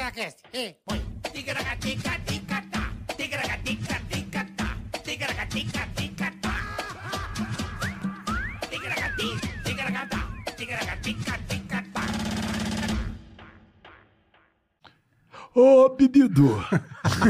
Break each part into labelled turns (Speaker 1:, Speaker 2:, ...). Speaker 1: Ticaracast. E põe.
Speaker 2: Ticaracaticaticatá. Ticaracaticatá. Ticaracaticatá. Ticaracati. Ticaracatá. Ticaracaticatá.
Speaker 3: Ô, pedido.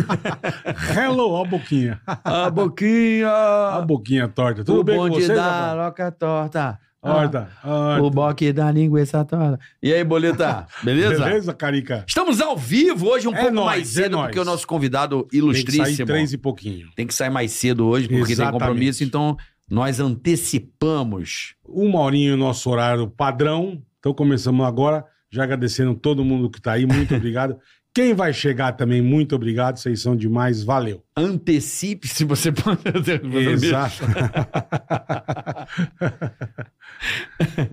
Speaker 4: Hello, ó, boquinha.
Speaker 3: A boquinha.
Speaker 4: A boquinha torta. Tudo
Speaker 3: o
Speaker 4: bem com
Speaker 3: bonde
Speaker 4: vocês?
Speaker 3: da
Speaker 4: Rafael?
Speaker 3: roca torta.
Speaker 4: Horta,
Speaker 3: Ah,
Speaker 4: horta.
Speaker 3: o boque da linguiça torta. E aí, Boleta? Beleza?
Speaker 4: Beleza, Carica?
Speaker 3: Estamos ao vivo hoje, um
Speaker 4: É
Speaker 3: pouco
Speaker 4: nóis,
Speaker 3: mais
Speaker 4: é
Speaker 3: cedo,
Speaker 4: nóis.
Speaker 3: porque o nosso convidado
Speaker 4: Tem que sair
Speaker 3: ilustríssimo
Speaker 4: três e pouquinho.
Speaker 3: mais cedo hoje, porque tem
Speaker 4: Exatamente.
Speaker 3: compromisso. Então, nós antecipamos.
Speaker 4: Uma horinha o nosso horário padrão. Então começamos agora, já agradecendo todo mundo que tá aí, muito obrigado. Quem vai chegar também, muito obrigado, vocês são demais, valeu.
Speaker 3: Antecipe se você pode.
Speaker 4: Exato.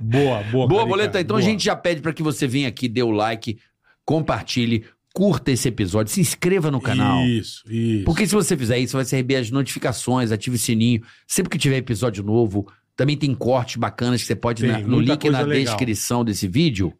Speaker 4: boa, boa.
Speaker 3: Boa,
Speaker 4: Carica,
Speaker 3: Boleta. Então,
Speaker 4: boa.
Speaker 3: a gente já pede para que você venha aqui, dê o like, compartilhe, curta esse episódio, se inscreva no canal.
Speaker 4: Isso, isso.
Speaker 3: Porque se você fizer isso, você vai receber as notificações, ative o sininho. Sempre que tiver episódio novo, também tem cortes bacanas que você pode
Speaker 4: Tem,
Speaker 3: na- no
Speaker 4: muita
Speaker 3: link na
Speaker 4: coisa legal.
Speaker 3: descrição desse vídeo.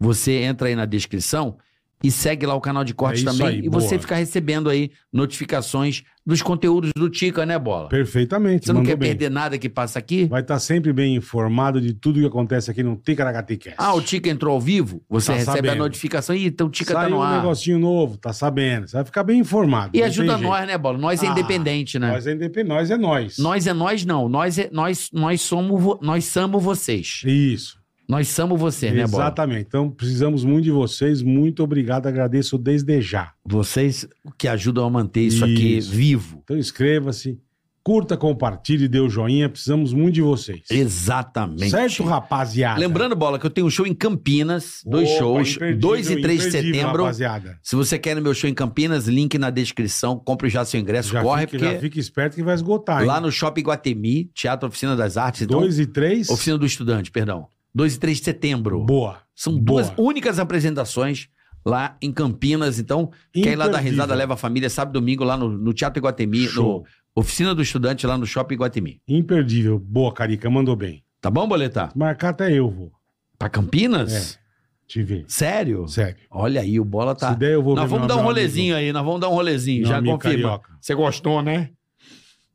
Speaker 3: Você entra aí na descrição e segue lá o canal de cortes
Speaker 4: É isso
Speaker 3: também.
Speaker 4: aí,
Speaker 3: e você
Speaker 4: boa.
Speaker 3: fica recebendo aí notificações dos conteúdos do Tica, né, Bola?
Speaker 4: Perfeitamente,
Speaker 3: Você não
Speaker 4: mandou
Speaker 3: quer
Speaker 4: bem.
Speaker 3: perder nada que passa aqui?
Speaker 4: Vai estar sempre bem informado de tudo que acontece aqui no Ticaracatecast.
Speaker 3: Ah, o Tica entrou ao vivo? Você
Speaker 4: Tá
Speaker 3: recebe a
Speaker 4: sabendo.
Speaker 3: notificação. Ih, então o Tica tá
Speaker 4: Saiu
Speaker 3: no
Speaker 4: um
Speaker 3: ar.
Speaker 4: negocinho novo, tá sabendo. Você vai ficar bem informado.
Speaker 3: E
Speaker 4: não
Speaker 3: ajuda
Speaker 4: tem jeito.
Speaker 3: nós, né, Bola? Nós é
Speaker 4: Ah,
Speaker 3: independente, né?
Speaker 4: Nós é independente, nós é nós.
Speaker 3: Nós é nós, não. Nós é, nós, nós somos, vo- nós somos vocês.
Speaker 4: Isso,
Speaker 3: Nós somos você, né, Bola?
Speaker 4: exatamente. Então precisamos muito de vocês. Muito obrigado, agradeço desde já.
Speaker 3: Vocês que ajudam a manter isso, aqui
Speaker 4: Isso.
Speaker 3: vivo.
Speaker 4: Então inscreva-se, curta, compartilhe, dê o joinha. Precisamos muito de vocês.
Speaker 3: Exatamente.
Speaker 4: Certo, rapaziada?
Speaker 3: Lembrando, Bola, que eu tenho um show em Campinas, dois
Speaker 4: Opa,
Speaker 3: shows,
Speaker 4: imperdível,
Speaker 3: 2 e 3 de
Speaker 4: imperdível,
Speaker 3: setembro.
Speaker 4: Rapaziada.
Speaker 3: Se você quer ir no meu show em Campinas, link na descrição, compre já seu ingresso,
Speaker 4: Já,
Speaker 3: corre,
Speaker 4: fique, já
Speaker 3: porque
Speaker 4: fique esperto que vai esgotar.
Speaker 3: lá
Speaker 4: hein?
Speaker 3: no Shopping Guatemi, Teatro Oficina das Artes, então,
Speaker 4: 2 e 3.
Speaker 3: Oficina do Estudante, perdão. 2 e 3 de setembro.
Speaker 4: Boa.
Speaker 3: São duas
Speaker 4: Boa.
Speaker 3: únicas apresentações lá em Campinas, então Quem lá da risada leva um a família, sábado e domingo, lá no, no Teatro Iguatemi,
Speaker 4: Show.
Speaker 3: no Oficina do Estudante, lá no Shopping Iguatemi.
Speaker 4: Imperdível. Boa, Carica, mandou bem.
Speaker 3: Tá bom, Boleta?
Speaker 4: Marcar até eu vou
Speaker 3: Pra Campinas?
Speaker 4: te ver.
Speaker 3: Sério?
Speaker 4: Sério.
Speaker 3: Olha aí, o Bola tá.
Speaker 4: É. Se der, eu vou
Speaker 3: Nós
Speaker 4: ver
Speaker 3: vamos
Speaker 4: meu-
Speaker 3: dar um
Speaker 4: meu
Speaker 3: rolezinho aí, nós vamos dar um rolezinho,
Speaker 4: amigo- meu
Speaker 3: já
Speaker 4: amigo
Speaker 3: confirma.
Speaker 4: carioca.
Speaker 2: Você gostou, né?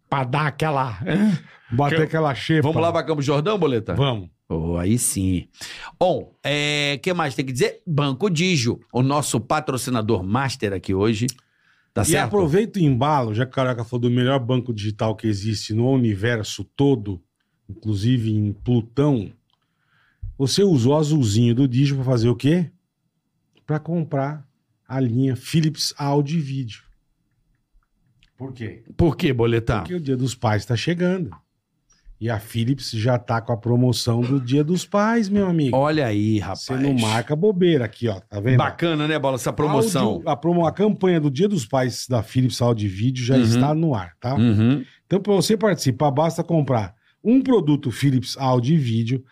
Speaker 2: Pra dar aquela.
Speaker 4: Bater aquela xepa.
Speaker 3: Vamos lá pra Campo Jordão, Boleta?
Speaker 4: Vamos.
Speaker 3: Oh, aí sim. Bom, o que mais tem que dizer? Banco Digio, o nosso patrocinador master aqui hoje. Tá
Speaker 4: e
Speaker 3: certo?
Speaker 4: aproveita o embalo, já que o Caraca falou do melhor banco digital que existe no universo todo, inclusive em Plutão. Você usou o azulzinho do Digio pra fazer o quê? Pra comprar a linha Philips Audio e Vídeo. Por quê?
Speaker 3: Por quê, Boletar?
Speaker 4: Porque o Dia dos Pais está chegando. E a Philips já tá com a promoção do Dia dos Pais, meu amigo.
Speaker 3: Olha aí, rapaz.
Speaker 4: Você não marca bobeira aqui, ó. Tá vendo?
Speaker 3: Bacana, né, Bola, essa promoção.
Speaker 4: Áudio- a, promo- a campanha do Dia dos Pais da Philips Áudio e Vídeo já
Speaker 3: Uhum.
Speaker 4: está no ar, tá?
Speaker 3: Uhum.
Speaker 4: Então, para você participar, basta comprar um produto Philips Áudio e Vídeo,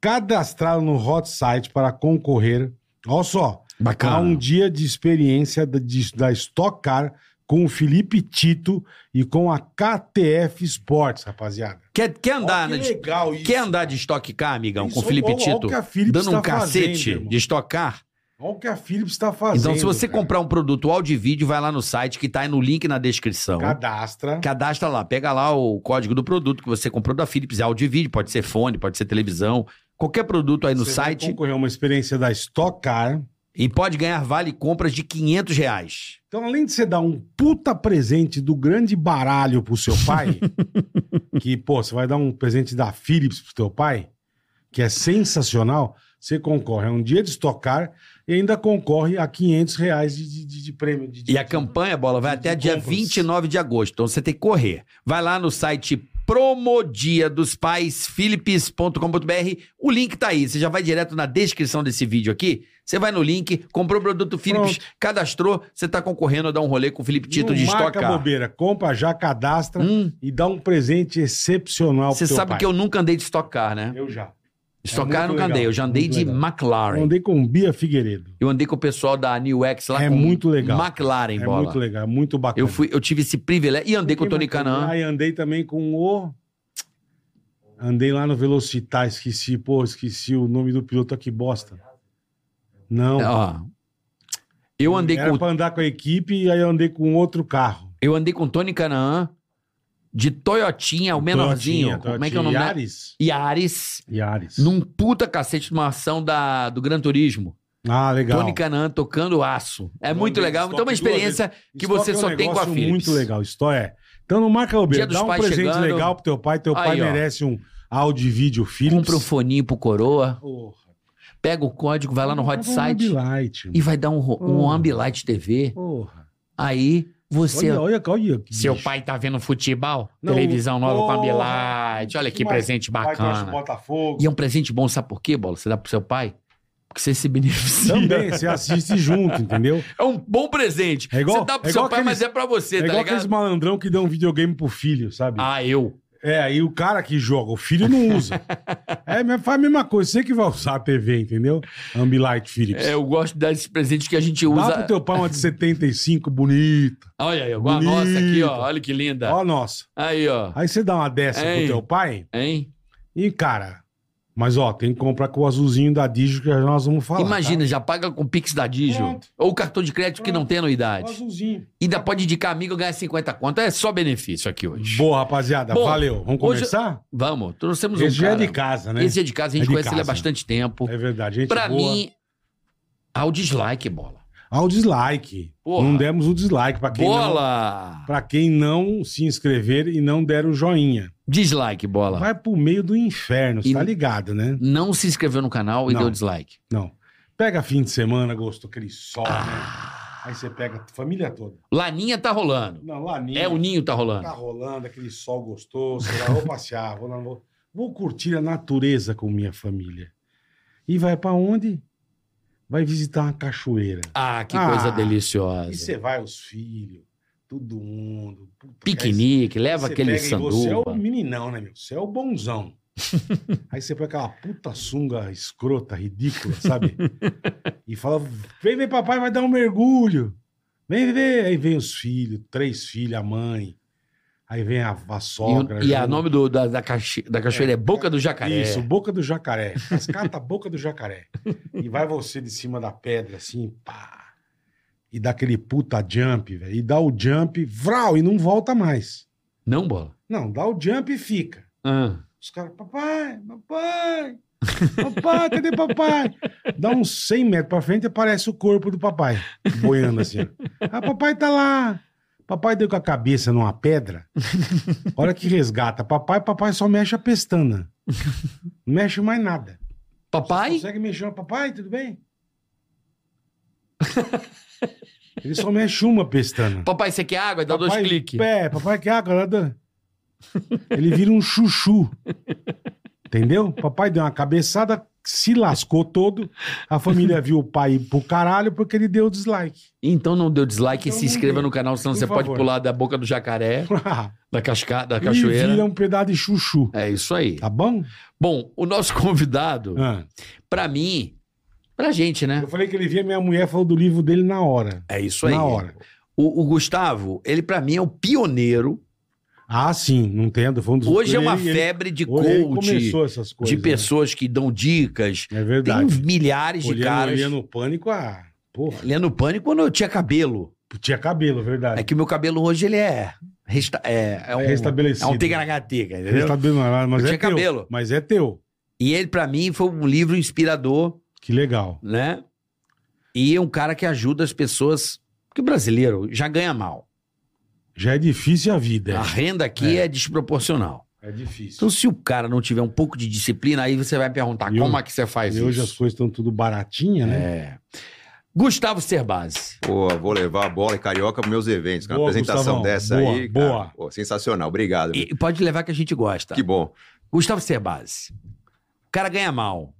Speaker 4: cadastrá-lo no Hot Site para concorrer. Olha só,
Speaker 3: Bacana.
Speaker 4: a um dia de experiência da, de- da Stock Car com o Felipe Tito e com a KTF Sports, rapaziada.
Speaker 3: Quer, quer andar,
Speaker 4: Olha
Speaker 3: né,
Speaker 4: que
Speaker 3: de,
Speaker 4: legal isso.
Speaker 3: quer andar de Stock Car, amigão,
Speaker 4: Isso,
Speaker 3: com o Felipe
Speaker 4: olha- olha
Speaker 3: Tito?
Speaker 4: o que a Philips
Speaker 3: dando um
Speaker 4: tá fazendo,
Speaker 3: cacete
Speaker 4: irmão.
Speaker 3: de Stock Car?
Speaker 4: Olha o que a Philips está fazendo.
Speaker 3: então, se você
Speaker 4: cara.
Speaker 3: comprar um produto áudio e vídeo, vai lá no site que tá aí no link na descrição.
Speaker 4: Cadastra.
Speaker 3: Cadastra lá, pega lá o código do produto que você comprou da Philips, é áudio e vídeo, pode ser fone, pode ser televisão, qualquer produto aí no
Speaker 4: Você vai
Speaker 3: site
Speaker 4: concorrer a uma experiência da Stock Car.
Speaker 3: e pode ganhar vale compras de 500 reais.
Speaker 4: Então, além de você dar um puta presente do grande baralho pro seu pai, que, pô, você vai dar um presente da Philips pro teu pai, que é sensacional, você concorre a um dia de estocar e ainda concorre a 500 reais de, de- de prêmio. de- de-
Speaker 3: E a campanha, bola, vai
Speaker 4: de-
Speaker 3: até
Speaker 4: de
Speaker 3: dia
Speaker 4: compras.
Speaker 3: 29 de agosto. Então você tem que correr. Vai lá no site promodia dos pais O link tá aí. Você já vai direto na descrição desse vídeo aqui. Você vai no link, comprou o produto Philips, cadastrou, você tá concorrendo a dar um rolê com o Felipe Tito
Speaker 4: Não
Speaker 3: de
Speaker 4: marca
Speaker 3: estocar.
Speaker 4: bobeira, compra já, cadastra
Speaker 3: Hum,
Speaker 4: e dá um presente excepcional
Speaker 3: você
Speaker 4: pro teu
Speaker 3: sabe
Speaker 4: pai.
Speaker 3: que eu nunca andei de estocar, né?
Speaker 4: Eu já.
Speaker 3: Estocar eu
Speaker 4: muito
Speaker 3: nunca andei.
Speaker 4: legal,
Speaker 3: Eu já andei
Speaker 4: muito
Speaker 3: de
Speaker 4: legal. Eu
Speaker 3: McLaren.
Speaker 4: andei com Bia Figueiredo.
Speaker 3: Eu andei com o pessoal da New X lá
Speaker 4: É
Speaker 3: com
Speaker 4: muito legal.
Speaker 3: McLaren,
Speaker 4: é
Speaker 3: bola.
Speaker 4: muito legal, muito bacana.
Speaker 3: Eu, fui, eu tive esse privilégio. E andei com o Tony Canan.
Speaker 4: Aí andei também com o. Andei lá no Velocitar, esqueci, pô, esqueci o nome do piloto, que bosta. Não,
Speaker 3: Ó, Então tá. Eu andei
Speaker 4: Era
Speaker 3: com
Speaker 4: pra andar com a equipe e aí eu andei com outro carro.
Speaker 3: eu andei com Tony Canaã de Toyotinha, o menorzinho. Como é que é o nome dele?
Speaker 4: Yaris.
Speaker 3: Yaris.
Speaker 4: Yaris.
Speaker 3: Num puta cacete de uma ação da, do Gran Turismo.
Speaker 4: Ah, legal.
Speaker 3: Tony Canaã tocando aço. É
Speaker 4: Bom,
Speaker 3: muito
Speaker 4: bem,
Speaker 3: legal. Então é uma
Speaker 4: estoque duas
Speaker 3: experiência
Speaker 4: Estoque
Speaker 3: que você
Speaker 4: é um
Speaker 3: só tem com a
Speaker 4: negócio
Speaker 3: Philips.
Speaker 4: muito legal, Isso é. Então não marca o
Speaker 3: Dia
Speaker 4: Uber,
Speaker 3: dos
Speaker 4: dá um
Speaker 3: Pais
Speaker 4: presente
Speaker 3: chegando.
Speaker 4: legal pro teu pai, teu pai
Speaker 3: Aí, ó.
Speaker 4: merece um áudio e vídeo Philips.
Speaker 3: Compra um foninho pro coroa,
Speaker 4: Porra.
Speaker 3: pega o código, vai lá no hot
Speaker 4: Compra um
Speaker 3: site
Speaker 4: Ambilight,
Speaker 3: e vai dar um, ro- um
Speaker 4: Hum.
Speaker 3: Ambilight TV.
Speaker 4: Porra.
Speaker 3: Aí você.
Speaker 4: Olha, olha, olha. que
Speaker 3: Seu
Speaker 4: bicho.
Speaker 3: pai tá vendo futebol?
Speaker 4: Não,
Speaker 3: televisão nova com
Speaker 4: porra.
Speaker 3: Ambilight. Olha que,
Speaker 4: Que mais-
Speaker 3: presente
Speaker 4: Pai torce pro
Speaker 3: bacana.
Speaker 4: Botafogo.
Speaker 3: E é um presente bom, sabe por quê, Bola? Você dá pro seu pai? Porque você se beneficia.
Speaker 4: Também, você assiste junto, entendeu?
Speaker 3: É um bom presente.
Speaker 4: É igual-
Speaker 3: você dá pro
Speaker 4: é
Speaker 3: seu
Speaker 4: igual
Speaker 3: pai,
Speaker 4: aqueles-
Speaker 3: mas é pra você,
Speaker 4: é
Speaker 3: tá
Speaker 4: igual
Speaker 3: ligado?
Speaker 4: aqueles malandrão que dão videogame pro filho, sabe?
Speaker 3: Ah, eu.
Speaker 4: É, aí o cara que joga, o filho não usa. é, mas faz a mesma coisa, você que vai usar a TV, entendeu? Ambilight Philips.
Speaker 3: É, eu gosto de dar esses presentes que a gente usa.
Speaker 4: Dá pro teu pai uma de 75, bonita.
Speaker 3: Olha aí, igual a nossa aqui, ó.
Speaker 4: Bonito.
Speaker 3: Olha que linda.
Speaker 4: Ó, nossa.
Speaker 3: Aí, ó.
Speaker 4: Aí você dá uma dessa
Speaker 3: Hein?
Speaker 4: pro teu pai
Speaker 3: Hein?
Speaker 4: e, cara. Mas ó, tem que comprar com o azulzinho da Digio que já nós vamos falar. tá?
Speaker 3: Imagina, já paga com o Pix da Digio.
Speaker 4: Pronto.
Speaker 3: Ou cartão de crédito que não tem
Speaker 4: tá? O
Speaker 3: anuidade.
Speaker 4: azulzinho.
Speaker 3: Ainda pode indicar amigo e ganhar 50 conto. É só benefício aqui hoje.
Speaker 4: Boa, rapaziada.
Speaker 3: Bom,
Speaker 4: valeu. Vamos
Speaker 3: hoje-
Speaker 4: começar?
Speaker 3: Vamos, trouxemos um
Speaker 4: Esse já é
Speaker 3: cara.
Speaker 4: de casa, né?
Speaker 3: Esse é de casa,
Speaker 4: É
Speaker 3: a gente
Speaker 4: de
Speaker 3: conhece ele há
Speaker 4: casa.
Speaker 3: bastante tempo.
Speaker 4: É verdade, gente.
Speaker 3: pra
Speaker 4: boa.
Speaker 3: mim, ao dislike, bola.
Speaker 4: Ao dislike.
Speaker 3: Porra.
Speaker 4: Não demos o dislike pra quem não
Speaker 3: Bola!
Speaker 4: Pra quem não se inscrever e não der o joinha.
Speaker 3: Dislike, bola.
Speaker 4: Vai pro meio do inferno, você
Speaker 3: E-
Speaker 4: tá ligado, né?
Speaker 3: Não se inscreveu no canal e
Speaker 4: Não.
Speaker 3: deu dislike.
Speaker 4: Não. Pega fim de semana, gostou aquele sol, né?
Speaker 3: Ah,
Speaker 4: Aí você pega a família toda.
Speaker 3: Laninha tá rolando.
Speaker 4: Não, lá
Speaker 3: É, o ninho tá rolando.
Speaker 4: Tá rolando, aquele sol gostoso. Sei lá, vou passear, vou, lá, vou, vou curtir a natureza com minha família. E vai pra onde? Vai visitar uma cachoeira.
Speaker 3: Ah, que
Speaker 4: Ah, é
Speaker 3: coisa
Speaker 4: E
Speaker 3: deliciosa.
Speaker 4: você vai, os filhos, todo mundo. Puta,
Speaker 3: Piquenique,
Speaker 4: Aí
Speaker 3: leva
Speaker 4: você
Speaker 3: aquele
Speaker 4: pega e Você é o
Speaker 3: sanduba.
Speaker 4: meninão, né, meu? Você é o bonzão. Aí você pega aquela puta sunga escrota, ridícula, sabe? e fala: vem, vem, papai, vai dar um mergulho. Vem, vem. Aí vem os filhos, três filhos, a mãe. Aí vem a, a sogra.
Speaker 3: E, e a
Speaker 4: junto.
Speaker 3: nome do- da, da, cache- da cachoeira é, Boca do Jacaré.
Speaker 4: né? Isso, boca do jacaré. Cascata a boca do jacaré. E vai você de cima da pedra, assim, pá. E dá aquele puta jump, velho. E dá o jump, vral, e não volta mais.
Speaker 3: Não, bola.
Speaker 4: Não, dá o jump e fica.
Speaker 3: Ah,
Speaker 4: Os caras, papai, papai, papai, cadê papai? Dá uns 100 metros pra frente e aparece o corpo do papai, boiando assim. ó. Ah, papai tá lá. Papai deu com a cabeça numa pedra. Olha que resgata. Papai, papai só mexe a pestana. Não mexe mais nada.
Speaker 3: Papai?
Speaker 4: Consegue mexer uma? Papai, tudo bem? Ele só mexe uma pestana.
Speaker 3: Papai, você quer água? Dá
Speaker 4: Papai-
Speaker 3: dois cliques.
Speaker 4: É, papai quer água. né? Ele vira um chuchu. Entendeu? Papai deu uma cabeçada, se lascou todo. A família viu o pai ir pro caralho porque ele deu dislike.
Speaker 3: Então não deu dislike
Speaker 4: Então
Speaker 3: e se
Speaker 4: não
Speaker 3: inscreva
Speaker 4: deu.
Speaker 3: no canal, senão
Speaker 4: Por
Speaker 3: você pode
Speaker 4: favor.
Speaker 3: pular da boca do jacaré, da cascada, da
Speaker 4: E
Speaker 3: cachoeira.
Speaker 4: vira um pedaço de chuchu.
Speaker 3: É isso aí.
Speaker 4: Tá bom?
Speaker 3: Bom, o nosso convidado,
Speaker 4: Ah.
Speaker 3: pra mim, pra gente, né?
Speaker 4: Eu falei que ele via minha mulher falou do livro dele na hora.
Speaker 3: É isso aí.
Speaker 4: Na hora.
Speaker 3: O, o Gustavo, ele pra mim é o pioneiro.
Speaker 4: Ah, sim, não entendo. Foi um dos-
Speaker 3: Hoje é uma
Speaker 4: ele- ele-
Speaker 3: febre de
Speaker 4: hoje ele
Speaker 3: coach,
Speaker 4: começou essas coisas.
Speaker 3: de
Speaker 4: né?
Speaker 3: pessoas que dão dicas.
Speaker 4: É verdade.
Speaker 3: Tem milhares de
Speaker 4: Olhando-
Speaker 3: caras.
Speaker 4: olhando o pânico, ah, porra,
Speaker 3: Lendo Pânico quando eu tinha cabelo.
Speaker 4: tinha cabelo, verdade. Tá
Speaker 3: É que o meu cabelo hoje ele é. resta- é, é um, é
Speaker 4: Restabelecido.
Speaker 3: um tigaragatica, entendeu?
Speaker 4: Restabelecido, mas
Speaker 3: Eu
Speaker 4: é teu.
Speaker 3: tinha cabelo.
Speaker 4: Mas é teu.
Speaker 3: E ele, pra mim, foi um livro inspirador,
Speaker 4: Que legal.
Speaker 3: né? E é um cara que ajuda as pessoas. Porque o brasileiro já ganha mal.
Speaker 4: Já é difícil a vida.
Speaker 3: A renda aqui é, desproporcional.
Speaker 5: Ah.
Speaker 4: É difícil.
Speaker 3: Então, se o cara não tiver um pouco de disciplina, aí você vai perguntar
Speaker 4: E
Speaker 3: como
Speaker 4: eu-
Speaker 3: é que você faz
Speaker 4: e
Speaker 3: isso.
Speaker 4: hoje as coisas estão tudo baratinha, né?
Speaker 3: É. Gustavo Cerbasi.
Speaker 5: Pô, vou levar a bola e carioca para meus eventos. Cara.
Speaker 4: Boa,
Speaker 5: Uma apresentação
Speaker 4: Gustavão.
Speaker 5: dessa
Speaker 4: Boa,
Speaker 5: aí. cara,
Speaker 4: boa.
Speaker 5: pô, sensacional, obrigado. Tá.
Speaker 3: E pode levar que a gente gosta.
Speaker 5: Que bom.
Speaker 3: Gustavo Cerbasi. O cara ganha mal.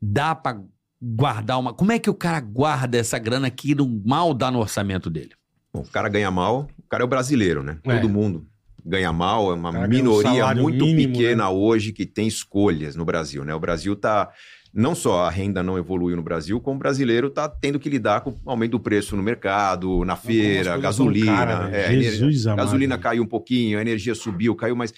Speaker 3: Dá pra guardar uma. Como é que o cara guarda essa grana que não mal dá no orçamento dele?
Speaker 5: Bom, o cara ganha mal, o cara é o brasileiro, né?
Speaker 4: É.
Speaker 5: Todo mundo ganha mal, é
Speaker 4: O
Speaker 5: uma
Speaker 4: cara ganha um
Speaker 5: minoria
Speaker 4: salário
Speaker 5: muito
Speaker 4: mínimo, né?
Speaker 5: pequena hoje que tem escolhas no Brasil, né? O Brasil tá. Não só a renda não evoluiu no Brasil, como o brasileiro tá tendo que lidar com o aumento do preço no mercado, na
Speaker 4: Algumas
Speaker 5: feira,
Speaker 4: coisas
Speaker 5: gasolina.
Speaker 4: são caras, né?
Speaker 5: é, energia-
Speaker 4: Jesus amado.
Speaker 5: gasolina caiu um pouquinho, a energia subiu, caiu, mas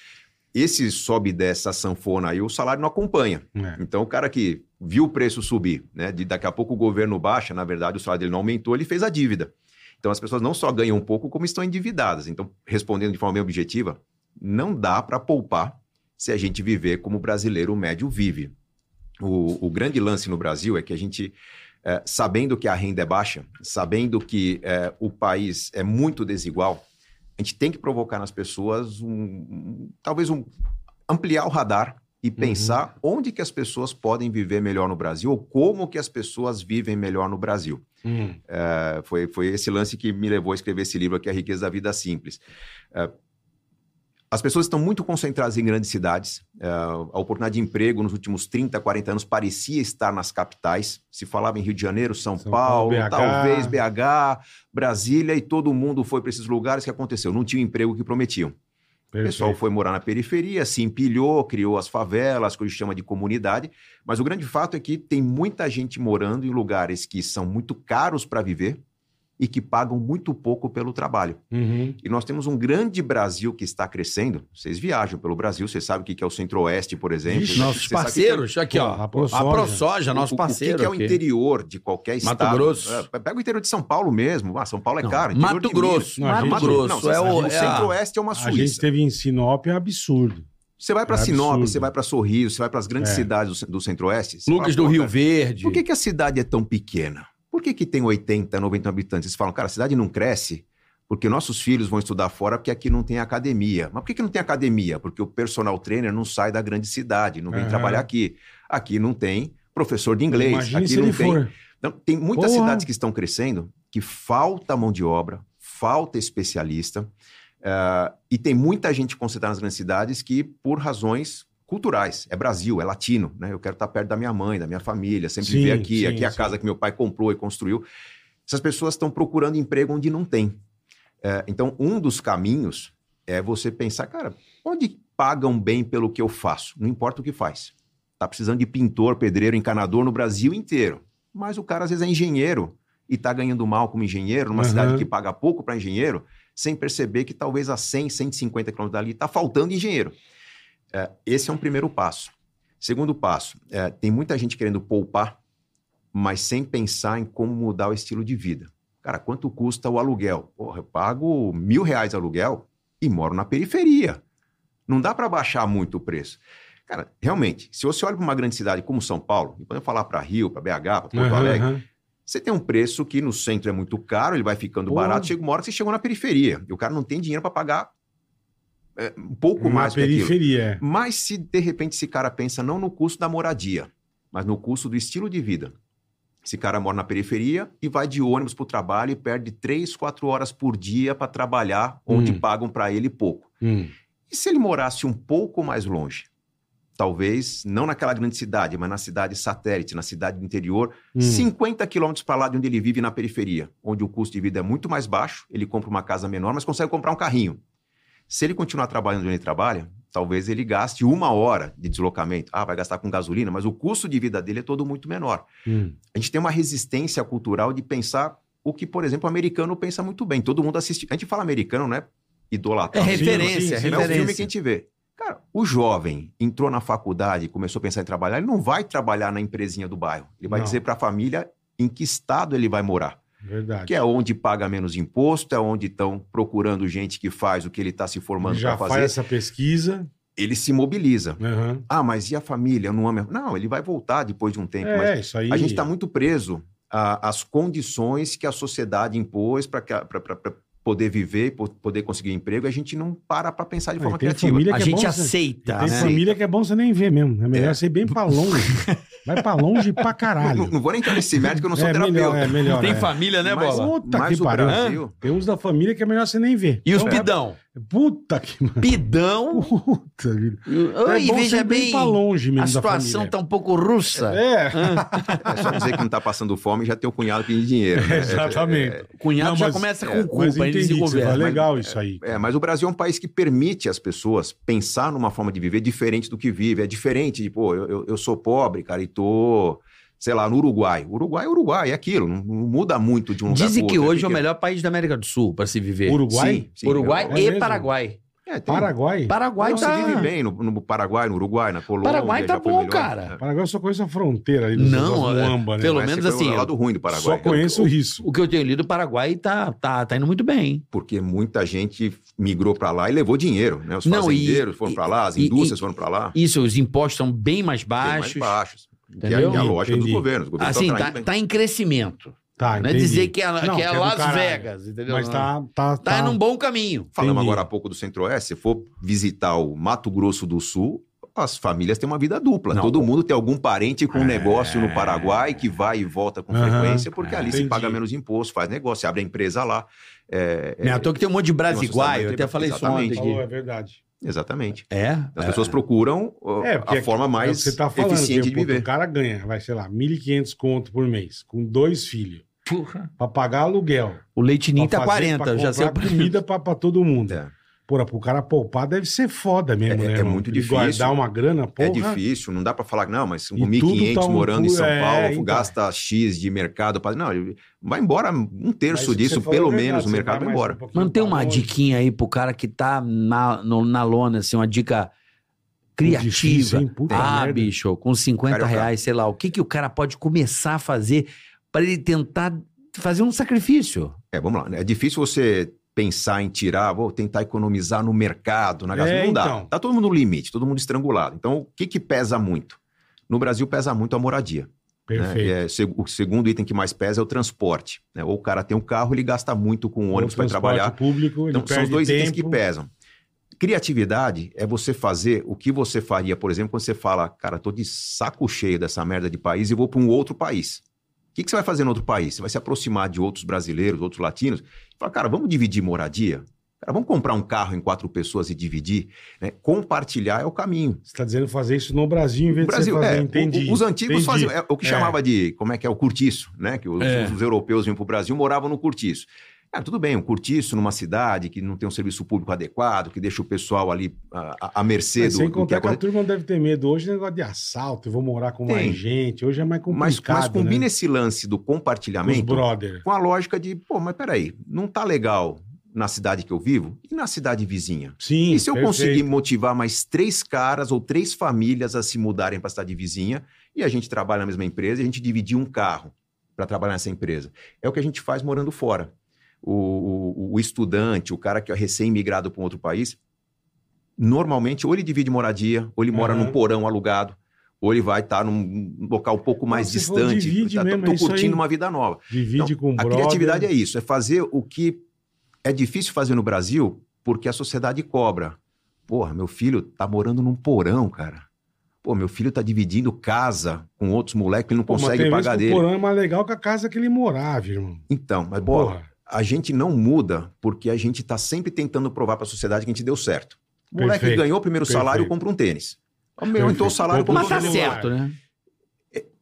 Speaker 5: esse sobe e desce, essa sanfona aí, o salário não acompanha.
Speaker 4: É.
Speaker 5: Então, o cara que viu o preço subir, né? De daqui a pouco o governo baixa, na verdade, o salário dele não aumentou, ele fez a dívida. Então, as pessoas não só ganham um pouco, como estão endividadas. Então, respondendo de forma bem objetiva, não dá para poupar se a gente viver como o brasileiro médio vive. O, o grande lance no Brasil é que a gente, eh, sabendo que a renda é baixa, sabendo que eh, o país é muito desigual, a gente tem que provocar nas pessoas um, um- talvez um ampliar o radar e pensar onde que as pessoas podem viver melhor no Brasil ou como que as pessoas vivem melhor no Brasil.
Speaker 4: Hum.
Speaker 5: Eh, foi, foi esse lance que me levou a escrever esse livro aqui, A Riqueza da Vida Simples. Eh, as pessoas estão muito concentradas em grandes cidades. Eh, a oportunidade de emprego nos últimos 30, 40 anos parecia estar nas capitais. Se falava em Rio de Janeiro, São,
Speaker 4: São Paulo,
Speaker 5: Paulo,
Speaker 4: BH.
Speaker 5: talvez BH, Brasília, e todo mundo foi para esses lugares. O que aconteceu? Não tinha o emprego que prometiam. O pessoal
Speaker 4: Perfeito.
Speaker 5: foi morar na periferia, se empilhou, criou as favelas, que a gente chama de comunidade. Mas o grande fato é que tem muita gente morando em lugares que são muito caros para viver e que pagam muito pouco pelo trabalho.
Speaker 4: Uhum.
Speaker 5: E nós temos um grande Brasil que está crescendo. Vocês viajam pelo Brasil, vocês sabem o que que é o Centro-Oeste, por exemplo.
Speaker 4: Ixi,
Speaker 5: Vocês
Speaker 6: Nossos
Speaker 5: sabem
Speaker 6: parceiros, aqui, ó.
Speaker 4: Porra,
Speaker 6: A
Speaker 4: a ProSoja.
Speaker 6: ProSoja,
Speaker 5: é o-
Speaker 6: nosso
Speaker 5: o-
Speaker 6: parceiro.
Speaker 5: O que que é o
Speaker 6: aqui.
Speaker 5: interior de qualquer
Speaker 6: Mato
Speaker 5: estado?
Speaker 6: Grosso.
Speaker 5: É, pega o interior de São Paulo mesmo. Ah, São Paulo é
Speaker 6: Não,
Speaker 5: caro. interior
Speaker 6: Mato
Speaker 5: de Minas.
Speaker 6: Grosso.
Speaker 4: Não, a
Speaker 6: Mato
Speaker 4: gente-
Speaker 6: Grosso.
Speaker 5: Não,
Speaker 6: é o,
Speaker 5: o
Speaker 6: é a-
Speaker 5: Centro-Oeste é uma
Speaker 4: A
Speaker 5: Suíça.
Speaker 4: gente teve em Sinop, é absurdo.
Speaker 5: Você vai para
Speaker 4: É
Speaker 5: Sinop,
Speaker 4: absurdo.
Speaker 5: você vai para Sorriso, você vai para as grandes
Speaker 4: É.
Speaker 5: cidades do, cen- do Centro-Oeste. você fala,
Speaker 6: Lucas do
Speaker 5: "Pô,
Speaker 6: Rio
Speaker 5: cara,
Speaker 6: Verde.
Speaker 5: Por que, que a cidade é tão pequena? Por que, que tem 80, 90 habitantes? Eles falam, cara, a cidade não cresce porque nossos filhos vão estudar fora porque aqui não tem academia. Mas por que, que não tem academia? Porque o personal trainer não sai da grande cidade, não vem
Speaker 4: Aham.
Speaker 5: trabalhar aqui. Aqui não tem professor de inglês.
Speaker 4: Imagina
Speaker 5: aqui
Speaker 4: se
Speaker 5: não
Speaker 4: ele
Speaker 5: tem.
Speaker 4: for.
Speaker 5: Então, tem muitas
Speaker 4: Porra.
Speaker 5: cidades que estão crescendo que falta mão de obra, falta especialista, eh, e tem muita gente concentrada nas grandes cidades que, por razões culturais, é Brasil, é latino, né? Eu quero estar perto da minha mãe, da minha família, sempre
Speaker 4: Sim,
Speaker 5: viver aqui,
Speaker 4: sim,
Speaker 5: aqui é a
Speaker 4: sim.
Speaker 5: casa que meu pai comprou e construiu. Essas pessoas estão procurando emprego onde não tem. Eh, então, um dos caminhos é você pensar, cara, onde pagam bem pelo que eu faço? Não importa o que faz. Tá precisando de pintor, pedreiro, encanador no Brasil inteiro. Mas o cara às vezes é engenheiro e tá ganhando mal como engenheiro, numa
Speaker 4: Aham.
Speaker 5: cidade que paga pouco para engenheiro, sem perceber que talvez a 100, 150 quilômetros dali tá faltando engenheiro. É, esse é um primeiro passo. Segundo passo, é, tem muita gente querendo poupar, mas sem pensar em como mudar o estilo de vida. Cara, quanto custa o aluguel? Porra, eu pago mil reais de aluguel e moro na periferia. Não dá para baixar muito o preço. Cara, realmente, se você olha para uma grande cidade como São Paulo, e podemos falar para Rio, para BH, para Porto
Speaker 4: Aham,
Speaker 5: Alegre,
Speaker 4: aham.
Speaker 5: você tem um preço que no centro é muito caro, ele vai ficando
Speaker 4: Porra.
Speaker 5: barato, chega uma hora que você chegou na periferia. E o cara não tem dinheiro para pagar é, um pouco
Speaker 4: Na
Speaker 5: mais do que aquilo.
Speaker 4: periferia, é.
Speaker 5: Mas se de repente esse cara pensa não no custo da moradia, mas no custo do estilo de vida. Esse cara mora na periferia e vai de ônibus para o trabalho e perde três, quatro horas por dia para trabalhar, onde
Speaker 4: Hum.
Speaker 5: pagam para ele pouco.
Speaker 4: Hum.
Speaker 5: E se ele morasse um pouco mais longe? Talvez não naquela grande cidade, mas na cidade satélite, na cidade do interior,
Speaker 4: Hum.
Speaker 5: 50 quilômetros para lá de onde ele vive, na periferia, onde o custo de vida é muito mais baixo, ele compra uma casa menor, mas consegue comprar um carrinho. Se ele continuar trabalhando onde ele trabalha, talvez ele gaste uma hora de deslocamento. Ah, vai gastar com gasolina, mas o custo de vida dele é todo muito menor.
Speaker 4: Hum.
Speaker 5: A gente tem uma resistência cultural de pensar o que, por exemplo, o americano pensa muito bem. Todo mundo assiste. A gente fala americano, né?
Speaker 6: É
Speaker 5: Idolatrar.
Speaker 4: Sim,
Speaker 6: referência,
Speaker 4: sim,
Speaker 6: é
Speaker 4: sim.
Speaker 5: É o filme que a
Speaker 6: referência.
Speaker 5: gente vê. Cara, o jovem entrou na faculdade, começou a pensar em trabalhar, ele não vai trabalhar na empresinha do bairro. Ele vai
Speaker 4: Não.
Speaker 5: dizer para a família em que estado ele vai morar.
Speaker 4: Verdade.
Speaker 5: Que é onde paga menos imposto, é onde estão procurando gente que faz o que ele está se formando
Speaker 4: Já
Speaker 5: para
Speaker 4: faz
Speaker 5: é, fazer.
Speaker 4: essa pesquisa.
Speaker 5: Ele se mobiliza.
Speaker 4: Aham.
Speaker 5: Ah, mas e a família? Não, ama- não ele vai voltar depois de um tempo. mas
Speaker 4: É, isso aí.
Speaker 5: a gente está muito preso a- às condições que a sociedade impôs para poder viver, po- poder conseguir emprego, e a gente não para para pensar de
Speaker 4: Ah, e
Speaker 5: forma
Speaker 4: tem
Speaker 5: criativa.
Speaker 4: família
Speaker 6: A
Speaker 4: que é
Speaker 6: gente
Speaker 4: bom,
Speaker 6: aceita,
Speaker 4: Tem
Speaker 6: né?
Speaker 4: família que é bom você nem ver mesmo. É melhor
Speaker 5: É.
Speaker 4: você ir bem pra longe. Vai pra longe pra
Speaker 5: Não,
Speaker 4: caralho.
Speaker 5: não- não vou nem entrar nesse médico, eu não sou
Speaker 4: é
Speaker 5: terapeuta.
Speaker 4: melhor, é melhor.
Speaker 6: Tem
Speaker 4: é.
Speaker 6: família, né,
Speaker 5: Mas-
Speaker 6: Bola?
Speaker 4: Puta
Speaker 5: Mas
Speaker 4: que
Speaker 5: o
Speaker 4: pariu.
Speaker 5: Brasil,
Speaker 4: Tem uns da família que é melhor você nem ver.
Speaker 6: E os
Speaker 4: Então,
Speaker 6: pidão?
Speaker 4: é- Puta que
Speaker 6: Pidão.
Speaker 4: puta vida.
Speaker 6: Ai, veja
Speaker 4: É ir bem
Speaker 6: bem,
Speaker 4: pra longe mesmo
Speaker 6: a
Speaker 4: da
Speaker 6: situação
Speaker 4: família.
Speaker 6: tá Ah, um pouco russa.
Speaker 4: É,
Speaker 5: é só dizer que não tá passando fome e já tem o cunhado pedindo dinheiro. né?
Speaker 4: exatamente.
Speaker 6: O cunhado
Speaker 4: Não,
Speaker 6: já
Speaker 4: mas-
Speaker 6: começa com
Speaker 5: é,
Speaker 6: o cu,
Speaker 4: Mas
Speaker 6: pra ele
Speaker 4: entendi
Speaker 6: se
Speaker 4: que você fala,
Speaker 6: governar.
Speaker 4: legal isso aí.
Speaker 5: É, mas o Brasil é um país que permite as pessoas pensar numa forma de viver diferente do que vive. É diferente de, pô, eu, eu- eu sou pobre, cara, e tô, sei lá, no Uruguai. Uruguai é Uruguai, é aquilo. Não, não muda muito de um lugar
Speaker 6: Dizem
Speaker 5: pro
Speaker 6: que
Speaker 5: outro,
Speaker 6: hoje é o
Speaker 5: pequeno.
Speaker 6: melhor país da América do Sul pra se viver.
Speaker 4: Uruguai?
Speaker 5: Sim, sim,
Speaker 6: Uruguai
Speaker 5: eu-
Speaker 4: É
Speaker 6: e
Speaker 4: mesmo?
Speaker 6: Paraguai.
Speaker 5: É, tem-
Speaker 4: Paraguai?
Speaker 6: Paraguai
Speaker 5: Não,
Speaker 6: tá...
Speaker 5: se vive bem no, no Paraguai, no Uruguai, na Colômbia.
Speaker 6: Paraguai tá
Speaker 5: já foi
Speaker 6: bom,
Speaker 5: melhor.
Speaker 6: cara.
Speaker 4: Paraguai eu só conheço a fronteira ali.
Speaker 6: Não,
Speaker 4: negócio do
Speaker 6: é,
Speaker 4: Amba, né?
Speaker 5: É.
Speaker 6: pelo-
Speaker 5: Mas
Speaker 6: menos
Speaker 5: esse foi
Speaker 6: assim,
Speaker 5: O lado ruim do Paraguai. né?
Speaker 4: Só conheço isso.
Speaker 6: O que eu tenho lido, o Paraguai tá, tá, tá indo muito bem.
Speaker 5: Porque muita gente migrou para lá e levou dinheiro, né? Os
Speaker 6: Não, e-
Speaker 5: fazendeiros foram
Speaker 6: e-
Speaker 5: para lá, as
Speaker 6: e-
Speaker 5: indústrias foram para lá.
Speaker 6: Isso, os impostos são bem mais
Speaker 5: bem
Speaker 6: baixos.
Speaker 5: mais baixos. Que é,
Speaker 6: Entendeu?
Speaker 5: que é a lógica
Speaker 4: Entendi.
Speaker 5: dos governos. Os governos
Speaker 6: Assim,
Speaker 5: tão
Speaker 6: tá,
Speaker 5: atraindo bem.
Speaker 6: tá em crescimento.
Speaker 4: Tá,
Speaker 6: Não é
Speaker 4: entendi.
Speaker 6: dizer que é,
Speaker 4: Não,
Speaker 6: que
Speaker 4: que
Speaker 6: é
Speaker 4: é do
Speaker 6: Las
Speaker 4: caralho.
Speaker 6: Vegas, entendeu?
Speaker 4: Mas
Speaker 6: Não.
Speaker 4: tá, tá,
Speaker 6: Tá num bom caminho.
Speaker 5: Falamos
Speaker 4: entendi.
Speaker 5: agora há pouco do Centro-Oeste. Se for visitar o Mato Grosso do Sul, as famílias têm uma vida dupla.
Speaker 6: Não.
Speaker 5: Todo mundo tem algum parente com um negócio no Paraguai que vai e volta
Speaker 4: É.
Speaker 5: com
Speaker 4: Aham.
Speaker 5: frequência, porque ali
Speaker 4: Entendi.
Speaker 5: se paga menos imposto, faz negócio, se abre a empresa lá. É, é,
Speaker 4: Né,
Speaker 6: Não é à
Speaker 4: então-
Speaker 6: toa que tem um monte de
Speaker 5: Nossa,
Speaker 6: brasiguaio. Eu até
Speaker 5: exatamente.
Speaker 6: falei isso ontem.
Speaker 4: Falou, é
Speaker 6: aqui.
Speaker 4: verdade.
Speaker 5: Exatamente.
Speaker 6: É?
Speaker 5: As
Speaker 6: É.
Speaker 5: pessoas procuram ó,
Speaker 4: É, porque
Speaker 5: a forma
Speaker 4: é o que
Speaker 5: mais
Speaker 4: você tá falando,
Speaker 5: eficiente
Speaker 4: que,
Speaker 5: de
Speaker 4: puta,
Speaker 5: viver.
Speaker 4: O cara ganha, vai, sei lá, 1.500 conto por mês, com dois filhos,
Speaker 6: Porra.
Speaker 4: pra pagar aluguel.
Speaker 6: O leite ninho tá
Speaker 4: pra fazer,
Speaker 6: 40,
Speaker 4: pra
Speaker 6: já sei. o
Speaker 4: comprar
Speaker 6: preço.
Speaker 4: comida pra, pra todo mundo.
Speaker 5: É.
Speaker 4: Porra, pro cara poupar deve ser foda mesmo,
Speaker 5: É-
Speaker 4: né?
Speaker 5: é
Speaker 4: irmão?
Speaker 5: muito
Speaker 4: Ele
Speaker 5: difícil.
Speaker 4: Guardar uma grana, porra.
Speaker 5: É difícil, não dá para falar, não, mas com
Speaker 4: E tudo
Speaker 5: 1.500
Speaker 4: tá um
Speaker 5: morando em
Speaker 4: pulo-
Speaker 5: São
Speaker 4: é,
Speaker 5: Paulo,
Speaker 4: então.
Speaker 5: gasta X de mercado. pra- Não, vai embora um
Speaker 4: Mas
Speaker 5: terço
Speaker 4: isso que você
Speaker 5: disso,
Speaker 4: falou é
Speaker 5: pelo
Speaker 4: verdade,
Speaker 5: menos, o
Speaker 4: você
Speaker 5: mercado
Speaker 4: vai
Speaker 5: vai
Speaker 4: mais
Speaker 5: embora.
Speaker 4: um pouquinho
Speaker 6: Mano, tem
Speaker 4: pra
Speaker 6: uma
Speaker 4: longe.
Speaker 6: diquinha aí pro cara que tá na, no- na lona, assim, uma dica criativa.
Speaker 4: Difícil, hein? Puta
Speaker 6: ah,
Speaker 4: merda. é
Speaker 6: bicho, com 50
Speaker 5: Carioca.
Speaker 6: reais, sei lá, o que que o cara pode começar a fazer pra ele tentar fazer um sacrifício?
Speaker 5: É, vamos lá. né? É difícil você pensar em tirar, vou tentar economizar no mercado, na
Speaker 4: É,
Speaker 5: gasolina. não dá.
Speaker 4: então.
Speaker 5: Tá todo mundo no limite, todo mundo estrangulado. Então, o que, que pesa muito? No Brasil, pesa muito a moradia. né?
Speaker 4: Perfeito.
Speaker 5: É, se- o segundo item que mais pesa é o transporte. né? Ou o cara tem um carro, ele gasta muito com o um ônibus para
Speaker 4: transporte
Speaker 5: trabalhar.
Speaker 4: Público, ele
Speaker 5: Então, são os
Speaker 4: perde
Speaker 5: dois
Speaker 4: tempo.
Speaker 5: itens que pesam. Criatividade é você fazer o que você faria, por exemplo, quando você fala, cara, tô de saco cheio dessa merda de país e vou para um outro país. O que, que você vai fazer no outro país? Você vai se aproximar de outros brasileiros, outros latinos, e falar, cara, vamos dividir moradia? Cara, vamos comprar um carro em quatro pessoas e dividir? né? Compartilhar é o caminho.
Speaker 4: Você tá dizendo fazer isso no Brasil em vez
Speaker 5: O
Speaker 4: de você
Speaker 5: Brasil,
Speaker 4: fazer,
Speaker 5: é,
Speaker 4: entendi.
Speaker 5: o- os antigos
Speaker 4: entendi.
Speaker 5: faziam é, o que
Speaker 4: É.
Speaker 5: chamava de, como é que é, o curtiço, né? Que os,
Speaker 6: É.
Speaker 5: os europeus vinham para o Brasil moravam no curtiço. Ah, tudo bem, um curtiço numa cidade que não tem um serviço público adequado, que deixa o pessoal ali ah, à, à mercê
Speaker 4: Mas
Speaker 5: do,
Speaker 4: Sem
Speaker 5: do que
Speaker 4: contar que a
Speaker 5: acontece.
Speaker 4: turma deve ter medo. Hoje é negócio de assalto, eu vou morar com
Speaker 5: Tem.
Speaker 4: mais gente. Hoje é mais
Speaker 5: Mas,
Speaker 4: complicado,
Speaker 5: mas combina
Speaker 4: né?
Speaker 5: esse lance do
Speaker 4: Com os
Speaker 5: compartilhamento
Speaker 4: brother.
Speaker 5: com a lógica de, pô, mas peraí, não tá legal na cidade que eu vivo e na cidade vizinha?
Speaker 4: Sim,
Speaker 5: E se eu
Speaker 4: perfeito.
Speaker 5: conseguir motivar mais três caras ou três famílias a se mudarem para a cidade vizinha e a gente trabalha na mesma empresa e a gente dividir um carro para trabalhar nessa empresa? É o que a gente faz morando fora. O, o- o estudante, o cara que é recém-imigrado para um outro país, normalmente ou ele divide moradia, ou ele mora
Speaker 4: Aham.
Speaker 5: num porão alugado, ou ele vai estar num local um pouco mais
Speaker 4: você falou
Speaker 5: distante.
Speaker 4: divide
Speaker 5: Tá- tô-
Speaker 4: mesmo, é
Speaker 5: tô
Speaker 4: isso aí.
Speaker 5: curtindo uma vida nova.
Speaker 4: Divide
Speaker 5: Então,
Speaker 4: com o
Speaker 5: A
Speaker 4: um brother.
Speaker 5: criatividade é isso, é fazer o que é difícil fazer no Brasil porque a sociedade cobra. Porra, meu filho tá morando num porão, cara. Pô, meu filho tá dividindo casa com outros moleques, ele não
Speaker 4: Pô, mas
Speaker 5: consegue
Speaker 4: tem vezes
Speaker 5: pagar
Speaker 4: que
Speaker 5: dele.
Speaker 4: O porão é mais legal que a casa que ele morava, irmão.
Speaker 5: Então, mas bola,
Speaker 4: Porra.
Speaker 5: a gente não muda porque a gente tá sempre tentando provar pra sociedade que a gente deu certo. O moleque
Speaker 4: Perfeito,
Speaker 5: ganhou o primeiro salário,
Speaker 4: perfeito.
Speaker 5: compra um tênis.
Speaker 4: Perfeito.
Speaker 5: Aumentou o salário,
Speaker 4: Compra um
Speaker 5: compra
Speaker 6: Mas
Speaker 5: um
Speaker 6: tá
Speaker 4: celular.
Speaker 5: tênis.
Speaker 6: certo, né?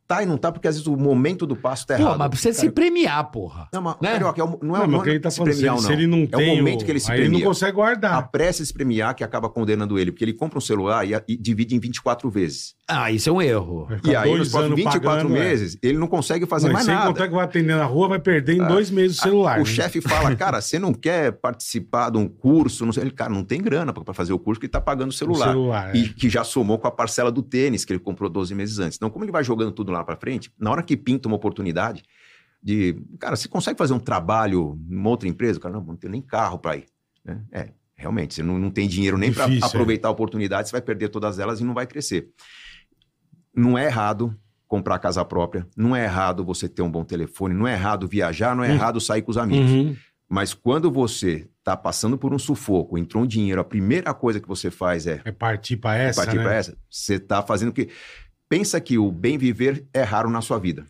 Speaker 5: Tá e não tá porque às vezes o momento do passo tá
Speaker 6: Pô,
Speaker 5: errado.
Speaker 6: mas precisa se premiar, porra.
Speaker 5: Não, mas,
Speaker 6: né?
Speaker 5: Carioca, é o- não é
Speaker 4: Não,
Speaker 5: o
Speaker 4: mas o que ele tá falando, se ele, se ele não
Speaker 5: É o
Speaker 4: tem
Speaker 5: momento que ele se
Speaker 4: aí ele não
Speaker 5: premia. Ah,
Speaker 4: consegue guardar.
Speaker 5: a pressa se premiar que acaba condenando ele, porque ele compra um celular e, e divide em 24 vezes.
Speaker 6: Ah, isso é um erro.
Speaker 4: Vai ficar
Speaker 5: E aí,
Speaker 4: dois
Speaker 5: nos próximos
Speaker 4: anos
Speaker 5: 24
Speaker 4: pagando, é.
Speaker 5: meses, ele não consegue fazer
Speaker 4: Não, e
Speaker 5: mais
Speaker 4: sem
Speaker 5: nada.
Speaker 4: contar que vai atender na rua, vai perder em
Speaker 5: Ah,
Speaker 4: dois meses o celular.
Speaker 5: O
Speaker 4: né?
Speaker 5: chefe fala, cara, você não quer participar de um curso? Não sei. Ele, cara, não tem grana para fazer o curso que ele tá pagando o
Speaker 4: O
Speaker 5: celular.
Speaker 4: celular, é.
Speaker 5: E que já somou com a parcela do tênis que ele comprou 12 meses antes. Então, como ele vai jogando tudo lá para frente, na hora que pinta uma oportunidade de. Cara, você consegue fazer um trabalho em outra empresa? O cara, não, não tenho nem carro para ir. né? É, realmente, você não, não tem dinheiro nem para
Speaker 4: Difícil, é.
Speaker 5: aproveitar a oportunidade, você vai perder todas elas e não vai crescer. Não é errado comprar casa própria, não é errado você ter um bom telefone, não é errado viajar, não é
Speaker 4: Hum.
Speaker 5: errado sair com os amigos.
Speaker 4: Uhum.
Speaker 5: Mas quando você está passando por um sufoco, entrou um dinheiro, a primeira coisa que você faz é
Speaker 4: É partir pra essa,
Speaker 5: partir
Speaker 4: né?
Speaker 5: pra essa, você tá fazendo que. Pensa que o bem viver é raro na sua vida.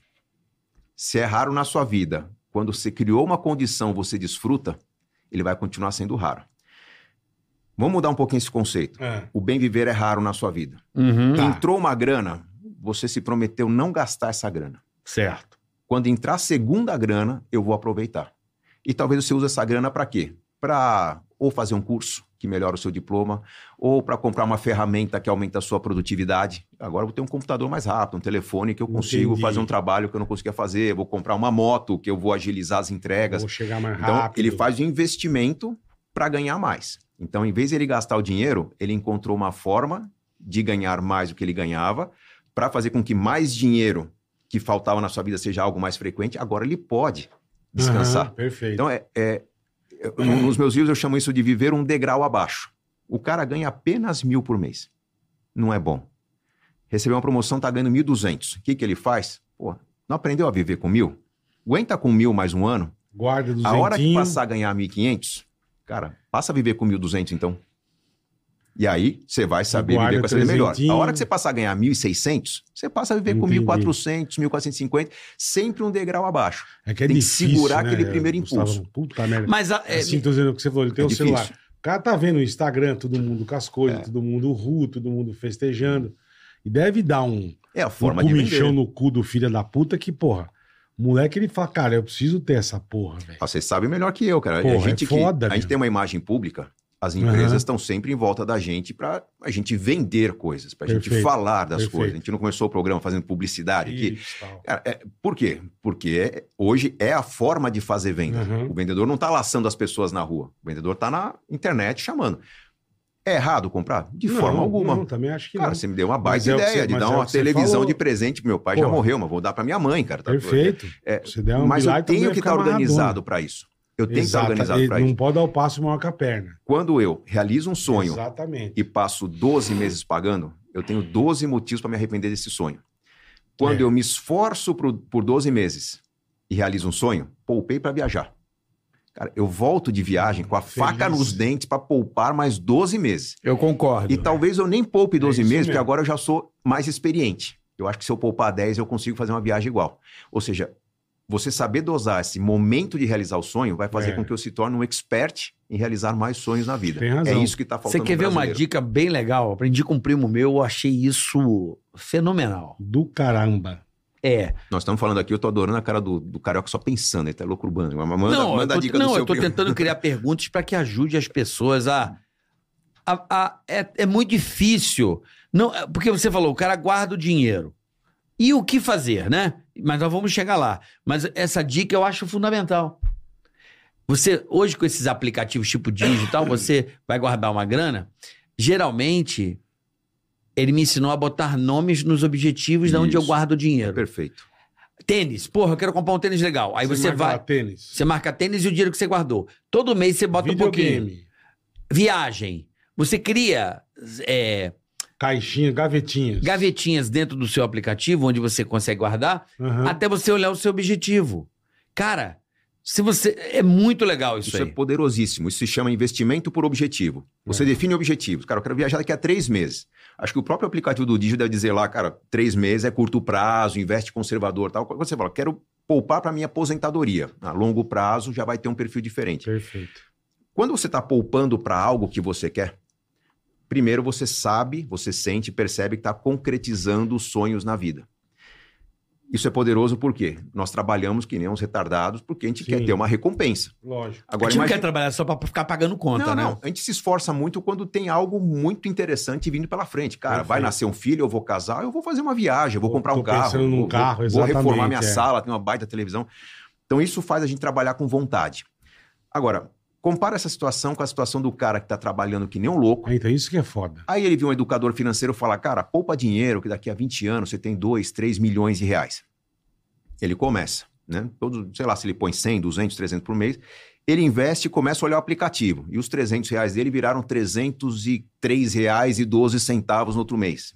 Speaker 5: Se é raro na sua vida, quando você criou uma condição, você desfruta, ele vai continuar sendo raro. Vamos mudar um pouquinho esse conceito.
Speaker 4: Ah,
Speaker 5: O bem viver é raro na sua vida.
Speaker 4: Tá.
Speaker 5: Entrou uma grana, você se prometeu não gastar essa grana.
Speaker 4: certo.
Speaker 5: Quando entrar a segunda grana, eu vou aproveitar. E talvez você use essa grana para quê? Para ou fazer um curso que melhora o seu diploma, ou para comprar uma ferramenta que aumenta a sua produtividade. Agora eu vou ter um computador mais rápido, um telefone que eu consigo
Speaker 4: Entendi.
Speaker 5: fazer um trabalho que eu não conseguia fazer, vou comprar uma moto que eu vou agilizar as entregas.
Speaker 4: Vou chegar mais
Speaker 5: Então,
Speaker 4: rápido.
Speaker 5: ele faz um investimento para ganhar mais. Então, em vez de ele gastar o dinheiro, ele encontrou uma forma de ganhar mais do que ele ganhava para fazer com que mais dinheiro que faltava na sua vida seja algo mais frequente. Agora ele pode descansar.
Speaker 4: Aham, perfeito.
Speaker 5: Então, é, é- eu- nos meus livros eu chamo isso de viver um degrau abaixo. O cara ganha apenas mil por mês. Não é bom. Recebeu uma promoção, tá ganhando 1.200. O que, que ele faz? Pô, não aprendeu a viver com mil? Aguenta com mil mais um ano.
Speaker 4: Guarda
Speaker 5: A hora que
Speaker 4: 200.
Speaker 5: passar a ganhar 1.500, cara, passa a viver com 1.200 então. E aí, você vai saber
Speaker 4: Guarda
Speaker 5: viver com essa vida melhor. A
Speaker 4: 300.
Speaker 5: hora que você passar a ganhar 1.600, você passa a viver com
Speaker 4: Entendi.
Speaker 5: 1.400, 1.450, sempre um degrau abaixo.
Speaker 4: É que é
Speaker 5: tem que
Speaker 4: difícil,
Speaker 5: segurar
Speaker 4: né,
Speaker 5: aquele primeiro
Speaker 4: Gustavo?
Speaker 5: impulso.
Speaker 4: Puta merda.
Speaker 3: Mas
Speaker 6: ah,
Speaker 3: a- é,
Speaker 4: assim, tô dizendo o que você falou, ele tem
Speaker 5: É
Speaker 4: o
Speaker 5: difícil.
Speaker 4: celular. O cara tá vendo o Instagram, todo mundo com as coisas,
Speaker 5: É.
Speaker 4: todo mundo ru, todo mundo festejando. E deve dar um,
Speaker 5: É a
Speaker 4: um
Speaker 5: forma de
Speaker 4: comichão
Speaker 5: viver.
Speaker 4: no cu do filho da puta que, porra, o moleque ele fala, cara, eu preciso ter essa porra, velho.
Speaker 5: Ah, Vocês sabem melhor que eu, cara.
Speaker 4: Porra,
Speaker 5: a gente,
Speaker 4: é foda,
Speaker 5: que, a
Speaker 4: meu.
Speaker 5: gente tem uma imagem pública, as
Speaker 4: Aham.
Speaker 5: empresas estão sempre em volta da gente para a gente vender coisas, para a gente
Speaker 4: Perfeito,
Speaker 5: falar das
Speaker 4: perfeito.
Speaker 5: coisas. A gente não começou o programa fazendo publicidade aqui.
Speaker 4: Isso, tal.
Speaker 5: Cara, é- por quê? Porque é- hoje é a forma de fazer venda.
Speaker 4: Uhum.
Speaker 5: O vendedor não está laçando as pessoas na rua. O vendedor está na internet chamando. É errado comprar? De
Speaker 4: Não,
Speaker 5: forma alguma.
Speaker 4: Não, também acho que
Speaker 5: Cara,
Speaker 4: não.
Speaker 5: você me deu uma
Speaker 4: Mas
Speaker 5: baita
Speaker 4: é o que
Speaker 5: ideia
Speaker 4: você-
Speaker 5: de
Speaker 4: mas
Speaker 5: dar
Speaker 4: é o
Speaker 5: uma
Speaker 4: que você
Speaker 5: televisão
Speaker 4: falou.
Speaker 5: de presente pro meu pai. Já
Speaker 4: Porra.
Speaker 5: morreu, mas vou dar para minha mãe, cara. Tá-
Speaker 4: Perfeito.
Speaker 5: É,
Speaker 4: Você der um uma
Speaker 5: Mas eu
Speaker 4: bilhete, a mulher
Speaker 5: tenho que
Speaker 4: fica
Speaker 5: estar
Speaker 4: amarradona.
Speaker 5: organizado para isso. Eu tenho que estar
Speaker 4: Exata-
Speaker 5: organizado
Speaker 4: ele
Speaker 5: para
Speaker 4: Não
Speaker 5: isso.
Speaker 4: pode dar o passo maior que a perna.
Speaker 5: Quando eu realizo um sonho
Speaker 4: Exatamente.
Speaker 5: e passo 12 meses pagando, eu tenho 12 motivos para me arrepender desse sonho. Quando
Speaker 4: Hum. É.
Speaker 5: eu me esforço pro- por 12 meses e realizo um sonho, poupei para viajar. Cara, eu volto de viagem com a
Speaker 4: Feliz.
Speaker 5: faca nos dentes para poupar mais 12 meses.
Speaker 3: eu concordo.
Speaker 5: E
Speaker 6: tá,
Speaker 4: Tá
Speaker 5: talvez eu nem poupe 12
Speaker 4: É isso
Speaker 5: meses, porque
Speaker 4: mesmo.
Speaker 5: agora eu já sou mais experiente. Eu acho que se eu poupar 10, eu consigo fazer uma viagem igual. Ou seja, você saber dosar esse momento de realizar o sonho vai fazer
Speaker 4: É.
Speaker 5: com que eu se torne um expert em realizar mais sonhos na vida.
Speaker 4: Tem razão.
Speaker 5: É isso que está faltando
Speaker 3: Você quer
Speaker 5: no
Speaker 3: ver uma
Speaker 5: brasileiro.
Speaker 3: dica bem legal? Aprendi com um primo meu, eu achei isso fenomenal.
Speaker 4: Do caramba.
Speaker 3: É.
Speaker 5: Nós estamos falando aqui, eu tô adorando a cara do, do carioca só pensando, ele tá louco urbano. Mas Manda,
Speaker 3: não,
Speaker 5: manda
Speaker 3: eu tô,
Speaker 5: a dica
Speaker 3: não,
Speaker 5: do seu
Speaker 3: eu tô
Speaker 5: primo.
Speaker 3: tentando criar perguntas para que ajude as pessoas a. a- a- é, é muito difícil. Não, é, porque você falou, o cara guarda o dinheiro. E o que fazer, né? Mas nós vamos chegar lá. Mas essa dica eu acho fundamental. Você, hoje, com esses aplicativos tipo digital, você vai guardar uma grana. Geralmente, ele me ensinou a botar nomes nos objetivos de onde eu
Speaker 5: Isso.
Speaker 3: guardo o dinheiro.
Speaker 5: Perfeito.
Speaker 3: Tênis, porra, eu quero comprar um tênis legal.
Speaker 5: é
Speaker 3: Aí você,
Speaker 4: marca
Speaker 3: vai.
Speaker 4: lá Tênis.
Speaker 3: Você marca tênis e o dinheiro que você guardou. Todo mês você bota um pouquinho.
Speaker 4: Videogame.
Speaker 3: Viagem. Você cria é,
Speaker 4: Caixinha, gavetinhas.
Speaker 3: gavetinhas dentro do seu aplicativo onde você consegue guardar
Speaker 4: Aham.
Speaker 3: até você olhar o seu objetivo. Cara, se você. É muito legal isso,
Speaker 5: Isso é
Speaker 3: aí.
Speaker 5: poderosíssimo. Isso se chama investimento por objetivo. Você
Speaker 4: É.
Speaker 5: define objetivos. Cara, eu quero viajar daqui a três meses. Acho que o próprio aplicativo do Digio deve dizer lá, cara, três meses é curto prazo, investe conservador tal. Quando você fala, quero poupar para minha aposentadoria. A longo prazo já vai ter um perfil diferente.
Speaker 4: Perfeito.
Speaker 5: Quando você está poupando para algo que você quer, primeiro você sabe, você sente, percebe que está concretizando os sonhos na vida. Isso é poderoso porque nós trabalhamos que nem uns retardados porque a gente
Speaker 4: Sim.
Speaker 5: quer ter uma recompensa.
Speaker 4: Lógico.
Speaker 3: a
Speaker 5: Agora
Speaker 3: gente não
Speaker 5: imagina...
Speaker 3: Tipo, quer trabalhar só pra ficar pagando conta,
Speaker 5: não,
Speaker 3: né?
Speaker 5: não. A gente se esforça muito quando tem algo muito interessante vindo pela frente. Cara, vai
Speaker 4: Perfeito.
Speaker 5: nascer um filho, eu vou casar, eu vou fazer uma viagem, eu vou
Speaker 4: Tô-
Speaker 5: comprar
Speaker 4: tô
Speaker 5: um carro.
Speaker 4: pensando num
Speaker 5: vou-
Speaker 4: carro,
Speaker 5: vou, vou reformar
Speaker 4: exatamente,
Speaker 5: minha
Speaker 4: é.
Speaker 5: sala, tem uma baita televisão. Então isso faz a gente trabalhar com vontade. Agora, compara essa situação com a situação do cara que está trabalhando que nem um louco.
Speaker 4: Então, isso que é foda.
Speaker 5: Aí ele viu um educador financeiro falar, cara, poupa dinheiro, que daqui a 20 anos você tem 2, 3 milhões de reais. Ele começa, né? Todo, sei lá, se ele põe 100, 200, 300 por mês, ele investe e começa a olhar o aplicativo. E os 300 reais dele viraram 303 reais e 12 centavos no outro mês.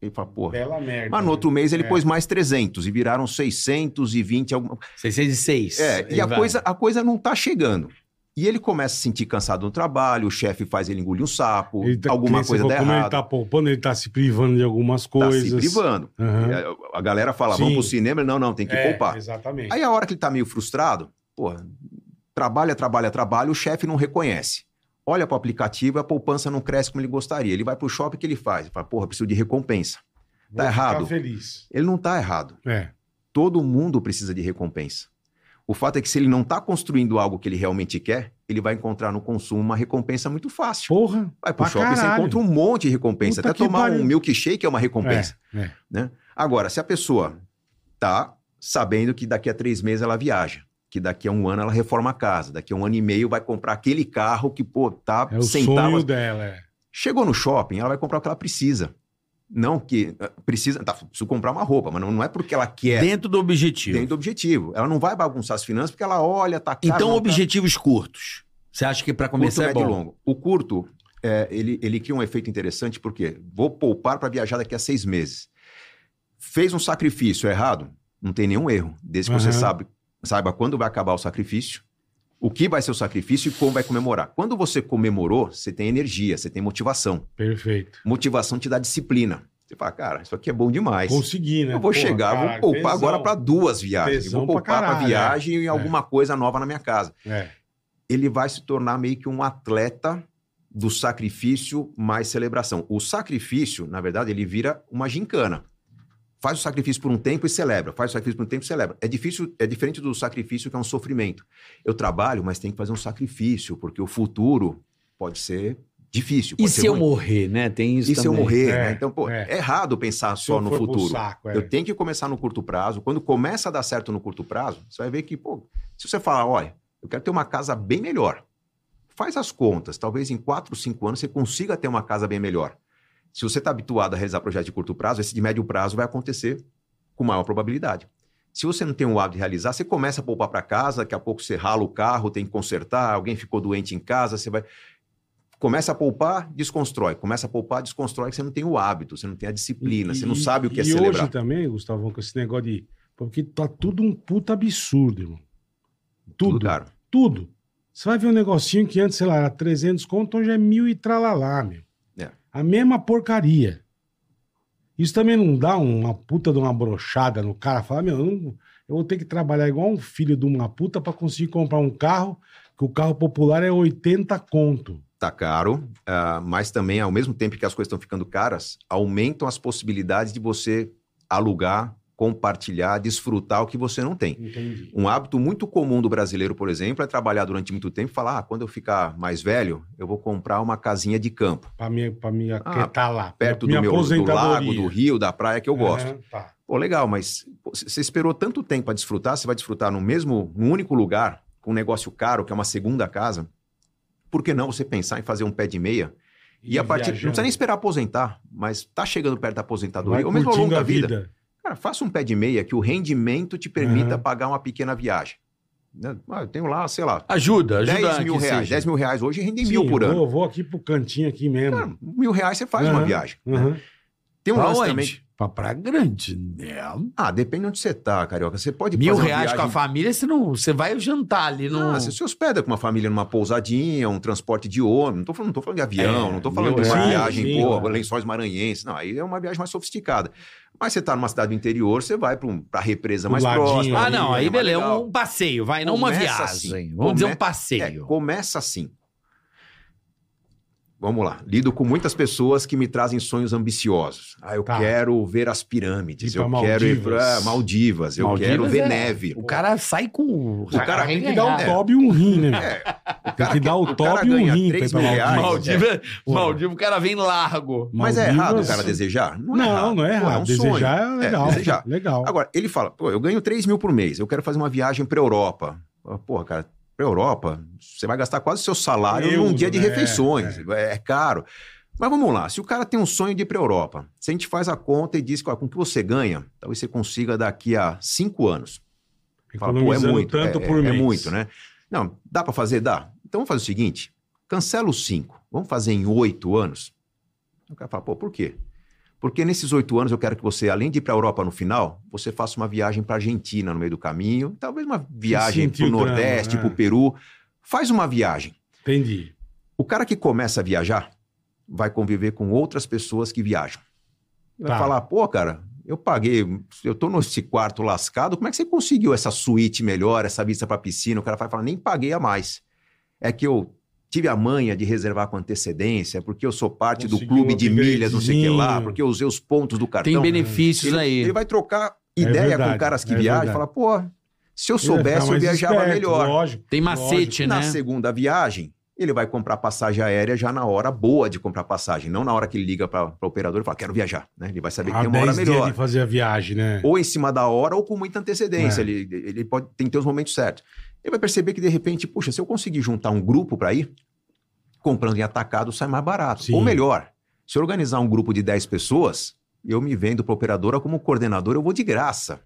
Speaker 5: Ele fala, porra.
Speaker 4: Bela merda.
Speaker 5: Mas no outro mês ele
Speaker 4: É.
Speaker 5: pôs mais 300 e viraram 620, alguma
Speaker 3: 606.
Speaker 5: é,
Speaker 3: Aí
Speaker 5: e a
Speaker 3: vai.
Speaker 5: coisa, a coisa não tá chegando. E ele começa a se sentir cansado no trabalho, o chefe faz ele engolir um sapo,
Speaker 4: Ele tá- que nem
Speaker 5: alguma
Speaker 4: você
Speaker 5: coisa
Speaker 4: falou,
Speaker 5: dá
Speaker 4: Como ele
Speaker 5: errado.
Speaker 4: tá poupando, ele tá se privando de algumas
Speaker 5: Tá
Speaker 4: coisas.
Speaker 5: se privando.
Speaker 4: Aham.
Speaker 5: A, a galera fala, vamos
Speaker 4: Sim.
Speaker 5: pro cinema, ele, não, não, tem que
Speaker 4: É,
Speaker 5: poupar.
Speaker 4: Exatamente.
Speaker 5: Aí a hora que ele tá meio frustrado, porra, trabalha, trabalha, trabalha, o chefe não reconhece. Olha pro aplicativo, a poupança não cresce como ele gostaria. Ele vai pro shopping, o que ele faz? Ele fala, porra, preciso de recompensa.
Speaker 4: Vou
Speaker 5: tá
Speaker 4: ficar
Speaker 5: errado.
Speaker 4: feliz.
Speaker 5: Ele não tá errado.
Speaker 4: É.
Speaker 5: Todo mundo precisa de recompensa. O fato é que se ele não está construindo algo que ele realmente quer, ele vai encontrar no consumo uma recompensa muito fácil.
Speaker 4: Porra.
Speaker 5: Vai pro
Speaker 4: pra
Speaker 5: shopping, você
Speaker 4: caralho.
Speaker 5: encontra um monte de recompensa.
Speaker 4: Puta
Speaker 5: Até
Speaker 4: que
Speaker 5: tomar
Speaker 4: pariu.
Speaker 5: um milkshake é uma recompensa. né?
Speaker 4: É, é.
Speaker 5: Agora, se a pessoa tá sabendo que daqui a três meses ela viaja, que daqui a um ano ela reforma a casa, daqui a um ano e meio vai comprar aquele carro que, pô, tá
Speaker 4: É o
Speaker 5: centavos.
Speaker 4: sonho dela, é.
Speaker 5: Chegou no shopping, ela vai comprar o que ela precisa. Não que eh, precisa, tá, preciso comprar uma roupa, mas não, não é porque ela quer
Speaker 6: Dentro do objetivo.
Speaker 5: dentro do objetivo. Ela não vai bagunçar as finanças porque ela olha, tá caro,
Speaker 6: Então,
Speaker 5: não tá-
Speaker 6: objetivos curtos. Você acha que pra
Speaker 5: curto,
Speaker 6: começar é
Speaker 5: médio e
Speaker 6: bom?
Speaker 5: longo. O curto, é, ele, ele cria um efeito interessante, porque vou poupar para viajar daqui a seis meses. Fez um sacrifício errado? Não tem nenhum erro, desde que você
Speaker 4: Aham.
Speaker 5: sabe, saiba quando vai acabar o sacrifício, o que vai ser o sacrifício e como vai comemorar. Quando você comemorou, você tem energia, você tem motivação.
Speaker 4: Perfeito.
Speaker 5: Motivação te dá disciplina. Você fala, cara, isso aqui é bom demais.
Speaker 4: Consegui, né?
Speaker 5: Eu vou
Speaker 4: Porra,
Speaker 5: chegar,
Speaker 4: cara,
Speaker 5: vou poupar
Speaker 4: tesão.
Speaker 5: agora para duas viagens.
Speaker 4: Tesão pra
Speaker 5: Vou poupar para
Speaker 4: caralho,
Speaker 5: viagem e alguma coisa nova na minha casa
Speaker 4: É.
Speaker 5: ele vai se tornar meio que um atleta do sacrifício mais celebração. O sacrifício, na verdade, ele vira uma gincana. Faz o sacrifício por um tempo e celebra. Faz o sacrifício por um tempo e celebra. É difícil, é diferente do sacrifício que é um sofrimento. Eu trabalho, mas tenho que fazer um sacrifício, porque o futuro pode ser difícil.
Speaker 6: E
Speaker 5: pode ser
Speaker 6: se eu
Speaker 5: ruim.
Speaker 6: morrer, né? Tem isso
Speaker 5: E se eu
Speaker 6: também.
Speaker 5: morrer?
Speaker 4: É,
Speaker 5: né? Então, pô,
Speaker 4: é.
Speaker 5: é. errado pensar
Speaker 4: Se
Speaker 5: só
Speaker 4: eu
Speaker 5: no
Speaker 4: for pro
Speaker 5: futuro.
Speaker 4: Saco, é.
Speaker 5: Eu tenho que começar no curto prazo. Quando começa a dar certo no curto prazo, você vai ver que, pô, se você falar, olha, eu quero ter uma casa bem melhor, faz as contas. Talvez em 4, 5 anos você consiga ter uma casa bem melhor. Se você está habituado a realizar projetos de curto prazo, esse de médio prazo vai acontecer com maior probabilidade. Se você não tem o hábito de realizar, você começa a poupar para casa, daqui a pouco você rala o carro, tem que consertar, alguém ficou doente em casa, você vai. Começa a poupar, desconstrói. Começa a poupar, desconstrói, que você não tem o hábito, você não tem a disciplina,
Speaker 4: E-
Speaker 5: você não
Speaker 4: e-
Speaker 5: sabe o que é
Speaker 4: e
Speaker 5: celebrar.
Speaker 4: hoje também, Gustavão, com esse negócio de... Porque tá tudo um puta absurdo, irmão. Tudo. Tudo.
Speaker 5: caro.
Speaker 4: Você vai ver um negocinho que antes, sei lá, era 300 conto, hoje é mil e tralalá, meu.
Speaker 5: É.
Speaker 4: A mesma porcaria. Isso também não dá uma puta de uma brochada no cara? Falar, meu, eu, não- eu vou ter que trabalhar igual um filho de uma puta pra conseguir comprar um carro, que o carro popular é 80 conto.
Speaker 5: Tá caro, ah, mas também, ao mesmo tempo que as coisas estão ficando caras, aumentam as possibilidades de você alugar, compartilhar, desfrutar o que você não tem.
Speaker 4: Entendi.
Speaker 5: Um hábito muito comum do brasileiro, por exemplo, é trabalhar durante muito tempo e falar: ah, quando eu ficar mais velho, eu vou comprar uma casinha de campo,
Speaker 4: Pra me, pra me aquietar lá.
Speaker 5: Ah, perto
Speaker 4: Minha
Speaker 5: do meu do lago,
Speaker 4: aposentadoria.
Speaker 5: do rio, da praia que eu gosto.
Speaker 4: Aham, tá.
Speaker 5: Pô, legal, mas pô, c- você esperou tanto tempo para desfrutar, você vai desfrutar no mesmo, num único lugar, com um negócio caro, que é uma segunda casa. Por que não você pensar em fazer um pé de meia? E, a partir. Não precisa nem esperar aposentar, mas tá chegando perto da aposentadoria,
Speaker 4: Vai
Speaker 5: ou mesmo ao longo
Speaker 4: curtindo
Speaker 5: da
Speaker 4: a
Speaker 5: vida. Cara, faça um pé de meia que o rendimento te permita pagar uma pequena viagem. Né? Ah, eu tenho lá, sei lá,
Speaker 6: Ajuda, ajuda.
Speaker 5: 10 mil
Speaker 6: que
Speaker 5: reais.
Speaker 6: seja.
Speaker 5: 10 mil reais hoje rendem
Speaker 4: Sim,
Speaker 5: mil por
Speaker 4: eu
Speaker 5: ano.
Speaker 4: Vou, vou aqui pro cantinho aqui mesmo.
Speaker 5: Cara, mil reais você faz uma
Speaker 4: Aham,
Speaker 5: viagem. né?
Speaker 4: Aham.
Speaker 5: Tem um
Speaker 6: Pra
Speaker 5: lance
Speaker 6: onde?
Speaker 5: também.
Speaker 6: Pra Praia Grande. né?
Speaker 5: Ah, depende onde você tá, carioca. Você pode
Speaker 6: Mil
Speaker 5: fazer uma
Speaker 6: reais com a
Speaker 5: viagem
Speaker 6: família, você, não, você vai jantar ali no...
Speaker 5: Ah, você se hospeda com uma família numa pousadinha, um transporte de ônibus. Não tô falando, não tô falando de avião,
Speaker 6: É,
Speaker 5: não tô falando
Speaker 6: mil
Speaker 5: de uma
Speaker 6: reais,
Speaker 5: viagem,
Speaker 4: sim,
Speaker 5: pô,
Speaker 4: claro.
Speaker 5: lençóis maranhenses. Não, aí é uma viagem mais sofisticada. Mas você tá numa cidade do interior, você vai pra, um, pra represa
Speaker 4: Pro
Speaker 5: mais
Speaker 4: ladinho
Speaker 5: próxima.
Speaker 6: Ah, não, aí
Speaker 5: é mais
Speaker 6: beleza,
Speaker 5: legal.
Speaker 6: um passeio, vai, não uma
Speaker 5: Começa assim.
Speaker 6: viagem. Vamos dizer um
Speaker 5: Come- É,
Speaker 6: passeio.
Speaker 5: começa assim. Vamos lá. Lido com muitas pessoas que me trazem sonhos ambiciosos. Ah, eu
Speaker 4: Tá.
Speaker 5: quero ver as pirâmides,
Speaker 4: Ir
Speaker 5: eu
Speaker 4: pra
Speaker 5: quero ir
Speaker 4: Maldivas.
Speaker 5: pra Maldivas, eu
Speaker 6: Maldivas
Speaker 5: quero ver
Speaker 6: é-
Speaker 5: neve.
Speaker 6: O cara sai com... O
Speaker 5: cara
Speaker 4: Tem que dar o top e um rim, né? velho? Tem que dar o
Speaker 5: o cara
Speaker 4: top e um
Speaker 5: ganha
Speaker 4: rim pra ir
Speaker 5: 3
Speaker 4: pra
Speaker 5: mil reais.
Speaker 4: Maldivas.
Speaker 6: Maldiva,
Speaker 4: Pô.
Speaker 6: Maldiva, o cara vem largo.
Speaker 5: Mas é
Speaker 4: Maldivas-
Speaker 5: errado o cara desejar?
Speaker 4: Não, não é
Speaker 5: Pô,
Speaker 4: errado.
Speaker 5: um sonho.
Speaker 4: desejar é legal.
Speaker 5: desejar.
Speaker 4: Legal.
Speaker 5: Agora, ele fala, pô, eu ganho 3 mil por mês, eu quero fazer uma viagem pra Europa. Ah, Porra, cara, pra Europa, você vai gastar quase o seu salário num
Speaker 4: Euro,
Speaker 5: dia de
Speaker 4: né?
Speaker 5: refeições, é. é caro. Mas vamos lá, se o cara tem um sonho de ir pra Europa, se a gente faz a conta e diz que ó, com o que você ganha, talvez você consiga daqui a 5 anos. Fala, pô, é
Speaker 4: Economizando
Speaker 5: muito,
Speaker 4: tanto
Speaker 5: é,
Speaker 4: por
Speaker 5: é,
Speaker 4: mês.
Speaker 5: É muito, né? Não, dá pra fazer? Dá. Então vamos fazer o seguinte: cancela os cinco. Vamos fazer em oito anos? O cara fala, pô, por quê? Porque nesses oito anos eu quero que você, além de ir para a Europa no final, você faça uma viagem para Argentina no meio do caminho, talvez uma viagem para
Speaker 4: sentiu
Speaker 5: o
Speaker 4: o drama,
Speaker 5: Nordeste,
Speaker 4: né?
Speaker 5: para o Peru. Faz uma viagem.
Speaker 4: Entendi.
Speaker 5: O cara que começa a viajar vai conviver com outras pessoas que viajam. E vai
Speaker 4: Tá.
Speaker 5: falar, pô, cara, eu paguei, eu tô nesse quarto lascado, como é que você conseguiu essa suíte melhor, essa vista pra piscina? O cara vai falar, nem paguei a mais. É que eu tive a manha de reservar com antecedência, porque eu sou parte
Speaker 4: Conseguiu
Speaker 5: do clube de
Speaker 4: um
Speaker 5: milhas, não sei o que lá,
Speaker 4: upgradezinho.
Speaker 5: porque eu usei os pontos do
Speaker 6: Tem
Speaker 5: cartão.
Speaker 6: benefícios
Speaker 5: ele,
Speaker 6: aí.
Speaker 5: ele vai trocar
Speaker 4: É
Speaker 5: ideia
Speaker 4: verdade,
Speaker 5: com caras que
Speaker 4: é
Speaker 5: viajam e
Speaker 4: verdade.
Speaker 5: fala, pô, se
Speaker 4: Ele
Speaker 5: eu
Speaker 4: vai ficar
Speaker 5: soubesse, eu
Speaker 4: mais
Speaker 5: viajava
Speaker 4: esperto,
Speaker 5: melhor.
Speaker 4: Lógico.
Speaker 6: Tem macete,
Speaker 5: Na
Speaker 6: né?
Speaker 5: segunda viagem, ele vai comprar passagem aérea já na hora boa de comprar passagem, não na hora que ele liga para o operador e fala, quero viajar. Né? Ele vai saber que
Speaker 4: Há
Speaker 5: tem uma hora
Speaker 4: 10 Ah, dias
Speaker 5: melhor
Speaker 4: de fazer a viagem, né?
Speaker 5: ou em cima da hora ou com muita antecedência.
Speaker 4: É.
Speaker 5: Ele, ele pode, tem que ter os momentos certos. Ele vai perceber que, de repente, puxa, se eu conseguir juntar um grupo para ir, comprando em atacado sai mais barato.
Speaker 4: Sim.
Speaker 5: Ou melhor, se eu organizar um grupo de 10 pessoas, eu me vendo para operadora como coordenador, eu vou de graça.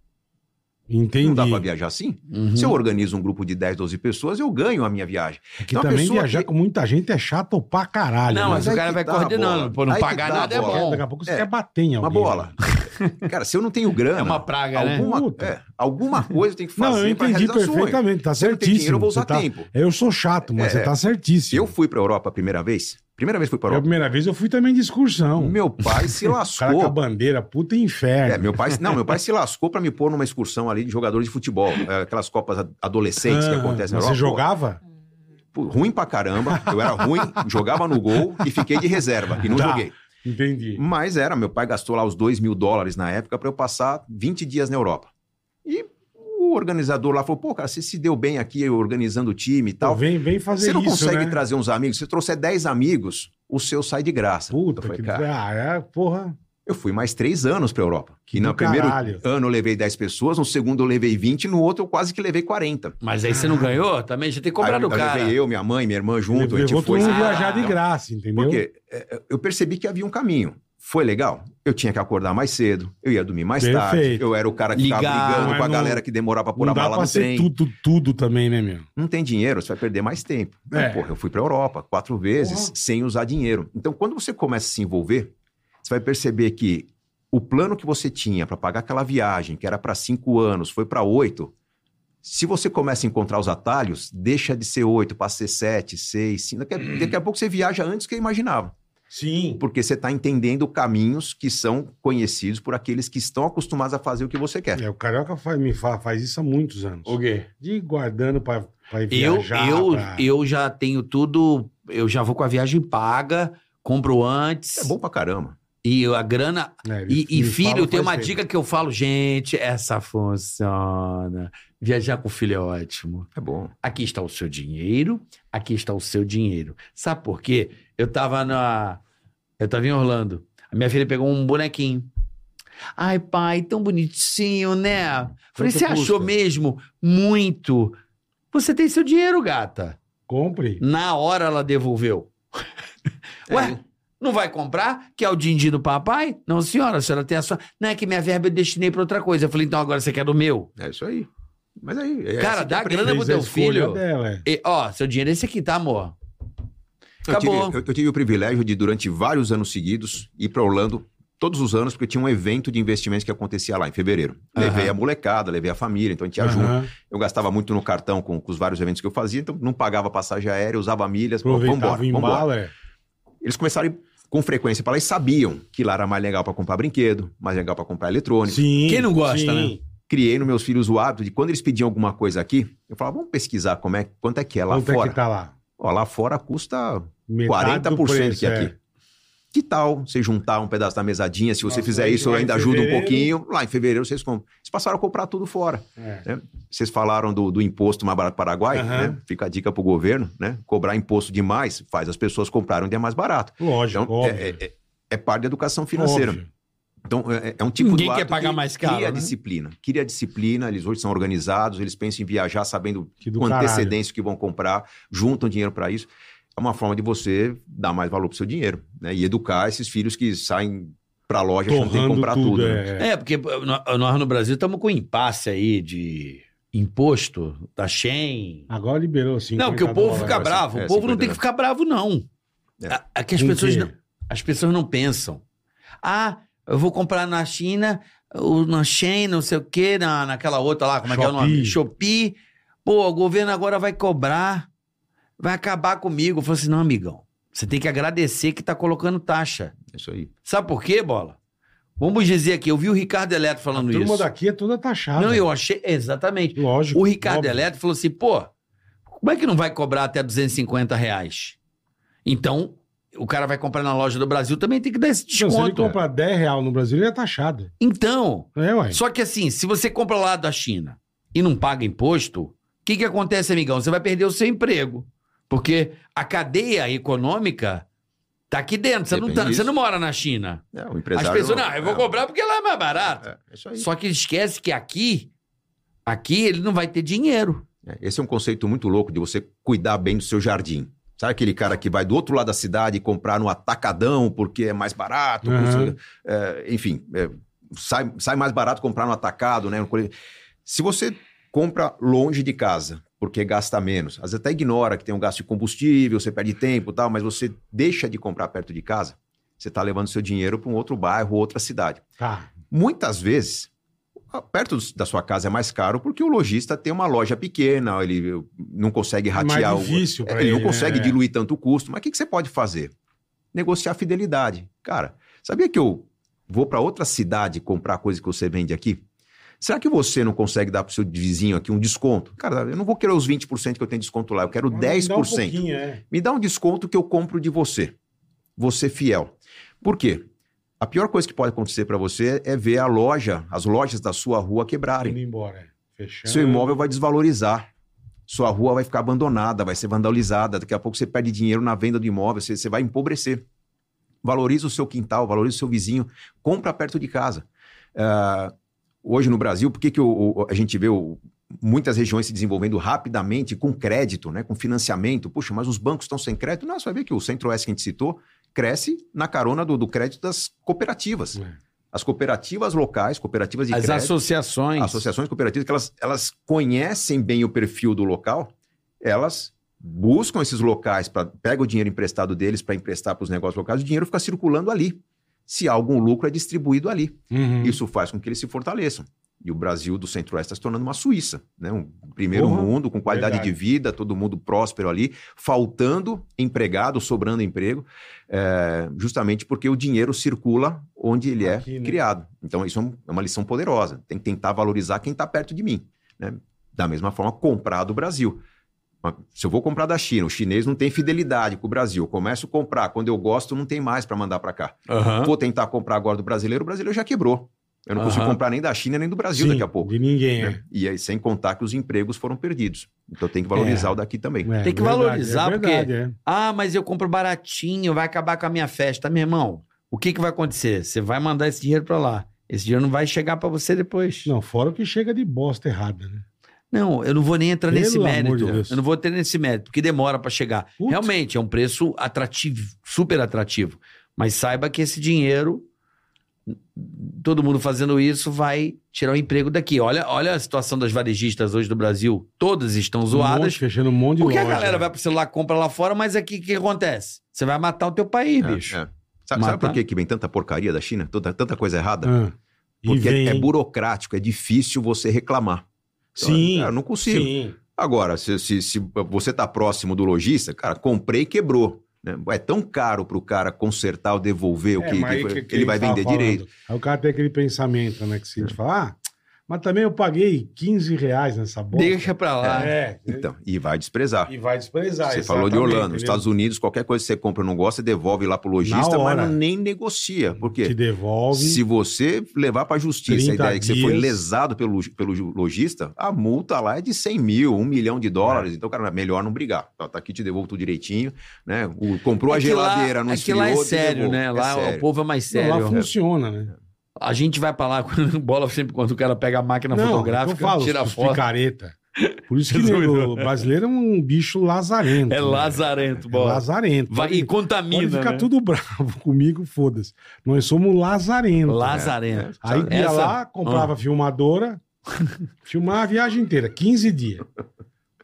Speaker 4: Entendi. Uhum.
Speaker 5: Não dá para viajar assim? Se eu organizo um grupo de 10, 12 pessoas, eu ganho a minha viagem.
Speaker 4: É que
Speaker 5: Então, a
Speaker 4: também
Speaker 5: pessoa
Speaker 4: viajar
Speaker 5: que-
Speaker 4: com muita gente é chato pra caralho.
Speaker 3: Não,
Speaker 4: né?
Speaker 3: mas o
Speaker 5: aí
Speaker 3: cara
Speaker 5: que
Speaker 3: vai
Speaker 5: tá,
Speaker 3: coordenando.
Speaker 5: bola.
Speaker 3: Pô, não
Speaker 5: Aí que
Speaker 3: pagar
Speaker 5: tá,
Speaker 3: nada é
Speaker 5: bola.
Speaker 3: bom.
Speaker 4: Daqui a pouco você
Speaker 5: É,
Speaker 4: quer bater em alguém.
Speaker 5: Uma bola. Cara, se eu não tenho grana,
Speaker 3: É uma praga, né?
Speaker 5: alguma,
Speaker 4: Puta.
Speaker 5: é, alguma coisa eu tenho que
Speaker 4: Não, eu
Speaker 5: fazer para
Speaker 4: entendi
Speaker 5: realizar sonho.
Speaker 4: perfeitamente. Tá
Speaker 5: Se eu não tenho dinheiro,
Speaker 4: certíssimo.
Speaker 5: eu vou
Speaker 4: você
Speaker 5: usar
Speaker 4: tá-
Speaker 5: tempo.
Speaker 4: Eu sou chato, mas
Speaker 5: É,
Speaker 4: você
Speaker 5: é.
Speaker 4: tá certíssimo.
Speaker 5: Eu fui para Europa a primeira vez. Primeira vez que fui para
Speaker 4: Foi a
Speaker 5: Europa.
Speaker 4: primeira vez eu fui também de excursão.
Speaker 5: Meu pai se
Speaker 4: O cara com a
Speaker 5: lascou.
Speaker 4: bandeira, puta
Speaker 5: É,
Speaker 4: inferno.
Speaker 5: meu pai, não, meu pai se lascou para me pôr numa excursão ali de jogador de futebol, É, aquelas copas a- adolescentes que
Speaker 4: Ah,
Speaker 5: acontecem
Speaker 4: mas
Speaker 5: na
Speaker 4: Você
Speaker 5: Europa.
Speaker 4: jogava?
Speaker 5: Pô, ruim pra caramba, eu era ruim, jogava no gol e fiquei de reserva e não
Speaker 4: Tá.
Speaker 5: joguei.
Speaker 4: Entendi.
Speaker 5: Mas era, meu pai gastou lá os 2 mil dólares na época para eu passar 20 dias na Europa. E o organizador lá falou: pô, cara, você se deu bem aqui organizando o time e
Speaker 4: Pô,
Speaker 5: tal.
Speaker 4: vem, vem fazer
Speaker 5: Você não
Speaker 4: isso,
Speaker 5: consegue
Speaker 4: né?
Speaker 5: trazer uns amigos? Se você trouxer 10 amigos, o seu sai de graça.
Speaker 4: Puta
Speaker 5: Eu falei,
Speaker 4: que...
Speaker 5: "Cara,
Speaker 4: Ah, é, porra.
Speaker 5: Eu fui mais três anos para Europa.
Speaker 4: Que
Speaker 5: Que no
Speaker 4: do
Speaker 5: primeiro
Speaker 4: caralho.
Speaker 5: ano eu levei 10 pessoas, no segundo eu levei 20, no outro eu quase que levei 40.
Speaker 3: Mas aí você não ganhou? Também já tem que cobrar
Speaker 5: Aí eu,
Speaker 3: do cara.
Speaker 5: levei eu, minha mãe, minha irmã junto,
Speaker 4: Levou
Speaker 5: a gente
Speaker 4: todo
Speaker 5: foi.
Speaker 4: mundo
Speaker 3: Ah,
Speaker 4: viajar de
Speaker 3: então.
Speaker 4: graça, entendeu?
Speaker 5: Porque é, eu percebi que havia um caminho. Foi legal. Eu tinha que acordar mais cedo, eu ia dormir mais tarde.
Speaker 4: Perfeito.
Speaker 5: Eu era o cara que ficava
Speaker 3: Ligar,
Speaker 5: brigando
Speaker 4: mas
Speaker 5: com a
Speaker 4: não-
Speaker 5: galera que demorava pra pôr
Speaker 4: Não
Speaker 5: a
Speaker 4: dá
Speaker 5: bala
Speaker 4: pra
Speaker 5: no
Speaker 4: ser
Speaker 5: trem.
Speaker 4: tudo, tudo também, né, meu?
Speaker 5: Não tem dinheiro, você vai perder mais tempo.
Speaker 4: É.
Speaker 5: Aí, Porra, eu fui pra Europa quatro vezes sem usar dinheiro. Então, quando você começa a se envolver, você vai perceber que o plano que você tinha para pagar aquela viagem, que era para cinco anos, foi para oito. Se você começa a encontrar os atalhos, deixa de ser oito, passa a ser sete, seis, cinco. Daqui a, daqui a pouco você viaja antes que eu imaginava.
Speaker 4: Sim.
Speaker 5: Porque você está entendendo caminhos que são conhecidos por aqueles que estão acostumados a fazer o que você quer.
Speaker 4: É, o Carioca faz, me fa- faz isso há muitos anos.
Speaker 3: quê?
Speaker 4: De ir guardando pra, pra ir
Speaker 3: Eu,
Speaker 4: viajar.
Speaker 3: eu,
Speaker 4: pra-
Speaker 3: eu já tenho tudo, eu já vou com a viagem paga, compro antes.
Speaker 5: É bom pra caramba.
Speaker 3: E a grana.
Speaker 4: né, ele
Speaker 3: E, e
Speaker 4: me
Speaker 3: filho,
Speaker 4: fala
Speaker 3: tem
Speaker 4: faz
Speaker 3: uma
Speaker 4: tempo.
Speaker 3: dica que eu falo, gente, essa funciona. Viajar com filho é ótimo.
Speaker 5: É bom.
Speaker 3: Aqui está o seu dinheiro, aqui está o seu dinheiro. Sabe por quê? Eu tava na. Eu tava em Orlando. A minha filha pegou um bonequinho. Ai, pai, tão bonitinho, né?
Speaker 4: Quanto
Speaker 3: Falei, você achou
Speaker 4: custa?"
Speaker 3: mesmo? Muito. Você tem seu dinheiro, gata.
Speaker 4: Compre.
Speaker 3: Na hora ela devolveu.
Speaker 5: É.
Speaker 3: Ué, não vai comprar? Que é o din-din do papai? Não, senhora, a senhora tem a sua. Não é que minha verba eu destinei pra outra coisa. Eu falei, então agora você quer do meu?
Speaker 5: É isso aí. Mas aí. é
Speaker 3: Cara,
Speaker 5: assim que
Speaker 3: dá
Speaker 5: aprende.
Speaker 3: grana pro
Speaker 4: Fez a
Speaker 3: teu
Speaker 4: escolha
Speaker 3: filho.
Speaker 4: Dela, é.
Speaker 3: E, ó, seu dinheiro é esse aqui, tá, amor?
Speaker 5: Eu tive,
Speaker 3: Acabou.
Speaker 5: eu, eu tive o privilégio de, durante vários anos seguidos, ir para Orlando todos os anos, porque tinha um evento de investimentos que acontecia lá em fevereiro. Levei
Speaker 3: Aham.
Speaker 5: a molecada, levei a família, então a gente ia junto.
Speaker 4: Aham.
Speaker 5: Eu gastava muito no cartão com, com os vários eventos que eu fazia, então não pagava passagem aérea, usava milhas. Pô,
Speaker 4: Aproveitava
Speaker 5: vambora,
Speaker 4: em
Speaker 5: vambora.
Speaker 4: bala. é.
Speaker 5: Eles começaram a ir com frequência para lá e sabiam que lá era mais legal para comprar brinquedo, mais legal para comprar eletrônico.
Speaker 4: Sim.
Speaker 3: Quem não gosta,
Speaker 5: né?
Speaker 4: sim.
Speaker 5: Criei nos meus filhos o hábito de quando eles pediam alguma coisa aqui, eu falava, vamos pesquisar como é, quanto é que é lá
Speaker 4: Quanto
Speaker 5: fora.
Speaker 4: é que tá lá?
Speaker 5: Ó, lá fora custa
Speaker 4: Metade do
Speaker 5: 40%
Speaker 4: preço,
Speaker 5: que é aqui. Que tal você juntar um pedaço da mesadinha? Se você
Speaker 4: Nossa,
Speaker 5: fizer
Speaker 4: aí
Speaker 5: isso, eu
Speaker 4: lá em
Speaker 5: ainda ajudo um
Speaker 4: fevereiro-
Speaker 5: pouquinho. Lá em fevereiro vocês compram. Vocês passaram a comprar tudo fora.
Speaker 4: É.
Speaker 5: Vocês falaram do, do imposto mais barato do Paraguai,
Speaker 4: Aham.
Speaker 5: né? Fica a dica pro governo, né? Cobrar imposto demais faz as pessoas comprarem onde é mais barato.
Speaker 4: Lógico,
Speaker 5: Então,
Speaker 4: óbvio.
Speaker 5: é, é- é- é parte da educação financeira.
Speaker 4: Óbvio.
Speaker 5: Então, é, é um tipo
Speaker 3: Ninguém
Speaker 5: de
Speaker 3: quer
Speaker 5: hábito
Speaker 3: pagar
Speaker 5: que
Speaker 3: mais caro,
Speaker 5: Cria a
Speaker 3: né?
Speaker 5: disciplina. Cria a disciplina, eles hoje são organizados, eles pensam em viajar sabendo
Speaker 4: Que do
Speaker 5: com
Speaker 4: caralho.
Speaker 5: antecedência o que vão comprar, juntam dinheiro para isso. É uma forma de você dar mais valor pro seu dinheiro, né? E educar esses filhos que saem pra loja achando que tem que
Speaker 4: Torrando
Speaker 5: comprar tudo.
Speaker 4: tudo,
Speaker 5: né?
Speaker 4: é.
Speaker 3: É, porque no- nós no Brasil estamos com um impasse aí de imposto da Shen.
Speaker 4: Agora liberou 50
Speaker 3: Não, porque o povo fica
Speaker 5: dólares.
Speaker 3: bravo. o
Speaker 5: É,
Speaker 3: povo não
Speaker 5: 50
Speaker 3: tem que ficar bravo, não.
Speaker 5: É.
Speaker 3: A- É que as
Speaker 4: Com
Speaker 3: pessoas,
Speaker 4: quê?
Speaker 3: não, as pessoas não pensam. Ah, eu vou comprar na China, o- na Shen, não sei o quê, na, naquela outra lá, como é que é o nome? Shopee. Pô, o governo agora vai cobrar, vai acabar comigo. Eu falo assim, não, amigão, você tem que agradecer que tá colocando taxa.
Speaker 5: É Isso aí.
Speaker 3: Sabe por quê, Bola? Vamos dizer aqui, eu vi o Ricardo Eletro
Speaker 4: A
Speaker 3: falando
Speaker 4: turma
Speaker 3: isso.
Speaker 4: daqui é toda taxada.
Speaker 3: Não, eu achei, exatamente.
Speaker 4: Lógico.
Speaker 3: O Ricardo
Speaker 4: Tipo, óbvio.
Speaker 3: Eletro falou assim, pô, como é que não vai cobrar até 250 reais? Então, o cara vai comprar na loja do Brasil, também tem que dar esse
Speaker 4: Não, se ele
Speaker 3: desconto.
Speaker 4: comprar 10 real no Brasil, ele é taxado.
Speaker 3: então,
Speaker 4: É, ué.
Speaker 3: só que assim, se você compra lá da China e não paga imposto, o que que acontece, amigão? Você vai perder o seu emprego. Porque a cadeia econômica tá aqui dentro. Você, não,
Speaker 5: Depende
Speaker 3: tá- você
Speaker 5: disso.
Speaker 3: não mora na China.
Speaker 5: É, o empresário.
Speaker 3: As pessoas, não, eu vou
Speaker 5: é,
Speaker 3: comprar porque lá é mais barato.
Speaker 5: é, é isso aí.
Speaker 3: Só que esquece que aqui, aqui ele não vai ter dinheiro.
Speaker 5: É, Esse é um conceito muito louco de você cuidar bem do seu jardim. Sabe aquele cara que vai do outro lado da cidade comprar no atacadão porque é mais barato?
Speaker 4: Aham.
Speaker 5: custa- é, enfim, é, sai, sai mais barato comprar no atacado, né? no cole- Se você compra longe de casa, porque gasta menos, às vezes até ignora que tem um gasto de combustível, você perde tempo e tal, mas você deixa de comprar perto de casa, você está levando seu dinheiro para um outro bairro, outra cidade.
Speaker 4: Tá.
Speaker 5: Muitas vezes, perto do- da sua casa é mais caro porque o lojista tem uma loja pequena, ele não consegue
Speaker 4: É
Speaker 5: ratear
Speaker 4: mais
Speaker 5: o.
Speaker 4: difícil
Speaker 5: É,
Speaker 4: pra
Speaker 5: ele
Speaker 4: ele.
Speaker 5: não consegue
Speaker 4: né?
Speaker 5: diluir tanto o custo. Mas o que, que você pode fazer? Negociar fidelidade. Cara, sabia que eu vou para outra cidade comprar coisa que você vende aqui? Será que você não consegue dar para o seu vizinho aqui um desconto? Cara, eu não vou querer os 20% que eu tenho de desconto lá, eu quero
Speaker 4: Mas
Speaker 5: 10%.
Speaker 4: dá um pouquinho, é.
Speaker 5: Me dá um desconto que eu compro de você. Você fiel. Por quê? A pior coisa que pode acontecer para você é ver a loja, as lojas da sua rua
Speaker 4: Indo
Speaker 5: quebrarem.
Speaker 4: embora. é. Fechando.
Speaker 5: Seu imóvel vai desvalorizar. Sua rua vai ficar abandonada, vai ser vandalizada. Daqui a pouco você perde dinheiro na venda do imóvel, você, você vai empobrecer. Valoriza o seu quintal, valoriza o seu vizinho, compra perto de casa. Ah, hoje no Brasil, por que, que o- o- a gente vê o- muitas regiões se desenvolvendo rapidamente com crédito, né, com financiamento? Puxa, mas os bancos estão sem crédito? Não, você vai ver que o Centro-Oeste que a gente citou cresce na carona do, do crédito das cooperativas.
Speaker 4: É.
Speaker 5: As cooperativas locais, cooperativas de
Speaker 3: As
Speaker 5: crédito
Speaker 3: associações.
Speaker 5: associações cooperativas que elas, elas conhecem bem o perfil do local, elas buscam esses locais, pra, pegam o dinheiro emprestado deles para emprestar para os negócios locais, o dinheiro fica circulando ali. Se há algum lucro, é distribuído ali.
Speaker 4: Uhum.
Speaker 5: Isso faz com que eles se fortaleçam. E o Brasil do Centro-Oeste está se tornando uma Suíça, né? um primeiro
Speaker 4: Porra,
Speaker 5: mundo, com qualidade
Speaker 4: verdade.
Speaker 5: de vida, todo mundo próspero ali, faltando empregado, sobrando emprego, é, justamente porque o dinheiro circula onde ele
Speaker 4: Aqui,
Speaker 5: é
Speaker 4: né?
Speaker 5: criado. Então, isso é um- é uma lição poderosa. Tem que tentar valorizar quem está perto de mim. né? Da mesma forma, comprar do Brasil. Mas Se eu vou comprar da China, o chinês não tem fidelidade com o Brasil. Eu começo a comprar, quando eu gosto, não tem mais para mandar para cá
Speaker 3: Aham.
Speaker 5: vou tentar comprar agora do brasileiro, o brasileiro já quebrou. Eu não consigo
Speaker 3: Aham.
Speaker 5: comprar nem da China nem do Brasil
Speaker 4: Sim,
Speaker 5: daqui a pouco.
Speaker 4: De ninguém, é.
Speaker 5: né? E aí, sem contar que os empregos foram perdidos. Então tem que valorizar
Speaker 4: É.
Speaker 5: o daqui também.
Speaker 4: É,
Speaker 3: Tem que
Speaker 4: verdade,
Speaker 3: valorizar,
Speaker 4: é verdade, é.
Speaker 3: Ah, mas eu compro baratinho, vai acabar com a minha festa. Meu irmão, o que, que vai acontecer? Você vai mandar esse dinheiro pra lá. Esse dinheiro não vai chegar pra você depois.
Speaker 4: é. Não, fora o que chega de bosta errada, né?
Speaker 3: Não, eu não vou nem entrar
Speaker 4: Pelo
Speaker 3: nesse
Speaker 4: amor
Speaker 3: mérito.
Speaker 4: de Deus.
Speaker 3: eu não vou ter nesse mérito, porque demora pra chegar.
Speaker 4: Putz.
Speaker 3: Realmente, é um preço atrativo, super atrativo. Mas saiba que esse dinheiro, todo mundo fazendo isso, vai tirar o emprego daqui. Olha, olha a situação das varejistas hoje do Brasil. Todas estão
Speaker 4: Um
Speaker 3: zoadas.
Speaker 4: monte, fechando um monte de
Speaker 3: porque a
Speaker 4: loja.
Speaker 3: galera vai pro celular, compra lá fora, mas aqui o que acontece? Você vai matar o teu país,
Speaker 5: É,
Speaker 3: bicho.
Speaker 5: é. Sabe,
Speaker 3: Matar.
Speaker 5: sabe por que, que vem tanta porcaria da China? Toda, tanta coisa errada?
Speaker 4: Ah, e
Speaker 5: Porque é-
Speaker 4: vem,
Speaker 5: é,
Speaker 4: hein?
Speaker 5: burocrático, é difícil você reclamar. Então,
Speaker 4: Sim,
Speaker 5: cara, não consigo.
Speaker 4: sim.
Speaker 5: Agora, se, se- se você está próximo do lojista, cara, comprei e quebrou. né? É tão caro para o cara consertar ou devolver o
Speaker 4: É,
Speaker 5: que,
Speaker 4: mas aí
Speaker 5: que-
Speaker 4: que-
Speaker 5: que
Speaker 4: que
Speaker 5: ele
Speaker 4: a
Speaker 5: vai
Speaker 4: gente tava
Speaker 5: vender
Speaker 4: falando.
Speaker 5: direito. É.
Speaker 4: Aí o cara tem aquele pensamento, né? Que se a gente fala, ah, mas também eu paguei 15 reais nessa bosta.
Speaker 3: Deixa pra lá.
Speaker 4: É,
Speaker 5: Então, e vai desprezar.
Speaker 4: e vai desprezar.
Speaker 5: Você falou
Speaker 4: exatamente,
Speaker 5: de Orlando, nos
Speaker 4: entendeu?
Speaker 5: Estados Unidos, qualquer coisa que você compra e não gosta, você devolve lá pro lojista,
Speaker 4: Na
Speaker 5: mas
Speaker 4: hora.
Speaker 5: não nem negocia. Por
Speaker 4: Te
Speaker 5: quê?
Speaker 4: devolve.
Speaker 5: Se você levar pra justiça
Speaker 4: 30
Speaker 5: a ideia é que você foi
Speaker 4: dias.
Speaker 5: lesado pelo, pelo lojista, a multa lá é de 100 mil, 1 milhão de dólares. Então, cara, é melhor não brigar. Tá, tá aqui, te devolvo tudo direitinho, né? O- comprou a
Speaker 3: É que lá-
Speaker 5: geladeira, não
Speaker 3: é que lá é
Speaker 5: esfriou, te
Speaker 3: sério,
Speaker 5: devolvo.
Speaker 3: né?
Speaker 5: É
Speaker 3: Lá
Speaker 5: sério.
Speaker 3: o povo é mais sério.
Speaker 4: Não, lá funciona, né?
Speaker 3: A gente vai pra lá quando bola sempre quando o cara pega a máquina fotográfica,
Speaker 4: é eu falo,
Speaker 3: tira a
Speaker 4: os
Speaker 3: foto.
Speaker 4: picareta. Por isso que
Speaker 3: Jesus,
Speaker 4: nego, o brasileiro é um bicho lazarento.
Speaker 3: É
Speaker 4: né?
Speaker 3: lazarento,
Speaker 4: É
Speaker 3: bola.
Speaker 4: lazarento.
Speaker 3: Vai,
Speaker 4: Pode-
Speaker 3: e
Speaker 4: Pode
Speaker 3: contamina.
Speaker 4: ficar
Speaker 3: né?
Speaker 4: tudo bravo comigo, foda-se. Nós somos lazarento.
Speaker 3: Lazarento.
Speaker 4: É, Aí ia
Speaker 3: Essa- Ah.
Speaker 4: lá, comprava a filmadora, filmava a viagem inteira, 15 dias.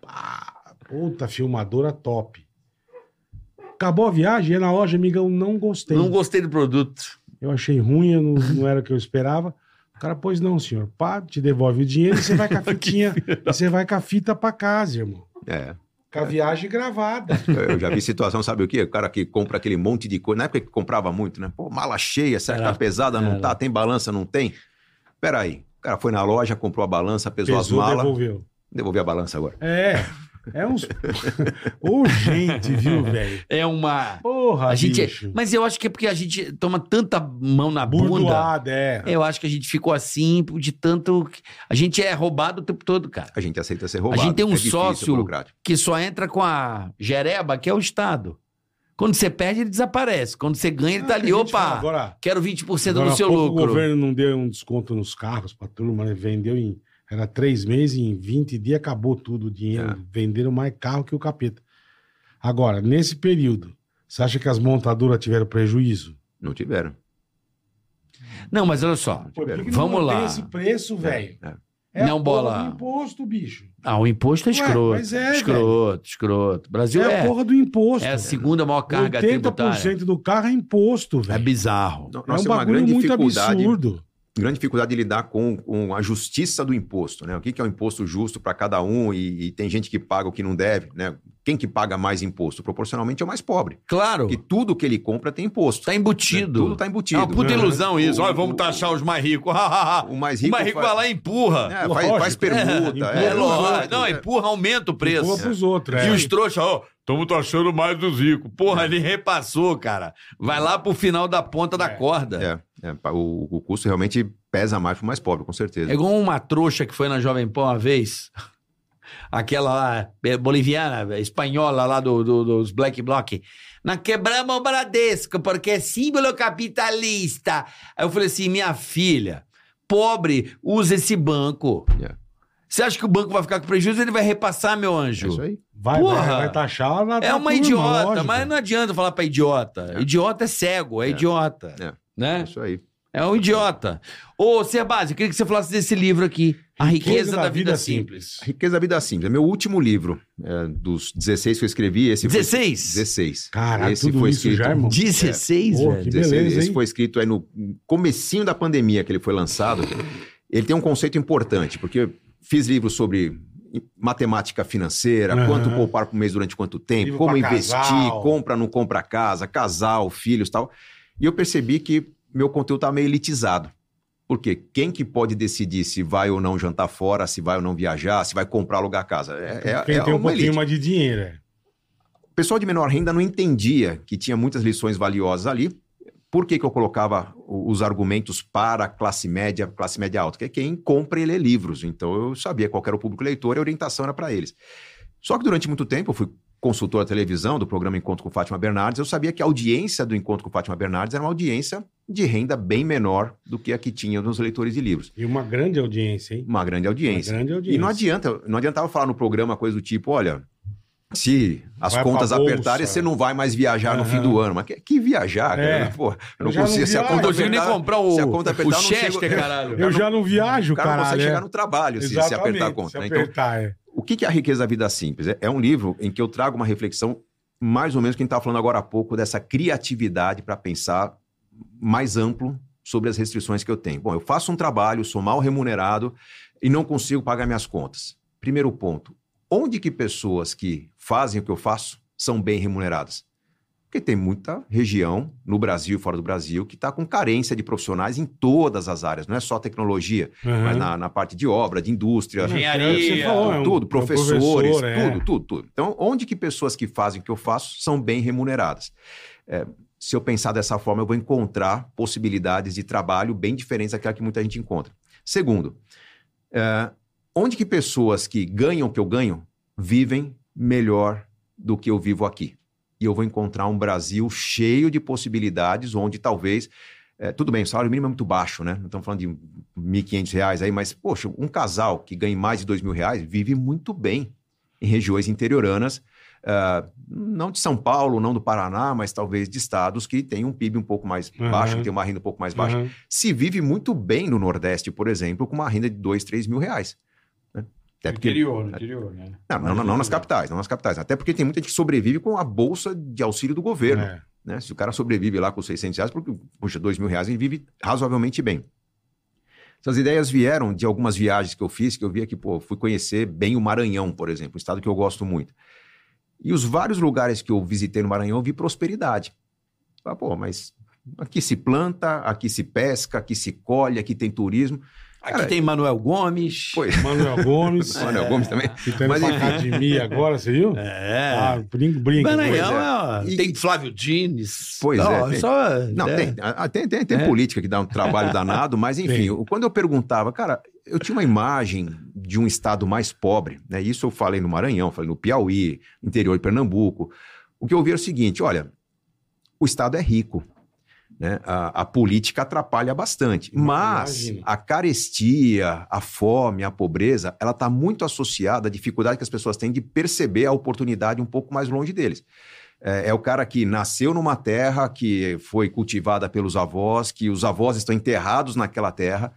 Speaker 4: Pá, puta, filmadora top. Acabou a viagem, ia na loja, amigão, não gostei.
Speaker 3: Não gostei do produto.
Speaker 4: Eu achei ruim, eu não, não era o que eu esperava. O cara, pois não, senhor. Pá, te devolve o dinheiro e você vai com a fitinha, e você vai com a fita pra casa, irmão.
Speaker 5: É.
Speaker 4: Com a viagem gravada.
Speaker 5: Eu já vi situação, sabe o quê? O cara que compra aquele monte de coisa. Na época que comprava muito, né? Pô, mala cheia, será que
Speaker 3: Era-
Speaker 5: tá pesada? Não
Speaker 3: era.
Speaker 5: tá? Tem balança? Não tem? Peraí. O cara foi na loja, comprou a balança, pesou, as
Speaker 4: Pesou,
Speaker 5: malas.
Speaker 4: devolveu.
Speaker 5: Devolvi a balança agora.
Speaker 4: É, É uns. Ô, gente, viu, velho?
Speaker 3: É uma.
Speaker 4: Porra,
Speaker 3: A gente,
Speaker 4: bicho.
Speaker 3: mas eu acho que é porque a gente toma tanta mão na bunda.
Speaker 4: Burdoada, é.
Speaker 3: Eu acho que a gente ficou assim de tanto. A gente é roubado o tempo todo, cara.
Speaker 5: A gente aceita ser roubado.
Speaker 3: A gente tem um
Speaker 5: é difícil,
Speaker 3: sócio-
Speaker 5: burocrático.
Speaker 3: Que só entra com a jereba, que é o Estado. Quando você perde, ele desaparece. Quando você ganha, ele tá ali.
Speaker 4: Ah, A gente fala
Speaker 3: Opa,
Speaker 4: Agora,
Speaker 3: quero 20%
Speaker 4: agora
Speaker 3: do
Speaker 4: há
Speaker 3: seu
Speaker 4: pouco O
Speaker 3: lucro.
Speaker 4: governo não deu um desconto nos carros pra turma, né? Vendeu em. Era três meses, em 20 dias acabou tudo o dinheiro.
Speaker 5: É.
Speaker 4: Venderam mais carro que o capeta. Agora, nesse período, você acha que as montadoras tiveram prejuízo?
Speaker 5: Não tiveram.
Speaker 3: Não, mas olha só.
Speaker 4: Pô, por que que
Speaker 3: Vamos
Speaker 4: não
Speaker 3: lá.
Speaker 4: mantém esse preço, velho?
Speaker 5: É, é.
Speaker 4: a
Speaker 3: Não,
Speaker 4: porra
Speaker 3: bola.
Speaker 4: do imposto, bicho.
Speaker 3: Ah, o imposto é
Speaker 4: Ué,
Speaker 3: escroto.
Speaker 4: mas é,
Speaker 3: escroto, escroto. Brasil
Speaker 4: É
Speaker 3: é.
Speaker 4: a porra do imposto.
Speaker 3: É a segunda maior carga
Speaker 4: 80%
Speaker 3: tributária.
Speaker 4: do carro é imposto,
Speaker 3: É
Speaker 4: velho.
Speaker 3: bizarro.
Speaker 5: Nós
Speaker 4: É um
Speaker 5: temos uma
Speaker 4: bagulho
Speaker 5: grande
Speaker 4: muito
Speaker 5: dificuldade
Speaker 4: absurdo.
Speaker 5: grande dificuldade de lidar com, com a justiça do imposto, né? O que, que é o imposto justo para cada um e, e tem gente que paga o que não deve, né? Quem que paga mais imposto? Proporcionalmente é o mais pobre.
Speaker 3: Claro.
Speaker 5: Porque tudo que ele compra tem imposto.
Speaker 3: Tá
Speaker 5: né? Tudo
Speaker 3: embutido.
Speaker 5: tá
Speaker 3: É
Speaker 5: embutido.
Speaker 3: uma puta ilusão
Speaker 4: né?
Speaker 3: isso.
Speaker 5: O-
Speaker 3: Olha, vamos
Speaker 5: o-
Speaker 3: taxar os mais ricos. Ha, ha, ha.
Speaker 5: O mais
Speaker 3: O
Speaker 5: rico,
Speaker 3: mais rico vai lá e empurra.
Speaker 5: É, faz, faz
Speaker 4: Lógico.
Speaker 5: permuta. Uhum.
Speaker 4: É,
Speaker 3: É,
Speaker 4: é,
Speaker 3: lógico.
Speaker 4: é.
Speaker 3: Não, empurra, aumenta o preço.
Speaker 4: Empurra pros outros, é.
Speaker 3: E os trouxas, ó, estamos taxando mais dos ricos. É. Porra, ele repassou, cara. Vai lá pro final da ponta da
Speaker 4: É.
Speaker 3: corda.
Speaker 5: É, é, pa- o, o custo realmente pesa mais pro mais pobre, com
Speaker 3: É
Speaker 5: certeza.
Speaker 3: igual uma trouxa que foi na Jovem Pan uma vez. Aquela lá, eh, boliviana, espanhola lá do, do- dos Black Bloc. Nós quebramos o Bradesco porque é símbolo capitalista. Aí eu falei assim, minha filha, pobre, usa esse banco.
Speaker 5: É.
Speaker 3: Você acha que o banco vai ficar com prejuízo? Ele vai repassar, meu
Speaker 5: É
Speaker 3: anjo.
Speaker 5: isso aí.
Speaker 4: Vai,
Speaker 3: Porra!
Speaker 4: vai, vai taxar na
Speaker 3: É
Speaker 4: na
Speaker 3: uma
Speaker 4: turma,
Speaker 3: idiota,
Speaker 4: lógico.
Speaker 3: mas não adianta falar pra idiota.
Speaker 5: É.
Speaker 3: Idiota é cego, é,
Speaker 5: É.
Speaker 3: idiota.
Speaker 5: É.
Speaker 3: Né?
Speaker 5: É isso aí.
Speaker 3: É um idiota. Ô, Serbasi, eu queria que você falasse desse livro aqui, A Riqueza, da, Vida, Simples.
Speaker 5: Riqueza da Vida Simples. É meu último livro. é, dos 16 que eu escrevi, esse foi
Speaker 3: 16?
Speaker 5: 16.
Speaker 4: Caralho,
Speaker 5: esse
Speaker 4: tudo
Speaker 5: foi
Speaker 4: isso
Speaker 5: escrito.
Speaker 4: já, irmão?
Speaker 3: 16,
Speaker 4: Porra,
Speaker 3: velho.
Speaker 4: que
Speaker 5: 16,
Speaker 4: beleza,
Speaker 5: esse
Speaker 4: hein?
Speaker 5: foi escrito aí no comecinho da pandemia que ele foi lançado. Ele tem um conceito importante, porque eu fiz livros sobre matemática financeira,
Speaker 4: Aham.
Speaker 5: quanto poupar por mês durante quanto tempo,
Speaker 4: Livro pra
Speaker 5: como investir,
Speaker 4: casal.
Speaker 5: compra, não compra casa, casal, filhos tal. E eu percebi que meu conteúdo tá meio elitizado. Porque quem que pode decidir se vai ou não jantar fora, se vai ou não viajar, se vai comprar alugar casa? É, é,
Speaker 4: Quem
Speaker 5: é
Speaker 4: tem um
Speaker 5: uma elite.
Speaker 4: pouquinho mais de dinheiro, é.
Speaker 5: O pessoal de menor renda não entendia que tinha muitas lições valiosas ali. Por que, que eu colocava o- os argumentos para a classe média, classe média alta? Que é quem compra e lê livros. Então eu sabia qual era o público leitor e a orientação era para eles. Só que durante muito tempo eu fui consultor da televisão do programa Encontro com Fátima Bernardes. Eu sabia que a audiência do Encontro com Fátima Bernardes era uma audiência de renda bem menor do que a que tinha nos leitores de livros.
Speaker 4: E uma grande audiência, hein?
Speaker 5: Uma grande
Speaker 4: Uma
Speaker 5: audiência.
Speaker 4: grande audiência.
Speaker 5: E não adianta, não adiantava falar no programa coisa do tipo, olha, se as
Speaker 4: Vai pra
Speaker 5: contas
Speaker 4: bolsa.
Speaker 5: apertarem, você não vai mais viajar no
Speaker 4: Aham.
Speaker 5: fim do ano. Mas que, que viajar,
Speaker 4: É.
Speaker 5: cara? Pô, eu não
Speaker 4: já não
Speaker 5: consigo. se a
Speaker 4: viajo.
Speaker 3: Não
Speaker 5: conta
Speaker 3: consigo nem
Speaker 5: apertar,
Speaker 3: comprar o,
Speaker 5: se a conta apertar,
Speaker 3: o
Speaker 5: eu não
Speaker 3: Chester,
Speaker 5: chego-
Speaker 3: caralho.
Speaker 4: Eu
Speaker 5: cara
Speaker 4: já não viajo,
Speaker 5: o cara não
Speaker 4: caralho.
Speaker 5: consegue
Speaker 4: é.
Speaker 5: chegar no trabalho se, se
Speaker 4: Exatamente,
Speaker 5: apertar a conta.
Speaker 4: Se
Speaker 5: né? Então,
Speaker 4: apertar, é.
Speaker 5: o que que é a riqueza da vida simples? É, é um livro em que eu trago uma reflexão, mais ou menos quem estava falando agora há pouco, dessa criatividade para pensar mais amplo sobre as restrições que eu tenho. Bom, eu faço um trabalho, sou mal remunerado e não consigo pagar minhas contas. Primeiro ponto, onde que pessoas que fazem o que eu faço são bem remuneradas? Porque tem muita região no Brasil e fora do Brasil que está com carência de profissionais em todas as áreas, não é só tecnologia,
Speaker 4: Aham.
Speaker 5: mas na, na parte de obra, de indústria,
Speaker 4: Não,
Speaker 3: Engenharia,
Speaker 4: é o que você falou, é um-
Speaker 5: tudo,
Speaker 4: é um
Speaker 5: professores,
Speaker 4: professor, é.
Speaker 5: tudo, tudo, tudo. Então, onde que pessoas que fazem o que eu faço são bem remuneradas? É, se eu pensar dessa forma, eu vou encontrar possibilidades de trabalho bem diferentes daquela que muita gente encontra. Segundo, é, onde que pessoas que ganham o que eu ganho vivem melhor do que eu vivo aqui? E eu vou encontrar um Brasil cheio de possibilidades, onde talvez. é, tudo bem, o salário mínimo é muito baixo, né? Não estamos falando de R$ 1.500 reais aí, mas, poxa, um casal que ganha mais de R$ 2.000 reais vive muito bem em regiões interioranas, ah, não de São Paulo, não do Paraná, mas talvez de estados que têm um PIB um pouco mais
Speaker 4: Uhum.
Speaker 5: baixo, que tem uma renda um pouco mais baixa
Speaker 4: Aham.
Speaker 5: se vive muito bem no Nordeste, por exemplo, com uma renda de 2, 3 mil reais. né? Até porque,
Speaker 7: Interior, interior, né?
Speaker 5: não, não, não, não nas capitais, não nas capitais. Até porque tem muita gente que sobrevive com a bolsa de auxílio do governo.
Speaker 4: É.
Speaker 5: né? Se o cara sobrevive lá com 600 reais, porque, puxa, 2 mil reais ele vive razoavelmente bem. Essas ideias vieram de algumas viagens que eu fiz, que eu via que, pô, fui conhecer bem o Maranhão, por exemplo, um estado que eu gosto muito. E os vários lugares que eu visitei no Maranhão, eu vi prosperidade. Ah, pô, mas aqui se planta, aqui se pesca, aqui se colhe, aqui tem turismo.
Speaker 3: Aqui
Speaker 5: Cara,
Speaker 3: tem É. Manuel Gomes.
Speaker 5: Pois.
Speaker 4: Manuel Gomes.
Speaker 5: Manuel Gomes também.
Speaker 4: Que tá indo
Speaker 5: Mas
Speaker 3: um
Speaker 4: pra
Speaker 5: enfim.
Speaker 4: academia agora, você viu?
Speaker 3: É.
Speaker 4: Ah, brinca, brinca.
Speaker 3: Maranhão
Speaker 5: pois
Speaker 3: é. ó,
Speaker 5: E-
Speaker 3: Tem Flávio Dines.
Speaker 5: Pois é, tem.
Speaker 3: Só,
Speaker 5: Não,
Speaker 3: é.
Speaker 5: tem, ah, tem, tem, tem
Speaker 3: É.
Speaker 5: política que dá um trabalho danado, mas enfim,
Speaker 4: Tem.
Speaker 5: eu- quando eu perguntava, cara, eu tinha uma imagem de um estado mais pobre, né? Isso eu falei no Maranhão, falei no Piauí, interior de Pernambuco. O que eu ouvi era o seguinte: olha, o estado é rico. Né? A, a política atrapalha bastante, mas
Speaker 4: Imagino.
Speaker 5: a carestia, a fome, a pobreza, ela está muito associada à dificuldade que as pessoas têm de perceber a oportunidade um pouco mais longe deles. É, é o cara que nasceu numa terra que foi cultivada pelos avós, que os avós estão enterrados naquela terra,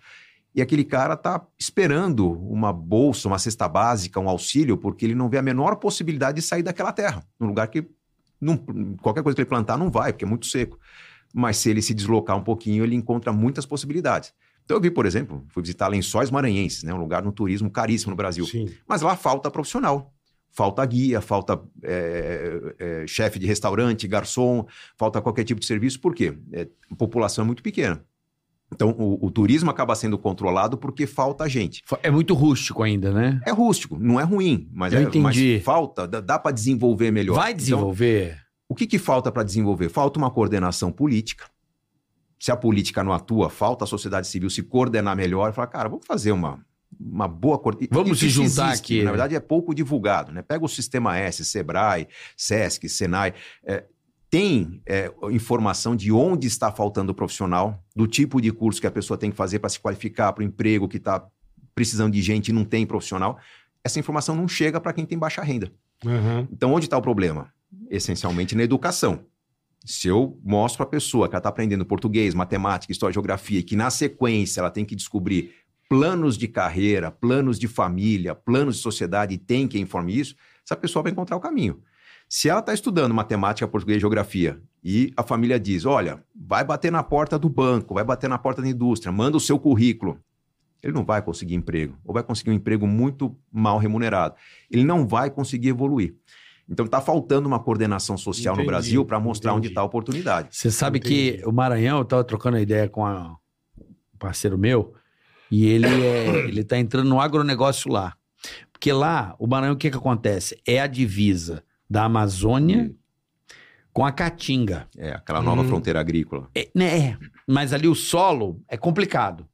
Speaker 5: e aquele cara tá esperando uma bolsa, uma cesta básica, um auxílio, porque ele não vê a menor possibilidade de sair daquela terra, num lugar que não- qualquer coisa que ele plantar não vai, porque é muito seco. Mas se ele se deslocar um pouquinho, ele encontra muitas possibilidades. Então eu vi, por exemplo, fui visitar Lençóis Maranhenses, né, um lugar no turismo caríssimo no Brasil.
Speaker 4: Sim.
Speaker 5: Mas lá falta profissional. Falta guia, falta é, é, chefe de restaurante, garçom, falta qualquer tipo de serviço, por quê? É, a população é muito pequena. Então, o, o turismo acaba sendo controlado porque falta gente.
Speaker 3: É muito rústico ainda, né?
Speaker 5: É rústico, não é ruim, mas,
Speaker 3: Eu
Speaker 5: é,
Speaker 3: entendi.
Speaker 5: mas falta, dá, dá para desenvolver melhor.
Speaker 3: Vai
Speaker 5: Então,
Speaker 3: desenvolver.
Speaker 5: o que, que falta para desenvolver? Falta uma coordenação política. Se a política não atua, falta a sociedade civil se coordenar melhor e falar, cara, vamos fazer uma, uma boa coordenação.
Speaker 3: Vamos se juntar aqui, né?
Speaker 5: Na verdade, é pouco divulgado. Né? Pega o Sistema S, Sebrae, Sesc, Senai. é, tem é, informação de onde está faltando o profissional, do tipo de curso que a pessoa tem que fazer para se qualificar para o emprego que está precisando de gente e não tem profissional. Essa informação não chega para quem tem baixa renda.
Speaker 4: Aham.
Speaker 5: Então, onde está o problema? Essencialmente na educação. Se eu mostro para a pessoa que ela está aprendendo português, matemática, história, geografia, e que na sequência ela tem que descobrir planos de carreira, planos de família, planos de sociedade, e tem quem informe isso, essa pessoa vai encontrar o caminho. Se ela está estudando matemática, português e geografia, e a família diz: olha, vai bater na porta do banco, vai bater na porta da indústria, manda o seu currículo. Ele não vai conseguir emprego, ou vai conseguir um emprego muito mal remunerado. Ele não vai conseguir evoluir. Então está faltando uma coordenação social
Speaker 4: Entendi,
Speaker 5: no Brasil para mostrar
Speaker 4: entendi.
Speaker 5: onde está a oportunidade.
Speaker 3: Você sabe
Speaker 4: Entendi.
Speaker 3: que o Maranhão, eu tava trocando ideia com a- um parceiro meu, e ele, é, ele tá entrando no agronegócio lá. Porque lá, o Maranhão, o que que acontece? É a divisa da Amazônia com a Caatinga.
Speaker 5: É, aquela nova
Speaker 4: Hum.
Speaker 5: fronteira agrícola.
Speaker 3: É, né, é. mas ali o solo é complicado.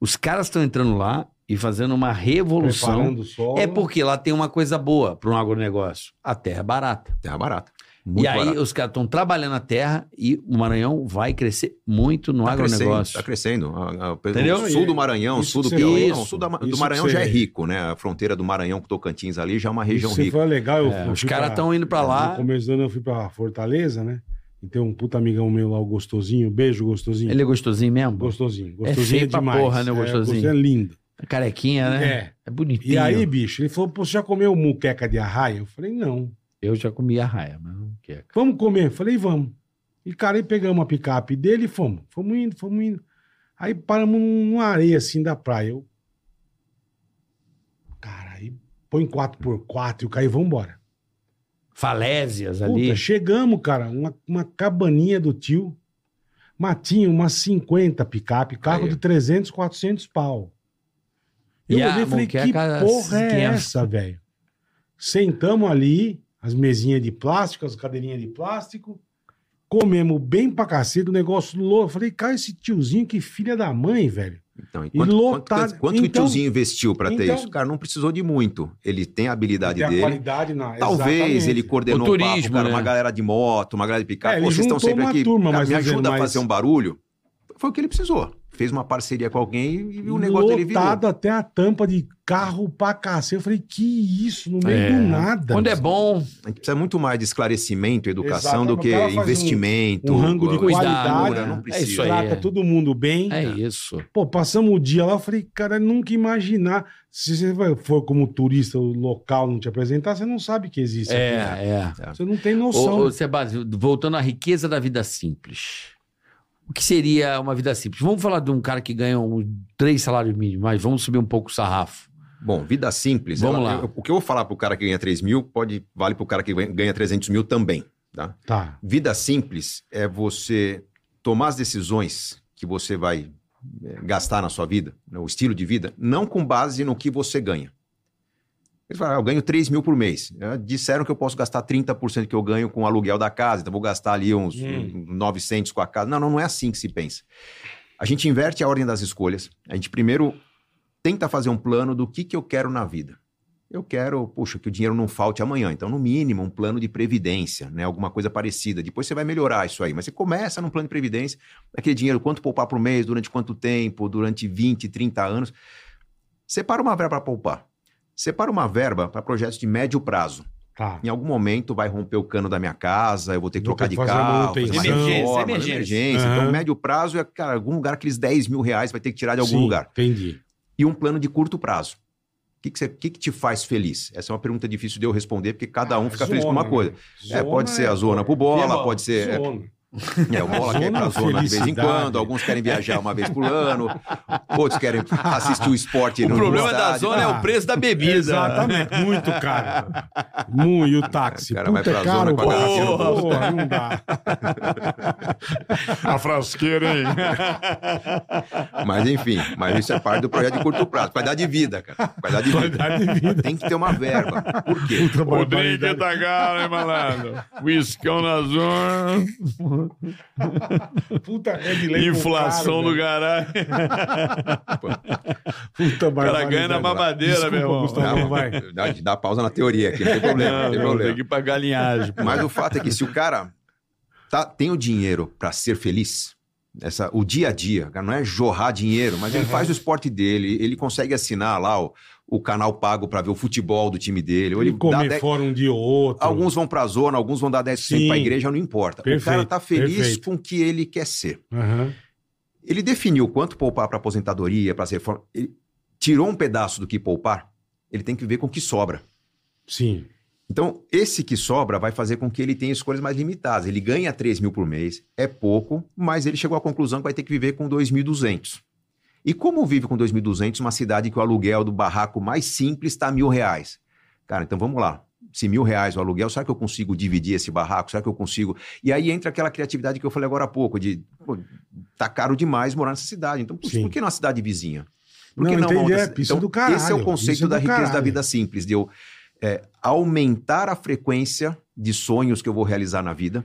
Speaker 3: Os caras estão entrando lá e fazendo uma revolução.
Speaker 4: Preparando o solo.
Speaker 3: É porque lá tem uma coisa boa para um agronegócio. A terra é barata.
Speaker 5: Terra barata. Muito
Speaker 3: e aí
Speaker 5: barata.
Speaker 3: os caras estão trabalhando a terra e o Maranhão vai crescer muito no
Speaker 5: Tá crescendo,
Speaker 3: agronegócio.
Speaker 5: tá crescendo. A- a-
Speaker 3: Entendeu?
Speaker 5: O sul do
Speaker 4: E-
Speaker 5: Maranhão, o
Speaker 4: isso
Speaker 5: sul do
Speaker 4: que
Speaker 3: você-
Speaker 5: Piauí.
Speaker 3: isso,
Speaker 5: não, o sul da-
Speaker 4: isso
Speaker 5: do
Speaker 4: que
Speaker 5: Maranhão
Speaker 4: você-
Speaker 5: já é rico, né? A fronteira do Maranhão com Tocantins ali já é uma região
Speaker 4: Isso você
Speaker 5: rica.
Speaker 4: foi legal. eu
Speaker 3: É,
Speaker 4: fui
Speaker 3: os
Speaker 4: pra-
Speaker 3: caras estão indo pra lá.
Speaker 4: No começo do ano eu fui pra Fortaleza, né? E tem um puta amigão meu lá, o Gostosinho. Beijo, Gostosinho.
Speaker 3: Ele é gostosinho mesmo?
Speaker 4: Gostosinho.
Speaker 3: É
Speaker 4: Gostosinho é,
Speaker 3: feio pra
Speaker 4: demais.
Speaker 3: porra, né, o
Speaker 4: É,
Speaker 3: Gostosinho?
Speaker 4: é lindo.
Speaker 3: É Carequinha, né? É,
Speaker 4: É.
Speaker 3: bonitinho.
Speaker 4: E aí, bicho, ele falou, pô, você já comeu muqueca de arraia? Eu falei, não.
Speaker 3: Eu já comi a raia, mas não quero.
Speaker 4: Vamos comer? Eu falei, vamos. E, cara, aí pegamos a picape dele e fomos. Fomos indo, fomos indo. Aí paramos numa areia, assim, da praia. Eu... Cara, aí põe 4x4 e o Caio, vambora.
Speaker 3: Falésias ali.
Speaker 4: Puta, chegamos, cara, uma, uma cabaninha do tio. Matinho, umas 50 picape, carro
Speaker 5: Aí.
Speaker 4: de 300, 400 pau. Eu
Speaker 3: E a
Speaker 4: olhei e falei, que
Speaker 3: moqueca,
Speaker 4: porra é
Speaker 3: 500.
Speaker 4: essa, velho? Sentamos ali, as mesinhas de plástico, as cadeirinhas de plástico, comemos bem pra cacete, o negócio louco. Eu falei, cara, esse tiozinho que filha da mãe, velho.
Speaker 5: Então, e
Speaker 4: E
Speaker 5: quanto,
Speaker 4: lotado.
Speaker 5: quanto, quanto que o
Speaker 4: Então-
Speaker 5: tiozinho investiu para ter
Speaker 4: então-
Speaker 5: isso? Cara, não precisou de muito. Ele tem a habilidade
Speaker 4: Tem a
Speaker 5: dele.
Speaker 4: qualidade na...
Speaker 5: Talvez
Speaker 4: Exatamente.
Speaker 5: ele coordenou
Speaker 3: O
Speaker 5: o
Speaker 3: turismo,
Speaker 5: papo, cara,
Speaker 3: né?
Speaker 5: uma galera de moto, uma galera de picape.
Speaker 4: É, ele
Speaker 5: Pô, vocês estão
Speaker 4: juntou
Speaker 5: sempre
Speaker 4: uma
Speaker 5: aqui.
Speaker 4: turma,
Speaker 5: cara,
Speaker 4: mas
Speaker 5: me
Speaker 4: dizendo,
Speaker 5: ajuda a
Speaker 4: mas-
Speaker 5: fazer um barulho. Foi o que ele precisou. Fez uma parceria com alguém e o negócio dele virou.
Speaker 4: lotado até a tampa de carro pra cacete. Eu falei, que isso, no meio
Speaker 3: É.
Speaker 4: do nada.
Speaker 3: Quando é bom,
Speaker 5: A gente precisa muito mais de esclarecimento, educação,
Speaker 4: Exato,
Speaker 5: do
Speaker 4: o
Speaker 5: que
Speaker 4: cara faz um-
Speaker 5: investimento.
Speaker 4: um rango de
Speaker 5: estrutura,
Speaker 4: qualidade,
Speaker 5: Não
Speaker 4: né?
Speaker 5: precisa.
Speaker 3: É isso aí.
Speaker 4: Trata todo mundo bem.
Speaker 3: é isso.
Speaker 4: Pô, passamos o dia lá, eu falei, cara, nunca imaginar. Se você vai- for como turista, o local não te apresentar, você não sabe que existe.
Speaker 3: É,
Speaker 4: aqui.
Speaker 3: é.
Speaker 4: Você não tem noção.
Speaker 3: Ô, ô, Sebastião, voltando à riqueza da vida simples. O que seria uma vida simples? Vamos falar de um cara que ganha um- três salários mínimos, mas vamos subir um pouco o sarrafo.
Speaker 5: Bom, vida simples.
Speaker 3: Vamos
Speaker 5: ela-
Speaker 3: lá.
Speaker 5: eu- o que eu vou falar pro cara que ganha 3 mil, pode, vale pro cara que ganha 300 mil também. Tá?
Speaker 4: Tá.
Speaker 5: Vida simples é você tomar as decisões que você vai eh, gastar na sua vida, né, o estilo de vida, não com base no que você ganha. Eles falam, ah, eu ganho 3 mil por mês. Ah, Disseram que eu posso gastar 30% que eu ganho com o aluguel da casa, então vou gastar ali uns
Speaker 4: Hum.
Speaker 5: uns 900 com a casa. Não, não, não é assim que se pensa. A gente inverte a ordem das escolhas. A gente primeiro tenta fazer um plano do que, que eu quero na vida. Eu quero, puxa, que o dinheiro não falte amanhã. Então, no mínimo, um plano de previdência, né? Alguma coisa parecida. Depois você vai melhorar isso aí. Mas você começa num plano de previdência, aquele dinheiro, quanto poupar por mês, durante quanto tempo, durante 20, 30 anos. Separa uma verba para poupar. Separa uma verba para projetos de médio prazo.
Speaker 4: Tá.
Speaker 5: Em algum momento vai romper o cano da minha casa, eu vou ter que
Speaker 4: Vou
Speaker 5: trocar
Speaker 4: ter
Speaker 5: de
Speaker 4: que fazer uma
Speaker 5: carro, fazer
Speaker 4: manutenção.
Speaker 5: uma
Speaker 6: Emergência,
Speaker 5: reforma,
Speaker 6: emergência.
Speaker 5: emergência.
Speaker 4: Aham.
Speaker 5: Então, médio prazo é, cara, algum lugar aqueles 10 mil reais vai ter que tirar de algum
Speaker 4: Sim,
Speaker 5: lugar
Speaker 4: Entendi.
Speaker 5: e um plano de curto prazo? O que, que, você- o que que te faz feliz? Essa é uma pergunta difícil de eu responder, porque cada um fica feliz com uma coisa. é, pode ser a zona pro bola, pode ser. é, é, o bola quer ir
Speaker 4: Zona
Speaker 5: pra zona de vez em
Speaker 4: felicidade.
Speaker 5: quando, alguns querem viajar uma vez por ano, outros querem assistir o esporte.
Speaker 6: O
Speaker 5: no
Speaker 6: problema da
Speaker 5: estádio.
Speaker 6: zona é o preço da bebida.
Speaker 4: Exatamente, muito caro. Mu e o táxi.
Speaker 5: O cara
Speaker 4: Puta,
Speaker 5: vai pra
Speaker 4: é
Speaker 5: zona
Speaker 4: caro,
Speaker 5: com a garrafinha
Speaker 4: pô.
Speaker 5: no bolso.
Speaker 4: Porra, não dá.
Speaker 2: A frasqueira, hein?
Speaker 5: Mas enfim, mas isso é parte do projeto de curto prazo. Qualidade de vida, cara. Qualidade de vida.
Speaker 4: Qualidade de vida.
Speaker 5: Tem que ter uma verba. Por quê?
Speaker 4: Puta
Speaker 2: O drink é
Speaker 4: barbaridade.
Speaker 6: tá
Speaker 2: da gala, hein, malandro? Whiskão na zona,
Speaker 4: Puta Red Label
Speaker 2: inflação
Speaker 4: caro,
Speaker 2: do
Speaker 4: velho.
Speaker 2: caralho.
Speaker 4: Puta
Speaker 2: O cara
Speaker 4: barbaridade.
Speaker 2: ganha na mamadeira,
Speaker 4: Desculpa,
Speaker 2: meu irmão.
Speaker 4: Gustavo. Não, vai.
Speaker 5: Dá, dá pausa na teoria aqui, não tem problema. Não,
Speaker 2: Não,
Speaker 5: tem
Speaker 2: não,
Speaker 5: problema.
Speaker 2: tem que ir pra galinhagem. pô.
Speaker 5: Mas o fato é que se o cara tá- tem o dinheiro para ser feliz, essa, o dia a dia, cara, não é jorrar dinheiro, mas
Speaker 4: Uhum.
Speaker 5: ele faz o esporte dele, ele consegue assinar lá o, o canal pago para ver o futebol do time dele, ou
Speaker 4: Ele
Speaker 5: ele dá
Speaker 4: comer
Speaker 5: dez-
Speaker 4: fora um de outro.
Speaker 5: Alguns vão pra zona, alguns vão dar 10%
Speaker 4: Sim.
Speaker 5: pra igreja, não importa. o cara
Speaker 4: Perfeito,
Speaker 5: tá feliz
Speaker 4: perfeito.
Speaker 5: com o que ele quer ser.
Speaker 4: Aham.
Speaker 5: Ele definiu quanto poupar para aposentadoria, para reforma. Ele tirou um pedaço do que poupar, ele tem que ver com o que sobra.
Speaker 4: Sim.
Speaker 5: Então, esse que sobra vai fazer com que ele tenha escolhas mais limitadas. Ele ganha 3 mil por mês, é pouco, mas ele chegou à conclusão que vai ter que viver com 2.200. E como vive com 2.200 uma cidade que o aluguel do barraco mais simples está mil reais? Cara, então vamos lá. Se mil reais o aluguel, será que eu consigo dividir esse barraco? Será que eu consigo? E aí entra aquela criatividade que eu falei agora há pouco, de pô, tá caro demais morar nessa cidade. Então, putz,
Speaker 4: Sim.
Speaker 5: por que na cidade vizinha? Por
Speaker 4: Não,
Speaker 5: que
Speaker 4: entendi,
Speaker 5: outra
Speaker 4: é,
Speaker 5: cidade?
Speaker 4: isso é do caralho,
Speaker 5: Esse é o
Speaker 4: isso é
Speaker 5: conceito
Speaker 4: do
Speaker 5: da riqueza da
Speaker 4: caralho.
Speaker 5: vida simples, de eu é, aumentar a frequência de sonhos que eu vou realizar na vida,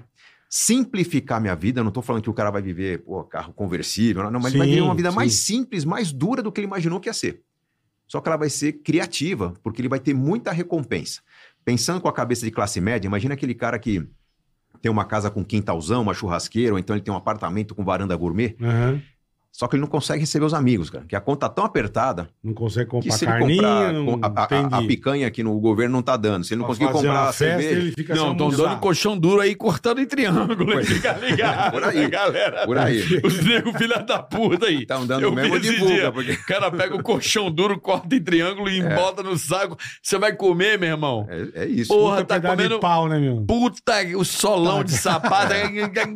Speaker 5: simplificar minha vida. Eu Não estou falando que o cara vai viver pô, carro conversível, não, não, mas ele vai
Speaker 4: Sim,
Speaker 5: viver uma vida
Speaker 4: sim.
Speaker 5: mais simples, mais dura do que ele imaginou que ia ser. Só que ela vai ser criativa, porque ele vai ter muita recompensa. Pensando com a cabeça de classe média, imagina aquele cara que tem uma casa com quintalzão, uma churrasqueira, ou então ele tem um apartamento com varanda gourmet,
Speaker 4: Aham.
Speaker 5: só que ele não consegue receber os amigos, cara. Que a conta tá tão apertada
Speaker 4: Não consegue
Speaker 5: que
Speaker 4: comprar
Speaker 5: se ele
Speaker 4: carninha,
Speaker 5: comprar
Speaker 4: não
Speaker 5: com- a, a- a
Speaker 4: entendi.
Speaker 5: picanha que no, o governo não tá dando, se ele não
Speaker 4: Pra
Speaker 5: conseguir
Speaker 4: fazer
Speaker 5: comprar
Speaker 4: uma
Speaker 5: a cerveja,
Speaker 4: ele fica
Speaker 6: Não,
Speaker 4: só
Speaker 5: Tá.
Speaker 6: estão dando
Speaker 4: mudando.
Speaker 6: colchão duro aí, cortando em triângulo. hein? Fica ligado,
Speaker 5: Por aí.
Speaker 6: né, galera.
Speaker 5: por aí,
Speaker 6: Os negros, filha da puta aí.
Speaker 5: estão dando
Speaker 6: Eu
Speaker 5: mesmo
Speaker 6: vi esse
Speaker 5: divulga,
Speaker 6: dia.
Speaker 5: porque
Speaker 6: O cara pega o colchão duro, corta em triângulo e bota no saco. Você vai comer, meu irmão.
Speaker 5: é, é isso.
Speaker 6: Porra,
Speaker 4: Puta
Speaker 6: tá
Speaker 4: pedaço de
Speaker 6: comendo-
Speaker 4: pau, né, meu?
Speaker 6: Puta, o
Speaker 5: Tá.
Speaker 6: solão de sapato.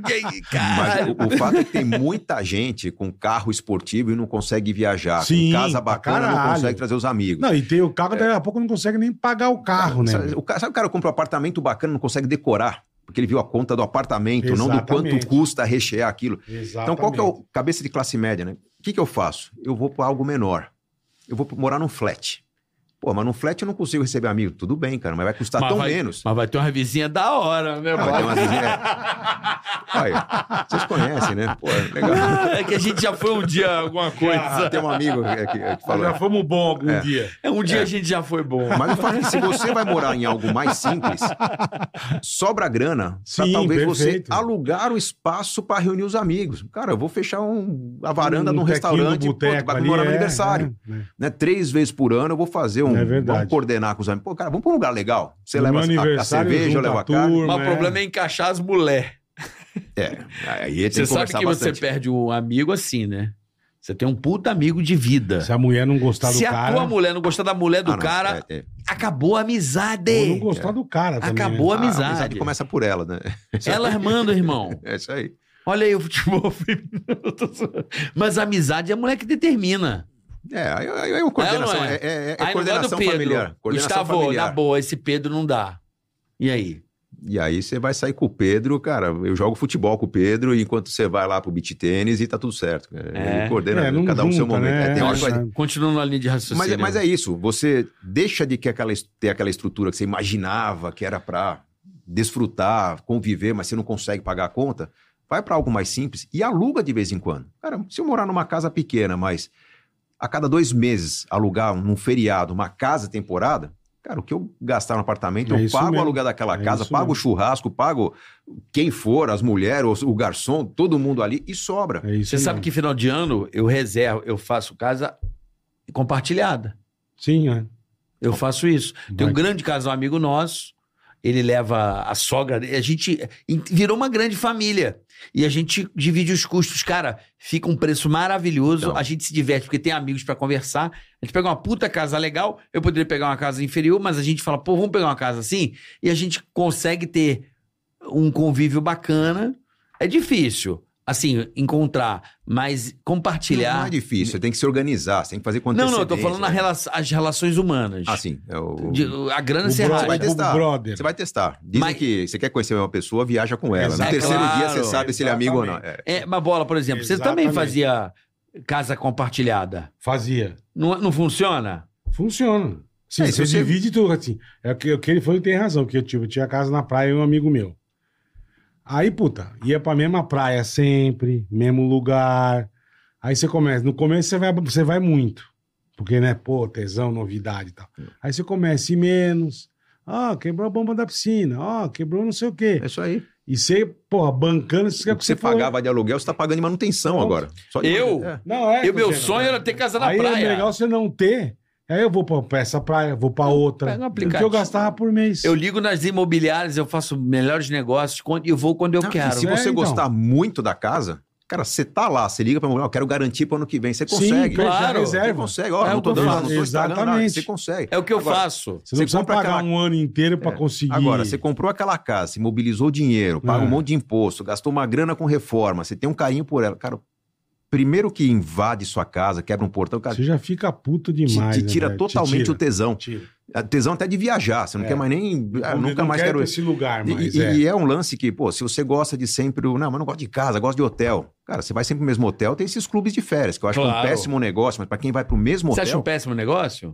Speaker 5: Mas
Speaker 6: Caralho.
Speaker 5: o, o fato é que tem muita gente com carro esportivo e não consegue viajar,
Speaker 4: Sim,
Speaker 5: com casa
Speaker 4: pra
Speaker 5: bacana não
Speaker 4: caralho.
Speaker 5: consegue trazer os amigos.
Speaker 4: Não, e tem o
Speaker 5: É.
Speaker 4: carro, daqui a pouco não consegue nem pagar o carro, né?
Speaker 5: sabe,
Speaker 4: meu?
Speaker 5: o cara, sabe o cara compra um apartamento bacana não consegue decorar, porque ele viu a conta do apartamento, não do
Speaker 4: Exatamente.
Speaker 5: quanto custa rechear aquilo. Então,
Speaker 4: Exatamente.
Speaker 5: qual que é o cabeça de classe média, né? O que, que eu faço? Eu vou para algo menor. Eu vou morar num flat. Pô, mas num flat eu não consigo receber amigo. Tudo bem, cara, mas vai custar
Speaker 6: Mas
Speaker 5: tão
Speaker 6: vai-
Speaker 5: menos.
Speaker 6: Mas vai ter uma vizinha da hora, né,
Speaker 5: Ah, vai ter
Speaker 6: mano?
Speaker 5: umas vizinhas- Olha, vocês conhecem, né? Pô, é legal.
Speaker 6: É que a gente já foi um dia alguma coisa.
Speaker 5: Tem um amigo é, que, é, que falou.
Speaker 4: Já fomos "Ah, bom algum
Speaker 5: É.
Speaker 4: dia.
Speaker 6: É, Um dia a gente já foi bom.
Speaker 5: Mas o fato é que se você vai morar em algo mais simples, sobra grana pra
Speaker 4: Sim,
Speaker 5: talvez
Speaker 4: perfeito.
Speaker 5: você alugar o espaço para reunir os amigos. Cara, eu vou fechar um- a varanda
Speaker 4: Um
Speaker 5: de um
Speaker 4: tequinho,
Speaker 5: restaurante
Speaker 4: um
Speaker 5: pô, pra
Speaker 4: boteco ali,
Speaker 5: comemorar meu
Speaker 4: é,
Speaker 5: aniversário.
Speaker 4: é, é.
Speaker 5: né? Três vezes por ano eu vou fazer um.
Speaker 4: É verdade.
Speaker 5: Vamos coordenar com os amigos. Pô, cara, vamos pra um lugar legal. Você
Speaker 4: No
Speaker 5: leva
Speaker 4: meu
Speaker 5: a- a,
Speaker 4: aniversário,
Speaker 5: cerveja,
Speaker 4: junta
Speaker 5: eu
Speaker 4: né?
Speaker 5: levo
Speaker 4: a
Speaker 5: a carne.
Speaker 4: turma,
Speaker 6: Mas o problema é encaixar as mulheres.
Speaker 5: É, aí tem
Speaker 6: Você
Speaker 5: que
Speaker 6: sabe
Speaker 5: conversar
Speaker 6: que
Speaker 5: bastante.
Speaker 6: você perde um amigo assim, né? Você tem um puta amigo de vida.
Speaker 4: Se a mulher não gostar do
Speaker 6: Se a
Speaker 4: cara.
Speaker 6: tua mulher não gostar da mulher do
Speaker 5: tá Ah, não,
Speaker 6: cara,
Speaker 5: é, é.
Speaker 6: acabou a amizade.
Speaker 4: Ou não gostar do cara também. né?
Speaker 6: Acabou
Speaker 5: Ah,
Speaker 6: a
Speaker 5: a
Speaker 6: amizade.
Speaker 5: amizade começa por ela, né?
Speaker 6: Elas mandam, irmão.
Speaker 5: É isso aí.
Speaker 6: Olha aí o futebol feminino. Eu tô zoando. Mas a amizade é a mulher que determina.
Speaker 5: É, aí aí é uma coordenação.
Speaker 6: não
Speaker 5: É,
Speaker 6: é?
Speaker 5: é- é
Speaker 6: aí não gosta do
Speaker 5: coordenação
Speaker 6: Pedro.
Speaker 5: familiar. Coordenação
Speaker 6: Gustavo, na
Speaker 5: familiar.
Speaker 6: boa, esse Pedro não dá. E aí?
Speaker 5: E aí você vai sair com o Pedro, cara. Eu jogo futebol com o Pedro, enquanto você vai lá pro beat tênis e tá tudo certo.
Speaker 3: É.
Speaker 5: Ele coordena
Speaker 4: não
Speaker 5: cada um no seu
Speaker 4: junta,
Speaker 5: momento.
Speaker 4: né?
Speaker 5: É, tem hora que vai-
Speaker 4: Sabe?
Speaker 3: Continuando na linha de
Speaker 5: mas,
Speaker 3: raciocínio.
Speaker 5: mas é isso, você deixa de que aquela es- ter aquela estrutura que você imaginava que era pra desfrutar, conviver, mas você não consegue pagar a conta, vai pra algo mais simples e aluga de vez em quando. Cara, se eu morar numa casa pequena, mas a cada dois meses alugar um, num feriado uma casa temporada, cara, o que eu gastar no apartamento,
Speaker 4: É
Speaker 5: eu
Speaker 4: isso
Speaker 5: pago o
Speaker 4: mesmo.
Speaker 5: aluguel daquela
Speaker 4: É
Speaker 5: casa,
Speaker 4: isso
Speaker 5: pago o
Speaker 4: mesmo.
Speaker 5: churrasco, pago quem for, as mulheres, o o garçom, todo mundo ali e sobra.
Speaker 4: É isso
Speaker 3: Você sabe
Speaker 4: mesmo.
Speaker 3: que final de ano eu reservo, eu faço casa compartilhada.
Speaker 4: Sim, é.
Speaker 3: Eu faço isso. Tem um
Speaker 4: Vai.
Speaker 3: grande casal amigo nosso. Ele leva a sogra. A gente virou uma grande família. E a gente divide os custos. Cara, fica um preço maravilhoso.
Speaker 5: Então.
Speaker 3: A gente se diverte porque tem amigos pra conversar. A gente pega uma puta casa legal. Eu poderia pegar uma casa inferior, mas a gente fala, pô, vamos pegar uma casa assim. E a gente consegue ter um convívio bacana. É difícil, assim, encontrar, mas compartilhar.
Speaker 5: Não é difícil, você tem que se organizar, você tem que fazer né? quanto
Speaker 3: Não, não, eu tô falando na rela- as relações humanas.
Speaker 5: Ah, sim. é o-
Speaker 3: De- a grana
Speaker 4: O
Speaker 3: você
Speaker 4: bro-
Speaker 5: Você vai
Speaker 3: racha.
Speaker 5: testar.
Speaker 4: O brother.
Speaker 5: Você vai testar. Dizem
Speaker 3: Mas-
Speaker 5: que você quer conhecer uma pessoa, viaja com ela.
Speaker 4: Exato.
Speaker 5: No terceiro
Speaker 3: É claro.
Speaker 5: dia você sabe se ele é amigo ou não. É.
Speaker 3: É, mas bola, por exemplo, você também
Speaker 4: Exatamente.
Speaker 3: fazia casa compartilhada.
Speaker 4: Fazia.
Speaker 3: Não, não funciona?
Speaker 4: Funciona. Sim,
Speaker 5: É, se
Speaker 4: você
Speaker 5: você-
Speaker 4: divide tudo assim. É o que, o que ele falou, ele tem razão. Que eu, tipo, eu tinha casa na praia e um amigo meu. Aí, puta, ia pra mesma praia sempre, mesmo lugar. Aí você começa. No começo você vai, você vai muito. Porque, né, pô, tesão, novidade e tal.
Speaker 5: É.
Speaker 4: Aí você começa a ir menos. Ah, quebrou a bomba da piscina. Ah, quebrou não sei o quê.
Speaker 5: É isso aí.
Speaker 4: E você, porra, bancando, você
Speaker 3: é
Speaker 5: O que você
Speaker 4: falou.
Speaker 5: pagava de aluguel, você tá pagando de manutenção
Speaker 4: Pronto.
Speaker 5: agora. Só de
Speaker 3: Eu?
Speaker 5: manutenção. É.
Speaker 4: Não, é.
Speaker 3: E o meu
Speaker 4: Luciano.
Speaker 3: sonho era ter casa na
Speaker 4: Aí
Speaker 3: praia.
Speaker 4: é legal você não ter. Aí eu vou pra- pra essa praia, vou pra outra.
Speaker 3: pega um
Speaker 4: O que
Speaker 3: aplicativo.
Speaker 4: eu gastava por mês.
Speaker 3: Eu ligo nas imobiliárias, eu faço melhores negócios quando- e eu vou quando eu
Speaker 5: Não,
Speaker 3: quero.
Speaker 5: E se
Speaker 4: né?
Speaker 5: você
Speaker 4: É, então.
Speaker 5: gostar muito da casa, cara, você tá lá, você liga pra mulher, eu quero garantir pro ano que vem. Você
Speaker 4: Sim,
Speaker 5: consegue.
Speaker 4: claro.
Speaker 3: Claro.
Speaker 5: Você
Speaker 4: reserva.
Speaker 5: consegue. Ó,
Speaker 3: É
Speaker 5: não
Speaker 3: o
Speaker 5: tô
Speaker 3: que eu
Speaker 5: dando,
Speaker 3: faço.
Speaker 5: não tô estragando nada.
Speaker 4: Exatamente.
Speaker 5: Você consegue.
Speaker 3: É o que eu
Speaker 5: Agora,
Speaker 3: faço.
Speaker 4: Você não
Speaker 5: Você
Speaker 4: precisa
Speaker 5: compra
Speaker 4: pagar
Speaker 5: aquela-
Speaker 4: um ano inteiro pra
Speaker 5: É.
Speaker 4: conseguir.
Speaker 5: Agora, você comprou aquela casa, você mobilizou dinheiro, paga
Speaker 4: É.
Speaker 5: um monte de imposto, gastou uma grana com reforma, você tem um carinho por ela. Cara, primeiro que invade sua casa, quebra um portão, cara,
Speaker 4: Você já fica puto
Speaker 5: te,
Speaker 4: demais. né,
Speaker 5: né, te tira totalmente o tesão.
Speaker 4: tempo.
Speaker 5: A Tesão até de viajar, você não
Speaker 4: É.
Speaker 5: quer mais nem. ah, nunca mais quero.
Speaker 4: esse lugar,
Speaker 5: E-
Speaker 4: mas
Speaker 5: e,
Speaker 4: é.
Speaker 5: e é um lance que, pô, se você gosta de sempre. o- Não, mas não gosto de casa, gosto de hotel. Cara, você vai sempre pro mesmo hotel, tem esses clubes de férias, que eu acho que é um
Speaker 3: Claro.
Speaker 5: péssimo negócio, mas pra quem vai pro mesmo
Speaker 3: Você acha
Speaker 5: hotel,
Speaker 3: um péssimo negócio?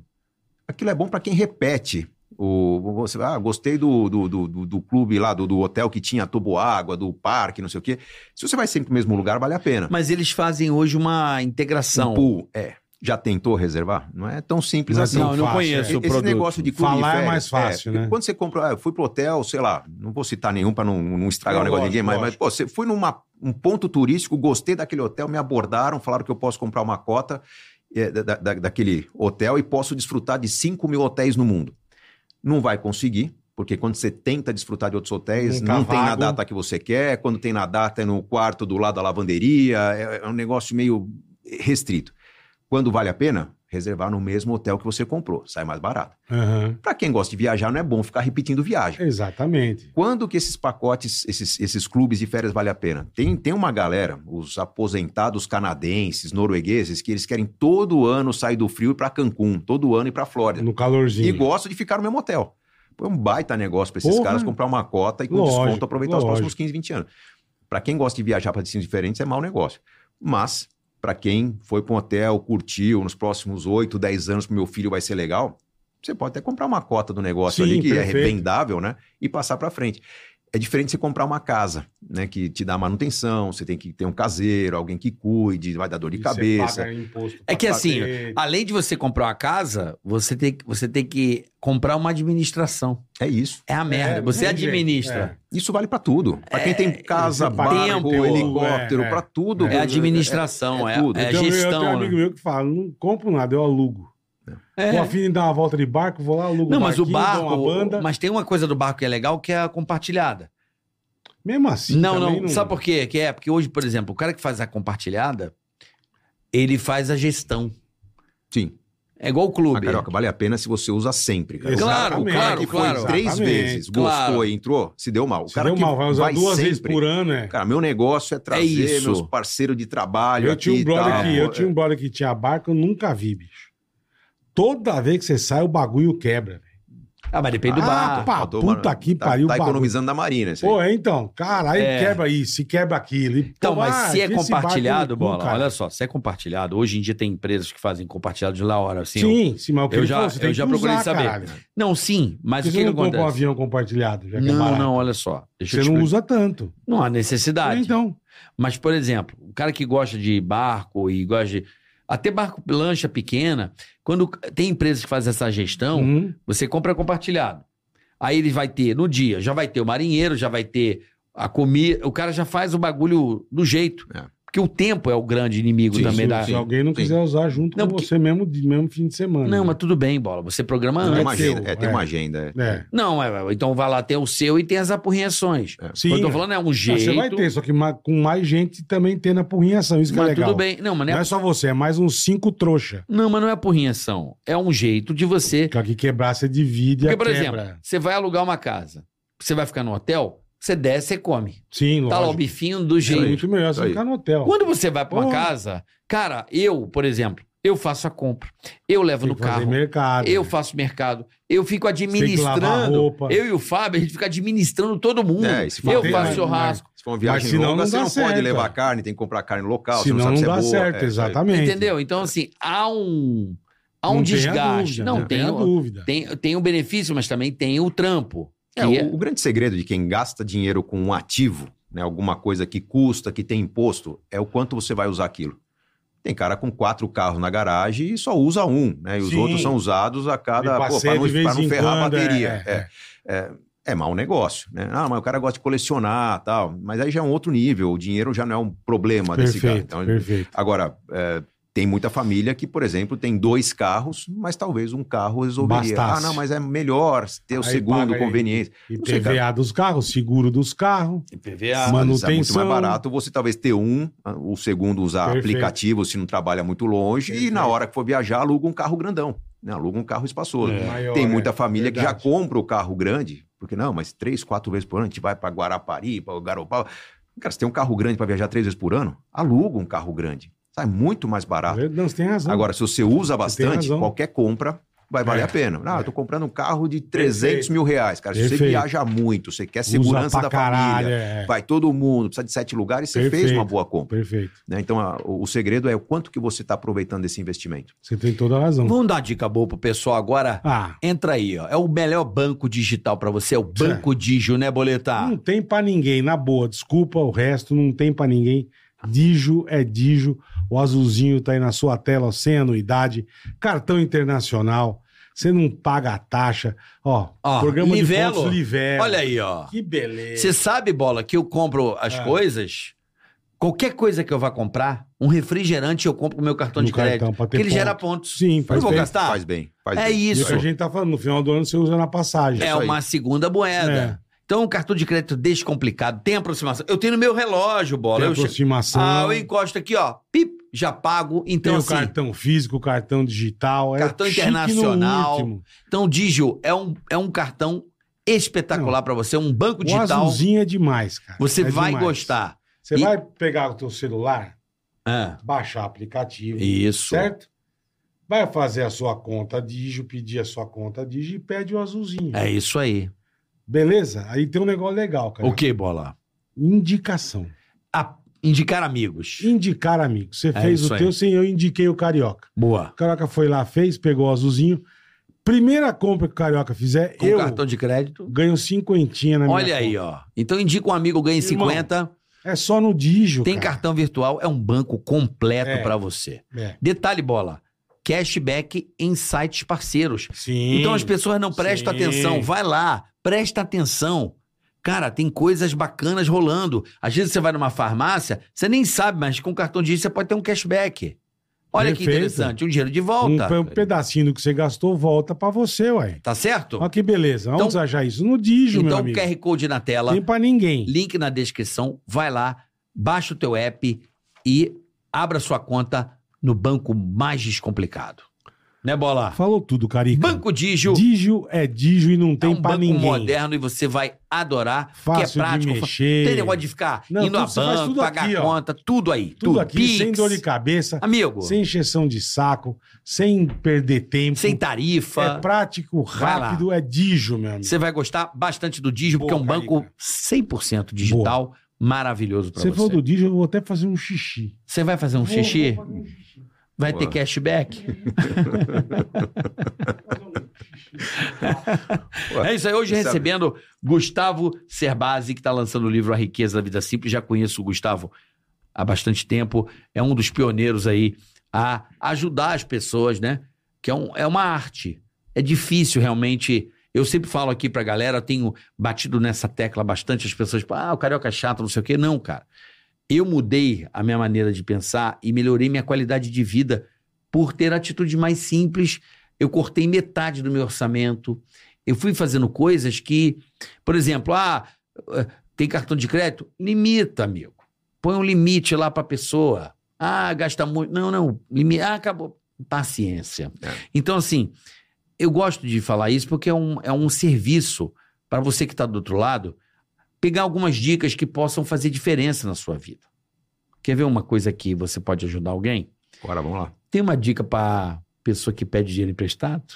Speaker 5: aquilo é bom pra quem repete. O, você, ah, gostei do, do, do, do- do clube lá, do, do hotel que tinha água, do parque, não sei o quê. Se você vai sempre pro mesmo lugar, vale a pena.
Speaker 3: Mas eles fazem hoje uma integração.
Speaker 5: Um pool, é. Já tentou reservar? Não é tão simples
Speaker 4: Não é
Speaker 5: assim.
Speaker 4: tão
Speaker 3: não, eu não
Speaker 4: fácil,
Speaker 3: conheço
Speaker 4: é.
Speaker 3: o
Speaker 5: Esse
Speaker 3: produto.
Speaker 5: negócio de clube
Speaker 4: Falar
Speaker 5: de
Speaker 4: é
Speaker 5: férias,
Speaker 4: mais fácil,
Speaker 5: porque
Speaker 4: né?
Speaker 5: Quando você compra, ah, eu fui pro hotel, sei lá, não vou citar nenhum pra não, não
Speaker 4: Não,
Speaker 5: estragar o negócio de
Speaker 4: lógico,
Speaker 5: ninguém, mas, mas
Speaker 4: lógico.
Speaker 5: pô, você foi numa um ponto turístico, gostei daquele hotel, me abordaram, falaram que eu posso comprar uma cota eh, da- da- daquele hotel e posso desfrutar de 5 mil hotéis no mundo. Não vai conseguir. Porque quando você tenta desfrutar de outros hotéis,
Speaker 4: Nunca
Speaker 5: não tem na
Speaker 4: vago.
Speaker 5: data que você quer, quando tem na data é no quarto do lado da lavanderia, é- é um negócio meio restrito. Quando vale a pena, reservar no mesmo hotel que você comprou, sai mais barato.
Speaker 4: Aham.
Speaker 5: Para quem gosta de viajar, não é bom ficar repetindo viagem.
Speaker 4: Exatamente.
Speaker 5: Quando que esses pacotes, esses, esses clubes de férias vale a pena? Tem, tem uma galera, os aposentados canadenses, noruegueses, que eles querem todo ano sair do frio e para Cancún, todo ano ir para Flórida.
Speaker 4: No
Speaker 5: E
Speaker 4: calorzinho.
Speaker 5: gostam de ficar no mesmo hotel. Pô, É um baita negócio para esses
Speaker 4: Porra.
Speaker 5: caras comprar uma cota e com
Speaker 4: Lógico,
Speaker 5: desconto aproveitar os
Speaker 4: lógico.
Speaker 5: próximos 15, 20 anos. Para quem gosta de viajar para destinos diferentes, é mau negócio. Mas, para quem foi para um hotel, curtiu, nos próximos 8, 10 anos para meu filho vai ser legal, você pode até comprar uma cota do negócio
Speaker 4: Sim,
Speaker 5: ali, que é
Speaker 4: perfeito.
Speaker 5: vendável, né? E passar para frente. É diferente você comprar uma casa, né? Que te dá manutenção, você tem que ter um caseiro, alguém que cuide, vai dar dor de
Speaker 4: E você
Speaker 5: cabeça.
Speaker 4: é paga imposto
Speaker 3: É que
Speaker 4: pra
Speaker 3: assim,
Speaker 4: fazer.
Speaker 3: Além de você comprar uma casa, você tem, que- você tem que comprar uma administração.
Speaker 5: É isso.
Speaker 3: É a merda.
Speaker 4: É,
Speaker 3: você
Speaker 4: não tem jeito, É.
Speaker 3: administra.
Speaker 5: Isso vale para tudo. Para quem tem casa,
Speaker 4: você
Speaker 5: barco,
Speaker 3: paga É, tempo,
Speaker 5: helicóptero,
Speaker 4: é, é.
Speaker 5: para tudo.
Speaker 3: É, administração,
Speaker 5: é-
Speaker 3: é,
Speaker 5: é tudo.
Speaker 3: é
Speaker 4: Então, eu- Eu tenho um
Speaker 3: gestão.
Speaker 4: amigo
Speaker 3: né?
Speaker 4: meu que fala: não compro nada, eu alugo.
Speaker 3: É.
Speaker 4: Vou a fim de dar uma volta de barco, vou lá, alugo
Speaker 3: Não,
Speaker 4: um
Speaker 3: mas o
Speaker 4: barquinho, dou
Speaker 3: barco.
Speaker 4: uma banda.
Speaker 3: Mas tem uma coisa do barco que é legal que é a compartilhada.
Speaker 4: Mesmo assim.
Speaker 3: não,
Speaker 4: também
Speaker 3: não, Sabe por quê? Que é porque hoje, por exemplo, o cara que faz a compartilhada, ele faz a gestão.
Speaker 5: Sim.
Speaker 3: É igual o
Speaker 5: Ah,
Speaker 3: clube.
Speaker 5: Caroca, vale a pena se você usa sempre, cara.
Speaker 4: Exatamente.
Speaker 5: o cara que foi
Speaker 3: Claro, claro.
Speaker 5: três
Speaker 4: Exatamente.
Speaker 5: vezes,
Speaker 3: Claro.
Speaker 5: gostou e entrou, se deu mal. O
Speaker 4: Se
Speaker 5: cara
Speaker 4: deu
Speaker 5: que
Speaker 4: mal, vai usar duas vezes
Speaker 5: sempre,
Speaker 4: por ano, é.
Speaker 5: Cara, meu negócio é trazer
Speaker 3: isso.
Speaker 5: meus parceiros de trabalho
Speaker 4: Eu
Speaker 5: aqui
Speaker 4: tinha um
Speaker 5: e
Speaker 4: brother
Speaker 5: tal.
Speaker 4: que
Speaker 6: é.
Speaker 4: eu tinha um brother que tinha barco, eu nunca vi, bicho. Toda vez que você sai, o bagulho quebra. velho.
Speaker 6: Ah, mas depende do
Speaker 4: Ah,
Speaker 6: bar.
Speaker 4: pá,
Speaker 5: Faltou
Speaker 4: puta
Speaker 5: uma-
Speaker 4: que
Speaker 5: tá,
Speaker 4: pariu,
Speaker 5: Tá
Speaker 4: bagulho.
Speaker 5: economizando na marina. isso aí.
Speaker 4: Pô, é, então, caralho,
Speaker 6: É.
Speaker 4: quebra isso, quebra aquilo. E,
Speaker 6: Então,
Speaker 4: pô,
Speaker 6: mas
Speaker 4: ah,
Speaker 6: se é
Speaker 4: que esse barco
Speaker 6: compartilhado,
Speaker 4: no cu,
Speaker 6: bola,
Speaker 4: cara.
Speaker 6: olha só, se é compartilhado, hoje em dia tem empresas que fazem compartilhado de lá hora, assim. ó.
Speaker 4: Sim, sim, mas o que
Speaker 6: Eu
Speaker 4: ele
Speaker 6: já-
Speaker 4: falou, você
Speaker 6: eu
Speaker 4: tem
Speaker 6: já
Speaker 4: que
Speaker 6: procurei
Speaker 4: usar,
Speaker 6: saber.
Speaker 4: caralho.
Speaker 6: Não, sim, mas
Speaker 4: Por
Speaker 6: o
Speaker 4: que
Speaker 6: que, que
Speaker 4: não compra um
Speaker 6: acontece?
Speaker 4: avião compartilhado? Já que é
Speaker 6: não,
Speaker 4: barato?
Speaker 6: não, olha só. Deixa eu
Speaker 4: Você
Speaker 6: te
Speaker 4: não
Speaker 6: explicar.
Speaker 4: usa tanto.
Speaker 6: Não há necessidade.
Speaker 4: Então,
Speaker 6: Mas, por exemplo, o cara que gosta de barco e gosta de. Até barco lancha pequena, quando tem empresas que fazem essa gestão,
Speaker 4: uhum,
Speaker 6: você compra compartilhado. Aí ele vai ter, no dia, já vai ter o marinheiro, já vai ter a comida. O cara já faz o bagulho do jeito.
Speaker 5: É.
Speaker 6: Porque o tempo é o grande inimigo
Speaker 5: Sim,
Speaker 6: também
Speaker 4: se,
Speaker 6: da.
Speaker 4: se alguém não
Speaker 5: sim.
Speaker 4: quiser usar junto
Speaker 6: Não,
Speaker 4: com
Speaker 6: porque-
Speaker 4: você mesmo, de- mesmo fim de semana.
Speaker 6: Não, mas tudo bem, bola. Você programa
Speaker 5: Tem
Speaker 4: é
Speaker 5: uma
Speaker 6: antes.
Speaker 4: seu,
Speaker 5: agenda, é, tem
Speaker 4: é.
Speaker 5: uma agenda. é.
Speaker 4: É.
Speaker 6: Não, é, então vai lá, tem o seu e tem as apurrinhações.
Speaker 4: Sim,
Speaker 6: Eu tô falando é um
Speaker 4: Ah,
Speaker 6: jeito.
Speaker 4: Você vai ter, só que ma- com mais gente também tendo a porrinhação. Isso que é
Speaker 6: mas
Speaker 4: legal.
Speaker 6: tudo bem. Não, mas não
Speaker 4: Não
Speaker 6: é,
Speaker 4: é só você, é mais uns cinco trouxa.
Speaker 6: não, mas não é apurrinhação. É um jeito de você
Speaker 4: Que aqui quebrar, você divide e
Speaker 6: Porque,
Speaker 4: a
Speaker 6: por
Speaker 4: quebra.
Speaker 6: exemplo, você vai alugar uma casa, você vai ficar no hotel, você desce e come.
Speaker 4: Sim,
Speaker 6: Tá lá o
Speaker 4: lógico.
Speaker 6: bifinho do
Speaker 4: é
Speaker 6: jeito.
Speaker 4: muito melhor
Speaker 5: Isso
Speaker 4: você
Speaker 5: aí.
Speaker 4: ficar no hotel.
Speaker 6: Quando você vai pra uma
Speaker 4: Porra.
Speaker 6: casa, cara, eu, por exemplo, eu faço a compra, eu levo
Speaker 4: Tem
Speaker 6: no
Speaker 4: que fazer
Speaker 6: carro,
Speaker 4: mercado. né?
Speaker 6: eu faço mercado, eu fico
Speaker 4: Tem que lavar
Speaker 6: administrando.
Speaker 4: roupa.
Speaker 6: Eu e o Fábio, a gente fica administrando todo mundo.
Speaker 5: É, e se for
Speaker 6: eu
Speaker 5: uma-
Speaker 6: faço
Speaker 5: mas-
Speaker 6: churrasco,
Speaker 5: Se for uma viagem
Speaker 4: Mas senão
Speaker 5: longa,
Speaker 4: não
Speaker 5: você
Speaker 4: dá
Speaker 5: não
Speaker 4: certo. é.
Speaker 5: pode levar carne, tem que comprar carne local,
Speaker 4: Senão
Speaker 5: você não
Speaker 4: não,
Speaker 5: sabe se é
Speaker 4: dá
Speaker 5: boa.
Speaker 4: certo,
Speaker 5: é,
Speaker 4: exatamente.
Speaker 6: entendeu? Então, assim, há um, há um
Speaker 4: Não tem a
Speaker 6: desgaste.
Speaker 4: dúvida, né?
Speaker 6: não,
Speaker 4: tem a
Speaker 6: tem, o-
Speaker 4: dúvida.
Speaker 6: tem, tem o benefício, mas também tem o trampo.
Speaker 5: É,
Speaker 6: que
Speaker 5: o, o grande segredo de quem gasta dinheiro com um ativo, né, alguma coisa que custa, que tem imposto, é o quanto você vai usar aquilo. Tem cara com quatro carros na garagem e só usa um, né? E os
Speaker 4: Sim.
Speaker 5: outros são usados a cada.
Speaker 4: Ele
Speaker 5: Pô,
Speaker 4: passeia
Speaker 5: para não,
Speaker 4: de vez
Speaker 5: pra não
Speaker 4: em
Speaker 5: ferrar
Speaker 4: quando,
Speaker 5: a bateria.
Speaker 4: é,
Speaker 5: É, é, é mau negócio, né? Ah, mas o cara gosta de colecionar tal. Mas aí já é um outro nível. O dinheiro já não é um problema desse cara.
Speaker 4: Perfeito,
Speaker 5: Então, ele-
Speaker 4: perfeito.
Speaker 5: Agora, é, tem muita família que, por exemplo, tem dois carros, mas talvez um carro resolveria.
Speaker 4: Bastasse.
Speaker 5: Ah, não, mas é melhor ter o
Speaker 4: Aí paga
Speaker 5: segundo
Speaker 4: aí.
Speaker 5: conveniência.
Speaker 4: E
Speaker 5: Não sei,
Speaker 4: PVA dos carros, seguro dos carros.
Speaker 6: PVA.
Speaker 5: Mas é muito
Speaker 4: Manutenção.
Speaker 5: mais barato você talvez ter um, o segundo usar
Speaker 4: Perfeito.
Speaker 5: aplicativo se não trabalha muito longe, e na
Speaker 4: Perfeito.
Speaker 5: hora que for viajar, aluga um carro grandão, né? aluga um carro espaçoso.
Speaker 4: Maior,
Speaker 5: Tem
Speaker 4: é,
Speaker 5: muita família que
Speaker 4: verdade.
Speaker 5: já compra o carro grande, porque não, mas três, quatro vezes por ano a gente vai para Guarapari, para Garopau. Cara, você tem um carro grande para viajar três vezes por ano, aluga um carro grande. Sai muito mais barato.
Speaker 4: Não, você tem razão.
Speaker 5: Agora, se você usa
Speaker 4: Você tem
Speaker 5: bastante,
Speaker 4: razão.
Speaker 5: qualquer compra vai valer
Speaker 4: É,
Speaker 5: a pena. Ah,
Speaker 4: é.
Speaker 5: eu tô comprando um carro de 300
Speaker 4: Perfeito.
Speaker 5: mil reais, cara. Se você
Speaker 4: Perfeito.
Speaker 5: viaja muito, você quer
Speaker 4: Usa
Speaker 5: segurança
Speaker 4: pra
Speaker 5: da
Speaker 4: caralho,
Speaker 5: família,
Speaker 4: é.
Speaker 5: vai todo mundo, precisa de sete lugares, você fez
Speaker 4: Perfeito.
Speaker 5: uma boa compra.
Speaker 4: Perfeito.
Speaker 5: né? Então, a- o o segredo é o quanto que você está aproveitando desse investimento.
Speaker 4: Você tem toda a razão.
Speaker 6: Vamos dar uma Ah, dica boa pro pessoal agora.
Speaker 4: Ah,
Speaker 6: Entra aí, ó. É o melhor banco digital pra você, é o Banco Digio, né,
Speaker 2: Hum,
Speaker 6: Boletar?
Speaker 4: Não tem pra ninguém, na boa. Desculpa o resto, não tem pra ninguém. Dijo é Dijo. O azulzinho tá aí na sua tela, ó, sem anuidade. Cartão internacional. Você não paga a taxa. Ó,
Speaker 6: Ó,
Speaker 4: programa
Speaker 6: Livelo.
Speaker 4: de pontos
Speaker 2: é.
Speaker 4: Livelo.
Speaker 6: Olha aí, ó.
Speaker 4: Que beleza.
Speaker 6: Você sabe, Bola, que eu compro as
Speaker 2: Ah.
Speaker 4: É.
Speaker 6: coisas, qualquer coisa que eu vá comprar, um refrigerante eu compro com meu
Speaker 2: Um
Speaker 6: cartão
Speaker 4: No
Speaker 6: de crédito,
Speaker 4: cartão, pra ter
Speaker 6: porque ele
Speaker 4: ponto.
Speaker 6: gera pontos.
Speaker 4: Sim,
Speaker 6: Eu
Speaker 4: faz
Speaker 6: vou
Speaker 4: bem.
Speaker 6: gastar?
Speaker 5: Faz bem, faz
Speaker 6: é
Speaker 5: bem.
Speaker 4: Isso
Speaker 6: isso.
Speaker 4: que a gente tá falando. No final do ano você usa na passagem. Né?
Speaker 6: É
Speaker 5: isso aí.
Speaker 6: uma segunda
Speaker 4: É.
Speaker 6: moeda. Então, um cartão de crédito descomplicado, tem aproximação. Eu tenho no meu relógio, Bola.
Speaker 4: Tem
Speaker 6: Eu che-
Speaker 4: aproximação.
Speaker 6: Ah, eu encosto aqui, ó. Pip, já pago.
Speaker 4: tem
Speaker 6: Então,
Speaker 4: o
Speaker 6: assim,
Speaker 4: cartão físico, o cartão digital. é
Speaker 6: Cartão
Speaker 4: chique no
Speaker 6: internacional.
Speaker 4: último.
Speaker 6: Então, o Digio é um, é um cartão espetacular pra você, um banco
Speaker 4: O
Speaker 6: digital.
Speaker 4: azulzinho é demais, cara.
Speaker 6: Você
Speaker 4: É
Speaker 6: vai
Speaker 4: demais.
Speaker 6: gostar.
Speaker 4: Você
Speaker 6: E-
Speaker 4: vai pegar o teu celular,
Speaker 6: Ah,
Speaker 4: baixar aplicativo,
Speaker 6: isso.
Speaker 4: certo? Vai fazer a sua conta Digio, pedir a sua conta Digio e pede o azulzinho.
Speaker 6: É isso aí.
Speaker 4: Beleza? Aí tem um negócio legal, cara.
Speaker 6: O que, bola?
Speaker 4: Indicação.
Speaker 6: Ah, indicar amigos.
Speaker 4: Indicar amigo. Você fez
Speaker 6: É isso
Speaker 4: o
Speaker 6: aí.
Speaker 4: teu sem eu indiquei o Carioca.
Speaker 6: Boa.
Speaker 4: O Carioca foi lá, fez, pegou o azulzinho. Primeira compra que o Carioca fizer,
Speaker 6: Com
Speaker 4: eu
Speaker 6: cartão de crédito.
Speaker 4: ganho cinquentinha na minha
Speaker 6: Olha aí,
Speaker 4: conta.
Speaker 6: ó. Então indica um amigo, ganha
Speaker 4: Irmão,
Speaker 6: 50.
Speaker 4: É só no Digio,
Speaker 6: Tem
Speaker 4: cara.
Speaker 6: cartão virtual, é um banco completo
Speaker 4: É.
Speaker 6: pra você.
Speaker 4: É.
Speaker 6: Detalhe, bola. Cashback em sites parceiros.
Speaker 4: Sim.
Speaker 6: Então as pessoas não prestam
Speaker 4: Sim.
Speaker 6: atenção. Vai lá, presta atenção. Cara, tem coisas bacanas rolando. Às vezes você vai numa farmácia, você nem sabe, mas com cartão de você pode ter um cashback. Olha que
Speaker 4: Perfeito.
Speaker 6: interessante, um dinheiro de
Speaker 4: um,
Speaker 6: volta.
Speaker 4: pe- um pedacinho do que você gastou volta pra você, ué.
Speaker 6: Tá certo?
Speaker 4: Olha que beleza. Vamos
Speaker 6: Então-
Speaker 4: achar isso no Digio, meu
Speaker 6: Então,
Speaker 4: amigo.
Speaker 6: QR Code na tela,
Speaker 4: Tem pra ninguém.
Speaker 6: link na descrição, vai lá, baixa o teu app e abra sua conta no banco mais descomplicado. Né, Bola?
Speaker 4: Falou tudo, Carica.
Speaker 6: Banco Digio.
Speaker 4: Digio é Digio e não
Speaker 6: é
Speaker 4: tem
Speaker 6: um
Speaker 4: pra
Speaker 6: banco
Speaker 4: ninguém.
Speaker 6: moderno e você vai adorar.
Speaker 4: Fácil
Speaker 6: que é prático.
Speaker 4: de
Speaker 6: fa-
Speaker 4: mexer.
Speaker 6: Tem negócio de ficar
Speaker 4: Não,
Speaker 6: indo a
Speaker 4: tudo- você faz
Speaker 6: banco,
Speaker 4: tudo
Speaker 6: pagar
Speaker 4: aqui, ó.
Speaker 6: conta, tudo aí.
Speaker 4: Tudo, aqui,
Speaker 6: Pix.
Speaker 4: sem dor de cabeça,
Speaker 6: Amigo, sem,
Speaker 4: sem encheção de saco, sem perder tempo.
Speaker 6: tarifa.
Speaker 4: É prático,
Speaker 6: Vai lá.
Speaker 4: rápido, é Digio, meu amigo.
Speaker 6: Você vai gostar bastante do Digio, porque é um
Speaker 4: Boa,
Speaker 6: banco
Speaker 4: Carica.
Speaker 6: 100% digital, maravilhoso pra
Speaker 4: Você
Speaker 6: você.
Speaker 4: falou do Digio, eu vou até fazer um xixi.
Speaker 6: Você vai fazer um
Speaker 4: Vou- vou
Speaker 6: xixi?
Speaker 4: fazer um xixi.
Speaker 6: Vai ter
Speaker 5: Boa.
Speaker 6: cashback?
Speaker 4: Fazer um xixi.
Speaker 6: É isso aí. Hoje
Speaker 5: Sabe.
Speaker 6: recebendo Gustavo Cerbasi, que está lançando o livro A Riqueza da Vida Simples. Já conheço o Gustavo há bastante tempo. É um dos pioneiros aí a ajudar as pessoas, né? Que é, um- é uma arte. É difícil realmente. Eu sempre falo aqui pra galera, tenho batido nessa tecla bastante. As pessoas falam, ah, o carioca é chato, não sei o quê. Não, cara. Eu mudei a minha maneira de pensar e melhorei minha qualidade de vida por ter atitude mais simples. Eu cortei metade do meu orçamento. Eu fui fazendo coisas que, por exemplo, ah, eh, tem cartão de crédito? Limita, amigo. Põe um limite lá para a pessoa. Ah, gasta muito. Não, não. Limi... Ah, acabou. Paciência.
Speaker 5: É.
Speaker 6: Então, assim, eu gosto de falar isso porque é um, é um serviço para você que está do outro lado pegar algumas dicas que possam fazer diferença na sua vida. Quer ver uma coisa que você pode ajudar alguém?
Speaker 5: Bora, vamos lá.
Speaker 6: Tem uma dica para pessoa que pede dinheiro emprestado?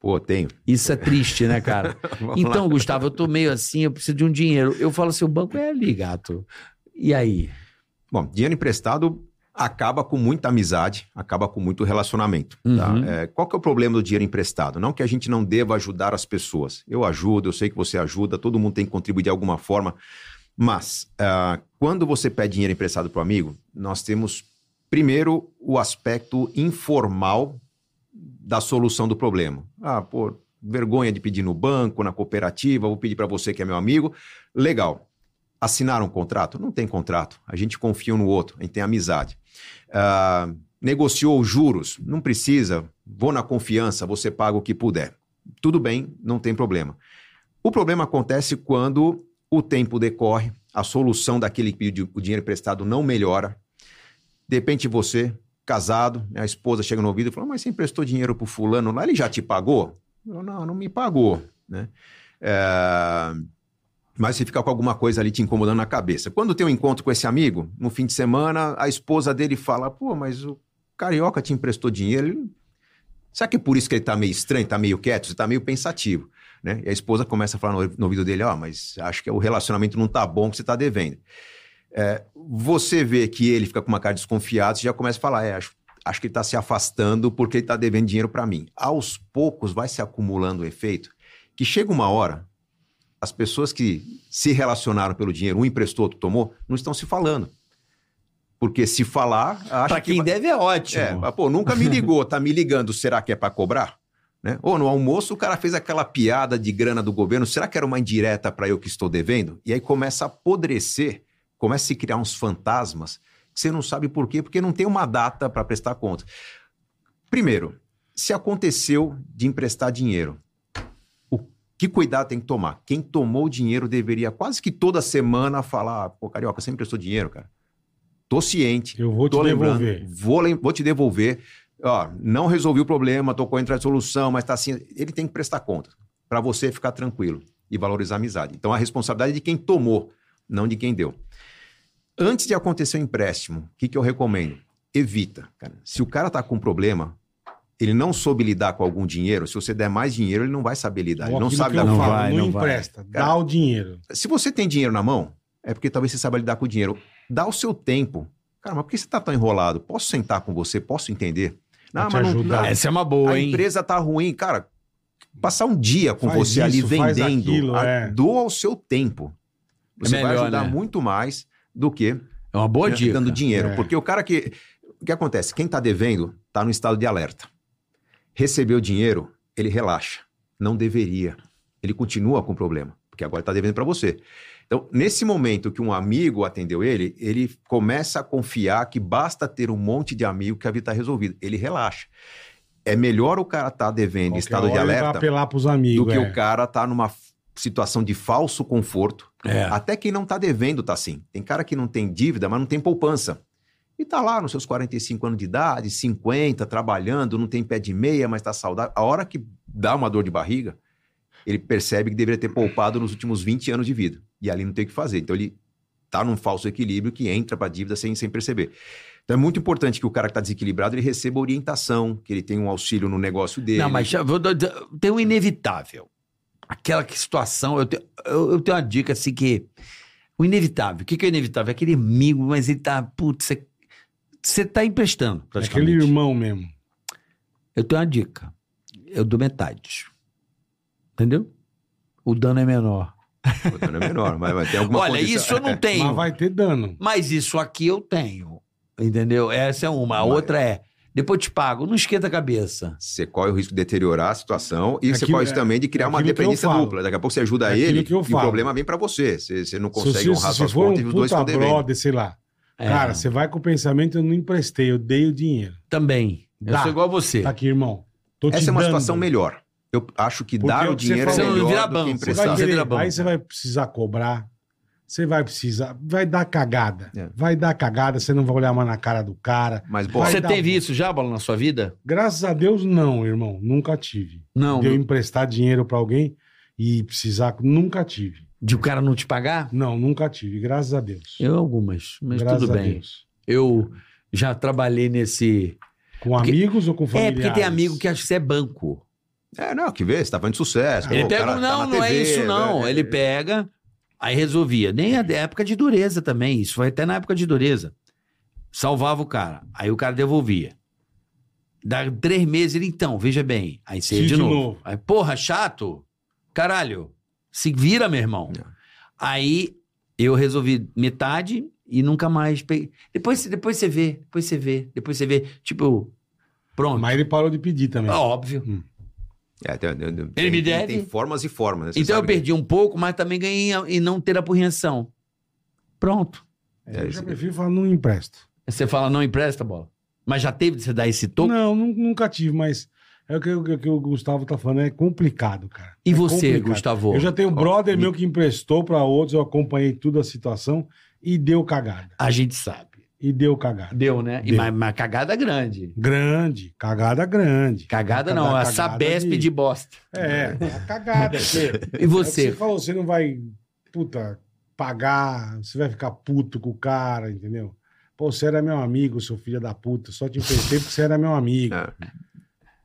Speaker 5: Pô, tenho.
Speaker 6: Isso é triste, né, cara?
Speaker 5: Vamos
Speaker 6: então, Gustavo, eu tô meio assim, eu preciso de um dinheiro. Eu falo assim, o banco é ali, gato. E aí?
Speaker 5: Bom, dinheiro emprestado acaba com muita amizade, acaba com muito relacionamento. tá?
Speaker 6: Uhum.
Speaker 5: É, qual que é o problema do dinheiro emprestado? Não que a gente não deva ajudar as pessoas. Eu ajudo, eu sei que você ajuda, todo mundo tem que contribuir de alguma forma. Mas ah, quando você pede dinheiro emprestado para o amigo, nós temos primeiro o aspecto informal da solução do problema. Ah, pô, vergonha de pedir no banco, na cooperativa, vou pedir para você que é meu amigo. Legal. Assinaram um contrato? Não tem contrato. A gente confia um no outro, a gente tem amizade. Ah, negociou os juros? Não precisa. Vou na confiança, você paga o que puder. Tudo bem, não tem problema. O problema acontece quando o tempo decorre, a solução daquele que pediu o dinheiro emprestado não melhora. De repente você, casado, né, a esposa chega no ouvido e fala: Mas você emprestou dinheiro pro fulano lá, ele já te pagou? Eu, não, não me pagou. Né? É, Mas você fica com alguma coisa ali te incomodando na cabeça. Quando tem um encontro com esse amigo, no fim de semana, a esposa dele fala: Pô, mas o carioca te emprestou dinheiro. ele- Será que é por isso que ele tá meio estranho, tá meio quieto, você tá meio pensativo? Né? E a esposa começa a falar no, no ouvido dele: Ó, mas acho que o relacionamento não tá bom que você tá devendo. É, você vê que ele fica com uma cara desconfiada, você já começa a falar: É, acho, acho que ele tá se afastando porque ele tá devendo dinheiro para mim. Aos poucos vai se acumulando o efeito que chega uma hora, as pessoas que se relacionaram pelo dinheiro, um emprestou, outro tomou, não estão se falando. Porque se falar, acha
Speaker 6: Pra quem
Speaker 5: que vai-
Speaker 6: deve é ótimo.
Speaker 5: é, mas, pô, nunca me ligou, tá me ligando, será que é pra cobrar? Né? Ou no almoço o cara fez aquela piada de grana do governo, será que era uma indireta pra eu que estou devendo? E aí começa a apodrecer, começa a se criar uns fantasmas que você não sabe por quê, porque não tem uma data pra prestar conta. Primeiro, se aconteceu de emprestar dinheiro, o que cuidado tem que tomar? Quem tomou o dinheiro deveria quase que toda semana falar, pô, Carioca, você emprestou dinheiro, cara. Tô ciente,
Speaker 4: Eu vou te
Speaker 5: Tô lembrando.
Speaker 4: devolver.
Speaker 5: Vou, lem- vou te devolver. Ó, não resolvi o problema, tô correndo atrás de solução, mas tá assim. Ele tem que prestar conta para você ficar tranquilo e valorizar a amizade. Então a responsabilidade é de quem tomou, não de quem deu. Antes de acontecer o empréstimo, o que, que eu recomendo? Evita, cara. Se o cara tá com um problema, ele não soube lidar com algum dinheiro, se você der mais dinheiro, ele não vai saber lidar,
Speaker 4: Ou
Speaker 5: ele não
Speaker 4: aquilo
Speaker 5: sabe
Speaker 4: que
Speaker 5: dar
Speaker 4: eu
Speaker 6: Não
Speaker 5: conta.
Speaker 4: falo,
Speaker 6: vai,
Speaker 4: não
Speaker 6: não vai.
Speaker 4: empresta, dá
Speaker 5: Cara,
Speaker 4: o dinheiro.
Speaker 5: Se você tem dinheiro na mão, é porque talvez você saiba lidar com o dinheiro. Dá o seu tempo. Cara, mas por que você está tão enrolado? Posso sentar com você? Posso entender?
Speaker 4: Pra te
Speaker 5: não,
Speaker 4: ajudar.
Speaker 5: não.
Speaker 6: Essa é uma boa,
Speaker 5: A
Speaker 6: hein?
Speaker 5: empresa tá ruim. Cara, passar um dia com
Speaker 4: Faz
Speaker 5: você ali
Speaker 4: isso, faz
Speaker 5: vendendo,
Speaker 4: aquilo,
Speaker 5: a-
Speaker 4: é.
Speaker 5: doa o seu tempo. Você
Speaker 6: melhor,
Speaker 5: vai ajudar
Speaker 6: né?
Speaker 5: muito mais do que
Speaker 6: É uma boa dica.
Speaker 5: Né? dando dinheiro.
Speaker 4: É.
Speaker 5: Porque o cara que. O que acontece? Quem está devendo está no estado de alerta. Recebeu o dinheiro, ele relaxa. Não deveria. Ele continua com o problema, porque agora está devendo para você. Então, nesse momento que um amigo atendeu ele, ele começa a confiar que basta ter um monte de amigo que a vida está resolvida. Ele relaxa. É melhor o cara estar devendo em
Speaker 4: Qualquer
Speaker 5: estado de
Speaker 4: hora ele vai
Speaker 5: alerta
Speaker 4: apelar pros amigos.
Speaker 5: do que
Speaker 4: é.
Speaker 5: o cara tá numa f- situação de falso conforto.
Speaker 6: É.
Speaker 5: Até quem não tá devendo tá assim. Tem cara que não tem dívida, mas não tem poupança. E tá lá nos seus 45 anos de idade, 50, trabalhando, não tem pé de meia, mas tá saudável. A hora que dá uma dor de barriga, ele percebe que deveria ter poupado nos últimos 20 anos de vida. E ali não tem o que fazer. Então ele tá num falso equilíbrio que entra pra dívida sem, sem perceber. Então é muito importante que o cara que tá desequilibrado, ele receba orientação, que ele tenha um auxílio no negócio dele.
Speaker 6: Não, mas já vou dar- dar- tem o inevitável. Aquela que situação. Eu tenho, eu, eu tenho uma dica assim que. O inevitável. O que, que é o inevitável? É aquele amigo, mas ele tá. Putz, você- você tá emprestando.
Speaker 4: É
Speaker 6: praticamente.
Speaker 4: Aquele irmão mesmo.
Speaker 6: Eu tenho uma dica. Eu dou metade. Entendeu? O dano é menor.
Speaker 5: O dano é menor, mas, mas tem alguma
Speaker 6: Olha,
Speaker 5: condição-
Speaker 6: isso eu não tenho.
Speaker 4: É, Mas vai ter dano.
Speaker 6: Mas isso aqui eu tenho. Entendeu? Essa é uma. A
Speaker 5: Mas-
Speaker 6: outra é. Depois te pago. Não esquenta a cabeça.
Speaker 5: Você corre o risco de deteriorar a situação e você
Speaker 4: Aquilo-
Speaker 5: corre o risco também de criar
Speaker 4: é
Speaker 5: uma
Speaker 4: aquilo que eu
Speaker 5: dependência
Speaker 4: falo.
Speaker 5: dupla. Daqui a pouco você ajuda
Speaker 4: É aquilo
Speaker 5: ele
Speaker 4: que
Speaker 5: e
Speaker 4: eu
Speaker 5: o
Speaker 4: falo.
Speaker 5: problema vem pra você. Você, você não
Speaker 4: Se,
Speaker 5: consegue
Speaker 4: você-
Speaker 5: honrar
Speaker 4: se
Speaker 5: suas
Speaker 4: for
Speaker 5: contas e
Speaker 4: um
Speaker 5: os dois
Speaker 4: puta
Speaker 5: estão devendo.
Speaker 4: brother, sei lá.
Speaker 6: É,
Speaker 4: Cara, você vai com o pensamento, eu não emprestei, eu dei o dinheiro.
Speaker 6: Também. Eu
Speaker 4: Dá.
Speaker 6: sou igual a você.
Speaker 4: Tá aqui, irmão. Tô te
Speaker 5: Essa é uma
Speaker 4: dando.
Speaker 5: situação melhor. Eu acho que
Speaker 4: Porque
Speaker 5: dar
Speaker 4: é
Speaker 5: o
Speaker 4: o que você
Speaker 5: dinheiro é
Speaker 4: falou. Você
Speaker 5: melhor
Speaker 6: vira
Speaker 5: do
Speaker 6: banco,
Speaker 5: que
Speaker 4: Você
Speaker 5: emprestar.
Speaker 4: vai
Speaker 6: Você
Speaker 4: querer,
Speaker 6: vira banco.
Speaker 4: aí você vai precisar cobrar, você vai precisar, vai dar cagada.
Speaker 5: É.
Speaker 4: Vai dar cagada, você não vai olhar mais na cara do cara.
Speaker 5: Mas, bom,
Speaker 4: Vai
Speaker 6: Você
Speaker 4: dar
Speaker 6: teve
Speaker 4: bom.
Speaker 6: isso já, Bola, na sua vida?
Speaker 4: Graças a Deus, não, irmão, nunca tive.
Speaker 6: Não.
Speaker 4: De eu emprestar dinheiro pra alguém e precisar, nunca tive.
Speaker 6: De o cara não te pagar?
Speaker 4: Não, nunca tive, graças a Deus.
Speaker 6: Eu algumas, mas
Speaker 4: graças
Speaker 6: tudo
Speaker 4: a
Speaker 6: bem.
Speaker 4: Deus.
Speaker 6: Eu já trabalhei nesse.
Speaker 4: Com
Speaker 6: Porque-
Speaker 4: amigos ou com familiares?
Speaker 6: É, porque tem amigo que acha que você é banco.
Speaker 5: é, não, que vê, você tá falando de sucesso.
Speaker 6: ele
Speaker 5: pô, o
Speaker 6: pega,
Speaker 5: cara tá
Speaker 6: não,
Speaker 5: na
Speaker 6: não é
Speaker 5: TV,
Speaker 6: isso, não.
Speaker 5: né?
Speaker 6: Ele pega, aí resolvia. Nem a a época de dureza também, isso foi até na época de dureza. Salvava o cara, aí o cara devolvia. Dá três meses, ele, então, veja bem. Aí você ia
Speaker 4: Sim,
Speaker 6: de,
Speaker 4: de
Speaker 6: novo.
Speaker 4: novo.
Speaker 6: Aí, porra, chato. Caralho, se vira, meu irmão.
Speaker 5: Não.
Speaker 6: Aí eu resolvi metade e nunca mais. Peguei. Depois, depois você vê, depois você vê, depois você vê. Tipo, pronto.
Speaker 4: Mas ele parou de pedir também.
Speaker 6: É Óbvio.
Speaker 5: É, tem, tem- tem-
Speaker 6: Ele me
Speaker 5: tem-
Speaker 6: deve?
Speaker 5: Tem formas e formas. né? Você
Speaker 6: então eu
Speaker 5: sabe que-
Speaker 6: perdi um pouco, mas também ganhei em não ter apreensão. Pronto.
Speaker 4: É, eu já
Speaker 5: é,
Speaker 4: prefiro falar, não empresto.
Speaker 6: Você fala, não empresta bola. Mas já teve de você dar esse toco?
Speaker 4: Não, nu- nunca tive, mas é o que, o que- o que o Gustavo tá falando, é complicado, cara.
Speaker 6: E
Speaker 4: É
Speaker 6: você,
Speaker 4: complicado.
Speaker 6: Gustavo?
Speaker 4: Eu já tenho um
Speaker 5: Ó,
Speaker 4: brother
Speaker 5: me-
Speaker 4: meu que emprestou pra outros, eu acompanhei tudo a situação e deu cagada.
Speaker 6: A gente sabe.
Speaker 4: E deu cagada.
Speaker 6: Deu, né? E
Speaker 4: Deu.
Speaker 6: Mas, mas cagada grande.
Speaker 4: Grande, cagada grande.
Speaker 6: Cagada não, a
Speaker 4: Cagada
Speaker 6: Sabesp de,
Speaker 4: de-
Speaker 6: bosta.
Speaker 4: É, a cagada. Você,
Speaker 6: E
Speaker 4: É o que
Speaker 6: você?
Speaker 4: você falou, você não vai, puta, pagar, você vai ficar puto com o cara, entendeu? Pô, você era meu amigo, seu filho da puta, só te emprestei porque você era meu amigo.
Speaker 5: É.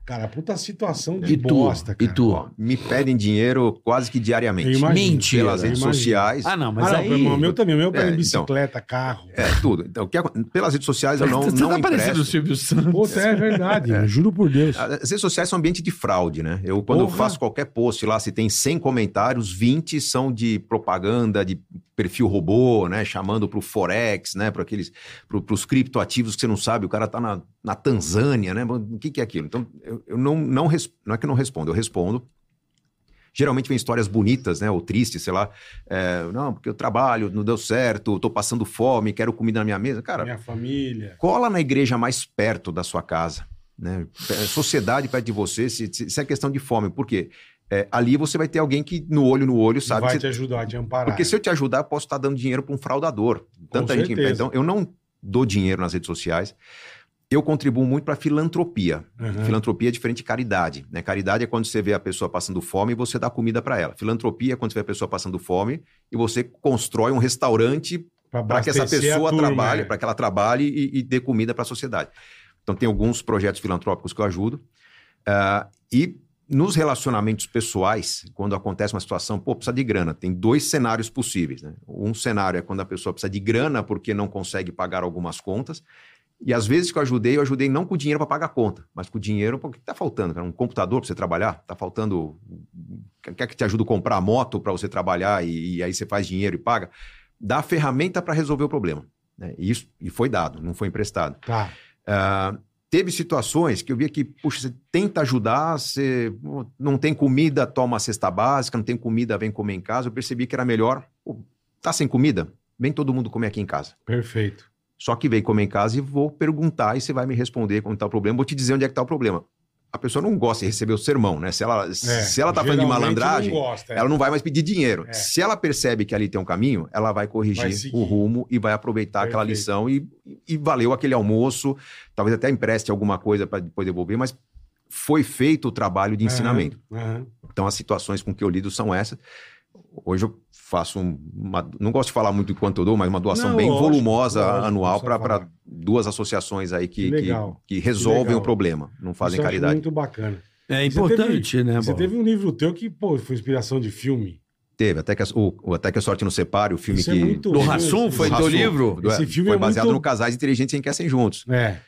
Speaker 4: Cara, puta situação de
Speaker 6: E tu?
Speaker 4: bosta, cara.
Speaker 6: E tu?
Speaker 5: ó, me pedem dinheiro quase que diariamente.
Speaker 4: Eu imagino.
Speaker 6: Mentira.
Speaker 5: Pelas redes
Speaker 4: Imagino.
Speaker 5: sociais.
Speaker 6: Ah, não, mas
Speaker 4: ah, não,
Speaker 6: aí...
Speaker 4: meu irmão, meu também, meu
Speaker 5: É,
Speaker 4: pega
Speaker 5: então.
Speaker 4: bicicleta, carro.
Speaker 5: É, tudo. Então, o que acon- pelas redes sociais eu não,
Speaker 6: você
Speaker 5: não
Speaker 6: tá
Speaker 5: empresto.
Speaker 6: parecendo o Silvio Santos.
Speaker 4: Puta, é verdade, eu juro por Deus.
Speaker 5: As redes sociais são um ambiente de fraude, né? Eu, quando eu
Speaker 4: Porra.
Speaker 5: faço qualquer post lá, se tem 100 comentários, 20 são de propaganda, de perfil robô, né? Chamando pro Forex, né? Para aqueles, pro, pros criptoativos que você não sabe, o cara tá na, na Tanzânia, né? O que, que é aquilo? Então, eu, eu não, não, res- não é que eu não respondo, eu respondo. Geralmente vem histórias bonitas, né? Ou tristes, sei lá. É, não, porque eu trabalho, não deu certo, tô passando fome, quero comida na minha mesa. Cara,
Speaker 4: Minha família.
Speaker 5: cola na igreja mais perto da sua casa, né? P- Sociedade perto de você, se, se, se é questão de fome, por quê? É, ali você vai ter alguém que no olho no olho sabe.
Speaker 4: vai
Speaker 5: se-
Speaker 4: te ajudar, né? te amparar.
Speaker 5: porque se eu te ajudar, eu posso estar dando dinheiro para um fraudador. Tanta gente que-
Speaker 4: certeza.
Speaker 5: Então, eu não dou dinheiro nas redes sociais. Eu contribuo muito para filantropia.
Speaker 4: Aham.
Speaker 5: Filantropia é diferente de caridade. Né? Caridade é quando você vê a pessoa passando fome e você dá comida para ela. Filantropia é quando você vê a pessoa passando fome e você constrói um restaurante para que essa
Speaker 4: abastecer a
Speaker 5: pessoa
Speaker 4: turma,
Speaker 5: trabalhe,
Speaker 4: é.
Speaker 5: para que ela trabalhe e, e dê comida para a sociedade. Então, tem alguns projetos filantrópicos que eu ajudo. Ah, e nos relacionamentos pessoais, quando acontece uma situação, pô, precisa de grana, tem dois cenários possíveis. Né? Um cenário é quando a pessoa precisa de grana porque não consegue pagar algumas contas. E às vezes que eu ajudei, eu ajudei não com dinheiro para pagar a conta, mas com dinheiro, porque está faltando, cara? Um computador para você trabalhar? Está faltando. Quer que te ajude a comprar a moto para você trabalhar e, e aí você faz dinheiro e paga? Dá a ferramenta para resolver o problema. Né? E, isso, e foi dado, não foi emprestado.
Speaker 4: Tá.
Speaker 5: Ah, teve situações que eu via que, puxa, você tenta ajudar, você pô, não tem comida, toma a cesta básica, não tem comida, vem comer em casa. Eu percebi que era melhor. pô, tá sem comida? Vem todo mundo comer aqui em casa.
Speaker 4: Perfeito.
Speaker 5: tá Só que vem comer em casa e vou perguntar e você vai me responder quando está o problema, vou te dizer onde é que está o problema. a pessoa não gosta de receber o sermão, né? Se ela, se ela tá falando de
Speaker 4: É, geralmente
Speaker 5: malandragem,
Speaker 4: Não gosta, é.
Speaker 5: ela não vai mais pedir dinheiro.
Speaker 4: É.
Speaker 5: Se ela percebe que ali tem um caminho, ela vai
Speaker 4: Vai
Speaker 5: corrigir
Speaker 4: seguir.
Speaker 5: o rumo e vai aproveitar aquela
Speaker 4: Perfeito.
Speaker 5: lição e, e valeu aquele almoço, talvez até empreste alguma coisa para depois devolver, mas foi feito o trabalho de ensinamento.
Speaker 4: Aham, aham.
Speaker 5: Então, as situações com que eu lido são essas. Hoje eu faço um, uma. Não gosto de falar muito de quanto eu dou, mas uma doação
Speaker 4: Não,
Speaker 5: bem
Speaker 4: lógico,
Speaker 5: volumosa
Speaker 4: lógico,
Speaker 5: anual
Speaker 4: não precisa
Speaker 5: para
Speaker 4: falar.
Speaker 5: duas associações aí
Speaker 4: Que
Speaker 5: que, que,
Speaker 4: legal.
Speaker 5: que resolvem
Speaker 4: Que legal.
Speaker 5: o problema, não fazem
Speaker 4: Isso eu acho
Speaker 5: caridade. Tá
Speaker 4: muito bacana.
Speaker 6: É
Speaker 4: Você
Speaker 6: importante, né?
Speaker 4: Você
Speaker 6: Bola?
Speaker 4: teve um livro teu que, pô, foi inspiração de filme.
Speaker 5: Teve, até que, a, o, o Até que a Sorte não Separe, o filme
Speaker 4: Isso é
Speaker 5: que.
Speaker 4: muito-
Speaker 6: Do Rassum foi
Speaker 5: do
Speaker 6: teu
Speaker 5: Hassum,
Speaker 6: livro?
Speaker 5: do-
Speaker 4: Esse filme
Speaker 5: foi
Speaker 4: é
Speaker 5: baseado
Speaker 4: muito-
Speaker 5: no Casais Inteligentes Enriquecem Juntos.
Speaker 4: É.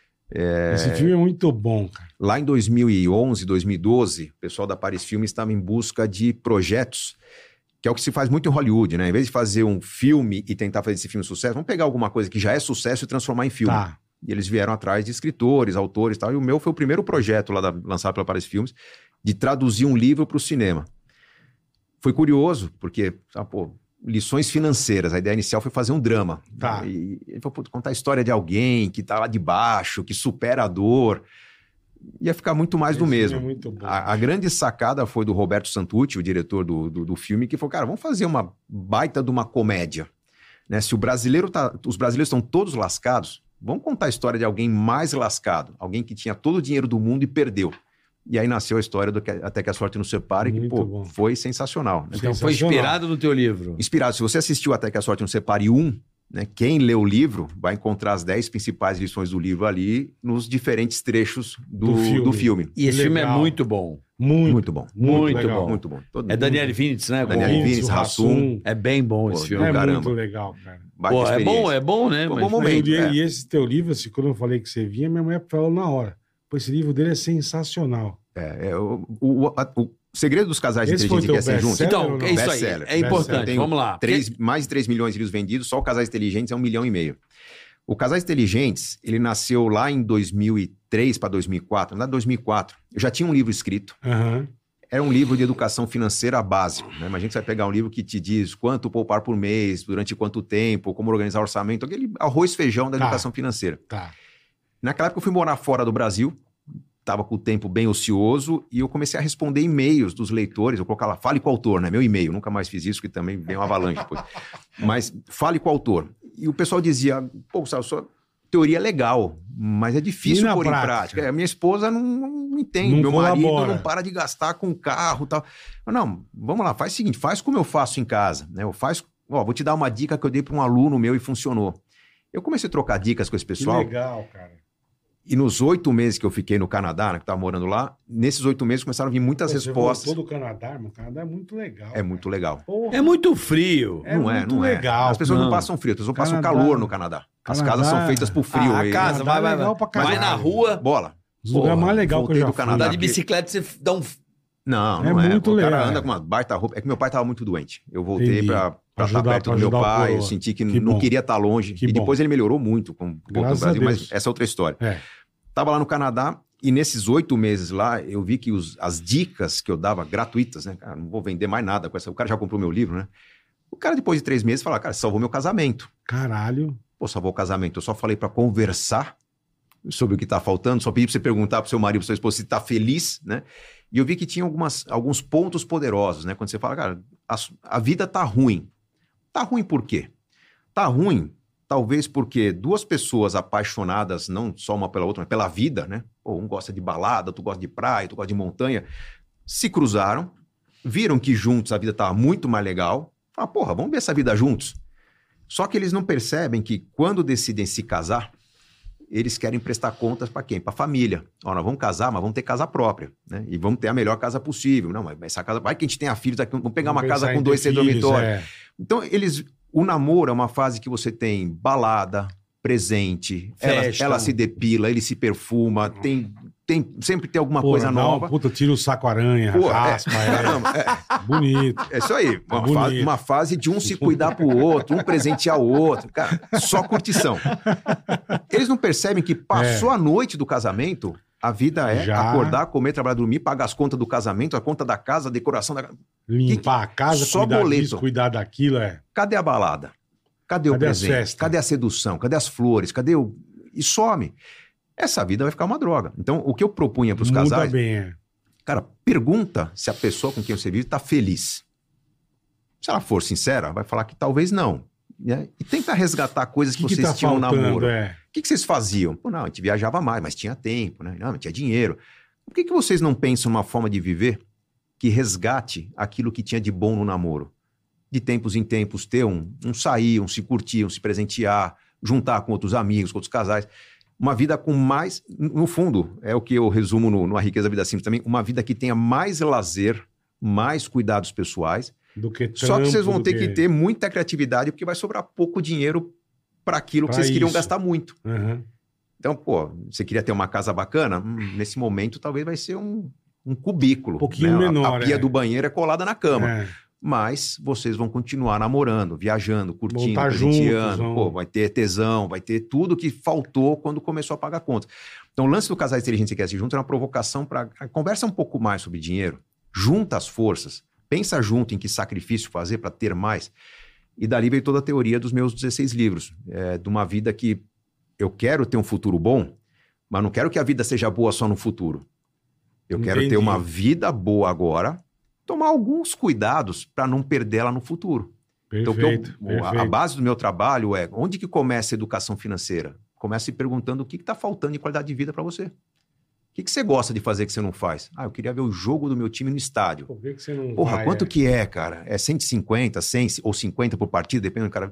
Speaker 4: Esse filme é muito bom, cara.
Speaker 5: Lá em 2011, 2012, o pessoal da Paris Filmes estava em busca de projetos, que é o que se faz muito em Hollywood, né? Em vez de fazer um filme e tentar fazer esse filme sucesso, vamos pegar alguma coisa que já é sucesso e transformar em filme.
Speaker 4: Tá.
Speaker 5: E eles vieram atrás de escritores, autores e tal. E o meu foi o primeiro projeto lá da- lançado pela Paris Filmes de traduzir um livro para o cinema. Foi curioso, porque, ah, pô, lições financeiras. A ideia inicial foi fazer um drama.
Speaker 4: Tá.
Speaker 5: E ele falou, pô, contar a história de alguém que tá lá de baixo, que supera a dor. Ia ficar muito mais do
Speaker 4: Esse filme
Speaker 5: mesmo.
Speaker 4: É muito bom.
Speaker 5: A, a grande sacada foi do Roberto Santucci, o diretor do, do, do filme, que falou: cara, vamos fazer uma baita de uma comédia. Né? Se o brasileiro tá, os brasileiros estão todos lascados, vamos contar a história de alguém mais lascado, alguém que tinha todo o dinheiro do mundo e perdeu. E aí nasceu a história do que, Até que a Sorte nos Separe, que
Speaker 4: Muito
Speaker 5: pô,
Speaker 4: bom.
Speaker 5: foi sensacional. né?
Speaker 6: Então foi
Speaker 4: Sensacional.
Speaker 6: inspirado no teu livro.
Speaker 5: Inspirado, se você assistiu Até que a Sorte nos Separe 1, né, quem lê o livro vai encontrar as 10 principais lições do livro ali nos diferentes trechos do,
Speaker 4: Do filme.
Speaker 5: do filme.
Speaker 6: E esse filme é
Speaker 4: Legal.
Speaker 6: muito bom.
Speaker 4: Muito,
Speaker 5: Muito bom.
Speaker 6: muito
Speaker 4: legal.
Speaker 6: bom.
Speaker 5: Muito bom. Todo-
Speaker 6: É Daniel Vinitz, né?
Speaker 5: Daniele
Speaker 6: Gol?
Speaker 5: Vinitz.
Speaker 4: Vinicius
Speaker 5: Rassum.
Speaker 6: É bem bom esse
Speaker 5: Pô,
Speaker 6: filme.
Speaker 4: É muito
Speaker 5: caramba.
Speaker 4: legal, cara.
Speaker 5: Baita
Speaker 6: Pô, é
Speaker 5: experiência.
Speaker 6: bom, é bom, né?
Speaker 5: Pô,
Speaker 6: Mas-
Speaker 5: bom momento,
Speaker 4: E,
Speaker 5: é.
Speaker 4: e esse teu livro, assim, quando eu falei que você vinha, minha mãe falou na hora. Pô, esse livro dele é sensacional.
Speaker 5: É, é, o, o- a- o segredo dos casais
Speaker 4: Esse foi
Speaker 5: inteligentes
Speaker 4: teu
Speaker 5: que é ser
Speaker 4: best
Speaker 5: juntos.
Speaker 4: seller?
Speaker 5: Então,
Speaker 6: Então,
Speaker 4: Best-seller
Speaker 6: é isso aí.
Speaker 5: best-seller,
Speaker 6: É importante.
Speaker 5: best-seller.
Speaker 6: Vamos lá.
Speaker 5: três, mais de 3 milhões de livros vendidos, só o Casais Inteligentes é um milhão e meio. O Casais Inteligentes, ele nasceu lá em 2003 para 2004, na 2004. Eu já tinha um livro escrito.
Speaker 4: Aham.
Speaker 5: Era um livro de educação financeira básico. Né? Imagina que você vai pegar um livro que te diz quanto poupar por mês, durante quanto tempo, como organizar orçamento, aquele arroz e feijão da
Speaker 4: Tá.
Speaker 5: educação financeira.
Speaker 4: Tá.
Speaker 5: Naquela época eu fui morar fora do Brasil, estava com o tempo bem ocioso e eu comecei a responder e-mails dos leitores. Eu colocava lá, fale com o autor, né? Meu e-mail, nunca mais fiz isso, que também vem uma avalanche depois. Mas fale com o autor. E o pessoal dizia, pô, Gustavo, sua teoria é legal, mas é
Speaker 4: E
Speaker 5: difícil
Speaker 4: na
Speaker 5: pôr em
Speaker 4: prática?
Speaker 5: prática. É, minha esposa não, não entende,
Speaker 4: Não
Speaker 5: meu marido
Speaker 4: colabora.
Speaker 5: não para de gastar com carro e tal. Eu, não, vamos lá, faz o seguinte, faz como eu faço em casa, né? Eu faço, ó, vou te dar uma dica que eu dei para um aluno meu e funcionou. Eu comecei a trocar dicas com esse
Speaker 4: Que
Speaker 5: pessoal.
Speaker 4: legal, cara.
Speaker 5: E nos oito meses que eu fiquei no Canadá, né, que eu tava morando lá, nesses oito meses começaram a vir muitas
Speaker 4: Pô, você
Speaker 5: respostas.
Speaker 4: voltou do Canadá, irmão. O Canadá é muito legal.
Speaker 5: É muito legal.
Speaker 4: legal.
Speaker 6: É muito frio.
Speaker 4: É
Speaker 5: não é,
Speaker 4: muito
Speaker 5: não é.
Speaker 4: legal.
Speaker 5: As pessoas não,
Speaker 6: Não.
Speaker 5: passam frio, as pessoas passam
Speaker 4: Canadá-
Speaker 5: calor no Canadá. As
Speaker 4: Canadá-
Speaker 5: casas são feitas por frio.
Speaker 6: Ah, a
Speaker 5: e- é
Speaker 6: casa
Speaker 4: Canadá
Speaker 6: vai,
Speaker 4: é
Speaker 6: vai,
Speaker 4: legal pra
Speaker 6: Vai
Speaker 4: caralho.
Speaker 6: na rua,
Speaker 5: Bola.
Speaker 4: Os lugares
Speaker 5: Porra,
Speaker 4: mais legais que eu
Speaker 5: voltei
Speaker 4: já
Speaker 5: do
Speaker 4: fui.
Speaker 5: Canadá.
Speaker 6: andar
Speaker 5: Tá,
Speaker 6: de
Speaker 5: porque-
Speaker 6: bicicleta, você dá um...
Speaker 5: Não,
Speaker 4: É
Speaker 5: não é.
Speaker 4: muito
Speaker 5: o cara
Speaker 4: legal.
Speaker 5: anda com uma baita roupa. É que meu pai tava muito doente. Eu voltei
Speaker 4: Entendi.
Speaker 5: pra pra estar
Speaker 4: Ajudar-
Speaker 5: perto
Speaker 4: pra
Speaker 5: do meu
Speaker 4: ajudar o
Speaker 5: pai, assim. eu
Speaker 4: coroa.
Speaker 5: senti que,
Speaker 4: Que
Speaker 5: não
Speaker 4: bom.
Speaker 5: queria estar longe.
Speaker 4: Que
Speaker 5: e
Speaker 4: bom.
Speaker 5: depois ele melhorou muito com voltou ao
Speaker 4: Graças a
Speaker 5: Brasil, mas
Speaker 4: Deus.
Speaker 5: essa é outra história.
Speaker 4: É.
Speaker 5: Tava lá no Canadá e nesses oito meses lá eu vi que os- as dicas que eu dava gratuitas, né? Cara, não vou vender mais nada com essa. O cara já comprou meu livro, né? O cara depois de três meses fala, cara, salvou meu casamento.
Speaker 4: Caralho.
Speaker 5: Pô, salvou o casamento. Eu só falei pra conversar sobre o que tá faltando, só pedi pra você perguntar pro seu marido, pro seu esposo se tá feliz, né? E eu vi que tinha algumas, alguns pontos poderosos, né? Quando você fala, cara, a, su- a vida tá ruim. Tá ruim por quê? Tá ruim, talvez porque duas pessoas apaixonadas, não só uma pela outra, mas pela vida, né? Pô, um gosta de balada, outro gosta de praia, outro gosta de montanha, se cruzaram, viram que juntos a vida tava muito mais legal. Falaram, porra, vamos ver essa vida juntos. Só que eles não percebem que quando decidem se casar, eles querem prestar contas para quem? Para a família. Ó, nós vamos casar, mas vamos ter casa própria, né? E vamos ter a melhor casa possível. Não, mas essa casa, vai que a gente tenha filhos aqui, vamos pegar
Speaker 4: Vamos
Speaker 5: uma casa
Speaker 4: pensar
Speaker 5: com
Speaker 4: em
Speaker 5: dois,
Speaker 4: ter
Speaker 5: três
Speaker 4: filhos,
Speaker 5: dormitórios.
Speaker 4: é.
Speaker 5: Então, eles. O namoro é uma fase que você tem balada, presente, ela,
Speaker 6: Festa.
Speaker 5: ela se depila, ele se perfuma, tem, tem sempre tem alguma
Speaker 4: Porra,
Speaker 5: coisa
Speaker 4: dá uma
Speaker 5: nova.
Speaker 4: Puta, tira o saco-aranha,
Speaker 5: Pô, é.
Speaker 4: raspa, é.
Speaker 5: Caramba, é,
Speaker 4: Bonito.
Speaker 5: é isso aí. Uma,
Speaker 4: Bonito.
Speaker 5: fase, uma fase de um se cuidar pro outro, um presentear o outro. Cara, só curtição. Eles não percebem que passou a noite do casamento, a vida é
Speaker 4: Já.
Speaker 5: acordar, comer, trabalhar, dormir, pagar as contas do casamento, a conta da casa, a decoração da casa.
Speaker 4: Limpar a casa,
Speaker 5: Só
Speaker 4: cuidar
Speaker 5: boleto.
Speaker 4: disso, cuidar daquilo, é.
Speaker 5: Cadê a balada? Cadê, o
Speaker 4: Cadê as
Speaker 5: presente?
Speaker 4: festas?
Speaker 5: Cadê a sedução? Cadê as flores? Cadê o. E some. essa vida vai ficar uma droga. Então, o que eu propunha para os
Speaker 4: Muda
Speaker 5: casais,
Speaker 4: bem, é.
Speaker 5: cara, pergunta se a pessoa com quem você vive está feliz. Se ela for sincera, vai falar que talvez não. né? E tenta resgatar coisas
Speaker 4: O
Speaker 5: que,
Speaker 4: que, que
Speaker 5: vocês
Speaker 4: tá
Speaker 5: tinham no namoro.
Speaker 4: faltando, é?
Speaker 5: O que, que vocês faziam? Pô, não, a gente viajava mais, mas tinha tempo, né? Não, mas tinha dinheiro. Por que, que vocês não pensam numa forma de viver que resgate aquilo que tinha de bom no namoro? De tempos em tempos, ter um, um sair, um se curtir, um se presentear, juntar com outros amigos, com outros casais. Uma vida com mais, no fundo, é o que eu resumo no, no A Riqueza da Vida Simples também, uma vida que tenha mais lazer, mais cuidados pessoais.
Speaker 4: Do que
Speaker 5: Só que vocês
Speaker 4: trampo,
Speaker 5: vão
Speaker 4: do
Speaker 5: ter que ter muita criatividade, porque vai sobrar pouco dinheiro para aquilo que
Speaker 4: Pra
Speaker 5: vocês queriam
Speaker 4: isso.
Speaker 5: gastar muito.
Speaker 4: Aham.
Speaker 5: Então, pô, você queria ter uma casa bacana? Hum, nesse momento, talvez vai ser um, um cubículo.
Speaker 4: Um pouquinho
Speaker 5: né? A-
Speaker 4: menor,
Speaker 5: A pia
Speaker 4: é.
Speaker 5: do banheiro é colada na cama.
Speaker 4: É.
Speaker 5: Mas vocês vão continuar namorando, viajando, curtindo,
Speaker 4: estar juntos,
Speaker 5: presenteando.
Speaker 4: vão-
Speaker 5: Pô, vai ter tesão, vai ter tudo que faltou quando começou a pagar contas. Então, o lance do Casais Inteligentes e Cast Juntos é uma provocação para... Conversa um pouco mais sobre dinheiro. Junta as forças. Pensa junto em que sacrifício fazer para ter mais. E dali veio toda a teoria dos meus 16 livros. É, de uma vida que eu quero ter um futuro bom, mas não quero que a vida seja boa só no futuro. Eu quero
Speaker 4: Entendi.
Speaker 5: ter uma vida boa agora, tomar alguns cuidados para não perdê-la no futuro. Então, o que eu-
Speaker 4: Perfeito,
Speaker 5: o- a- a,
Speaker 4: perfeito.
Speaker 5: base do meu trabalho é onde que começa a educação financeira? Começa se perguntando o que está faltando de qualidade de vida para você. O que, que você gosta de fazer que você não faz? Ah, eu queria ver o jogo do meu time no estádio.
Speaker 4: Por que, que você não
Speaker 5: Porra,
Speaker 4: vai,
Speaker 5: quanto
Speaker 4: é?
Speaker 5: que é, cara? É 150, 100 ou 50 por partida, depende do cara.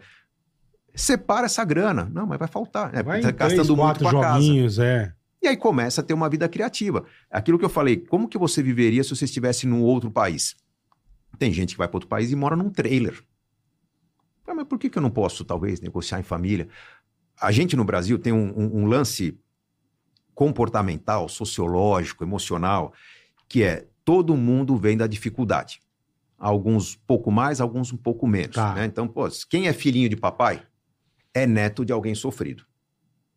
Speaker 5: Separa essa grana. Não, mas vai faltar. né?
Speaker 4: Vai
Speaker 5: tá
Speaker 4: em
Speaker 5: gastando
Speaker 4: três,
Speaker 5: muito
Speaker 4: quatro
Speaker 5: com a casa.
Speaker 4: joguinhos, é.
Speaker 5: E aí começa a ter uma vida criativa. Aquilo que eu falei, como que você viveria se você estivesse num outro país? Tem gente que vai para outro país e mora num trailer. Ah, mas por que, que eu não posso, talvez, negociar em família? A gente no Brasil tem um, um- um lance comportamental, sociológico, emocional, que é todo mundo vem da dificuldade. Alguns pouco mais, alguns um pouco menos.
Speaker 4: Tá.
Speaker 5: né? Então, pô, quem é filhinho de papai é neto de alguém sofrido.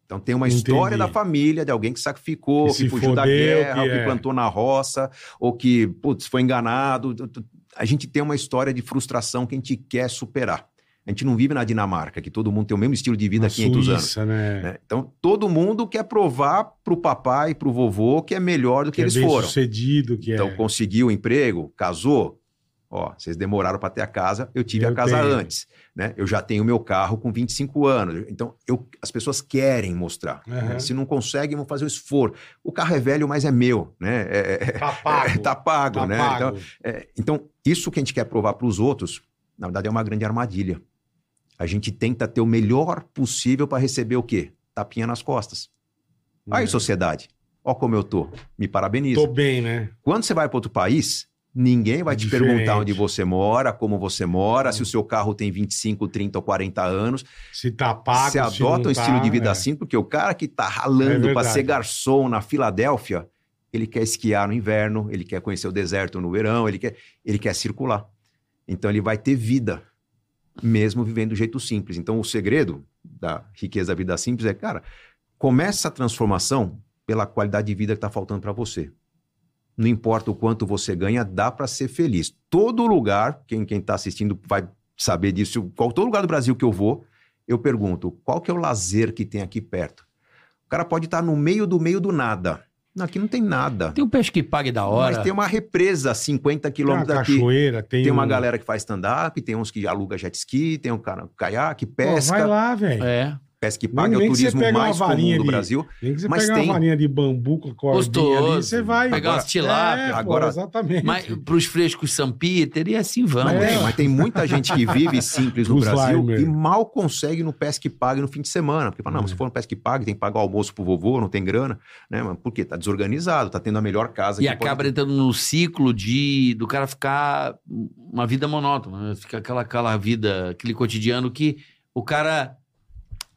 Speaker 5: Então tem uma história
Speaker 4: Entendi.
Speaker 5: da família de alguém que sacrificou,
Speaker 4: Que
Speaker 5: que,
Speaker 4: se
Speaker 5: fugiu da
Speaker 4: fodeu,
Speaker 5: guerra,
Speaker 4: que
Speaker 5: ou que
Speaker 4: é.
Speaker 5: plantou na roça, ou que putz, foi enganado. A gente tem uma história de frustração que a gente quer superar. A gente não vive na Dinamarca, que todo mundo tem o mesmo estilo de vida há
Speaker 4: Na
Speaker 5: 500 anos.
Speaker 4: Suíça, né?
Speaker 5: né? Então todo mundo quer provar pro papai, pro vovô que é melhor do que,
Speaker 4: é
Speaker 5: eles
Speaker 4: bem
Speaker 5: foram.
Speaker 4: sucedido, que
Speaker 5: Então
Speaker 4: é.
Speaker 5: conseguiu o emprego, casou. Ó, vocês demoraram para ter a casa, eu tive
Speaker 4: Eu
Speaker 5: a casa
Speaker 4: tenho.
Speaker 5: antes, né? Eu já tenho meu carro com 25 anos. Então, eu, as pessoas querem mostrar. né?
Speaker 4: Aham.
Speaker 5: Se não conseguem, vão fazer o esforço. O carro é velho, mas é meu, né? É, é-
Speaker 4: Tá
Speaker 5: é-
Speaker 4: pago.
Speaker 5: tá pago,
Speaker 4: tá
Speaker 5: né? Então,
Speaker 4: pago.
Speaker 5: é, então, isso que a gente quer provar para os outros, na verdade, é uma grande armadilha. A gente tenta ter o melhor possível para receber o quê? Tapinha nas costas. Aí,
Speaker 4: É.
Speaker 5: sociedade, ó como eu tô. Me parabeniza.
Speaker 4: Tô bem, né?
Speaker 5: Quando você vai para outro país, ninguém vai te
Speaker 4: Diferente.
Speaker 5: perguntar onde você mora, como você mora, se o seu carro tem 25, 30 ou 40 anos.
Speaker 4: Se tá pago,
Speaker 5: você
Speaker 4: se não
Speaker 5: adota um
Speaker 4: tá,
Speaker 5: estilo de vida
Speaker 4: é.
Speaker 5: assim, porque o cara que tá
Speaker 4: É
Speaker 5: ralando
Speaker 4: verdade.
Speaker 5: para ser garçom na Filadélfia, ele quer esquiar no inverno, ele quer conhecer o deserto no verão, ele quer, ele quer circular. Então ele vai ter vida, mesmo vivendo do jeito simples. Então o segredo da riqueza da vida simples é, cara, começa a transformação pela qualidade de vida que está faltando para você. Não importa o quanto você ganha, dá para ser feliz. Todo lugar, quem quem está assistindo vai saber disso. Eu- Qual todo lugar do Brasil que eu vou, eu pergunto qual que é o lazer que tem aqui perto. O cara pode estar no meio do meio do nada. Não, aqui não tem nada.
Speaker 6: Tem um peixe que pague da
Speaker 5: Mas
Speaker 6: hora.
Speaker 5: tem uma represa a
Speaker 4: Tem um
Speaker 5: 50
Speaker 4: uma
Speaker 5: quilômetros daqui.
Speaker 4: cachoeira, tem,
Speaker 5: Tem
Speaker 4: um-
Speaker 5: uma galera que faz stand-up, tem uns que aluga jet ski, tem um cara caiaque,
Speaker 4: Pô, vai
Speaker 5: pesca,
Speaker 4: lá, velho.
Speaker 6: É.
Speaker 5: pesca que paga é
Speaker 4: nem
Speaker 5: o
Speaker 4: que você
Speaker 5: turismo
Speaker 4: pega uma
Speaker 5: mais comum
Speaker 4: varinha
Speaker 5: do
Speaker 4: de-
Speaker 5: Brasil.
Speaker 4: Nem que você
Speaker 5: Mas
Speaker 4: pegar
Speaker 5: tem.
Speaker 4: uma varinha de bambu com a cordinha
Speaker 6: Gostoso.
Speaker 4: ali, você vai.
Speaker 6: Pegar umas tilápia.
Speaker 4: É, pô,
Speaker 5: Agora-
Speaker 4: exatamente.
Speaker 6: Mas pros frescos São Peter e assim vamos.
Speaker 5: Mas,
Speaker 4: É.
Speaker 5: tem, mas tem muita gente que vive simples no
Speaker 4: Bruce
Speaker 5: Brasil
Speaker 4: Leimer.
Speaker 5: e mal consegue no pesca e paga no fim de semana. Porque fala, não,
Speaker 4: Hum.
Speaker 5: se for no pesca e paga, tem que pagar o almoço pro vovô, não tem grana, né? Mas por quê? Tá desorganizado, tá tendo a melhor casa.
Speaker 6: E
Speaker 5: que pode-
Speaker 6: acaba entrando num ciclo de do cara ficar uma vida monótona, né? fica aquela aquela vida, aquele cotidiano que o cara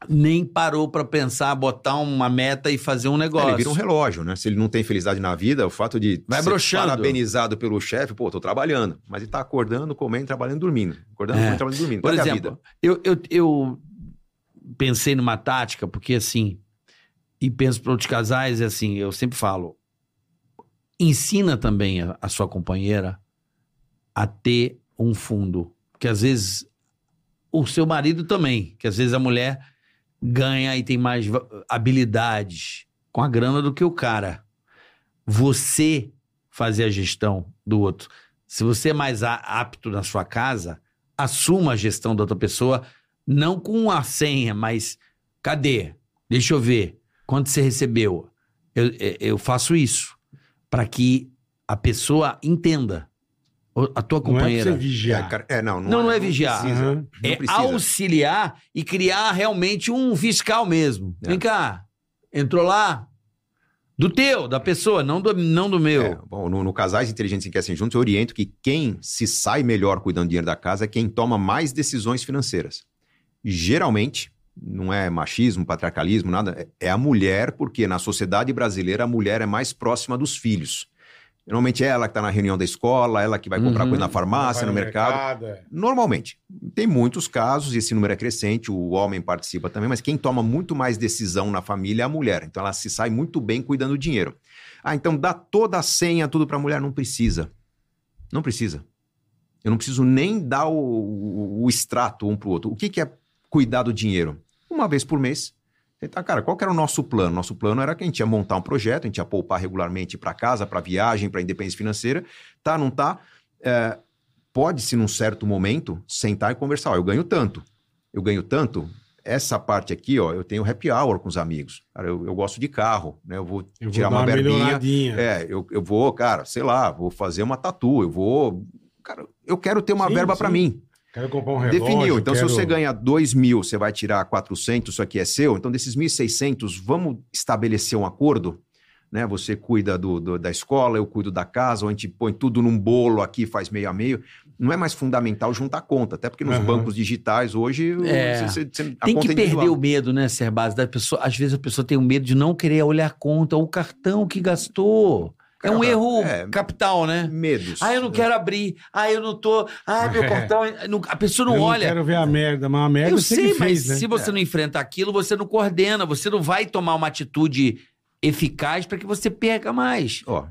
Speaker 6: nem parou pra pensar, botar uma meta e fazer um
Speaker 5: É,
Speaker 6: negócio.
Speaker 5: Ele vira um relógio, né? Se ele não tem felicidade na vida, o fato de
Speaker 6: Vai broxando.
Speaker 5: parabenizado pelo chefe, pô, tô trabalhando. Mas ele tá acordando, comendo, trabalhando, dormindo. Acordando,
Speaker 6: É.
Speaker 5: comendo, trabalhando, dormindo.
Speaker 6: Por
Speaker 5: Cadê a
Speaker 6: exemplo, eu, eu, eu pensei numa tática, porque assim, e penso para outros casais, é assim, eu sempre falo, ensina também a, a sua companheira a ter um fundo. Porque às vezes o seu marido também, que às vezes a mulher ganha e tem mais va- habilidades com a grana do que o cara. Você fazer a gestão do outro. Se você é mais a- apto na sua casa, assuma a gestão da outra pessoa, não com a senha, mas cadê? Deixa eu ver. Quanto você recebeu? Eu, eu- eu faço isso para que a pessoa entenda. O- A
Speaker 4: Não é pra
Speaker 6: tua companheira.
Speaker 4: você vigiar.
Speaker 5: cara, é, não,
Speaker 6: Não, não é vigiar.
Speaker 5: precisa,
Speaker 4: Aham.
Speaker 5: não
Speaker 6: É
Speaker 5: precisa.
Speaker 6: auxiliar e criar realmente um fiscal mesmo.
Speaker 5: É.
Speaker 6: Vem cá, entrou lá. Do teu, da pessoa, não do, não do meu.
Speaker 5: É, bom, no, no Casais Inteligentes Enquecem Juntos, eu oriento que quem se sai melhor cuidando do dinheiro da casa é quem toma mais decisões financeiras. Geralmente, não é machismo, patriarcalismo, nada, é é a mulher, porque na sociedade brasileira a mulher é mais próxima dos filhos. Normalmente é ela que está na reunião da escola, ela que vai comprar
Speaker 6: Uhum.
Speaker 5: coisa na farmácia,
Speaker 4: Vai
Speaker 5: no mercado.
Speaker 4: é.
Speaker 5: Normalmente. Tem muitos casos, e esse número é crescente, o homem participa também, mas quem toma muito mais decisão na família é a mulher. Então ela se sai muito bem cuidando do dinheiro. Ah, então dá toda a senha, tudo pra mulher? Não precisa. Não precisa. Eu não preciso nem dar o, o- o extrato um pro outro. O que, que é cuidar do dinheiro? Uma vez por mês. Então, cara, qual que era o nosso plano? Nosso plano era que a gente ia montar um projeto, a gente ia poupar regularmente pra casa, pra viagem, pra independência financeira. Tá, não tá? É, pode-se, num certo momento, sentar e conversar. Ó, eu ganho tanto, eu ganho tanto. Essa parte aqui, ó, eu tenho happy hour com os amigos. Cara, eu, eu gosto de carro, né? Eu vou
Speaker 4: Eu vou
Speaker 5: tirar
Speaker 4: dar uma,
Speaker 5: uma verbinha.
Speaker 4: melhoradinha.
Speaker 5: É, eu, eu vou, cara, sei lá, vou fazer uma tatu, eu vou. Cara, eu quero ter uma
Speaker 4: Sim,
Speaker 5: verba
Speaker 4: sim.
Speaker 5: pra mim.
Speaker 4: Quero comprar um relógio.
Speaker 5: Definiu. Então,
Speaker 4: quero-
Speaker 5: se você ganha 2 mil, você vai tirar 400, isso aqui é seu. Então, desses 1.600, vamos estabelecer um acordo? Né? Você cuida do, do- da escola, eu cuido da casa, ou a gente põe tudo num bolo aqui, faz meio a meio. Não é mais fundamental juntar conta, até porque nos
Speaker 4: Aham.
Speaker 5: bancos digitais hoje
Speaker 6: É.
Speaker 5: você- você- a
Speaker 6: Tem
Speaker 5: conta
Speaker 6: que
Speaker 5: é
Speaker 6: perder
Speaker 5: individual.
Speaker 6: o medo, né, Serbase? Da pessoa, às vezes a pessoa tem o medo de não querer olhar a conta, ou o cartão que gastou. é um
Speaker 5: Cara,
Speaker 6: erro
Speaker 5: é.
Speaker 6: capital, né?
Speaker 5: medos.
Speaker 6: Ah, eu não quero abrir. Ah, eu não tô.
Speaker 5: É.
Speaker 6: Ah, meu cartão. Não- A pessoa não
Speaker 4: É. eu
Speaker 6: olha.
Speaker 4: Não quero ver a merda, mas a merda
Speaker 6: eu
Speaker 4: você
Speaker 6: sei,
Speaker 4: que
Speaker 6: mas
Speaker 4: fez, né?
Speaker 6: se
Speaker 5: é.
Speaker 6: você não enfrenta aquilo, você não coordena, você não vai tomar uma atitude eficaz para que você perca mais.
Speaker 5: Ó,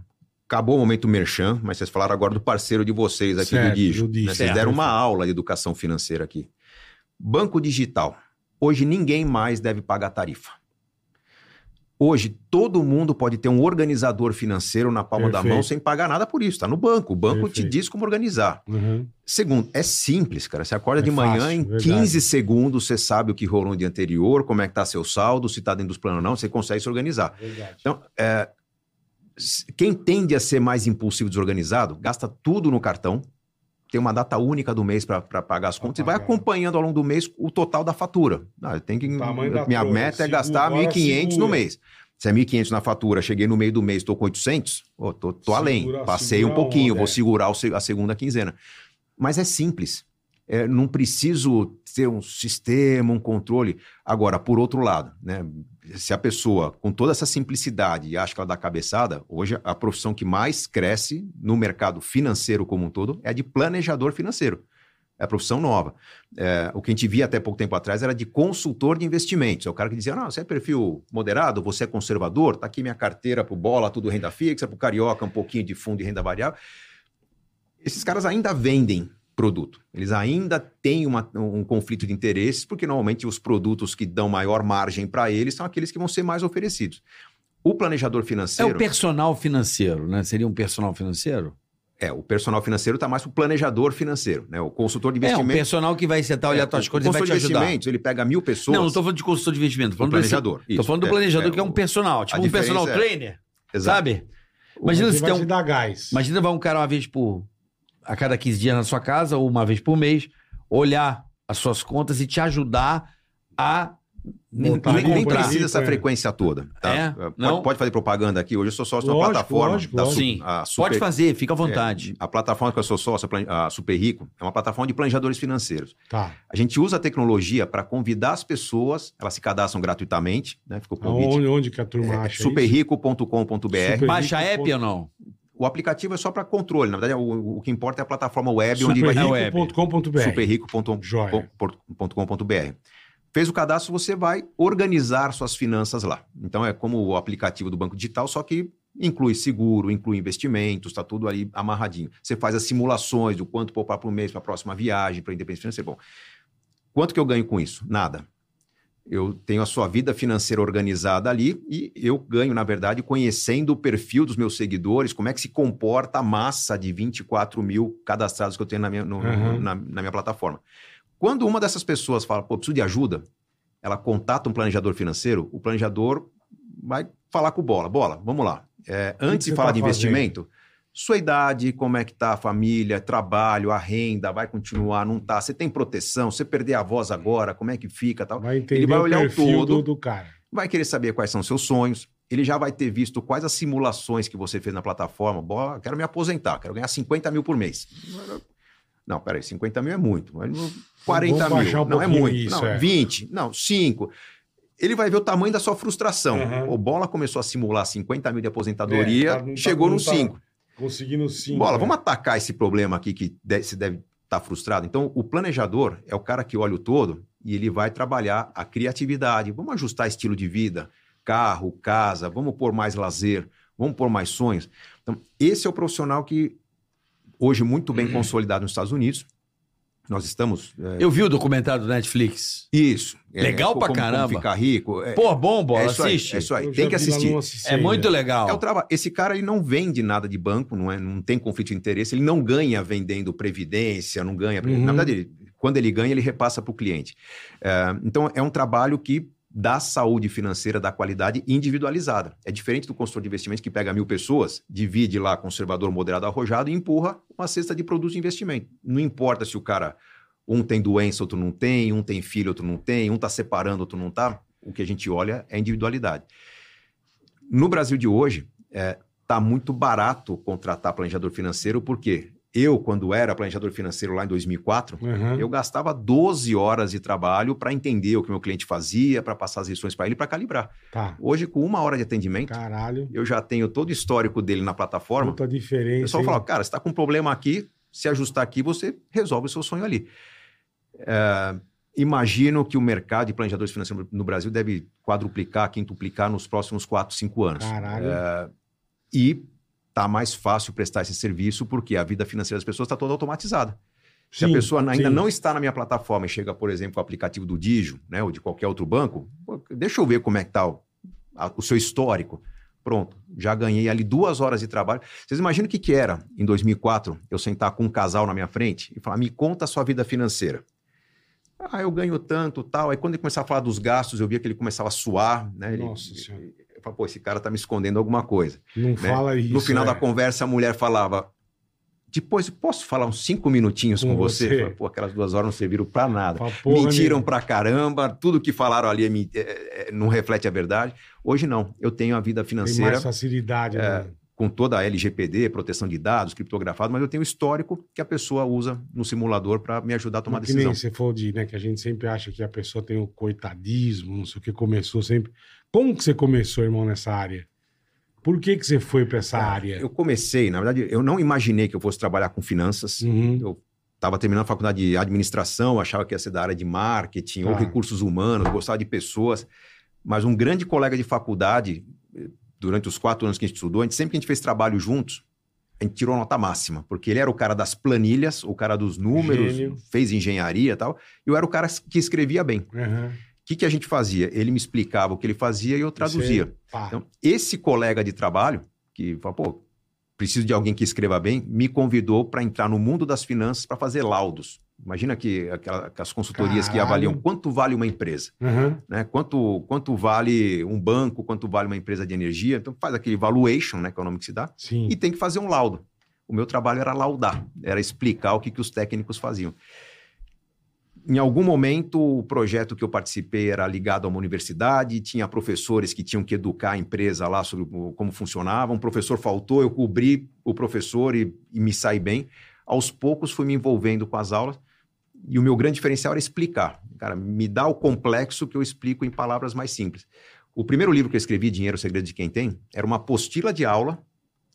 Speaker 5: acabou o momento merchan, mas vocês falaram agora do parceiro de vocês aqui
Speaker 4: Certo,
Speaker 5: do Digio.
Speaker 4: do Digio.
Speaker 5: né? Vocês
Speaker 4: Certo.
Speaker 5: deram uma aula de educação financeira aqui. Banco digital. Hoje ninguém mais deve pagar tarifa. Hoje todo mundo pode ter um organizador financeiro na palma da mão
Speaker 4: Perfeito.
Speaker 5: sem pagar nada por isso. Está no banco. O banco te
Speaker 4: Perfeito.
Speaker 5: diz como organizar.
Speaker 4: Uhum.
Speaker 5: Segundo, é simples, cara. Você acorda
Speaker 4: É
Speaker 5: de manhã,
Speaker 4: fácil,
Speaker 5: em
Speaker 4: verdade.
Speaker 5: 15 segundos você sabe o que rolou no dia anterior, como é que tá seu saldo, se está dentro dos planos ou não, você consegue se organizar.
Speaker 4: Verdade.
Speaker 5: Então, é, s- quem tende a ser mais impulsivo e desorganizado, gasta tudo no cartão, tem uma data única do mês para pagar as
Speaker 4: Pra
Speaker 5: contas e vai
Speaker 4: pagar.
Speaker 5: acompanhando ao longo do mês o total da fatura. Ah, eu tenho que,
Speaker 4: O tamanho da
Speaker 5: minha
Speaker 4: folha,
Speaker 5: meta é
Speaker 4: segura,
Speaker 5: gastar
Speaker 4: agora
Speaker 5: 1.500 no
Speaker 4: segura.
Speaker 5: mês. Se é 1.500 na fatura, cheguei no meio do mês, estou com 800, oh, tô, tô
Speaker 4: Segura-
Speaker 5: além, passei
Speaker 4: segura
Speaker 5: um
Speaker 4: a
Speaker 5: pouquinho,
Speaker 4: onda,
Speaker 5: vou
Speaker 4: é.
Speaker 5: segurar o se- a segunda quinzena. Mas é simples. É, não preciso ter um sistema, um controle. Agora, por outro lado, né, se a pessoa, com toda essa simplicidade, acha que ela dá cabeçada, hoje a profissão que mais cresce no mercado financeiro como um todo é a de planejador financeiro. É a profissão nova. É, o que a gente via até pouco tempo atrás era de consultor de investimentos. É o cara que dizia: não, você é perfil moderado, você é conservador, tá aqui minha carteira pro bola, tudo renda fixa, pro carioca, um pouquinho de fundo e renda variável. Esses caras ainda vendem produto. Eles ainda têm uma- um conflito de interesses, porque normalmente os produtos que dão maior margem para eles são aqueles que vão ser mais oferecidos. O planejador
Speaker 6: É
Speaker 5: financeiro.
Speaker 6: o personal financeiro, né? Seria um personal financeiro?
Speaker 5: É, o personal financeiro está mais para o planejador financeiro, né? O consultor de
Speaker 6: É, um
Speaker 5: investimento.
Speaker 6: personal que vai sentar, olhar
Speaker 5: É,
Speaker 6: tuas
Speaker 5: o
Speaker 6: contas e vai te
Speaker 5: consultor de
Speaker 6: ajudar.
Speaker 5: investimentos, ele pega mil pessoas.
Speaker 6: Não, não tô falando de consultor de investimento, tô
Speaker 5: o
Speaker 6: falando, planejador,
Speaker 5: planejador.
Speaker 6: tô falando do planejador que é um personal, tipo um
Speaker 5: diferença é-
Speaker 6: personal trainer,
Speaker 5: Exato.
Speaker 6: sabe? Imagina
Speaker 4: Você
Speaker 6: se
Speaker 4: vai
Speaker 6: tem um
Speaker 4: te dar gás.
Speaker 6: Imagina vai um cara uma vez por. a cada 15 dias na sua casa, ou uma vez por mês, olhar as suas contas e te ajudar a.
Speaker 4: Montar
Speaker 5: Nem, nem
Speaker 4: comprar.
Speaker 5: precisa dessa
Speaker 4: É.
Speaker 5: frequência toda. tá?
Speaker 6: É?
Speaker 5: Pode,
Speaker 6: Não?
Speaker 5: pode fazer propaganda aqui. Hoje eu sou sócio de uma
Speaker 4: Lógico,
Speaker 5: plataforma.
Speaker 4: lógico,
Speaker 5: da
Speaker 4: lógico.
Speaker 5: Su-
Speaker 6: Sim.
Speaker 5: a
Speaker 6: Pode
Speaker 5: Super- É.
Speaker 6: fazer, fica à vontade.
Speaker 5: A plataforma que eu sou sócio, a Plan- a Super Rico, é uma plataforma de planejadores financeiros.
Speaker 4: Tá.
Speaker 5: A gente usa a tecnologia para convidar as pessoas, elas se cadastram gratuitamente, né? Ficou o convite.
Speaker 4: Onde, onde que a turma
Speaker 5: É,
Speaker 4: acha isso?
Speaker 5: Superrico.com.br.
Speaker 4: Super-
Speaker 6: Baixa a
Speaker 4: Rico,
Speaker 6: app
Speaker 4: pô.
Speaker 6: ou não?
Speaker 5: O aplicativo é só para controle. Na verdade, o, o que importa é a plataforma web onde vai
Speaker 4: Superrico.com.br. Joia.
Speaker 5: superrico.com.br. Fez o cadastro, você vai organizar suas finanças lá. Então é como o aplicativo do Banco Digital, só que inclui seguro, inclui investimentos, está tudo ali amarradinho. Você faz as simulações do quanto poupar por mês para a próxima viagem, para a independência financeira. Bom, quanto que eu ganho com isso? Nada. Eu tenho a sua vida financeira organizada ali e eu ganho, na verdade, conhecendo o perfil dos meus seguidores, como é que se comporta a massa de 24 mil cadastrados que eu tenho na minha, no-
Speaker 4: Uhum.
Speaker 5: na- na minha plataforma. Quando uma dessas pessoas fala, pô, preciso de ajuda, ela contata um planejador financeiro, o planejador vai falar com o Bola. Bola, vamos lá. É,
Speaker 4: que
Speaker 5: antes
Speaker 4: você
Speaker 5: de falar
Speaker 4: tá
Speaker 5: de
Speaker 4: fazendo?
Speaker 5: investimento, sua idade, como é que tá a família, trabalho, a renda, vai continuar, não tá? Você tem proteção? Você perder a voz agora, como é que fica tal?
Speaker 4: Vai entender
Speaker 5: Ele vai olhar
Speaker 4: o
Speaker 5: o
Speaker 4: perfil
Speaker 5: todo.
Speaker 4: do, do cara.
Speaker 5: Vai querer saber quais são seus sonhos. Ele já vai ter visto quais as simulações que você fez na plataforma. Bola, quero me aposentar, quero ganhar 50 mil por mês. Não, peraí, 50 mil é muito. mas não- 40
Speaker 4: Vamos baixar
Speaker 5: mil.
Speaker 4: um
Speaker 5: não é
Speaker 4: pouquinho
Speaker 5: muito.
Speaker 4: isso,
Speaker 5: não,
Speaker 4: é.
Speaker 5: 20. Não, 5. Ele vai ver o tamanho da sua frustração.
Speaker 4: Uhum.
Speaker 5: O Bola começou a simular 50 mil de aposentadoria,
Speaker 4: É, tá- não tá-
Speaker 5: chegou
Speaker 4: não
Speaker 5: no
Speaker 4: tá-
Speaker 5: 5.
Speaker 4: Conseguindo sim.
Speaker 5: Bola,
Speaker 4: né?
Speaker 5: vamos atacar esse problema aqui que de- se deve estar frustrado. Então, o planejador é o cara que olha o todo e ele vai trabalhar a criatividade. Vamos ajustar estilo de vida, carro, casa, vamos pôr mais lazer, vamos pôr mais sonhos. Então, esse é o profissional que hoje muito
Speaker 4: Uhum.
Speaker 5: bem consolidado nos Estados Unidos. Nós estamos. é,
Speaker 6: Eu vi o documentário do Netflix.
Speaker 5: isso. É,
Speaker 6: Legal
Speaker 5: co-
Speaker 6: pra
Speaker 5: como- como
Speaker 6: caramba.
Speaker 5: ficar rico. É,
Speaker 6: Pô, bom, bola,
Speaker 5: é isso aí,
Speaker 6: assiste.
Speaker 5: é isso aí.
Speaker 4: Eu já
Speaker 5: Tem que
Speaker 4: vi lá
Speaker 5: assistir.
Speaker 4: no Assist
Speaker 6: É muito
Speaker 4: ainda.
Speaker 6: legal.
Speaker 5: É o trabalho. Esse cara ele não vende nada de banco, não, é, não tem conflito de interesse, ele não ganha vendendo previdência, não ganha.
Speaker 4: Uhum.
Speaker 5: Na verdade, ele- quando ele ganha, ele repassa para o cliente. É, então, é um trabalho que dá saúde financeira, dá qualidade individualizada. É diferente do consultor de investimentos que pega mil pessoas, divide lá conservador, moderado, arrojado e empurra uma cesta de produtos de investimento. Não importa se o cara. Um tem doença, outro não tem, um tem filho, outro não tem, um está separando, outro não está. O que a gente olha é a individualidade. No Brasil de hoje, está muito barato contratar planejador financeiro, porque eu, quando era planejador financeiro lá em 2004,
Speaker 4: Aham.
Speaker 5: eu gastava 12 horas de trabalho para entender o que meu cliente fazia, para passar as lições para ele, para calibrar.
Speaker 4: Tá.
Speaker 5: Hoje, com uma hora de atendimento,
Speaker 4: Caralho.
Speaker 5: eu já tenho todo o histórico dele na plataforma.
Speaker 4: Puta
Speaker 5: o
Speaker 4: diferença.
Speaker 5: pessoal
Speaker 4: hein?
Speaker 5: fala, cara, você está com um problema aqui, se ajustar aqui, você resolve o seu sonho ali. É, imagino que o mercado de planejadores financeiros no Brasil deve quadruplicar, quintuplicar nos próximos 4, 5 anos.
Speaker 4: Caralho.
Speaker 5: É, e tá mais fácil prestar esse serviço porque a vida financeira das pessoas está toda automatizada. Se
Speaker 4: Sim,
Speaker 5: a pessoa ainda
Speaker 4: sim.
Speaker 5: não está na minha plataforma e chega, por exemplo, com o aplicativo do Digio, né, ou de qualquer outro banco, pô, deixa eu ver como é que tá o, a- o seu histórico. Pronto, já ganhei ali duas horas de trabalho. Vocês imaginam o que, que era, em 2004, eu sentar com um casal na minha frente e falar, me conta a sua vida financeira. Ah, eu ganho tanto, tal. Aí quando ele começava a falar dos gastos, eu via que ele começava a suar, né? Ele,
Speaker 4: Nossa Senhora.
Speaker 5: eu falava, pô, esse cara tá me escondendo alguma coisa.
Speaker 4: Não fala isso.
Speaker 5: né, No final
Speaker 4: é.
Speaker 5: da conversa, a mulher falava: Depois, posso falar uns cinco minutinhos com,
Speaker 4: Com
Speaker 5: você?
Speaker 4: você.
Speaker 5: Eu falei, Pô, aquelas duas horas não serviram pra nada.
Speaker 4: Fala, porra, né?
Speaker 5: Mentiram
Speaker 4: amigo.
Speaker 5: pra caramba, tudo que falaram ali é men- é- é- não reflete a verdade. Hoje não, eu tenho a vida
Speaker 4: Tem
Speaker 5: financeira
Speaker 4: mais facilidade.
Speaker 5: É.
Speaker 4: né?
Speaker 5: com toda a LGPD, proteção de dados, criptografado, mas eu tenho o histórico que a pessoa usa no simulador pra me ajudar a tomar
Speaker 4: é que
Speaker 5: decisão.
Speaker 4: nem você falou de, né, que a gente sempre acha que a pessoa tem o coitadismo, não sei o que, começou sempre. Como que você começou, irmão, nessa área? Por que que você foi pra essa área?
Speaker 5: Ah, Eu comecei, na verdade, eu não imaginei que eu fosse trabalhar com finanças.
Speaker 4: Uhum.
Speaker 5: Estava terminando a faculdade de administração, achava que ia ser da área de marketing ou
Speaker 4: Tá.
Speaker 5: recursos humanos, gostava de pessoas. Mas um grande colega de faculdade, eh, durante os quatro anos que a gente estudou, a gente, sempre que a gente fez trabalho juntos, a gente tirou nota máxima, porque ele era o cara das planilhas, o cara dos números,
Speaker 4: Gênio.
Speaker 5: fez engenharia e tal. E eu era o cara que escrevia bem. O
Speaker 4: Aham.
Speaker 5: que, que a gente fazia? Ele me explicava o que ele fazia e eu traduzia.
Speaker 4: Pá.
Speaker 5: Então, esse colega de trabalho, que falou, pô, preciso de alguém que escreva bem, me convidou para entrar no mundo das finanças para fazer laudos. Imagina que aquela- aquelas consultorias que
Speaker 4: Caralho.
Speaker 5: avaliam quanto vale uma empresa,
Speaker 4: Aham.
Speaker 5: né? Quanto, quanto vale um banco, quanto vale uma empresa de energia. Então faz aquele valuation, né? Que é o nome que se dá,
Speaker 4: Sim.
Speaker 5: e tem que fazer um laudo. O meu trabalho era laudar, era explicar o que, que os técnicos faziam. Em algum momento, o projeto que eu participei era ligado a uma universidade, tinha professores que tinham que educar a empresa lá sobre o- como funcionava. Um professor faltou, eu cobri o professor e, e me saí bem. Aos poucos, fui me envolvendo com as aulas e o meu grande diferencial era explicar. Cara, me dá o complexo que eu explico em palavras mais simples. O primeiro livro que eu escrevi, Dinheiro, o Segredo de Quem Tem, era uma apostila de aula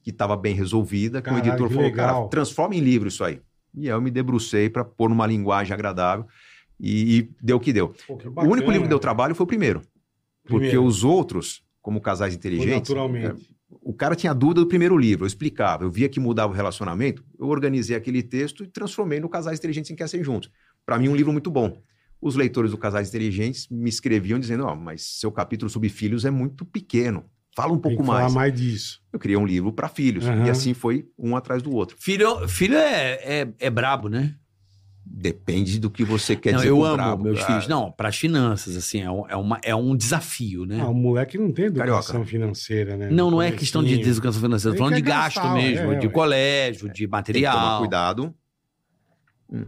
Speaker 5: que estava bem resolvida, que
Speaker 4: Caralho,
Speaker 5: o editor
Speaker 4: que
Speaker 5: falou,
Speaker 4: legal.
Speaker 5: cara, transforma em livro isso aí. E aí eu me debrucei para pôr numa linguagem agradável e, e deu o que deu.
Speaker 4: Pô, que
Speaker 5: o
Speaker 4: bacana,
Speaker 5: único livro que deu
Speaker 4: cara.
Speaker 5: trabalho foi o primeiro, porque
Speaker 4: Primeiro,
Speaker 5: os outros, como casais
Speaker 4: foi
Speaker 5: inteligentes,
Speaker 4: Naturalmente.
Speaker 5: o cara tinha dúvida do primeiro livro, eu explicava, eu via que mudava o relacionamento, eu organizei aquele texto e transformei no Casais Inteligentes em Quer Ser Juntos. Para mim, um livro muito bom. Os leitores do Casais Inteligentes me escreviam dizendo: ó, mas seu capítulo sobre filhos é muito pequeno. Fala um
Speaker 4: Tem
Speaker 5: pouco
Speaker 4: que falar
Speaker 5: mais.
Speaker 4: mais disso.
Speaker 5: Eu criei um livro para filhos.
Speaker 4: Aham.
Speaker 5: E assim foi um atrás do outro.
Speaker 6: Filho, filho é, é, é brabo, né?
Speaker 5: Depende do que você quer
Speaker 6: Não,
Speaker 5: dizer.
Speaker 6: eu
Speaker 5: com é,
Speaker 6: amo
Speaker 5: brabo,
Speaker 6: meus
Speaker 5: cara.
Speaker 6: filhos. Não, para finanças, assim, é um, é uma- é um desafio, né?
Speaker 4: Ah, o moleque não tem educação financeira, né?
Speaker 6: Não, não é
Speaker 4: Comecinho.
Speaker 6: questão de deseducação financeira,
Speaker 4: Ele
Speaker 6: tô falando de
Speaker 4: quer
Speaker 6: gasto
Speaker 4: gastar,
Speaker 6: mesmo,
Speaker 4: é,
Speaker 6: de
Speaker 4: ué.
Speaker 6: colégio,
Speaker 5: Tem
Speaker 6: de
Speaker 5: que tomar
Speaker 6: material.
Speaker 5: cuidado. Hum.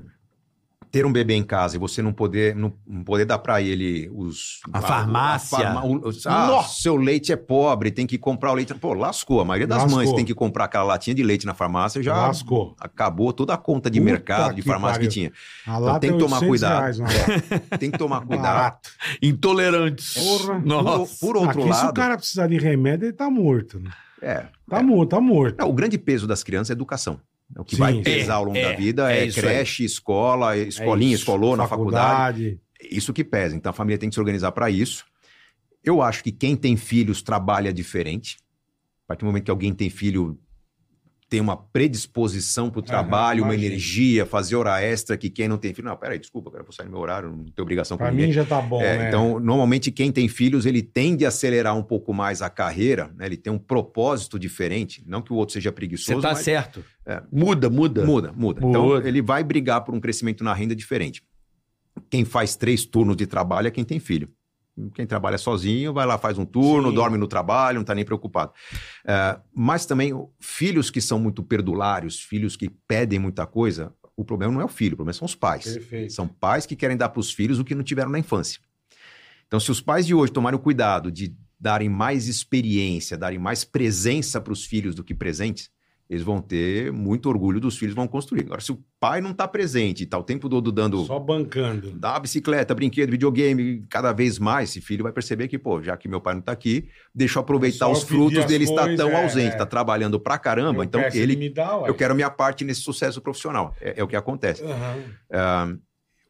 Speaker 5: Ter um bebê em casa e você não poder, não, não poder dar para ele os.
Speaker 6: A farmácia.
Speaker 5: o- o- ah,
Speaker 6: Nossa!
Speaker 5: seu leite é pobre, tem que comprar o leite. Pô, lascou. A maioria das
Speaker 4: Lascou.
Speaker 5: mães tem que comprar aquela latinha de leite na farmácia já
Speaker 4: Lascou.
Speaker 5: acabou toda a conta de
Speaker 4: Puta
Speaker 5: mercado, de
Speaker 4: que
Speaker 5: farmácia
Speaker 4: pariu.
Speaker 5: que tinha.
Speaker 4: A lata
Speaker 5: Então tem que
Speaker 4: é
Speaker 5: tomar
Speaker 4: 800
Speaker 5: cuidado.
Speaker 4: reais, uma lata.
Speaker 5: Tem que tomar cuidado.
Speaker 4: Barato.
Speaker 6: Intolerantes.
Speaker 4: Porra.
Speaker 6: Nossa.
Speaker 5: Por, por outro
Speaker 4: Aqui, se o
Speaker 5: lado.
Speaker 4: cara precisar de remédio, ele tá morto. né?
Speaker 5: É,
Speaker 4: Tá
Speaker 5: é.
Speaker 4: morto, tá morto.
Speaker 5: Não, o grande peso das crianças é educação. O que
Speaker 4: Sim. É
Speaker 5: vai pesar ao longo
Speaker 6: É,
Speaker 5: da vida
Speaker 6: é
Speaker 5: é,
Speaker 6: isso aí.
Speaker 5: creche, escola, escolinha,
Speaker 4: isso.
Speaker 5: escolona, faculdade.
Speaker 4: faculdade.
Speaker 5: Isso que pesa. Então a família tem que se organizar para isso. Eu acho que quem tem filhos trabalha diferente. A partir do momento que alguém tem filho, tem uma predisposição para o
Speaker 4: Aham,
Speaker 5: trabalho, uma
Speaker 4: imagino.
Speaker 5: energia, fazer hora extra que quem não tem filho. Não, peraí, desculpa, cara, vou sair no meu horário, não tenho obrigação com
Speaker 4: Pra
Speaker 5: ninguém.
Speaker 4: mim já tá bom,
Speaker 5: É,
Speaker 4: né?
Speaker 5: Então, normalmente, quem tem filhos, ele tende a acelerar um pouco mais a carreira, né? ele tem um propósito diferente. Não que o outro seja preguiçoso,
Speaker 6: Você tá
Speaker 5: mas
Speaker 6: certo.
Speaker 5: É.
Speaker 6: Muda, muda.
Speaker 5: muda, muda.
Speaker 6: Muda.
Speaker 5: Então, ele vai brigar por um crescimento na renda diferente. Quem faz três turnos de trabalho é quem tem filho. Quem trabalha sozinho, vai lá, faz um turno,
Speaker 4: Sim.
Speaker 5: dorme no trabalho, não está nem preocupado. É, mas também, o- filhos que são muito perdulários, filhos que pedem muita coisa, o problema não é o filho, o problema são os pais.
Speaker 4: Perfeito.
Speaker 5: São pais que querem dar para os filhos o que não tiveram na infância. Então, se os pais de hoje tomarem o cuidado de darem mais experiência, darem mais presença para os filhos do que presentes, eles vão ter muito orgulho dos filhos, vão construir. Agora, se o pai não está presente e está o tempo todo dando
Speaker 4: Só bancando.
Speaker 5: dá uma bicicleta, brinquedo, videogame, cada vez mais, esse filho vai perceber que, pô, já que meu pai não tá aqui, deixa eu aproveitar
Speaker 4: Só
Speaker 5: os
Speaker 4: pedir
Speaker 5: frutos
Speaker 4: as
Speaker 5: dele estar
Speaker 4: coisas,
Speaker 5: tão
Speaker 4: é,
Speaker 5: ausente,
Speaker 4: é.
Speaker 5: está trabalhando pra caramba,
Speaker 4: Eu
Speaker 5: então
Speaker 4: peço,
Speaker 5: ele...
Speaker 4: me dá, ué.
Speaker 5: Eu quero a minha parte nesse sucesso profissional. É- é o que acontece
Speaker 4: Aham.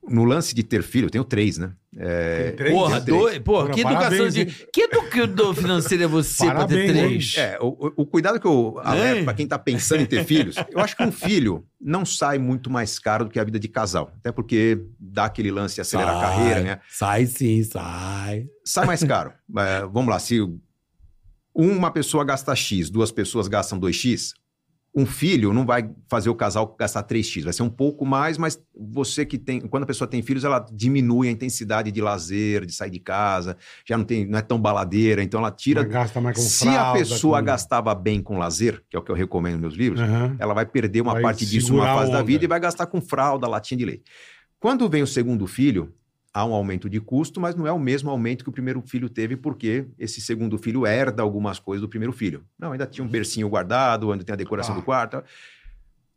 Speaker 5: no lance de ter filho, eu tenho três, né?
Speaker 4: Tem três?
Speaker 6: Porra,
Speaker 5: três.
Speaker 6: dois, porra,
Speaker 4: Porra,
Speaker 6: que educação
Speaker 4: parabéns,
Speaker 6: de...
Speaker 4: hein?
Speaker 6: Que educação financeira é você pra ter
Speaker 4: Parabéns,
Speaker 6: três?
Speaker 5: É, o, o- o cuidado que eu
Speaker 6: Hein?
Speaker 5: alerto para quem tá pensando em ter filhos, eu acho que um filho não sai muito mais caro do que a vida de casal. Até porque dá aquele lance de acelerar a carreira, né?
Speaker 6: Sai sim, sai.
Speaker 5: Sai mais caro. É, vamos lá, se uma pessoa gasta X, duas pessoas gastam 2X, um filho não vai fazer o casal gastar 3X, vai ser um pouco mais, mas você que tem, quando a pessoa tem filhos, ela diminui a intensidade de lazer, de sair de casa, já não tem, não é tão baladeira, então ela tira
Speaker 4: Mas gasta mais É com
Speaker 5: Se a
Speaker 4: fralda,
Speaker 5: pessoa
Speaker 4: com-
Speaker 5: gastava bem com lazer, que é o que eu recomendo nos meus livros,
Speaker 4: Aham.
Speaker 5: ela vai perder uma
Speaker 4: Vai
Speaker 5: parte disso
Speaker 4: segurar
Speaker 5: numa fase
Speaker 4: a
Speaker 5: da
Speaker 4: onda.
Speaker 5: vida e vai gastar com fralda, latinha de leite. Quando vem o segundo filho, há um aumento de custo, mas não é o mesmo aumento que o primeiro filho teve, porque esse segundo filho herda algumas coisas do primeiro filho. Não, ainda tinha um bercinho guardado, ainda tem a decoração
Speaker 4: Ah.
Speaker 5: do quarto.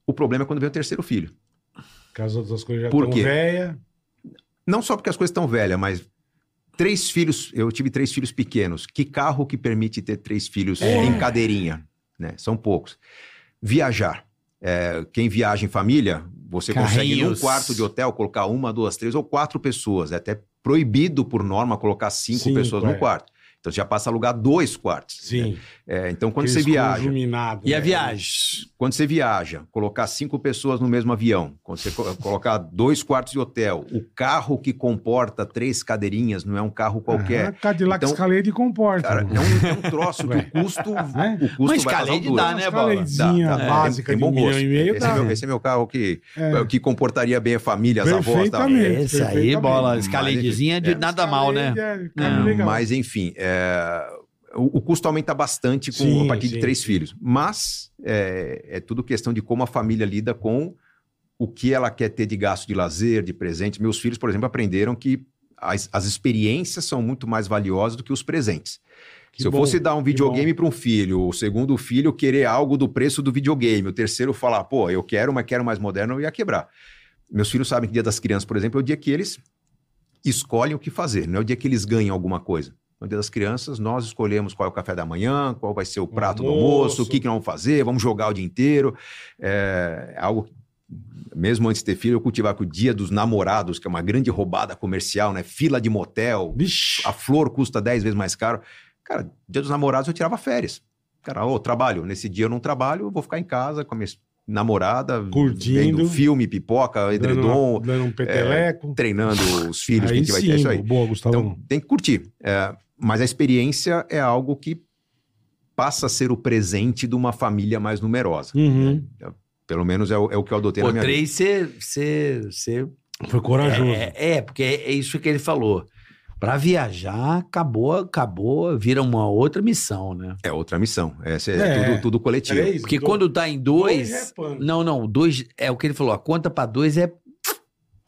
Speaker 5: O problema é quando vem o terceiro filho.
Speaker 4: Porque as outras coisas já
Speaker 5: Por
Speaker 4: estão
Speaker 5: quê?
Speaker 4: velha.
Speaker 5: Não só porque as coisas estão velhas, mas três filhos. Eu tive três filhos pequenos. Que carro que permite ter três filhos
Speaker 4: É.
Speaker 5: em cadeirinha? Né? São poucos. Viajar. É, quem viaja em família, você consegue num
Speaker 6: Carrinhos.
Speaker 5: quarto de hotel colocar uma, duas, três ou quatro pessoas. É até proibido por norma colocar cinco,
Speaker 4: Cinco,
Speaker 5: pessoas
Speaker 4: é.
Speaker 5: no quarto. Então você já passa a alugar dois quartos.
Speaker 4: Sim.
Speaker 5: É, então quando
Speaker 4: Aqueles
Speaker 5: você viaja
Speaker 4: conjuminado,
Speaker 6: E a
Speaker 4: né?
Speaker 6: viagem?
Speaker 5: quando você viaja, colocar cinco pessoas no mesmo avião, quando você co- colocar dois quartos de hotel, o carro que comporta três cadeirinhas não é um carro qualquer.
Speaker 4: Aham, Cadillac
Speaker 5: Então,
Speaker 4: Escalade comporta.
Speaker 5: Cara, é
Speaker 4: mano.
Speaker 5: um, é um troço que o custo,
Speaker 4: Né?
Speaker 5: o custo
Speaker 6: Uma
Speaker 5: vai às
Speaker 6: escalade
Speaker 5: alturas.
Speaker 6: dá, né, Bola?
Speaker 4: escaladinha
Speaker 5: é Dá, dá,
Speaker 4: básica
Speaker 5: tem- tem
Speaker 4: de um
Speaker 5: bom
Speaker 4: milhão
Speaker 5: gosto.
Speaker 4: e meio.
Speaker 5: Esse, é
Speaker 4: dá.
Speaker 5: meu, esse é meu carro que,
Speaker 4: É.
Speaker 5: que comportaria bem a família, as avós. Tá?
Speaker 4: Perfeitamente. É,
Speaker 6: Esse aí,
Speaker 4: perfeitamente.
Speaker 6: bola,
Speaker 5: Mas,
Speaker 6: escaledezinha de
Speaker 5: é.
Speaker 6: nada mal, né?
Speaker 4: Escalade, é,
Speaker 6: Não,
Speaker 4: carro legal.
Speaker 5: Mas, enfim, é, o, o custo aumenta bastante com,
Speaker 4: Sim,
Speaker 5: a partir
Speaker 4: sim,
Speaker 5: de três
Speaker 4: sim.
Speaker 5: filhos. Mas é, é tudo questão de como a família lida com o que ela quer ter de gasto de lazer, de presente. Meus filhos, por exemplo, aprenderam que as, as experiências são muito mais valiosas do que os presentes.
Speaker 4: Que
Speaker 5: Se eu
Speaker 4: bom,
Speaker 5: fosse dar um
Speaker 4: que
Speaker 5: videogame para um filho, o segundo filho querer algo do preço do videogame, o terceiro falar, pô, eu quero, mas quero mais moderno, eu ia quebrar. Meus filhos sabem que o dia das crianças, por exemplo, é o dia que eles escolhem o que fazer, não é o dia que eles ganham alguma coisa. No dia das crianças, nós escolhemos qual é o café da manhã, qual vai ser o prato do
Speaker 4: almoço.
Speaker 5: almoço, o que, que nós vamos fazer, vamos jogar o dia inteiro. É algo que, mesmo antes de ter filho, eu cultivava que o dia dos namorados, que é uma grande roubada comercial, né? Fila de motel,
Speaker 4: Vixe,
Speaker 5: a flor custa 10 vezes mais caro. Cara, dia dos namorados eu tirava férias. Cara, ô, trabalho, nesse dia eu não trabalho, eu vou ficar em casa com a minha namorada,
Speaker 4: Curtindo.
Speaker 5: vendo filme, pipoca, edredom,
Speaker 4: Dando, dando um peteleco.
Speaker 5: treinando os é, filhos que a
Speaker 4: aí
Speaker 5: gente vai ter. É
Speaker 4: sim,
Speaker 5: isso aí.
Speaker 4: boa, Gustavo.
Speaker 5: Então, tem que curtir. É, mas a experiência é algo que passa a ser o presente de uma família mais numerosa.
Speaker 4: Uhum.
Speaker 5: Pelo menos é o, é o que eu adotei
Speaker 6: Pô,
Speaker 5: na minha vida.
Speaker 6: três, você- você. você-
Speaker 4: Foi corajoso.
Speaker 6: É, é, porque é, é isso que ele falou. Pra viajar, acabou, acabou, vira uma outra missão, né?
Speaker 5: É outra missão. Essa é,
Speaker 4: É.
Speaker 5: tudo, tudo coletivo.
Speaker 4: Três,
Speaker 6: Porque
Speaker 4: dois-
Speaker 6: quando tá em dois.
Speaker 4: é pano.
Speaker 6: Não, não, dois. É o que ele falou, a conta pra dois é.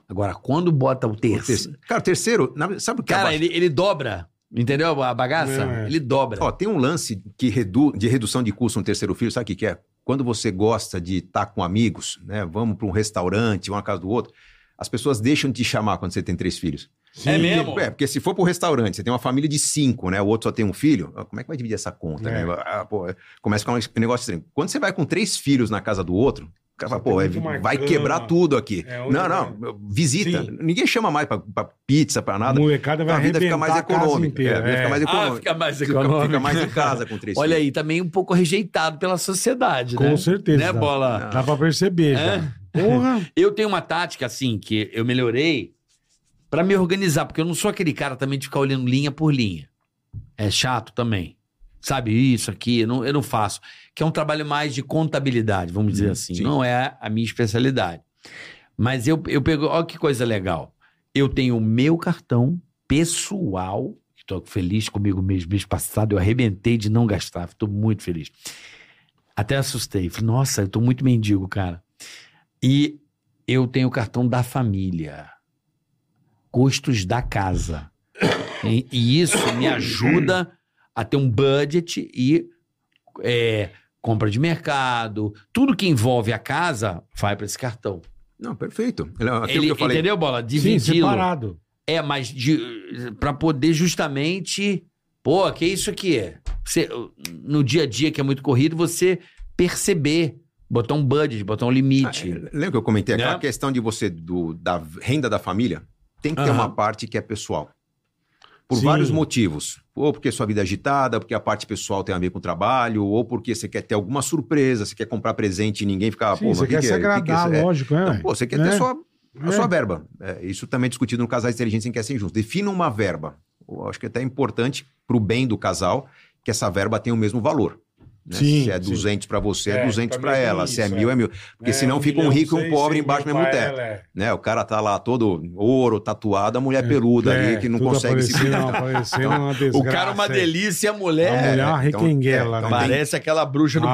Speaker 6: Agora, quando bota o
Speaker 5: O
Speaker 4: é
Speaker 6: terceiro.
Speaker 5: terceiro- Cara, terceiro, na- sabe o que é
Speaker 6: Cara,
Speaker 5: a-
Speaker 6: ele, ele dobra. Entendeu a bagaça?
Speaker 4: É.
Speaker 6: Ele dobra.
Speaker 5: Ó, tem um lance que redu... de redução de custo no terceiro filho, sabe o que, que é? Quando você gosta de estar com amigos, né? Vamos para um restaurante, uma casa do outro, as pessoas deixam de te chamar quando você tem três filhos.
Speaker 6: É mesmo?
Speaker 5: É, porque se for para um restaurante, você tem uma família de cinco, né? O outro só tem um filho, ah, como é que vai dividir essa conta?
Speaker 4: É.
Speaker 5: né? Ah, pô, é- começa com um negócio estranho. Quando você vai com três filhos na casa do outro, o cara fala,
Speaker 4: Só
Speaker 5: pô,
Speaker 4: tem
Speaker 5: é-
Speaker 4: muito uma
Speaker 5: vai
Speaker 4: cama.
Speaker 5: quebrar tudo aqui.
Speaker 4: É, onde
Speaker 5: não, não, visita.
Speaker 4: Sim.
Speaker 5: Ninguém chama mais para pizza, para nada.
Speaker 4: Molecada vai
Speaker 5: Então a vida fica
Speaker 4: arrebentar
Speaker 5: mais
Speaker 4: a casa
Speaker 5: econômica.
Speaker 4: inteira.
Speaker 5: é, a vida
Speaker 4: é.
Speaker 5: fica mais
Speaker 6: Ah,
Speaker 5: econômica.
Speaker 6: fica mais
Speaker 5: Fica-
Speaker 6: econômico.
Speaker 5: Fica mais em casa com três
Speaker 6: Olha
Speaker 5: filhos.
Speaker 6: aí, também um pouco rejeitado pela sociedade, né?
Speaker 4: Com certeza. É.
Speaker 6: Né, Bola?
Speaker 4: Dá pra perceber já. Porra.
Speaker 6: Eu tenho uma tática, assim, que eu melhorei pra me organizar, porque eu não sou aquele cara também de ficar olhando linha por linha. É chato também. Sabe, isso aqui, eu não, eu não faço. Que é um trabalho mais de contabilidade, vamos dizer
Speaker 5: Hum,
Speaker 6: assim.
Speaker 5: sim.
Speaker 6: Não é a minha especialidade. Mas eu, eu pego, olha que coisa legal. Eu tenho o meu cartão pessoal, estou feliz comigo mesmo. Mês passado eu arrebentei de não gastar, estou muito feliz. Até assustei. Falei, nossa, eu tô muito mendigo, cara. E eu tenho o cartão da família. Custos da casa. E, e isso me ajuda a ter um budget e é, compra de mercado. Tudo que envolve a casa vai para esse cartão.
Speaker 5: Não, perfeito. Ele- Aquilo
Speaker 6: Ele,
Speaker 5: que eu falei.
Speaker 6: entendeu, Bola?
Speaker 4: Sim,
Speaker 6: Dividi-lo.
Speaker 4: separado.
Speaker 6: É, mas de, pra poder justamente. Pô, que isso aqui é? Você, no dia a dia que é muito corrido, você perceber, botar um budget, botar um
Speaker 5: Ah, é,
Speaker 6: limite.
Speaker 5: Lembra que eu comentei? Aquela
Speaker 6: Né?
Speaker 5: questão de você, do, da renda da família, tem que ter
Speaker 6: Aham.
Speaker 5: uma parte que é pessoal. Por
Speaker 4: Sim.
Speaker 5: vários motivos. Ou porque sua vida é agitada, porque a parte pessoal tem a ver com o trabalho, ou porque você quer ter alguma surpresa, você quer comprar presente e ninguém ficar,
Speaker 4: Sim,
Speaker 5: pô, mas
Speaker 4: você
Speaker 5: o que
Speaker 4: quer
Speaker 5: que
Speaker 4: se
Speaker 5: é? O que que é
Speaker 4: agradar,
Speaker 5: isso? É.
Speaker 4: lógico, né?
Speaker 5: Não, pô, você quer
Speaker 4: É.
Speaker 5: ter sua, a
Speaker 4: É.
Speaker 5: sua verba. É, isso também é discutido no Casais Inteligentes em que é sem juntos. Defina uma verba. Eu acho que é até importante para o bem do casal que essa verba tenha o mesmo valor. né?
Speaker 4: Sim,
Speaker 5: se é
Speaker 4: sim.
Speaker 5: 200 para você, é,
Speaker 4: É,
Speaker 5: 200
Speaker 4: pra
Speaker 5: para
Speaker 4: mim é
Speaker 5: ela. se é
Speaker 4: isso,
Speaker 5: mil,
Speaker 4: é.
Speaker 5: é mil. Porque senão fica um
Speaker 4: milhão,
Speaker 5: rico e um
Speaker 4: seis,
Speaker 5: pobre
Speaker 4: cem
Speaker 5: embaixo do
Speaker 4: mil
Speaker 5: mesmo
Speaker 4: pra
Speaker 5: teto.
Speaker 4: ela, é.
Speaker 5: Né? O cara tá lá todo ouro, tatuado, a mulher peluda ali que não
Speaker 4: É, tudo
Speaker 5: consegue se
Speaker 4: aparecendo,
Speaker 5: cuidar.
Speaker 4: aparecendo uma desgraça. é.
Speaker 6: delícia né? e a
Speaker 4: A mulher é uma
Speaker 5: então,
Speaker 4: requenguela,
Speaker 5: é,
Speaker 4: né?
Speaker 5: então tem-
Speaker 6: aquela bruxa
Speaker 4: Ah,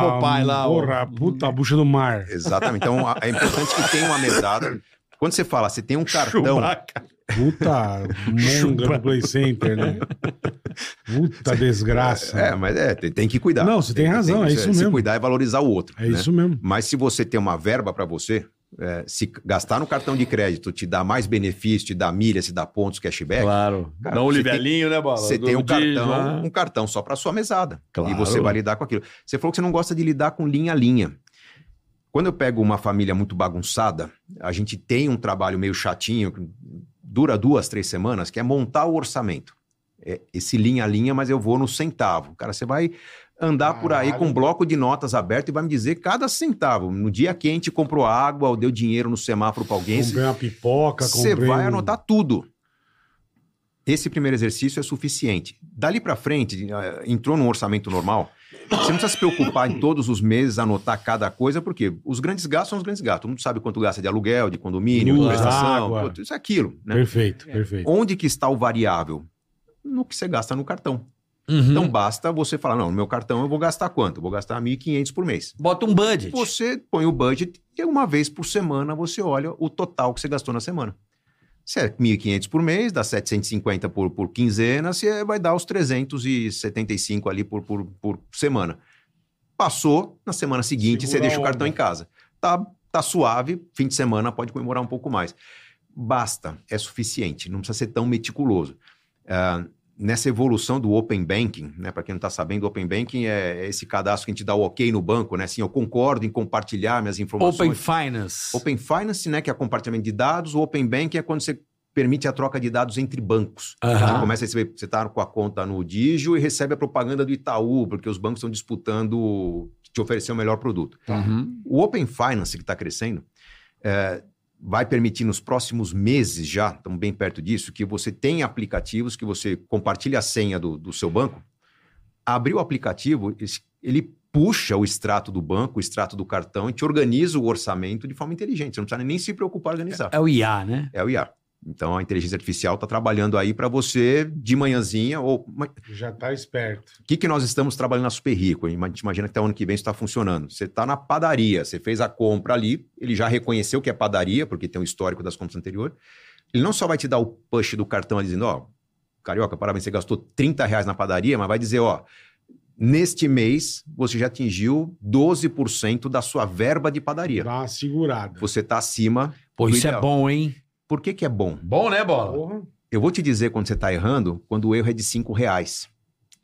Speaker 6: ó.
Speaker 4: Porra, puta, a bucha do mar.
Speaker 5: Exatamente. Então a- é importante que tenha uma mesada. Quando você fala, você tem um cartão.
Speaker 6: Chewbacca.
Speaker 4: Puta, monga do Play Center, né? Puta desgraça.
Speaker 5: É, mas é, tem, tem que cuidar.
Speaker 4: Não, você tem razão, é isso
Speaker 5: Se
Speaker 4: mesmo.
Speaker 5: cuidar e valorizar o outro.
Speaker 4: É
Speaker 5: né?
Speaker 4: isso mesmo.
Speaker 5: Mas se você tem uma verba para você, é, se gastar no cartão de crédito te dá mais benefício, te dá milhas, te dá pontos, cashback,
Speaker 6: Claro.
Speaker 5: É. Cara,
Speaker 6: Dá um
Speaker 5: você
Speaker 6: livelinho, né, Bola?
Speaker 5: você
Speaker 6: Do- Ah.
Speaker 5: tem um
Speaker 6: de-
Speaker 5: cartão,
Speaker 6: lá.
Speaker 5: um cartão só para sua mesada.
Speaker 6: Claro.
Speaker 5: E você vai lidar com aquilo. Você falou que você não gosta de lidar com linha a linha. Quando eu pego uma família muito bagunçada, a gente tem um trabalho meio chatinho, que dura duas, três semanas, que é montar o orçamento. É esse linha a linha, mas eu vou no centavo. Cara, você vai andar por aí
Speaker 4: Caralho.
Speaker 5: com um bloco de notas aberto e vai me dizer cada centavo. No dia quente comprou água ou deu dinheiro no semáforo para alguém.
Speaker 4: Comprei uma pipoca,
Speaker 5: Você
Speaker 4: comprei
Speaker 5: vai
Speaker 4: um-
Speaker 5: anotar tudo. Esse primeiro exercício é suficiente. Dali pra frente, eh, entrou num orçamento normal, você não precisa se preocupar em todos os meses anotar cada coisa, porque os grandes gastos são os grandes gastos. Todo mundo sabe quanto gasta de aluguel, de condomínio,
Speaker 4: Luz,
Speaker 5: de prestação,
Speaker 4: água.
Speaker 5: pô, isso é aquilo. né?
Speaker 4: Perfeito,
Speaker 6: É.
Speaker 4: perfeito.
Speaker 5: Onde que está o variável? No que você gasta no cartão.
Speaker 6: Uhum.
Speaker 4: Hum.
Speaker 5: Então basta você falar, não, no meu cartão eu vou gastar quanto? Eu Vou gastar 1.500 por mês.
Speaker 6: Bota um budget.
Speaker 5: Você põe o budget e uma vez por semana você olha o total que você gastou na semana. Se é 1.500 por mês, dá 750 por, por quinzena, você vai dar os 375 ali por, por, por semana. Passou, na semana seguinte
Speaker 4: Segura
Speaker 5: você deixa
Speaker 4: a
Speaker 5: o cartão
Speaker 4: onda.
Speaker 5: em casa. Tá, tá suave, fim de semana pode comemorar um pouco mais. Basta, é suficiente, não precisa ser tão meticuloso. Ah, nessa evolução do Open Banking, né? Para quem não está sabendo, o Open Banking é esse cadastro que a gente dá o ok no banco, né? Assim, eu concordo em compartilhar minhas
Speaker 6: Open
Speaker 5: informações.
Speaker 6: Finance.
Speaker 5: Open Finance, né, que é compartilhamento de dados, o Open Banking é quando você permite a troca de dados entre bancos.
Speaker 6: Aham.
Speaker 5: Então, Você começa a receber, você está com a conta no Digio e recebe a propaganda do Itaú, porque os bancos estão disputando te oferecer o melhor produto.
Speaker 6: Uhum.
Speaker 5: O Open Finance que está crescendo é, vai permitir nos próximos meses já, estamos bem perto disso, que você tem aplicativos que você compartilha a senha do, do seu banco. Abriu o aplicativo, es- ele puxa o extrato do banco, o extrato do cartão e te organiza o orçamento de forma inteligente. Você não precisa nem se preocupar em organizar.
Speaker 6: É o IA, né?
Speaker 5: É o IA. Então a inteligência artificial está trabalhando aí para você de manhãzinha ou mas
Speaker 4: Já tá esperto.
Speaker 5: o que, que nós estamos trabalhando na Super Rico? hein? A gente imagina que até o ano que vem isso está funcionando. Você está na padaria, você fez a compra ali, ele já reconheceu que é padaria, porque tem um histórico das compras anteriores. Ele não só vai te dar o push do cartão ali dizendo, ó, carioca, parabéns, você gastou 30 reais na padaria, mas vai dizer, ó, neste mês você já atingiu 12% da sua verba de padaria.
Speaker 4: Dá uma segurada.
Speaker 5: Você está acima.
Speaker 6: Pô,
Speaker 5: do
Speaker 6: isso é
Speaker 5: ideal.
Speaker 6: bom, hein?
Speaker 5: Por que, que é bom?
Speaker 6: Bom, né, Bola?
Speaker 4: Porra.
Speaker 5: Eu vou te dizer quando você está errando, quando o erro é de 5 reais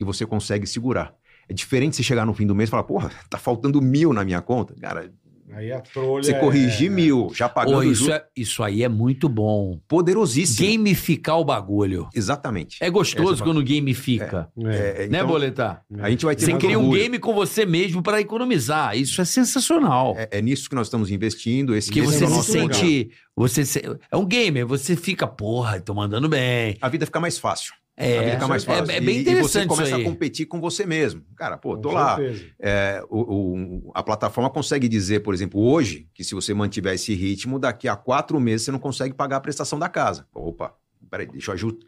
Speaker 5: e você consegue segurar. É diferente você chegar no fim do mês e falar, porra, tá faltando mil na minha conta. Cara,
Speaker 4: Aí a trolha.
Speaker 5: você
Speaker 4: é-
Speaker 5: corrigir mil, já
Speaker 6: Pô,
Speaker 5: pagando
Speaker 6: isso,
Speaker 5: juros,
Speaker 6: é- isso aí é muito bom.
Speaker 5: poderosíssimo.
Speaker 6: Gamificar o bagulho.
Speaker 5: Exatamente.
Speaker 6: É gostoso
Speaker 5: Essa-
Speaker 6: quando gamifica.
Speaker 4: É.
Speaker 5: É,
Speaker 6: Né,
Speaker 5: então,
Speaker 6: Boletar?
Speaker 5: A gente vai ter
Speaker 6: Você
Speaker 5: mais
Speaker 6: cria um
Speaker 5: orgulho.
Speaker 6: game com você mesmo para economizar. Isso é sensacional.
Speaker 5: É, é nisso que nós estamos investindo. Esse
Speaker 6: Porque
Speaker 5: esse
Speaker 6: você
Speaker 5: é o
Speaker 6: se
Speaker 5: nosso programa.
Speaker 6: sente. Você se- é um gamer, você fica, porra, tô mandando bem.
Speaker 5: A vida fica mais fácil. a
Speaker 6: É,
Speaker 5: vida fica mais
Speaker 6: é-
Speaker 5: fácil.
Speaker 6: é bem
Speaker 5: E-
Speaker 6: interessante
Speaker 5: E você
Speaker 6: isso
Speaker 5: começa
Speaker 6: aí.
Speaker 5: a competir com você mesmo. Cara, pô,
Speaker 4: Com
Speaker 5: tô lá.
Speaker 4: certeza.
Speaker 5: É, o- o- a plataforma consegue dizer, por exemplo, hoje, que se você mantiver esse ritmo, daqui a quatro meses você não consegue pagar a prestação da casa. Opa, peraí, deixa eu ajudar.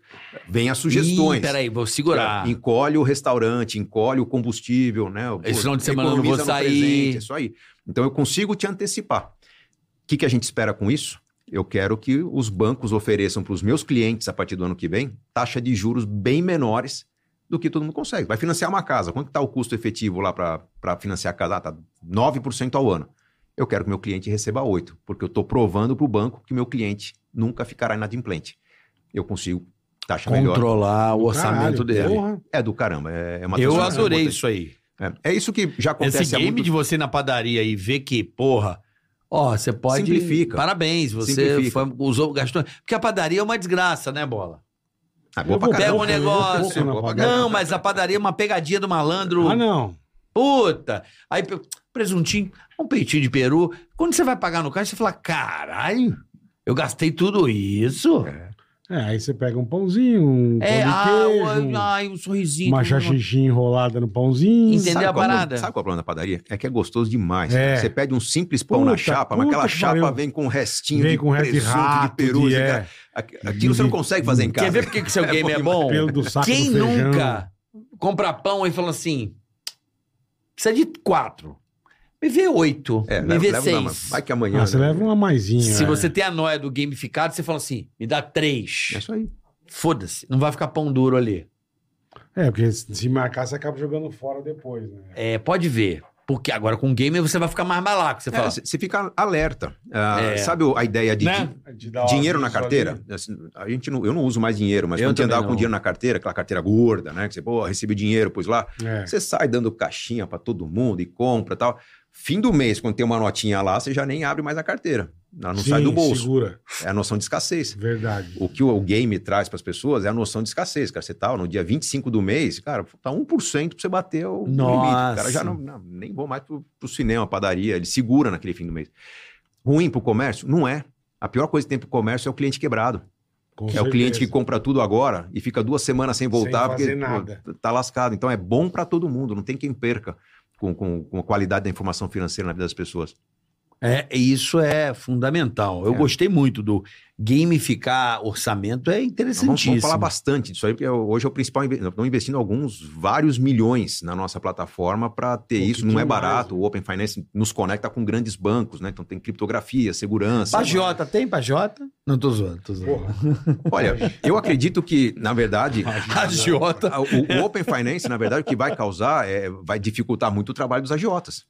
Speaker 5: Vem as sugestões.
Speaker 6: Ih, peraí, vou segurar.
Speaker 5: Encolhe o restaurante, encolhe o combustível, né?
Speaker 6: Esse
Speaker 5: Pô,
Speaker 6: final de semana eu não
Speaker 5: economiza no
Speaker 6: vou sair.
Speaker 5: presente, é isso aí. Então eu consigo te antecipar. O que, que a gente espera com isso? Eu quero que os bancos ofereçam para os meus clientes, a partir do ano que vem, taxa de juros bem menores do que todo mundo consegue. Vai financiar uma casa. Quanto está o custo efetivo lá para financiar a casa? Ah, tá Está 9% ao ano. Eu quero que meu cliente receba 8%, porque eu estou provando para o banco que meu cliente nunca ficará inadimplente. Eu consigo taxa é melhor.
Speaker 6: Controlar
Speaker 4: Caralho,
Speaker 6: o orçamento dele.
Speaker 4: Porra.
Speaker 5: É do caramba. É, é uma
Speaker 6: Eu
Speaker 5: transformação
Speaker 6: adorei
Speaker 5: importante.
Speaker 6: isso aí.
Speaker 5: É, é isso que já acontece
Speaker 6: Esse
Speaker 5: há
Speaker 6: game
Speaker 5: muito
Speaker 6: de você ir na padaria e ver que, porra, ó, você pode.
Speaker 5: Simplifica.
Speaker 6: Parabéns, você
Speaker 5: Simplifica.
Speaker 6: foi- usou, gastou. Porque a padaria é uma desgraça, né, bola?
Speaker 5: Ah, boa
Speaker 4: Eu
Speaker 5: pra
Speaker 4: vou-
Speaker 5: caramba.
Speaker 6: Pega um negócio.
Speaker 5: Eu vou-
Speaker 4: Ah,
Speaker 6: Não, mas a padaria é uma pegadinha do malandro.
Speaker 4: Ah, não.
Speaker 6: Puta! Aí, pe- presuntinho, um peitinho de peru. Quando você vai pagar no caixa, você fala: caralho, eu gastei tudo isso.
Speaker 4: É, aí você pega um pãozinho, um pão
Speaker 6: É,
Speaker 4: de
Speaker 6: ah,
Speaker 4: queijo,
Speaker 6: o- ai, um sorrisinho.
Speaker 4: uma
Speaker 6: que-
Speaker 4: xaxixi enrolada no pãozinho.
Speaker 6: Entendeu
Speaker 5: Sabe
Speaker 6: a
Speaker 5: qual é o-
Speaker 6: parada?
Speaker 5: Sabe qual é o problema da padaria? É que é gostoso demais.
Speaker 4: É.
Speaker 5: Você pede um simples pão
Speaker 4: Puta,
Speaker 5: na chapa, mas
Speaker 4: puta
Speaker 5: aquela
Speaker 4: que
Speaker 5: chapa
Speaker 4: pariu.
Speaker 5: vem com um restinho
Speaker 4: Vem
Speaker 5: de
Speaker 4: com resto de
Speaker 5: presunto,
Speaker 4: rato,
Speaker 5: de peru.
Speaker 4: de-
Speaker 5: de-
Speaker 4: é.
Speaker 5: aqu- Aquilo você não
Speaker 4: De-
Speaker 5: consegue fazer em casa.
Speaker 6: Quer ver por que que seu game é bom?
Speaker 4: Pelo do saco
Speaker 6: Quem
Speaker 4: do feijão.
Speaker 6: nunca compra pão e fala assim: precisa de quatro. Me vê oito.
Speaker 5: É,
Speaker 6: me
Speaker 5: leva,
Speaker 6: vê
Speaker 5: leva na mão.
Speaker 6: seis.
Speaker 5: Vai que amanhã.
Speaker 4: Ah, você
Speaker 5: né?
Speaker 4: leva uma maisinha.
Speaker 6: Se
Speaker 4: é.
Speaker 6: você tem a noia do gamificado, você fala assim: me dá
Speaker 5: É
Speaker 6: três.
Speaker 5: isso aí.
Speaker 6: Foda-se, não vai ficar pão duro ali.
Speaker 4: É, porque se marcar, você acaba jogando fora depois, né?
Speaker 6: É, pode ver. Porque agora com o gamer você vai ficar mais malaco. Você
Speaker 5: É,
Speaker 6: fala,
Speaker 5: Você você fica alerta. Ah,
Speaker 6: É.
Speaker 5: Sabe o- a ideia de
Speaker 6: Né?
Speaker 5: di-
Speaker 4: De dar uma
Speaker 5: dinheiro na
Speaker 4: aviso
Speaker 5: carteira?
Speaker 4: ali.
Speaker 5: Assim, a gente não, eu não uso mais dinheiro, mas
Speaker 6: Eu
Speaker 5: quando você
Speaker 6: também
Speaker 5: andava
Speaker 6: não.
Speaker 5: com dinheiro na carteira, aquela carteira gorda, né? Que você, pô, recebi dinheiro, pus lá.
Speaker 4: É.
Speaker 5: Você sai dando caixinha pra todo mundo e compra e tal. Fim do mês, quando tem uma notinha lá, você já nem abre mais a carteira. Ela não
Speaker 4: Sim,
Speaker 5: sai do bolso.
Speaker 4: Segura.
Speaker 5: É a noção de escassez.
Speaker 4: Verdade.
Speaker 5: O que o o game traz para as pessoas é a noção de escassez, cara. Você tá no dia 25 do mês, cara, tá 1% pra você bater o
Speaker 6: Nossa.
Speaker 5: limite. O cara já não, não, nem vou mais pro, pro cinema, padaria, ele segura naquele fim do mês. Ruim pro comércio? Não é. A pior coisa que tem pro comércio é o cliente quebrado.
Speaker 4: com
Speaker 5: é
Speaker 4: certeza.
Speaker 5: o cliente que compra tudo agora e fica duas semanas sem voltar
Speaker 4: Sem fazer nada.
Speaker 5: pô, tá lascado. Então é bom para todo mundo, não tem quem perca com, com, com a qualidade da informação financeira na vida das pessoas.
Speaker 6: É, isso é fundamental. Eu
Speaker 5: É.
Speaker 6: gostei muito do gamificar orçamento, é
Speaker 5: Então, Vamos,
Speaker 6: interessantíssimo.
Speaker 5: vamos falar bastante disso aí, porque hoje é o principal. inve- Estamos investindo alguns, vários milhões na nossa plataforma para ter
Speaker 4: Pô, que
Speaker 5: isso. Não é
Speaker 4: demais,
Speaker 5: barato. O Open Finance nos conecta com grandes bancos, né? Então tem criptografia, segurança.
Speaker 6: Pagiota, tem pagiota? Não tô zoando, tô zoando.
Speaker 4: Porra,
Speaker 5: Olha, eu acredito que, na verdade,
Speaker 6: Agiota.
Speaker 5: a- Ah, o, o Open Finance, na verdade, o que vai causar é vai dificultar muito o trabalho dos agiotas.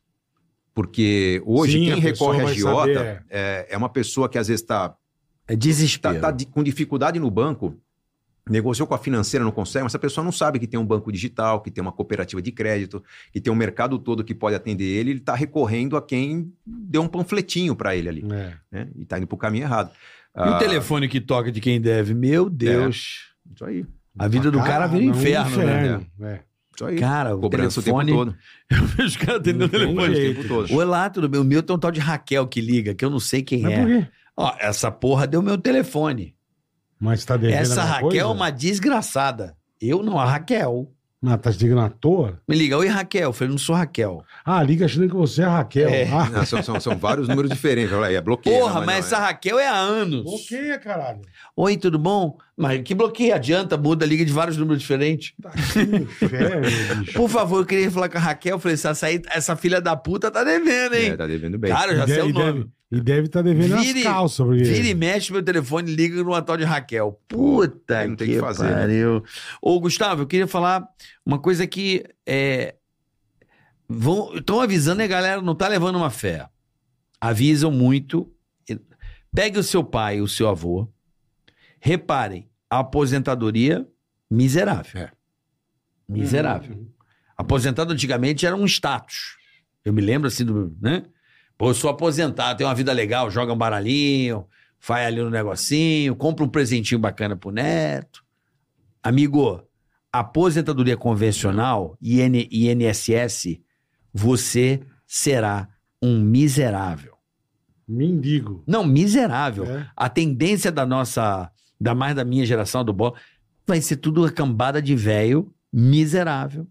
Speaker 5: Porque hoje,
Speaker 4: Sim,
Speaker 5: quem
Speaker 4: a pessoa
Speaker 5: recorre a
Speaker 4: vai
Speaker 5: agiota
Speaker 4: saber,
Speaker 5: é, é uma pessoa que às vezes está
Speaker 6: É desespero.
Speaker 5: tá, tá di- com dificuldade no banco, negociou com a financeira, não consegue, mas essa pessoa não sabe que tem um banco digital, que tem uma cooperativa de crédito, que tem um mercado todo que pode atender ele, ele está recorrendo a quem deu um panfletinho para ele ali,
Speaker 4: É.
Speaker 5: né? E está indo para o caminho errado. Ah,
Speaker 6: E o telefone que toca
Speaker 5: É.
Speaker 6: de quem deve? Meu Deus.
Speaker 5: Isso aí.
Speaker 6: A vida do cara vira
Speaker 4: Caralho,
Speaker 6: inferno, né?
Speaker 4: Ah, É.
Speaker 5: Isso aí.
Speaker 6: Cara, o
Speaker 5: Cobrança
Speaker 6: telefone...
Speaker 5: o tempo todo.
Speaker 6: Eu vejo o cara atendendo o
Speaker 4: Não tem
Speaker 5: Cobrança
Speaker 6: telefone.
Speaker 5: o
Speaker 4: jeito.
Speaker 5: tempo todo.
Speaker 6: Olá, tudo bem? O meu tem um tal de Raquel que liga, que eu não sei quem
Speaker 4: Mas
Speaker 6: é.
Speaker 4: por quê?
Speaker 6: Ó, essa porra deu meu telefone.
Speaker 4: Mas tá devendo
Speaker 6: Essa
Speaker 4: alguma
Speaker 6: Raquel é
Speaker 4: coisa?
Speaker 6: uma desgraçada. Eu não, a Raquel.
Speaker 4: Ah, tá te ligando à toa?
Speaker 6: Me liga, oi Raquel. Eu falei, não sou Raquel.
Speaker 4: Ah, liga achando que você é a Raquel.
Speaker 6: É.
Speaker 4: Ah,
Speaker 5: Não, são, são- são vários números diferentes. Olha aí, é bloqueio.
Speaker 6: Porra,
Speaker 5: não,
Speaker 6: mas,
Speaker 5: não,
Speaker 6: essa Raquel é há anos.
Speaker 4: bloqueia, caralho.
Speaker 6: Oi, tudo bom? Mas que bloqueio? Adianta, muda, liga de vários números diferentes.
Speaker 4: Tá que inferno, bicho.
Speaker 6: Por favor, eu queria falar com a Raquel. Eu falei, essa, essa, aí- essa filha da puta tá devendo,
Speaker 5: é.
Speaker 6: hein?
Speaker 5: É, tá devendo bem.
Speaker 6: Cara, eu já
Speaker 4: E
Speaker 6: sei
Speaker 4: deve-
Speaker 6: o
Speaker 4: e
Speaker 6: nome.
Speaker 4: deve- E deve estar devendo
Speaker 6: Vire-
Speaker 4: as calças, porque...
Speaker 6: Vira e mexe meu telefone, liga numa tal de Raquel. Puta
Speaker 5: Não
Speaker 6: que,
Speaker 5: tem o que fazer, né?
Speaker 6: pariu. Ô, Gustavo, eu queria falar uma coisa que é... Estão avisando, a galera não tá levando uma fé. Avisam muito. Pegue o seu pai, o seu avô. Reparem, a aposentadoria miserável.
Speaker 5: É.
Speaker 4: Uhum.
Speaker 6: Miserável. Aposentado antigamente era um status. Eu me lembro assim do, né? Pô, eu sou aposentado, tenho uma vida legal, joga um baralhinho, faz ali um negocinho, compra um presentinho bacana pro neto. Amigo, aposentadoria convencional, IN, INSS, você será um miserável.
Speaker 4: Mendigo.
Speaker 6: Não, miserável.
Speaker 4: É.
Speaker 6: A tendência da nossa, da mais da minha geração do bolo, vai ser tudo uma cambada de velho miserável,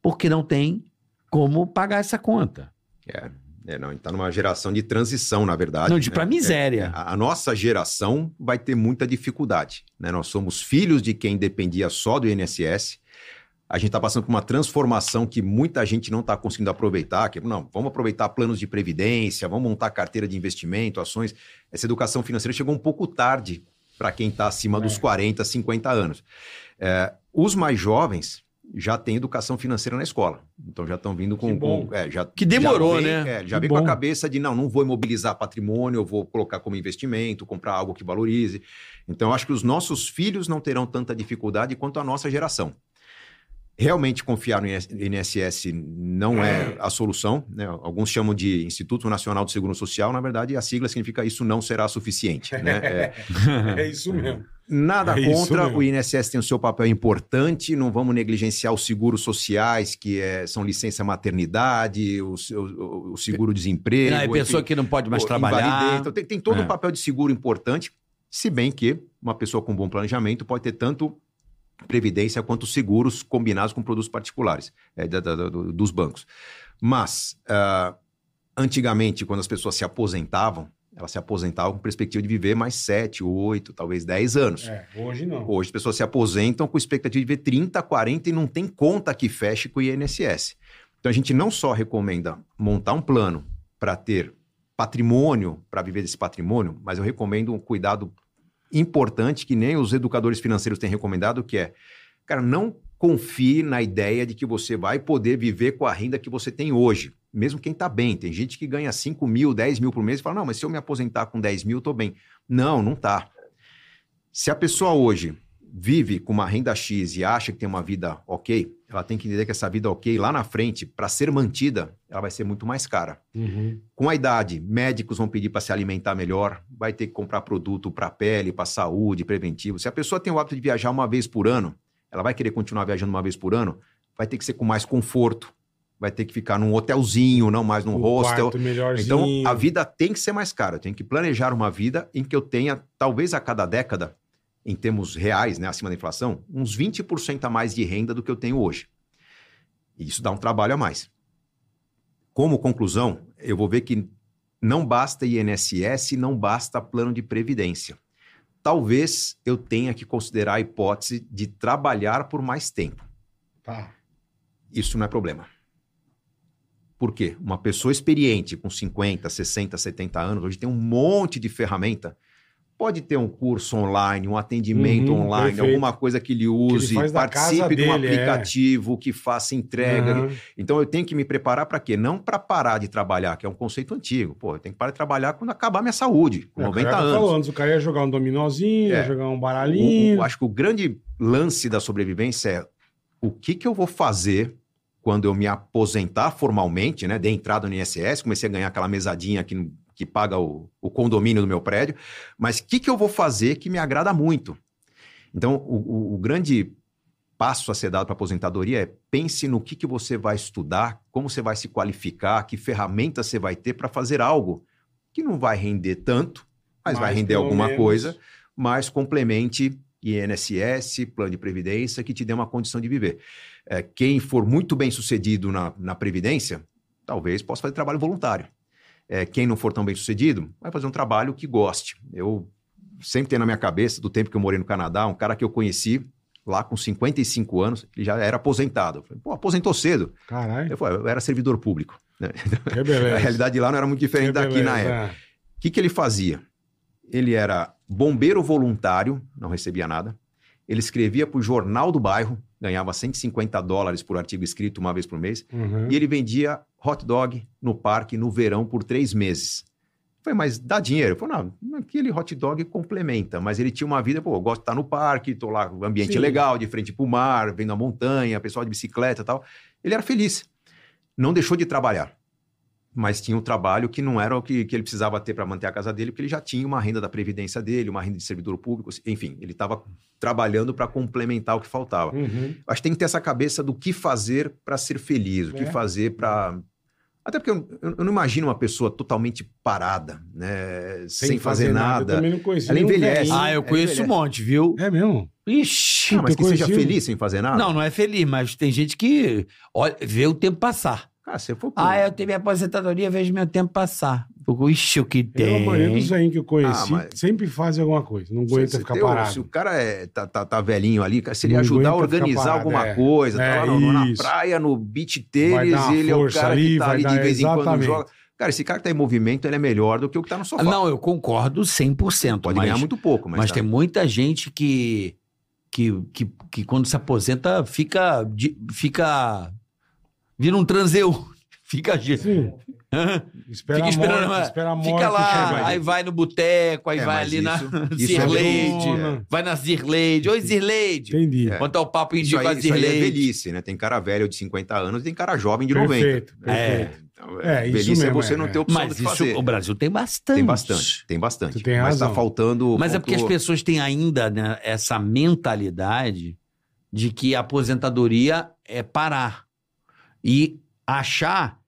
Speaker 6: porque não tem como pagar essa conta.
Speaker 5: É, não, a gente tá numa geração de transição, na verdade.
Speaker 6: não, de
Speaker 5: né?
Speaker 6: pra miséria.
Speaker 5: A, a nossa geração vai ter muita dificuldade. Né? Nós somos filhos de quem dependia só do INSS. A gente está passando por uma transformação que muita gente não está conseguindo aproveitar. Que, não, vamos aproveitar planos de previdência, vamos montar carteira de investimento, ações. Essa educação financeira chegou um pouco tarde para quem está acima
Speaker 6: É.
Speaker 5: dos 40, 50 anos. É, os mais jovens já têm educação financeira na escola. Então já estão vindo com.
Speaker 4: Que bom.
Speaker 5: com- é, já-
Speaker 6: Que demorou,
Speaker 5: já vem-
Speaker 6: né?
Speaker 5: é, já
Speaker 4: Que
Speaker 5: vem com a
Speaker 4: bom.
Speaker 5: cabeça de não, não vou imobilizar patrimônio, eu vou colocar como investimento, comprar algo que valorize. Então, eu acho que os nossos filhos não terão tanta dificuldade quanto a nossa geração. Realmente confiar no INS- INSS não é a solução. Né? Alguns chamam de Instituto Nacional do Seguro Social, na verdade, a sigla significa isso não será suficiente. Né? É,
Speaker 4: É isso mesmo.
Speaker 5: Nada
Speaker 4: É isso
Speaker 5: contra,
Speaker 4: mesmo.
Speaker 5: o INSS tem o seu papel importante, não vamos negligenciar os seguros sociais, que é- são licença maternidade, o, se- o- o seguro-desemprego.
Speaker 6: Não, é pessoa que não pode mais
Speaker 5: o- invalidez.
Speaker 6: trabalhar.
Speaker 5: Então, tem, tem todo
Speaker 6: É.
Speaker 5: um papel de seguro importante, se bem que uma pessoa com bom planejamento pode ter tanto previdência quanto seguros combinados com produtos particulares é, da- da- do- dos bancos. Mas, ah, antigamente, quando as pessoas se aposentavam, elas se aposentavam com perspectiva de viver mais 7, 8, talvez 10 anos.
Speaker 4: É, hoje não.
Speaker 5: Hoje as pessoas se aposentam com expectativa de ver 30, 40 e não tem conta que feche com o INSS. Então a gente não só recomenda montar um plano para ter patrimônio, para viver desse patrimônio, mas eu recomendo um cuidado importante que nem os educadores financeiros têm recomendado, que é, cara, não confie na ideia de que você vai poder viver com a renda que você tem hoje. Mesmo quem está bem. Tem gente que ganha 5 mil, 10 mil por mês e fala, não, mas se eu me aposentar com 10 mil, estou bem. Não, não tá. Se a pessoa hoje vive com uma renda X e acha que tem uma vida ok, ela tem que entender que essa vida ok lá na frente, para ser mantida, ela vai ser muito mais cara.
Speaker 4: Uhum.
Speaker 5: Com a idade, médicos vão pedir para se alimentar melhor, vai ter que comprar produto para pele, para saúde, preventivo. Se a pessoa tem o hábito de viajar uma vez por ano, ela vai querer continuar viajando uma vez por ano, vai ter que ser com mais conforto, vai ter que ficar num hotelzinho, não mais num
Speaker 4: Um
Speaker 5: hostel.
Speaker 4: quarto melhorzinho.
Speaker 5: Então, a vida tem que ser mais cara. Eu tenho que planejar uma vida em que eu tenha, talvez a cada década, em termos reais, né, acima da inflação, uns 20% a mais de renda do que eu tenho hoje. E isso dá um trabalho a mais. Como conclusão, eu vou ver que não basta INSS, não basta plano de previdência. Talvez eu tenha que considerar a hipótese de trabalhar por mais tempo
Speaker 4: Tá.
Speaker 5: isso não é problema. Por quê? Uma pessoa experiente com 50, 60, 70 anos, hoje tem um monte de ferramenta. Pode ter um curso online, um atendimento
Speaker 4: Uhum,
Speaker 5: online,
Speaker 4: perfeito.
Speaker 5: alguma coisa que ele use,
Speaker 4: faz da casa
Speaker 5: participe de um
Speaker 4: dele, é.
Speaker 5: aplicativo que faça entrega.
Speaker 4: Uhum.
Speaker 5: Então eu tenho que me preparar para quê? Não para parar de trabalhar, que é um conceito antigo. Pô, eu tenho que parar de trabalhar quando acabar minha saúde, com
Speaker 4: É, o
Speaker 5: 90
Speaker 4: cara
Speaker 5: anos.
Speaker 4: falou antes, o cara ia jogar um dominozinho, ia
Speaker 5: É.
Speaker 4: jogar um
Speaker 5: O-
Speaker 4: baralhinho.
Speaker 5: o- acho que o grande lance da sobrevivência é o que, que eu vou fazer quando eu me aposentar formalmente, né? Dei entrada no INSS, comecei a ganhar aquela mesadinha que, que paga o, o condomínio do meu prédio, mas o que, que eu vou fazer que me agrada muito? Então, o, o- o grande passo a ser dado para aposentadoria é pense no que, que você vai estudar, como você vai se qualificar, que ferramentas você vai ter para fazer algo que não vai render tanto, mas, vai
Speaker 4: Mas
Speaker 5: render
Speaker 4: pelo
Speaker 5: alguma
Speaker 4: menos-
Speaker 5: coisa, mas complemente INSS, plano de previdência, que te dê uma condição de viver. É, quem for muito bem sucedido na, na previdência, talvez possa fazer trabalho voluntário. É, quem não for tão bem sucedido, vai fazer um trabalho que goste. Eu sempre tenho na minha cabeça, do tempo que eu morei no Canadá, um cara que eu conheci lá com 55 anos, ele já era aposentado. Eu falei, pô, aposentou cedo.
Speaker 4: Caralho,
Speaker 5: Eu, falei, eu era servidor público. né?
Speaker 4: que
Speaker 5: A
Speaker 4: beleza.
Speaker 5: realidade lá não era muito diferente
Speaker 4: Que
Speaker 5: daqui na
Speaker 4: beleza,
Speaker 5: época.
Speaker 4: é.
Speaker 5: O que, que ele fazia? Ele era bombeiro voluntário, não recebia nada. Ele escrevia para o Jornal do Bairro, ganhava 150 dólares por artigo escrito uma vez por mês.
Speaker 4: Uhum.
Speaker 5: E ele vendia hot dog no parque no verão por três meses. Foi, mas dá dinheiro? Eu falei, não, aquele hot dog complementa. Mas ele tinha uma vida, pô, eu gosto de estar no parque, tô lá, um ambiente
Speaker 4: Sim.
Speaker 5: legal, de frente para o mar, vendo a montanha, pessoal de bicicleta e tal. Ele era feliz. Não deixou de trabalhar. Mas tinha um trabalho que não era o que, que ele precisava ter para manter a casa dele, porque ele já tinha uma renda da previdência dele, uma renda de servidor público, enfim, ele estava trabalhando para complementar o que faltava
Speaker 4: Uhum.
Speaker 5: acho que tem que ter essa cabeça do que fazer para ser feliz, o que
Speaker 4: É.
Speaker 5: fazer para. Até porque eu, eu- eu não imagino uma pessoa totalmente parada, né? Sem, fazer, nada.
Speaker 4: Eu também não conhecia.
Speaker 5: Ela
Speaker 4: nenhum
Speaker 5: envelhece.
Speaker 4: velhinho.
Speaker 5: Ah,
Speaker 6: Ah, eu
Speaker 5: é
Speaker 6: conheço
Speaker 5: velho,
Speaker 6: um
Speaker 5: é.
Speaker 6: monte, viu?
Speaker 4: É mesmo?
Speaker 6: Ixi.
Speaker 5: Ah, mas
Speaker 4: Eu
Speaker 5: que seja
Speaker 4: conheci um-
Speaker 5: feliz sem fazer nada.
Speaker 6: Não, não é feliz, mas tem gente que olha, vê o tempo passar.
Speaker 5: Cara, se eu for.
Speaker 6: Ah, eu tenho minha aposentadoria, vejo meu tempo passar. Fico, Ixi, o que
Speaker 4: Eu, a
Speaker 6: tem.
Speaker 4: maioria dos aí que eu conheci
Speaker 5: Ah, mas-
Speaker 4: sempre faz alguma coisa. Não
Speaker 5: Se-
Speaker 4: aguenta
Speaker 5: se
Speaker 4: ficar
Speaker 5: deu-
Speaker 4: parado.
Speaker 5: se o cara é, tá, tá- tá velhinho ali, cara, se ele
Speaker 4: Não
Speaker 5: ajudar a
Speaker 4: aguenta ficar
Speaker 5: organizar
Speaker 4: parado,
Speaker 5: alguma
Speaker 4: é.
Speaker 5: coisa, tá
Speaker 4: É,
Speaker 5: lá no- na
Speaker 4: isso.
Speaker 5: praia, no beach
Speaker 4: Vai dar
Speaker 5: tênis,
Speaker 4: uma
Speaker 5: ele é o
Speaker 4: força
Speaker 5: cara
Speaker 4: ali,
Speaker 5: que tá
Speaker 4: vai
Speaker 5: ali de
Speaker 4: dar-
Speaker 5: vez em quando
Speaker 4: exatamente.
Speaker 5: joga. Cara, esse cara que tá em movimento, ele é melhor do que o que tá no sofá.
Speaker 6: Ah, Não, eu concordo 100%.
Speaker 5: Pode
Speaker 6: mas,
Speaker 5: ganhar muito pouco, mas,
Speaker 6: mas
Speaker 5: tá-
Speaker 6: tem um muita gente que, que, que, que quando se aposenta fica. de- fica vira um transeu. Fica. ge-
Speaker 4: Sim,
Speaker 6: Hã?
Speaker 4: espera
Speaker 6: Fica
Speaker 4: a
Speaker 6: esperando,
Speaker 4: morte,
Speaker 6: mas-
Speaker 4: espera a morte.
Speaker 6: Fica
Speaker 4: chegar.
Speaker 6: lá,
Speaker 5: vai-
Speaker 6: aí vai no boteco, aí
Speaker 5: É,
Speaker 6: vai
Speaker 5: mas
Speaker 6: ali na
Speaker 5: isso- isso é
Speaker 6: Zirleide.
Speaker 5: velhice,
Speaker 6: vai na Zirleide. Oi, Zirleide.
Speaker 4: Entendi.
Speaker 5: É.
Speaker 6: Quanto ao papo
Speaker 5: Isso
Speaker 6: indica a
Speaker 5: aí, isso aí é
Speaker 6: Zirleide.
Speaker 5: velhice, né? Tem cara velho de 50 anos e tem cara jovem de 90.
Speaker 4: Perfeito,
Speaker 6: É.
Speaker 4: perfeito.
Speaker 5: Então,
Speaker 4: É, isso
Speaker 5: velhice é
Speaker 4: mesmo,
Speaker 5: você
Speaker 4: é,
Speaker 5: não
Speaker 4: é.
Speaker 5: ter opção do
Speaker 6: Mas
Speaker 5: que
Speaker 6: isso, um
Speaker 5: fazer.
Speaker 6: o Brasil tem bastante.
Speaker 5: Tem bastante, tem bastante.
Speaker 4: Tu tem
Speaker 5: mas
Speaker 4: razão.
Speaker 5: tá faltando.
Speaker 6: Mas é porque as
Speaker 5: faltou-
Speaker 6: pessoas têm ainda né, essa mentalidade de que a aposentadoria é parar. E achar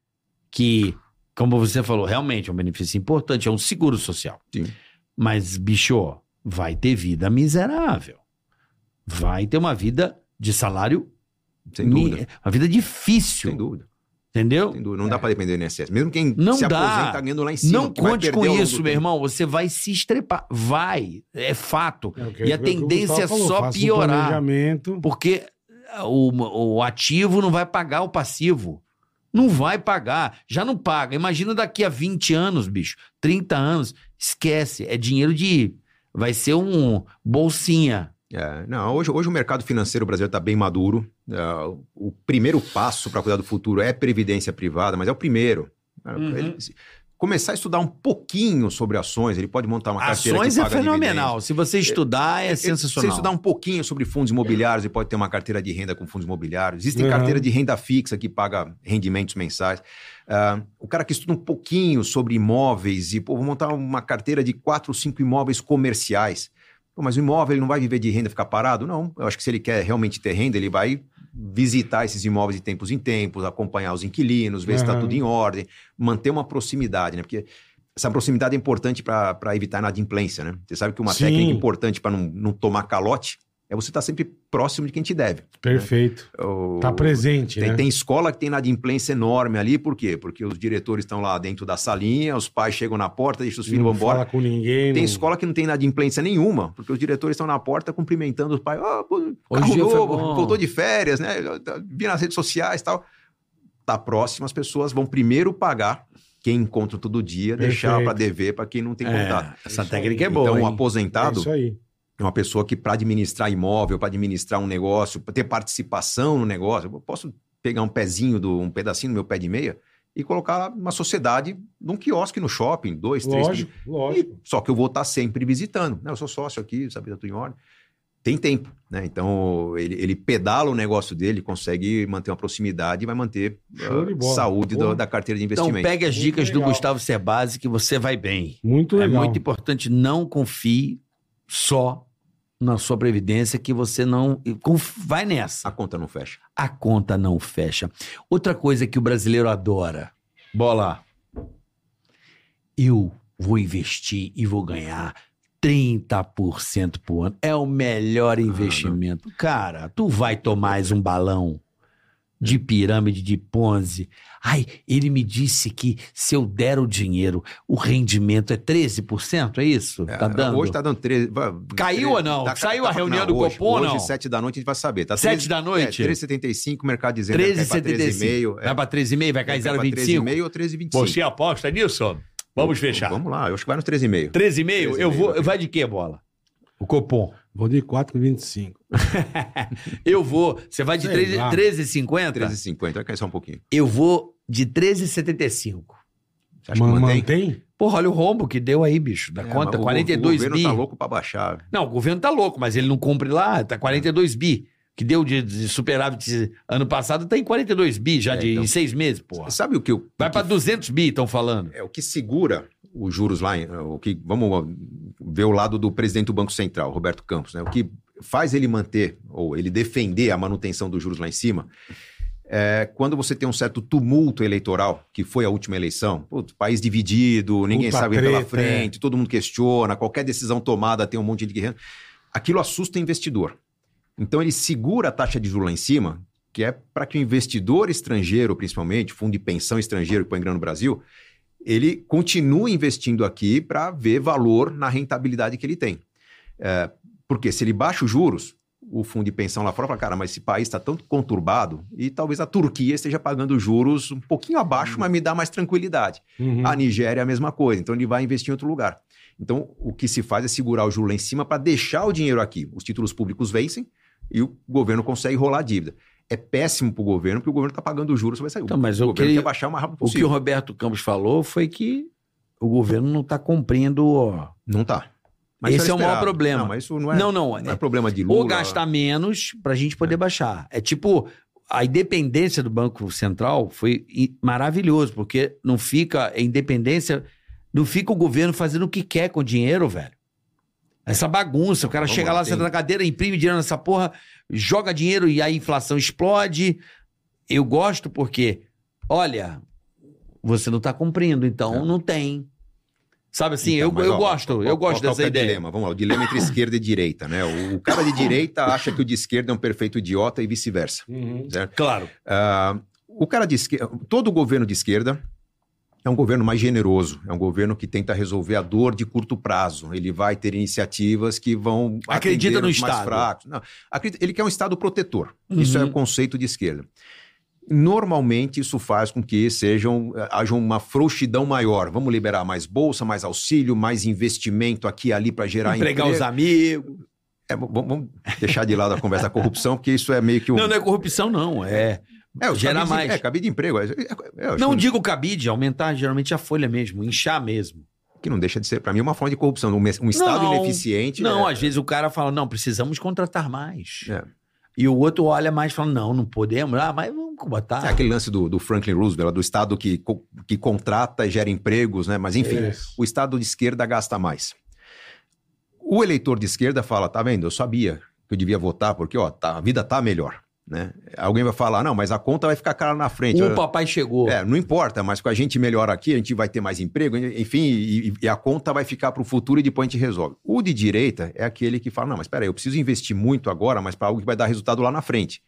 Speaker 6: que, como você falou, realmente é um benefício importante, é um seguro social.
Speaker 5: Sim.
Speaker 6: Mas, bicho, vai ter vida miserável. Vai ter uma vida de salário.
Speaker 5: Sem
Speaker 6: mi-
Speaker 5: dúvida.
Speaker 6: Uma vida difícil.
Speaker 5: Sem dúvida.
Speaker 6: Entendeu?
Speaker 5: Sem dúvida. Não dá pra depender do INSS. Mesmo quem
Speaker 6: Não
Speaker 5: se
Speaker 6: dá.
Speaker 5: aposenta tá ganhando lá em cima.
Speaker 6: Não
Speaker 5: que vai
Speaker 6: conte
Speaker 5: perder
Speaker 6: com
Speaker 5: ao longo
Speaker 6: isso,
Speaker 5: do
Speaker 6: meu
Speaker 5: tempo.
Speaker 6: irmão. Você vai se estrepar. Vai. É fato.
Speaker 4: É o que-
Speaker 6: E a
Speaker 4: é o que o
Speaker 6: tendência é
Speaker 4: Gustavo
Speaker 6: só
Speaker 4: faça um
Speaker 6: piorar.
Speaker 4: planejamento.
Speaker 6: Porque o, o ativo não vai pagar o passivo. Não vai pagar. Já não paga. Imagina daqui a 20 anos, bicho. 30 anos. Esquece. É dinheiro de. Vai ser um bolsinha.
Speaker 5: É, não, hoje, hoje o mercado financeiro brasileiro está bem maduro. É, o primeiro passo para cuidar do futuro é previdência privada, mas é o primeiro. Cara,
Speaker 6: Uhum.
Speaker 5: ele- se- começar a estudar um pouquinho sobre ações, ele pode montar uma carteira
Speaker 6: Ações
Speaker 5: que
Speaker 6: é
Speaker 5: paga dividendos.
Speaker 6: fenomenal. Se você estudar, é,
Speaker 5: Se
Speaker 6: sensacional.
Speaker 5: estudar um pouquinho sobre fundos imobiliários, e pode ter uma carteira de renda com fundos imobiliários. Existem
Speaker 4: Uhum.
Speaker 5: carteira de renda fixa que paga rendimentos mensais. Ah, o cara que estuda um pouquinho sobre imóveis e, pô, vou montar uma carteira de quatro ou cinco imóveis comerciais. Pô, mas o imóvel ele não vai viver de renda e ficar parado? Não. Eu acho que se ele quer realmente ter renda, ele vai visitar esses imóveis de tempos em tempos, acompanhar os inquilinos, ver se está
Speaker 4: Uhum.
Speaker 5: tudo em ordem, manter uma proximidade, né? Porque essa proximidade é importante para evitar inadimplência, né? Você sabe que uma
Speaker 4: Sim.
Speaker 5: técnica importante para não, não tomar calote é você estar sempre próximo de quem te deve.
Speaker 4: Perfeito.
Speaker 5: O-
Speaker 4: Tá presente,
Speaker 5: É. tem,
Speaker 4: né?
Speaker 5: tem escola que tem inadimplência enorme ali, por quê? Porque os diretores estão lá dentro da salinha, os pais chegam na porta, deixam os filhos
Speaker 4: não
Speaker 5: vão embora.
Speaker 4: fala com ninguém.
Speaker 5: Tem
Speaker 4: não-
Speaker 5: escola que não tem inadimplência nenhuma, porque os diretores estão na porta cumprimentando os pais. Ah, pô,
Speaker 6: Hoje
Speaker 5: carro
Speaker 6: o dia foi
Speaker 5: novo,
Speaker 6: bom."
Speaker 5: voltou de férias, né? Vi nas redes sociais e tal. Tá próximo, as pessoas vão primeiro pagar quem encontra todo dia, deixar
Speaker 4: Perfeito.
Speaker 5: para dever para quem não tem contato.
Speaker 6: É, essa técnica é boa.
Speaker 5: então, um
Speaker 6: hein?
Speaker 4: É
Speaker 5: aposentado
Speaker 4: isso aí.
Speaker 5: é uma pessoa que, para administrar imóvel, para administrar um negócio, para ter participação no negócio, eu posso pegar um pezinho, do, um pedacinho do meu pé de meia e colocar uma sociedade num quiosque no shopping, dois, três,
Speaker 4: Lógico, lógico.
Speaker 5: e- só que eu vou estar sempre visitando. Né? Eu sou sócio aqui, sabe, da Tunhone. Tem tempo, né? Então, ele, ele pedala o negócio dele, consegue manter uma proximidade e vai manter
Speaker 4: Show
Speaker 5: ah,
Speaker 4: de bola.
Speaker 5: saúde da,
Speaker 4: Porra.
Speaker 5: da carteira de
Speaker 6: Então,
Speaker 5: investimento.
Speaker 6: pegue as
Speaker 4: Muito
Speaker 6: dicas do
Speaker 4: legal.
Speaker 6: Gustavo Sebase que você vai bem.
Speaker 4: Muito
Speaker 6: É
Speaker 4: legal.
Speaker 6: muito importante, não confie só na sua previdência que você não. conf- Vai nessa.
Speaker 5: A conta não fecha.
Speaker 6: A conta não fecha. Outra coisa que o brasileiro adora. Bola. Eu vou investir e vou ganhar 30% por ano. É o melhor investimento. Cara, tu vai tomar mais um balão de pirâmide de Ponzi. Ai, ele me disse que se eu der o dinheiro, o rendimento é 13%, é isso? tá
Speaker 5: É,
Speaker 6: dando?
Speaker 5: Hoje tá dando 13. vai-
Speaker 6: Caiu ou não?
Speaker 5: tá-
Speaker 6: Saiu a
Speaker 5: tá-
Speaker 6: reunião do
Speaker 5: hoje,
Speaker 6: Copom ou
Speaker 5: hoje,
Speaker 6: não?
Speaker 5: 7 da noite a gente vai saber. Tá
Speaker 6: 7
Speaker 5: 13
Speaker 6: da
Speaker 5: é,
Speaker 6: noite?
Speaker 5: 13,75, o mercado dizendo que é, vai pra
Speaker 6: 13,75.
Speaker 5: 13,5.
Speaker 6: Vai pra 13,5? Vai cair 0,25?
Speaker 5: 13,5 ou 13,25.
Speaker 2: Você aposta nisso? Vamos fechar.
Speaker 5: Vamos lá, eu acho que vai no
Speaker 6: Então,
Speaker 5: 13,5.
Speaker 6: 13,5? Eu
Speaker 5: 13,5,
Speaker 6: vou.
Speaker 5: ok.
Speaker 6: Vai de quê, bola? O Copom.
Speaker 4: Vou de 4,25.
Speaker 6: Eu vou. Você vai de
Speaker 4: Sei
Speaker 6: treze-
Speaker 4: lá.
Speaker 6: 13,50?
Speaker 5: 13,50, vai cair só um pouquinho.
Speaker 6: Eu vou de 13,75.
Speaker 5: Você acha
Speaker 4: Ma-
Speaker 5: que mantém?
Speaker 4: mantém?
Speaker 6: Porra, olha o rombo que deu aí, bicho, da
Speaker 5: É,
Speaker 6: conta.
Speaker 5: mas o-
Speaker 6: 42
Speaker 5: O governo
Speaker 6: bi.
Speaker 5: tá louco pra baixar.
Speaker 6: Não, o governo tá louco, mas ele não cumpre lá, tá 42 bi. Que deu de, de superávit ano passado, tá em 42 bi já
Speaker 5: É,
Speaker 6: de,
Speaker 5: então.
Speaker 6: em seis meses, porra.
Speaker 5: Sabe o que, eu-
Speaker 6: Vai
Speaker 5: o
Speaker 6: pra 200 bi, estão falando.
Speaker 5: é o que segura os juros lá, em- o que vamos ver o lado do presidente do Banco Central, Roberto Campos, né? O que faz ele manter ou ele defender a manutenção dos juros lá em cima é quando você tem um certo tumulto eleitoral, que foi a última eleição, putz, país dividido, ninguém
Speaker 4: Puta
Speaker 5: sabe o que pela
Speaker 4: treta, é.
Speaker 5: frente, todo mundo questiona, qualquer decisão tomada tem um monte de guerreiro. Aquilo assusta o investidor. Então ele segura a taxa de juros lá em cima, que é para que o investidor estrangeiro, principalmente, fundo de pensão estrangeiro que põe grana no Brasil, ele continua investindo aqui para ver valor na rentabilidade que ele tem. É, porque se ele baixa os juros, o fundo de pensão lá fora fala, cara, mas esse país está tão conturbado e talvez a Turquia esteja pagando juros um pouquinho
Speaker 6: Hum.
Speaker 5: abaixo, mas me dá mais tranquilidade.
Speaker 4: Uhum.
Speaker 5: A Nigéria é a mesma coisa, então ele vai investir em outro lugar. Então, o que se faz é segurar o juro lá em cima para deixar o dinheiro aqui. Os títulos públicos vencem e o governo consegue rolar a dívida. É péssimo para o governo, porque o governo está pagando os juros, vai sair.
Speaker 6: Então, mas
Speaker 5: o
Speaker 6: eu
Speaker 5: governo
Speaker 6: queria-
Speaker 5: quer baixar o mais rápido
Speaker 6: O que o
Speaker 5: possível.
Speaker 6: Roberto Campos falou foi que o governo não tá cumprindo. ó.
Speaker 5: Não está.
Speaker 6: tá. Esse é o maior problema.
Speaker 5: tá Não, mas isso não é,
Speaker 6: não, não.
Speaker 5: não
Speaker 6: é-
Speaker 5: é problema de Lula. Tá,
Speaker 6: ou gastar menos pra gente poder baixar. É tipo, a independência do Banco Central foi i- maravilhoso, porque não fica a independência, não fica o governo fazendo o que quer com o dinheiro, velho. Essa bagunça, o cara
Speaker 5: Vamos
Speaker 6: chega
Speaker 5: lá,
Speaker 6: lá, senta
Speaker 5: tem-
Speaker 6: na cadeira, imprime dinheiro nessa porra, joga dinheiro e a inflação explode. Eu gosto porque, olha, você não tá cumprindo, então
Speaker 5: É.
Speaker 6: não tem. Sabe assim,
Speaker 5: Então,
Speaker 6: eu,
Speaker 5: mas,
Speaker 6: eu
Speaker 5: ó,
Speaker 6: gosto,
Speaker 5: qual- qual
Speaker 6: eu gosto
Speaker 5: que é o que
Speaker 6: dessa
Speaker 5: é o
Speaker 6: ideia.
Speaker 5: Dilema? Vamos lá, o dilema entre esquerda e direita, né? O, o cara de direita acha que o de esquerda é um perfeito idiota e vice-versa.
Speaker 4: Uhum.
Speaker 6: Claro.
Speaker 5: Ah, o cara de esquerda, todo governo de esquerda é um governo mais generoso, é um governo que tenta resolver a dor de curto prazo. Ele vai ter iniciativas que vão
Speaker 6: Acredita
Speaker 5: atender
Speaker 6: no
Speaker 5: os mais
Speaker 6: Estado.
Speaker 5: fracos. Não, acredita- ele quer um Estado protetor.
Speaker 6: Uhum.
Speaker 5: Isso é o conceito de esquerda. Normalmente isso faz com que sejam eh, haja uma frouxidão maior. Vamos liberar mais bolsa, mais auxílio, mais investimento aqui e ali para gerar
Speaker 6: Empregar os
Speaker 5: emprego.
Speaker 6: amigos.
Speaker 5: É, vamos, vamos deixar de lado a conversa da corrupção, porque isso é meio que o
Speaker 6: Não, não é corrupção, não. É.
Speaker 5: É, os
Speaker 6: Gerar
Speaker 5: cabides-
Speaker 6: mais.
Speaker 5: É, cabide de emprego. É, é, é, acho
Speaker 6: Não
Speaker 5: que,
Speaker 6: digo cabide, aumentar geralmente a folha mesmo, inchar mesmo.
Speaker 5: que não deixa de ser, para mim, uma forma de corrupção. Um, mes- um Estado
Speaker 6: Não,
Speaker 5: ineficiente.
Speaker 6: Não,
Speaker 5: é,
Speaker 6: às vezes o cara fala, não, precisamos contratar mais.
Speaker 5: É.
Speaker 6: E o outro olha mais e fala, não, não podemos. Ah, mas vamos botar.
Speaker 5: é aquele lance do, do Franklin Roosevelt, do Estado que, co- que contrata e gera empregos, né? Mas enfim,
Speaker 4: Isso.
Speaker 5: o Estado de esquerda gasta mais. O eleitor de esquerda fala: tá vendo? Eu sabia que eu devia votar, porque ó, tá- a vida tá melhor. Né? Alguém vai falar, não, mas a conta vai ficar cara na frente.
Speaker 6: o
Speaker 5: Eu-
Speaker 6: papai chegou.
Speaker 5: É, não importa, mas com a gente melhor aqui, a gente vai ter mais emprego, enfim, e, e a conta vai ficar para o futuro e depois a gente resolve. O de direita é aquele que fala: não, mas peraí, eu preciso investir muito agora, mas para algo que vai dar resultado lá na frente.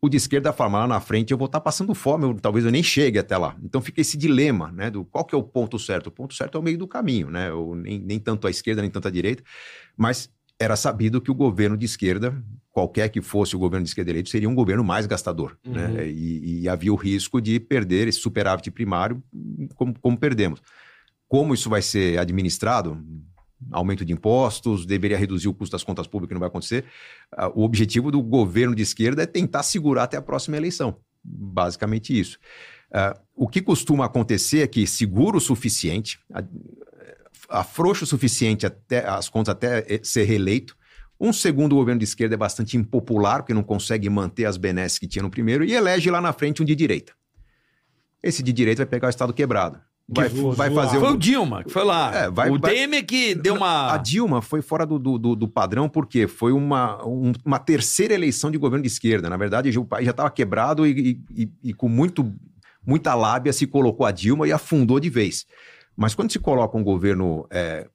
Speaker 5: O de esquerda fala, mas lá na frente eu vou estar passando fome, eu- talvez eu nem chegue até lá. Então fica esse dilema, né? Do qual que é o ponto certo? O ponto certo é o meio do caminho, né? Ou nem, nem tanto à esquerda, nem tanto à direita. Mas era sabido que o governo de esquerda, qualquer que fosse o governo de esquerda eleito, seria um governo mais gastador.
Speaker 4: Uhum.
Speaker 5: Né? E, e havia o risco de perder esse superávit primário, como, como perdemos. Como isso vai ser administrado? Aumento de impostos, deveria reduzir o custo das contas públicas, que não vai acontecer. Ah, O objetivo do governo de esquerda é tentar segurar até a próxima eleição. Basicamente isso. Ah, o que costuma acontecer é que segura o suficiente, a- afrouxa o suficiente até as contas até eh, ser reeleito. Um segundo governo de esquerda é bastante impopular, porque não consegue manter as benesses que tinha no primeiro, e elege lá na frente um de direita. Esse de direita vai pegar o Estado quebrado. Vai,
Speaker 4: Que
Speaker 5: vai
Speaker 4: zoado.
Speaker 5: fazer
Speaker 6: Ah, Foi
Speaker 5: um.
Speaker 6: o Dilma que foi lá.
Speaker 5: É, vai-
Speaker 6: o
Speaker 5: vai-
Speaker 6: Temer que deu uma...
Speaker 5: A Dilma foi fora do, do, do- do padrão porque foi uma, um- uma terceira eleição de governo de esquerda. Na verdade, o país já estava quebrado e, e- e- e com muito, muita lábia se colocou a Dilma e afundou de vez. Mas quando se coloca um governo. é,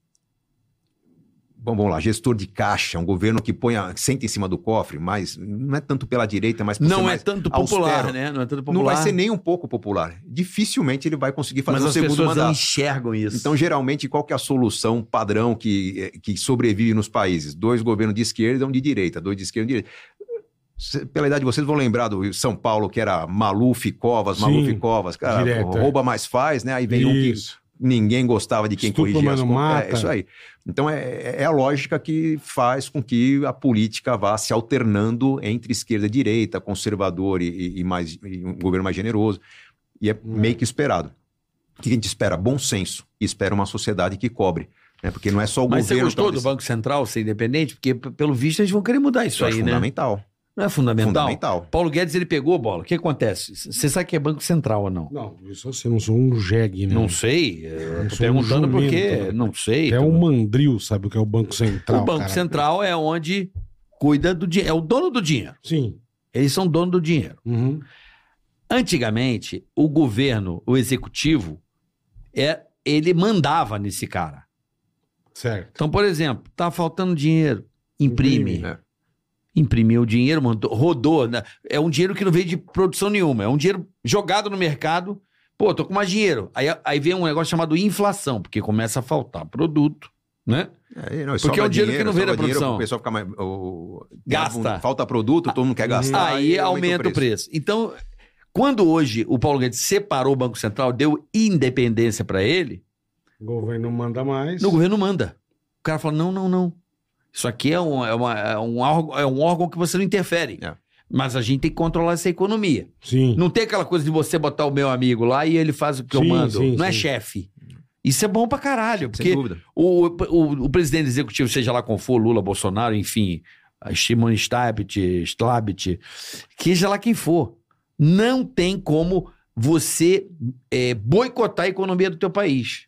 Speaker 5: bom, vamos lá, gestor de caixa, um governo que põe a, que senta em cima do cofre, mas não é tanto pela direita, mas por ser
Speaker 6: Não é
Speaker 5: mais-
Speaker 6: tanto popular,
Speaker 5: austero.
Speaker 6: né? Não é tanto popular.
Speaker 5: não vai ser nem um pouco popular. Dificilmente ele vai conseguir fazer
Speaker 6: Mas
Speaker 5: um
Speaker 6: as
Speaker 5: segundo
Speaker 6: pessoas não
Speaker 5: mandato.
Speaker 6: enxergam isso.
Speaker 5: Então, geralmente, qual que é a solução padrão que, eh, que sobrevive nos países? Dois governos de esquerda e um de direita, dois de esquerda e um de direita. Cê- Pela idade de vocês, vão lembrar do São Paulo, que era Maluf Covas, Maluf
Speaker 4: Sim,
Speaker 5: Covas, cara,
Speaker 4: direto, é.
Speaker 5: rouba mais faz, né? Aí vem um que
Speaker 4: Isso.
Speaker 5: ninguém gostava de quem
Speaker 4: Estupra,
Speaker 5: corrigia
Speaker 4: mas
Speaker 5: as
Speaker 4: não
Speaker 5: contas.
Speaker 4: mata.
Speaker 5: É isso aí. Então, é, é a lógica que faz com que a política vá se alternando entre esquerda e direita, conservador e, e mais, e um governo mais generoso. E é meio que esperado. O que a gente espera? Bom senso. E espera uma sociedade que cobre. Né? Porque não é só o
Speaker 6: Mas você
Speaker 5: governo...
Speaker 6: gostou
Speaker 5: que
Speaker 6: do
Speaker 5: tá
Speaker 6: Banco Central ser independente? Porque, p- pelo visto, eles vão querer mudar isso,
Speaker 5: isso é
Speaker 6: aí, né?
Speaker 5: fundamental.
Speaker 6: Não é fundamental?
Speaker 5: Fundamental.
Speaker 6: Paulo Guedes, ele pegou bola. O que acontece? C- Você sabe que é Banco Central ou não?
Speaker 4: Não, eu só sei, não sou um jegue, né?
Speaker 5: Hum.
Speaker 6: Não sei. Eu
Speaker 4: Eu
Speaker 6: tô
Speaker 4: sou um
Speaker 6: perguntando
Speaker 4: jumento,
Speaker 6: porque...
Speaker 4: né?
Speaker 6: Não sei.
Speaker 4: É
Speaker 6: tô-
Speaker 4: um mandril, sabe o que é o Banco Central,
Speaker 6: o Banco
Speaker 4: cara.
Speaker 6: Central é onde cuida do dinheiro. É o dono do dinheiro.
Speaker 4: Sim.
Speaker 6: Eles são dono do dinheiro.
Speaker 4: Uhum.
Speaker 6: Antigamente, o governo, o executivo, é, ele mandava nesse cara.
Speaker 4: Certo.
Speaker 6: Então, por exemplo, tá faltando dinheiro, imprime.
Speaker 5: Né?
Speaker 6: Imprimiu o dinheiro, mandou, rodou. né? É um dinheiro que não veio de produção nenhuma, é um dinheiro jogado no mercado. Pô, tô com mais dinheiro. Aí, aí vem um negócio chamado inflação, porque começa a faltar produto, né?
Speaker 5: É, não, e
Speaker 6: Porque é
Speaker 5: sobra
Speaker 6: um dinheiro que não vem
Speaker 5: sobra
Speaker 6: da
Speaker 5: dinheiro,
Speaker 6: produção.
Speaker 5: O pessoal fica mais... o-
Speaker 6: Gasta.
Speaker 5: Falta produto, todo mundo quer gastar.
Speaker 6: aí
Speaker 5: e
Speaker 6: aumenta o preço. Então, quando hoje o Paulo Guedes separou o Banco Central, deu independência para ele,
Speaker 4: O governo manda mais.
Speaker 6: No governo manda. O cara fala: não, não, não. Isso aqui é um, é uma- é um, órgão, é um órgão que você não interfere.
Speaker 5: É.
Speaker 6: Mas a gente tem que controlar essa economia.
Speaker 4: Sim.
Speaker 6: Não tem aquela coisa de você botar o meu amigo lá e ele faz o que eu
Speaker 4: Sim,
Speaker 6: mando.
Speaker 4: sim,
Speaker 6: não é
Speaker 4: sim.
Speaker 6: chefe. Isso é bom pra caralho,
Speaker 5: Sem
Speaker 6: porque
Speaker 5: dúvida.
Speaker 6: o, o, o presidente executivo, seja lá qual for, Lula, Bolsonaro, enfim, Shimon Stabit, Stabit, seja lá quem for, não tem como você eh, boicotar a economia do teu país.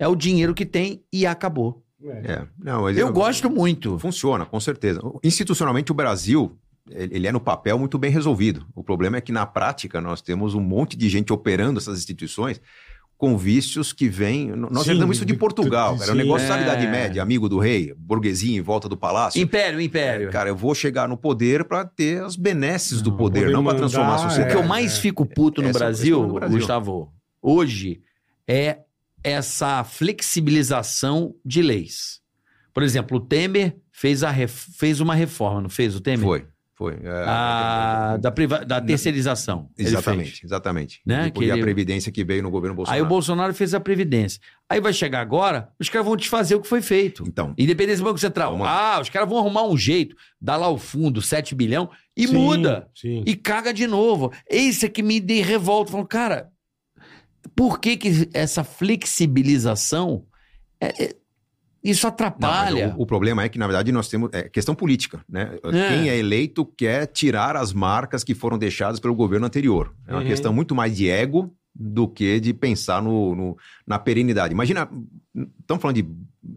Speaker 6: É o dinheiro que tem e acabou.
Speaker 4: É.
Speaker 5: É. Não, mas
Speaker 6: Eu gosto muito.
Speaker 5: Funciona, com certeza. O- Institucionalmente, o Brasil ele ele é no papel muito bem resolvido. O problema é que, na prática, nós temos um monte de gente operando essas instituições com vícios que vêm. n- Nós
Speaker 4: Sim,
Speaker 5: herdamos isso de
Speaker 4: de-
Speaker 5: Portugal,
Speaker 4: de-
Speaker 5: cara. O
Speaker 4: sim.
Speaker 5: negócio da
Speaker 6: É.
Speaker 5: Idade Média, amigo do rei, burguesia em volta do palácio.
Speaker 6: Império, império.
Speaker 5: Cara, eu vou chegar no poder para ter as benesses do
Speaker 4: Não,
Speaker 5: poder,
Speaker 4: poder
Speaker 5: não para
Speaker 4: mandar,
Speaker 5: transformar a
Speaker 6: o
Speaker 5: sociedade.
Speaker 6: que eu
Speaker 4: é,
Speaker 6: mais
Speaker 4: é.
Speaker 6: fico puto no
Speaker 5: Essa é a
Speaker 6: Brasil,
Speaker 5: questão do Brasil.
Speaker 6: Gustavo, hoje, é essa flexibilização de leis. Por exemplo, o Temer fez, a ref- fez uma reforma, não fez o Temer?
Speaker 5: Foi, foi. É,
Speaker 6: A- Ah, da, priva- da terceirização. ele fez.
Speaker 5: Exatamente, exatamente.
Speaker 6: Né,
Speaker 5: E
Speaker 6: que
Speaker 5: e a
Speaker 6: ele-
Speaker 5: previdência que veio no governo Bolsonaro.
Speaker 6: Aí o Bolsonaro fez a Previdência. Aí vai chegar agora, os caras vão desfazer o que foi feito.
Speaker 5: Então,
Speaker 6: Independência do Banco Central.
Speaker 5: Vamos
Speaker 6: Ah, os caras vão arrumar um jeito, dá lá o fundo, 7 bilhão, e
Speaker 4: Sim,
Speaker 6: muda.
Speaker 4: Sim.
Speaker 6: e caga de novo. Isso é que me de revolta. Falo, cara, por que, que essa flexibilização é- é- isso
Speaker 5: Não, mas
Speaker 6: atrapalha?
Speaker 5: o, o problema é que, na verdade, nós temos. É questão política, né?
Speaker 6: É.
Speaker 5: Quem é eleito quer tirar as marcas que foram deixadas pelo governo anterior. É uma
Speaker 4: Uhum.
Speaker 5: questão muito mais de ego do que de pensar no, no- na perenidade. Imagina, estamos falando de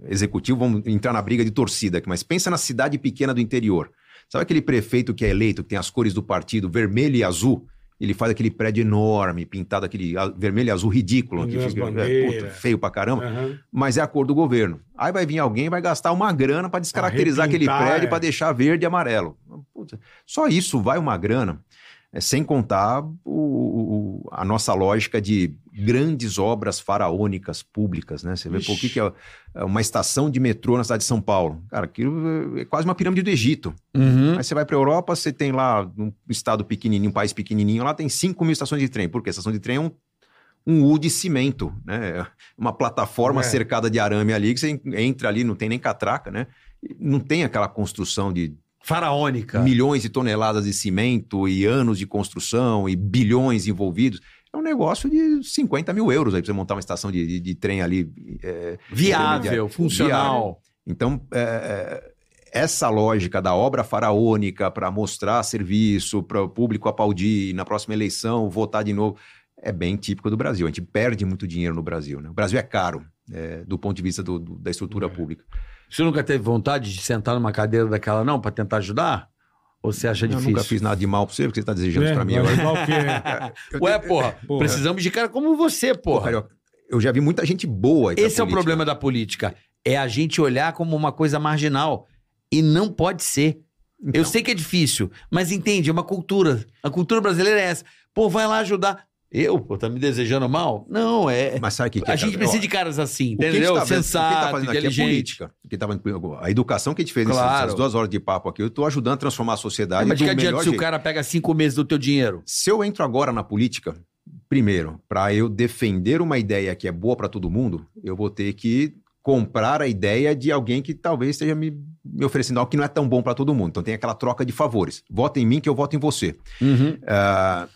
Speaker 5: executivo, vamos entrar na briga de torcida aqui, mas pensa na cidade pequena do interior. Sabe aquele prefeito que é eleito, que tem as cores do partido, vermelho e azul? Ele faz aquele prédio enorme, pintado aquele a- vermelho e azul ridículo, que
Speaker 4: Pendura as
Speaker 5: fica é,
Speaker 4: bandeiras.
Speaker 5: puta, feio pra caramba
Speaker 4: Aham.
Speaker 5: mas é a cor do governo. Aí vai vir alguém e vai gastar uma grana para descaracterizar
Speaker 4: Pra
Speaker 5: aquele
Speaker 4: repintar,
Speaker 5: prédio
Speaker 4: é.
Speaker 5: para deixar verde e amarelo. Puta, só isso vai uma grana, é, sem contar o- o- a nossa lógica de grandes obras faraônicas públicas, né? Você vê pô, o que, que é é uma estação de metrô na cidade de São Paulo. Cara, aquilo é quase uma pirâmide do Egito.
Speaker 6: Uhum.
Speaker 5: Aí você vai para a Europa, você tem lá um estado pequenininho, um país pequenininho, lá tem 5 mil estações de trem. Porque a estação de trem é um, um U de cimento, né? Uma plataforma
Speaker 4: É.
Speaker 5: cercada de arame ali, que você en- entra ali, não tem nem catraca, né? E Não tem aquela construção de
Speaker 6: Faraônica.
Speaker 5: milhões de toneladas de cimento e anos de construção e bilhões envolvidos. É um negócio de 50 mil euros aí pra você montar uma estação de, de- de trem ali. é,
Speaker 6: Viável, funcional.
Speaker 5: então, é, é, essa lógica da obra faraônica para mostrar serviço, para o público aplaudir, e na próxima eleição votar de novo, é bem típico do Brasil. A gente perde muito dinheiro no Brasil. Né? O Brasil é caro, é, do ponto de vista do- do- da estrutura
Speaker 6: É,
Speaker 5: pública.
Speaker 6: Você nunca teve vontade de sentar numa cadeira daquela, não, pra tentar ajudar? Ou você acha
Speaker 5: eu
Speaker 6: tá difícil?
Speaker 5: nunca fiz nada de mal pra você, porque você tá desejando
Speaker 4: É,
Speaker 5: isso pra mim
Speaker 4: vai
Speaker 5: agora.
Speaker 4: levar o quê?
Speaker 6: Ué, porra,
Speaker 4: Porra.
Speaker 6: precisamos de cara como você,
Speaker 5: Pô,
Speaker 6: porra.
Speaker 5: Carioca, eu já vi muita gente boa. aí pra
Speaker 6: Esse é o
Speaker 5: política.
Speaker 6: problema da política. É a gente olhar como uma coisa marginal. E não pode ser.
Speaker 5: Então.
Speaker 6: Eu sei que é difícil, mas entende, é uma cultura. A cultura brasileira é essa. Pô, vai lá ajudar. Eu? Pô, tá me desejando mal? Não, é.
Speaker 5: Mas sabe o que, que
Speaker 6: a
Speaker 5: é,
Speaker 6: gente
Speaker 5: cara?
Speaker 6: precisa
Speaker 5: Ó,
Speaker 6: de caras assim,
Speaker 5: O que a gente
Speaker 6: entendeu?
Speaker 5: tá vendo- o que a gente tá
Speaker 6: Sensato,
Speaker 5: fazendo aqui é
Speaker 6: inteligente.
Speaker 5: política. O que tá falando- A educação que a gente fez nessas-
Speaker 6: Claro.
Speaker 5: nessas duas horas de papo aqui, eu tô ajudando a transformar a sociedade
Speaker 6: mas de
Speaker 5: do
Speaker 6: que adianta
Speaker 5: melhor
Speaker 6: se o
Speaker 5: jeito.
Speaker 6: cara pega cinco meses do teu dinheiro?
Speaker 5: Se eu entro agora na política, primeiro, para eu defender uma ideia que é boa para todo mundo, eu vou ter que comprar a ideia de alguém que talvez esteja me, me oferecendo algo que não é tão bom para todo mundo. Então tem aquela troca de favores. Vota em mim que eu voto em você. Ah,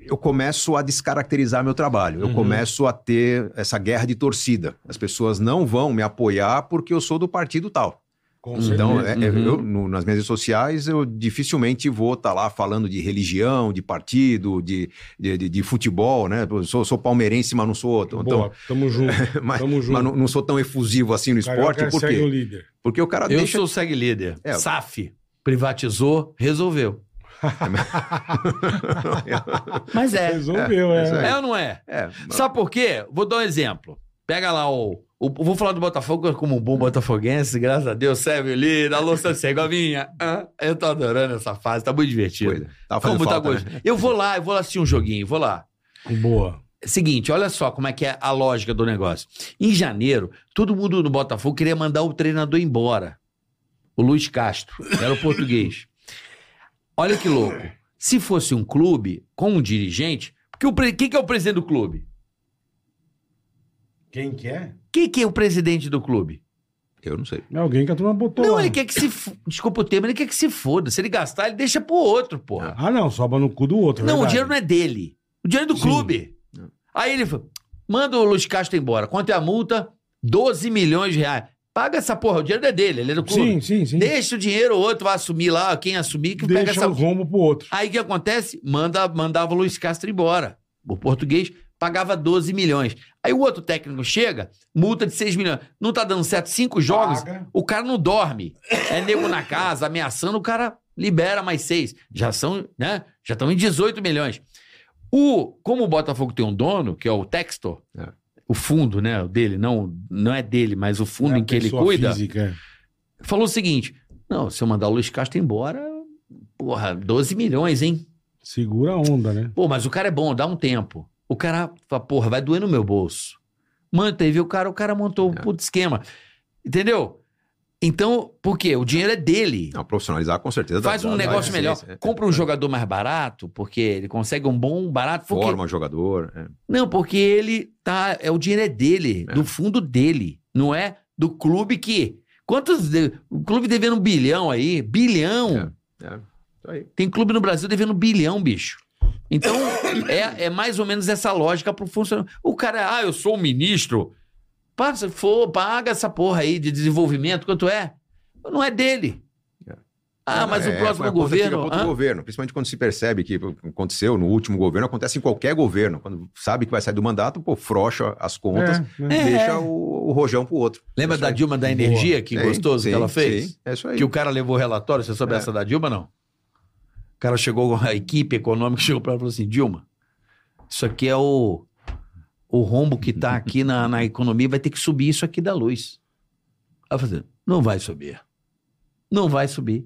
Speaker 5: eu começo a descaracterizar meu trabalho. Eu
Speaker 4: Uhum.
Speaker 5: começo a ter essa guerra de torcida. As pessoas não vão me apoiar porque eu sou do partido tal.
Speaker 4: Com
Speaker 5: Então,
Speaker 4: certeza.
Speaker 5: é- é-
Speaker 6: Uhum.
Speaker 5: eu, no- nas minhas redes sociais, eu dificilmente vou estar lá falando de religião, de partido, de, de, de- de futebol, né? Eu sou, sou palmeirense, mas não sou. tão-
Speaker 4: Boa, tamo junto.
Speaker 5: tão- então, mas
Speaker 4: Tamo junto.
Speaker 5: mas não, não sou tão efusivo assim no esporte.
Speaker 4: Carioca
Speaker 5: Por
Speaker 4: segue o
Speaker 5: quê?
Speaker 4: líder.
Speaker 5: Porque o cara
Speaker 6: Eu
Speaker 5: Ah, deixa.
Speaker 6: sou o segue líder.
Speaker 5: É.
Speaker 6: SAF. Privatizou, resolveu. Mas é.
Speaker 4: Resolveu,
Speaker 5: é,
Speaker 4: é.
Speaker 5: é.
Speaker 6: É ou não é?
Speaker 5: É, mas-
Speaker 6: Sabe por quê? Vou dar um exemplo. Pega lá o. o- vou falar do Botafogo como um bom botafoguense, graças a Deus, serve o líder, alô, Santa Segovinha. Ah, Eu tô adorando essa fase, tá muito divertido.
Speaker 5: coisa. Tava fazendo
Speaker 6: Como tá
Speaker 5: falta, né?
Speaker 6: gostoso. Eu vou lá, eu vou lá assistir um joguinho, vou lá.
Speaker 4: Boa.
Speaker 6: Seguinte, olha só como é que é a lógica do negócio. Em janeiro, todo mundo no Botafogo queria mandar o treinador embora. O Luiz Castro, era o português. Olha que louco. Se fosse um clube com um dirigente, porque o pre- quem que é o presidente do clube?
Speaker 4: Quem que é?
Speaker 6: Quem que é o presidente do clube?
Speaker 5: Eu não sei.
Speaker 4: É alguém que a turma botou
Speaker 6: Não,
Speaker 4: lá.
Speaker 6: ele quer que se. f- Desculpa o termo, ele quer que se foda. Se ele gastar, ele deixa pro outro, porra.
Speaker 4: Ah, não, sobra no cu do outro.
Speaker 6: Não, o
Speaker 4: verdade.
Speaker 6: dinheiro não é dele. O dinheiro é
Speaker 4: Então,
Speaker 6: do
Speaker 4: Sim.
Speaker 6: clube. Aí ele falou, manda o Luiz Castro embora. Quanto é a multa? 12 milhões de reais. Paga essa porra, o dinheiro não é dele, ele é do clube.
Speaker 4: Sim, sim, sim.
Speaker 6: Deixa o dinheiro, o outro vai assumir lá, quem assumir, que pega
Speaker 4: Deixa
Speaker 6: essa.
Speaker 4: o rombo pro outro.
Speaker 6: Aí o que acontece? Manda, mandava o Luiz Castro embora. O português pagava 12 milhões. Aí o outro técnico chega, multa de 6 milhões. Não tá dando certo cinco jogos,
Speaker 4: Paga.
Speaker 6: o cara não dorme. É nego na casa, ameaçando, o cara libera mais seis. Já são, né? Já estão em 18 milhões. O, como o Botafogo tem um dono, que é o Textor,
Speaker 5: É.
Speaker 6: o fundo, né? o Dele, não, não é dele, mas o fundo
Speaker 4: É a
Speaker 6: em que ele
Speaker 4: pessoa
Speaker 6: cuida,
Speaker 4: física. é.
Speaker 6: falou o seguinte: não, se eu mandar o Luiz Castro embora, porra, 12 milhões, hein?
Speaker 4: Segura a onda, né?
Speaker 6: Pô, mas o cara é bom, dá um tempo. O cara fala, porra, vai doer no meu bolso. Manteve o cara, o cara montou um
Speaker 5: É.
Speaker 6: puto esquema. Entendeu? Então, por quê? O dinheiro é dele.
Speaker 5: Não, profissionalizar com certeza. dá-
Speaker 6: Faz um
Speaker 5: dá- dá
Speaker 6: negócio melhor.
Speaker 5: eficiência, é.
Speaker 6: Compra um jogador mais barato, porque ele consegue um bom barato. Porque...
Speaker 5: Forma jogador. é.
Speaker 6: Não, porque ele tá. É, o dinheiro é dele,
Speaker 5: É.
Speaker 6: do fundo dele, não é do clube que. Quantos. de- O clube devendo um bilhão aí, bilhão.
Speaker 5: Isso aí.
Speaker 6: Tem clube no Brasil devendo um bilhão, bicho. Então, é, é mais ou menos essa lógica pro funcionário. O cara, ah, eu sou o ministro. Passa, for, paga essa porra aí de desenvolvimento, quanto é? Não é dele.
Speaker 5: É.
Speaker 6: Ah, mas
Speaker 5: É,
Speaker 6: o próximo
Speaker 5: é, quando fica
Speaker 6: governo.
Speaker 5: contra o
Speaker 6: hã?
Speaker 5: governo, principalmente quando se percebe que aconteceu no último governo, acontece em qualquer governo. Quando sabe que vai sair do mandato, pô, frocha as contas,
Speaker 4: É, né?
Speaker 6: É.
Speaker 5: deixa o, o rojão pro outro. É
Speaker 6: Lembra
Speaker 5: Isso
Speaker 6: da
Speaker 5: aí.
Speaker 6: Dilma da
Speaker 4: Boa.
Speaker 6: Energia, que
Speaker 5: Sim,
Speaker 6: gostoso
Speaker 5: sim,
Speaker 6: que ela fez?
Speaker 5: sim, é isso aí.
Speaker 6: Que o cara levou o relatório, você soube
Speaker 5: É.
Speaker 6: essa da Dilma, não? O cara chegou, a equipe econômica chegou pra ela e falou assim, Dilma, isso aqui é o, o rombo que tá aqui na, na economia, vai ter que subir isso aqui da luz. Ela falou assim, não vai subir. Não vai subir.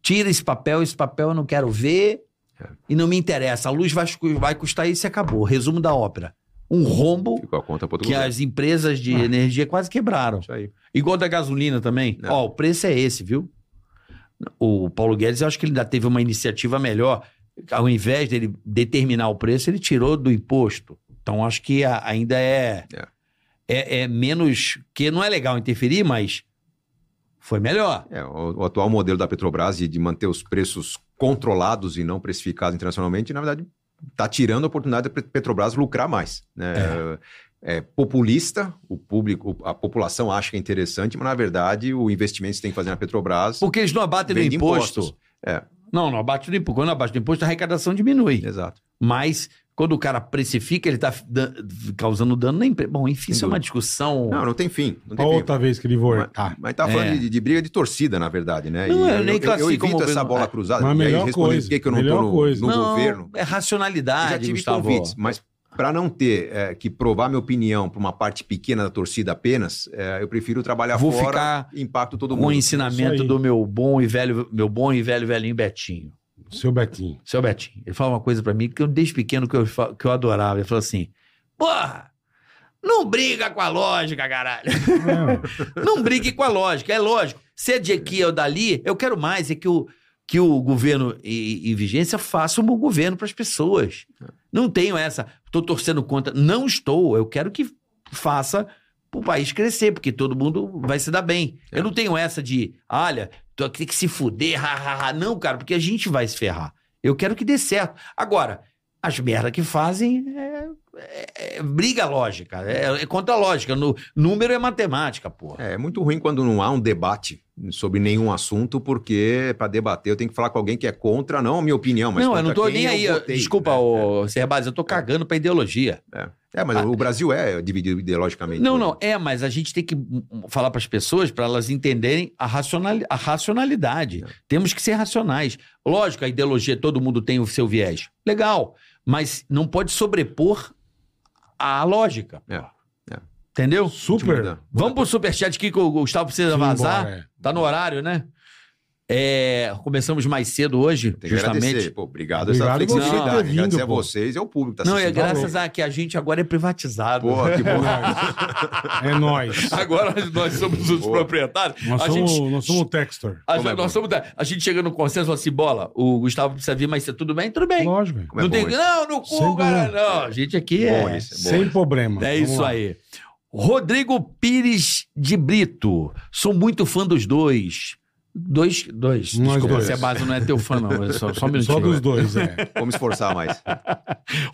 Speaker 6: Tira esse papel, esse papel eu não quero ver
Speaker 5: É.
Speaker 6: e não me interessa. A luz vai, cu- vai custar isso e acabou. Resumo da ópera. Um rombo
Speaker 5: Ficou Ah. a conta pro outro
Speaker 6: que
Speaker 5: governo.
Speaker 6: as empresas de energia quase quebraram.
Speaker 5: Isso aí.
Speaker 6: Igual da gasolina também.
Speaker 5: É.
Speaker 6: Ó, o preço é esse, viu? O Paulo Guedes, eu acho que ele ainda teve uma iniciativa melhor. Ao invés dele determinar o preço, ele tirou do imposto. Então, acho que a- ainda é
Speaker 5: É.
Speaker 6: é. é menos. Que não é legal interferir, mas foi melhor.
Speaker 5: É, o, o atual modelo da Petrobras de, de manter os preços controlados e não precificados internacionalmente, na verdade, está tirando a oportunidade da Pe- Petrobras lucrar mais. Né? É. populista, o público, a população acha que é interessante, mas na verdade o investimento que você tem que fazer na Petrobras
Speaker 6: Porque eles não abatem
Speaker 5: vem
Speaker 6: no
Speaker 5: de
Speaker 6: imposto.
Speaker 5: impostos. É.
Speaker 6: Não, não abate no imposto. Quando abate no imposto, a arrecadação diminui.
Speaker 5: Exato.
Speaker 6: Mas Quando o cara precifica, ele está causando dano na empresa. Bom, enfim, isso é uma discussão.
Speaker 5: Não, não tem fim. Não
Speaker 4: Pra
Speaker 5: tem fim.
Speaker 4: outra vez que ele voltar.
Speaker 5: Mas tá falando
Speaker 6: É.
Speaker 5: de, de briga de torcida, na verdade, né?
Speaker 6: Não,
Speaker 5: E
Speaker 6: eu nem classifico
Speaker 5: evito
Speaker 6: como
Speaker 5: essa
Speaker 6: governo-
Speaker 5: bola
Speaker 6: é.
Speaker 5: cruzada.
Speaker 4: Mas a
Speaker 5: e aí
Speaker 4: melhor
Speaker 5: respondendo
Speaker 4: coisa,
Speaker 5: por que, que eu não
Speaker 4: melhor
Speaker 5: tô no,
Speaker 4: coisa.
Speaker 5: no
Speaker 6: Não,
Speaker 5: governo.
Speaker 6: É
Speaker 5: Eu
Speaker 6: racionalidade.
Speaker 5: já tive
Speaker 6: Gustavo.
Speaker 5: convites, mas para não ter é, que provar minha opinião para uma parte pequena da torcida apenas, é, eu prefiro trabalhar
Speaker 6: Vou
Speaker 5: fora,
Speaker 6: ficar
Speaker 5: impacto todo
Speaker 6: Um
Speaker 5: mundo.
Speaker 4: Isso
Speaker 6: ensinamento
Speaker 4: aí.
Speaker 6: do meu bom e velho, meu bom e velho velhinho Betinho.
Speaker 4: Seu Betinho.
Speaker 6: Seu Betinho, ele falou uma coisa pra mim que eu desde pequeno que eu, fa- que eu adorava. Ele falou assim: Porra, não briga com a lógica, caralho.
Speaker 4: É,
Speaker 6: Não brigue com a lógica, é lógico. Se é de aqui ou dali, eu quero mais é que o, que o governo e- e- em vigência faça um bom governo pras pessoas. Não tenho essa, tô torcendo contra. Não estou, eu quero que faça pro país crescer, porque todo mundo vai se dar bem. Eu não tenho essa de, olha, tu tem que se fuder, ha, ha, ha. Não, cara, porque a gente vai se ferrar. Eu quero que dê certo. Agora, as merdas que fazem é, é- é briga lógica, é, é contra a lógica. Nu- número é matemática, porra.
Speaker 5: É, é muito ruim quando não há um debate sobre nenhum assunto, porque para debater eu tenho que falar com alguém que é contra, não a minha opinião, mas
Speaker 6: não, eu
Speaker 5: contra
Speaker 6: não tô
Speaker 5: quem
Speaker 6: nem
Speaker 5: eu
Speaker 6: aí. eu- É.
Speaker 5: votei,
Speaker 6: Desculpa,
Speaker 5: né?
Speaker 6: ô, Cerbasi, eu tô cagando pra ideologia.
Speaker 5: É, mas o Brasil é dividido ideologicamente.
Speaker 6: Ah.
Speaker 5: né?
Speaker 6: Não,
Speaker 5: hoje.
Speaker 6: não, é, mas a gente tem que hum, hum, falar para as pessoas para elas entenderem a, racional, a racionalidade.
Speaker 5: É.
Speaker 6: Temos que ser racionais. Lógico, a ideologia, todo mundo tem o seu viés. Legal, mas não pode sobrepor a lógica.
Speaker 5: É,
Speaker 6: pô.
Speaker 5: é.
Speaker 6: Entendeu?
Speaker 5: Deixa eu
Speaker 4: Super.
Speaker 5: mudar.
Speaker 6: Vamos pro superchat aqui que o Gustavo precisa
Speaker 4: Simbora,
Speaker 6: vazar.
Speaker 4: é.
Speaker 6: Tá no horário, né? É, começamos mais cedo hoje,
Speaker 5: Tem que agradecer.
Speaker 6: justamente.
Speaker 5: Pô, obrigado,
Speaker 4: Obrigado
Speaker 5: essa
Speaker 4: você
Speaker 5: flexibilidade.
Speaker 4: ter vindo,
Speaker 5: agradecer a
Speaker 4: pô.
Speaker 5: vocês e ao público que tá
Speaker 6: Não, é
Speaker 5: assistindo.
Speaker 6: graças a que a gente agora é privatizado.
Speaker 5: Pô, que
Speaker 4: É
Speaker 5: bom.
Speaker 4: nóis. É nóis.
Speaker 6: Agora nós somos os
Speaker 5: Boa.
Speaker 6: proprietários.
Speaker 4: Nós
Speaker 6: a
Speaker 4: somos,
Speaker 6: gente
Speaker 4: nós somos o Textor.
Speaker 6: A
Speaker 5: Como
Speaker 6: gente,
Speaker 5: é
Speaker 6: nós
Speaker 5: bom.
Speaker 6: somos da- a gente chega no consenso e fala assim: bola, o Gustavo precisa vir, mas você- tudo bem? Tudo bem.
Speaker 4: Lógico. velho.
Speaker 5: Como é
Speaker 6: não
Speaker 5: bom
Speaker 6: tem.
Speaker 5: isso.
Speaker 6: Não, no cu,
Speaker 4: Sempre
Speaker 6: cara.
Speaker 4: bom.
Speaker 6: Não, a gente aqui
Speaker 5: Bom
Speaker 6: é.
Speaker 5: isso, bom
Speaker 4: Sem
Speaker 5: isso.
Speaker 4: problema.
Speaker 6: É
Speaker 4: Vamos
Speaker 6: isso
Speaker 4: lá.
Speaker 6: aí. Rodrigo Pires de Brito. Sou muito fã dos dois. Dois. Dois.
Speaker 4: Nós
Speaker 6: Desculpa,
Speaker 4: dois.
Speaker 6: você é base, não é teu fã, não. É Só, só um minutinho.
Speaker 4: Só dos dois, é.
Speaker 5: Vamos esforçar mais.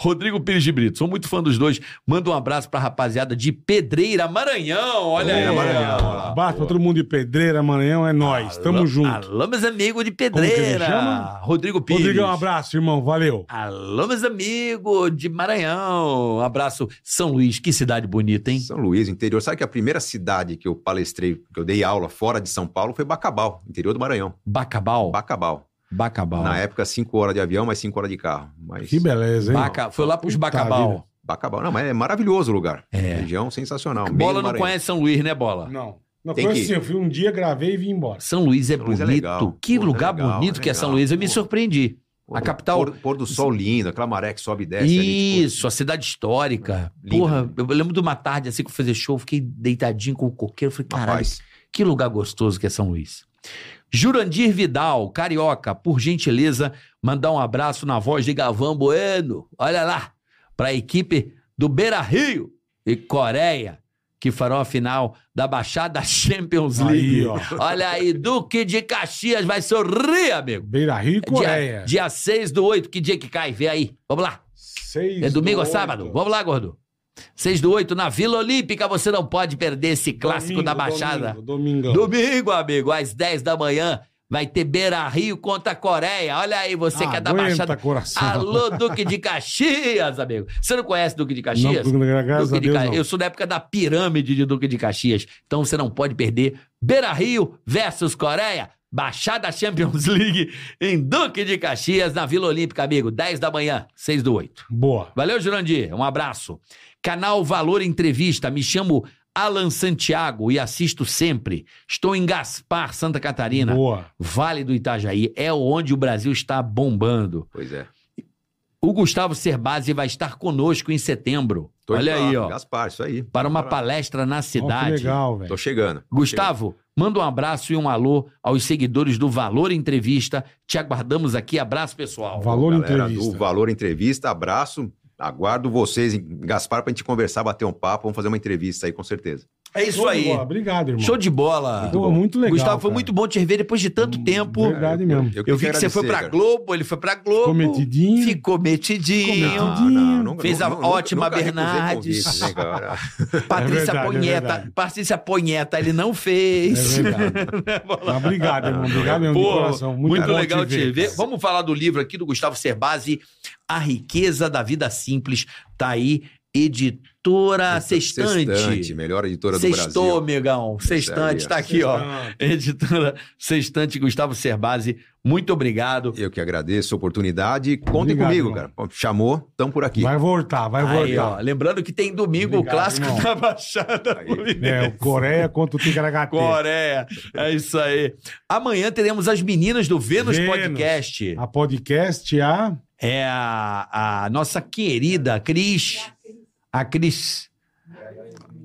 Speaker 6: Rodrigo Pires de Brito. Sou muito fã dos dois. Manda um abraço pra rapaziada de Pedreira Maranhão. Olha
Speaker 5: Pedreira,
Speaker 6: aí.
Speaker 5: Maranhão,
Speaker 6: ó.
Speaker 5: olha lá.
Speaker 4: Abraço pra todo mundo de Pedreira, Maranhão, é nóis. Tamo
Speaker 6: é, Alô-
Speaker 4: junto.
Speaker 6: Alô, meus amigos de
Speaker 4: que ele
Speaker 6: Pedreira.
Speaker 4: chama?
Speaker 6: Rodrigo Pires.
Speaker 4: Rodrigão, um abraço, irmão. Valeu.
Speaker 6: Alô, meus amigos de Maranhão. Um abraço, São Luís. Que cidade bonita, hein?
Speaker 5: São Luís, interior. Sabe que a primeira cidade que eu palestrei, que eu dei aula fora de São Paulo foi Bacabal, interior do Maranhão.
Speaker 6: Bacabal.
Speaker 5: Bacabal.
Speaker 6: Bacabal.
Speaker 5: Na época, cinco horas de avião, mais cinco horas de carro. Mas
Speaker 4: Que beleza,
Speaker 5: assim,
Speaker 4: hein?
Speaker 6: Baca... Foi lá pros
Speaker 4: Puta
Speaker 6: Bacabal.
Speaker 4: vida.
Speaker 5: Bacabal. Não, mas é maravilhoso o lugar.
Speaker 6: É.
Speaker 5: Região sensacional. Meio
Speaker 6: Bola não
Speaker 5: Maranhão.
Speaker 6: conhece São Luís, né, Bola?
Speaker 4: Não. Não,
Speaker 5: Tem
Speaker 4: foi
Speaker 5: que-
Speaker 4: assim, eu fui um dia, gravei e vim embora.
Speaker 6: São Luís é
Speaker 5: São Luís
Speaker 6: bonito.
Speaker 5: é legal.
Speaker 6: Que
Speaker 5: Pô, é
Speaker 6: lugar
Speaker 5: legal,
Speaker 6: bonito
Speaker 5: é
Speaker 6: que é São
Speaker 5: legal.
Speaker 6: Luís. Eu me
Speaker 5: Pô.
Speaker 6: surpreendi.
Speaker 5: Pô,
Speaker 6: A capital-
Speaker 5: Pôr, pôr do sol lindo, aquela maré que sobe e desce. ali, tipo,
Speaker 6: Isso, a cidade histórica.
Speaker 5: Linda.
Speaker 6: Porra, eu lembro de uma tarde assim que eu fui fazer show, fiquei deitadinho com o coqueiro. Falei,
Speaker 5: uma
Speaker 6: caralho,
Speaker 5: paz.
Speaker 6: Que lugar gostoso que é São Luís. Jurandir Vidal, carioca, por gentileza, mandar um abraço na voz de Galvão Bueno. Olha lá, para a equipe do Beira Rio e Coreia, que farão a final da Baixada Champions League.
Speaker 4: Aí, ó.
Speaker 6: Olha aí, Duque de Caxias vai sorrir, amigo.
Speaker 4: Beira Rio e Coreia.
Speaker 6: É Dia, dia 6 do 8, que dia que cai? Vê aí, vamos lá.
Speaker 4: Seis
Speaker 6: É domingo ou
Speaker 4: do
Speaker 6: sábado?
Speaker 4: oito.
Speaker 6: Vamos lá, gordo. 6 do 8, na Vila Olímpica, você não pode perder esse clássico
Speaker 4: Domingo,
Speaker 6: da Baixada.
Speaker 4: Domingo, domingão.
Speaker 6: Domingo, amigo, às 10 da manhã, vai ter Beira Rio contra a Coreia. Olha aí, você que é da
Speaker 4: Aguenta,
Speaker 6: Baixada.
Speaker 4: coração.
Speaker 6: Alô, Duque de Caxias, amigo. Você não conhece Duque de Caxias?
Speaker 4: Não, graças a
Speaker 6: Duque de
Speaker 4: Deus,
Speaker 6: Ca-
Speaker 4: não.
Speaker 6: Eu sou da época da pirâmide de Duque de Caxias. Então você não pode perder Beira Rio versus Coreia. Baixada Champions League em Duque de Caxias, na Vila Olímpica, amigo. 10 da manhã, 6 do 8.
Speaker 4: Boa.
Speaker 6: Valeu, Jurandir. Um abraço. Canal Valor Entrevista. Me chamo Alan Santiago e assisto sempre. Estou em Gaspar, Santa Catarina.
Speaker 4: Boa.
Speaker 6: Vale do Itajaí é onde o Brasil está bombando.
Speaker 5: Pois é.
Speaker 6: O Gustavo Cerbasi vai estar conosco em setembro.
Speaker 5: Tô indo
Speaker 6: Olha
Speaker 5: lá,
Speaker 6: aí, ó.
Speaker 5: Gaspar, isso aí.
Speaker 6: Para uma
Speaker 5: Bora.
Speaker 6: palestra na
Speaker 4: Ó, que
Speaker 6: cidade.
Speaker 4: legal, velho.
Speaker 5: Tô chegando.
Speaker 6: Gustavo, manda um abraço e um alô aos seguidores do Valor Entrevista. Te aguardamos aqui. Abraço, pessoal.
Speaker 4: Valor
Speaker 5: Galera
Speaker 4: entrevista.
Speaker 5: do Valor Entrevista, abraço. Aguardo vocês em Gaspar pra gente conversar, bater um papo. Vamos fazer uma entrevista aí, com certeza.
Speaker 6: É isso
Speaker 4: Show de
Speaker 6: aí.
Speaker 4: bola. Obrigado, irmão.
Speaker 6: Show de bola.
Speaker 4: Pô, muito legal.
Speaker 6: Gustavo, foi
Speaker 4: cara. Hum,
Speaker 6: muito bom te rever depois de tanto tempo.
Speaker 4: Verdade mesmo.
Speaker 6: Hum. Eu vi que você foi pra Globo, ele foi pra Globo.
Speaker 4: Ficou metidinho.
Speaker 6: Ficou metidinho.
Speaker 4: Ficou metidinho.
Speaker 6: Fez a ótima Bernardes.
Speaker 4: É
Speaker 6: Patrícia
Speaker 4: verdade, é
Speaker 6: Ponheta.
Speaker 4: verdade.
Speaker 6: Patrícia Ponheta, ele não
Speaker 4: É
Speaker 6: fez.
Speaker 4: verdade. Mas obrigado, irmão. Obrigado mesmo, de
Speaker 6: Né, Pô,
Speaker 4: coração. Muito,
Speaker 6: muito
Speaker 4: bom
Speaker 6: legal te ver.
Speaker 4: cara.
Speaker 6: Vamos falar do livro aqui do Gustavo Cerbasi, A Riqueza da Vida Simples. Tá aí, editora Ah, Sextante.
Speaker 5: Sextante, melhor editora do
Speaker 6: Sextou,
Speaker 5: Brasil.
Speaker 6: migão. Sextante,
Speaker 5: aí,
Speaker 6: tá aqui, ó.
Speaker 4: Ah,
Speaker 6: Editora Sextante Gustavo Cerbasi, muito obrigado.
Speaker 5: Eu que agradeço a oportunidade. Contem
Speaker 4: Obrigado,
Speaker 5: comigo,
Speaker 4: irmão.
Speaker 5: cara. Pô, Chamou, estão por aqui.
Speaker 4: Vai voltar, vai
Speaker 6: Aí, ó,
Speaker 4: voltar.
Speaker 6: lembrando que tem domingo
Speaker 4: Obrigado,
Speaker 6: o clássico
Speaker 4: irmão.
Speaker 6: da Baixada
Speaker 5: Aí.
Speaker 4: É,
Speaker 6: Fluminense.
Speaker 4: o Coreia contra o Ticaracate.
Speaker 6: Coreia. É isso aí. Amanhã teremos as meninas do Vênus,
Speaker 4: Vênus.
Speaker 6: Podcast.
Speaker 4: A podcast, a...
Speaker 6: É a, a nossa querida Cris. A Cris.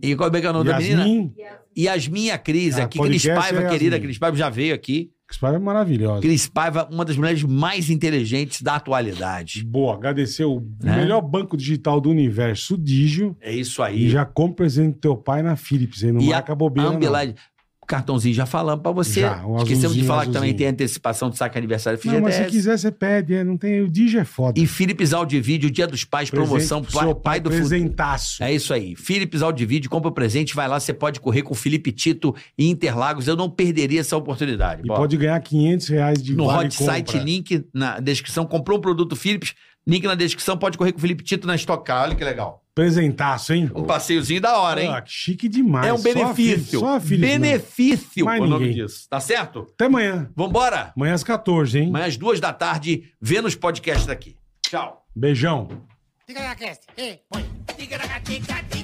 Speaker 6: E qual é que é o nome da menina?
Speaker 4: Yasmin,
Speaker 6: Yasmin e a Cris.
Speaker 4: Ah,
Speaker 6: Aqui, Cris
Speaker 4: podcast
Speaker 6: Paiva,
Speaker 4: é Yasmin.
Speaker 6: querida. Cris Paiva já veio aqui.
Speaker 4: que história maravilhosa.
Speaker 6: Cris Paiva, uma das mulheres mais inteligentes da atualidade.
Speaker 4: Boa, agradecer o
Speaker 6: Né?
Speaker 4: melhor banco digital do universo, o Digio.
Speaker 6: É isso
Speaker 4: E
Speaker 6: aí.
Speaker 4: já compra presente do teu pai na Philips, aí não
Speaker 6: E a
Speaker 4: marca bobeira. não.
Speaker 6: Ambilight, cartãozinho já falamos pra você.
Speaker 4: Já, um
Speaker 6: Esquecemos de
Speaker 4: azulzinho,
Speaker 6: falar que
Speaker 4: azulzinho.
Speaker 6: também tem antecipação do saque aniversário
Speaker 4: Não, mas se
Speaker 6: FGTS.
Speaker 4: quiser, você pede. é, Não tem, o Digio é foda.
Speaker 6: E Philips Audio e Vídeo, Dia dos Pais, promoção,
Speaker 4: Presente pro
Speaker 6: pai,
Speaker 4: seu
Speaker 6: pai do futuro.
Speaker 4: Presentaço.
Speaker 6: É isso aí. Philips Audivídeo, compra o presente, vai lá, você pode correr com o Felipe Tito e Interlagos. Eu não perderia essa oportunidade.
Speaker 4: E
Speaker 6: Bom,
Speaker 4: pode ganhar 500 reais de
Speaker 6: no
Speaker 4: vale
Speaker 6: hot site,
Speaker 4: compra.
Speaker 6: link na descrição. Comprou um produto Philips, link na descrição, pode correr com o Felipe Tito na Stock Car. Olha que legal.
Speaker 4: Presentaço, hein?
Speaker 6: Um passeiozinho da hora, hein?
Speaker 4: Ah, que chique demais.
Speaker 6: é um
Speaker 4: Só a
Speaker 6: benefício.
Speaker 4: Philips, Só a Philips, não.
Speaker 6: benefício
Speaker 4: Mais
Speaker 6: o nome
Speaker 4: ninguém.
Speaker 6: disso. Tá certo?
Speaker 4: Até amanhã.
Speaker 6: Vambora?
Speaker 4: Amanhã às 14, hein?
Speaker 6: Amanhã às duas da tarde, Vênus Podcast aqui. Tchau.
Speaker 4: Beijão.
Speaker 8: Ticaracast, ei, põe. Ticaracatica, tica.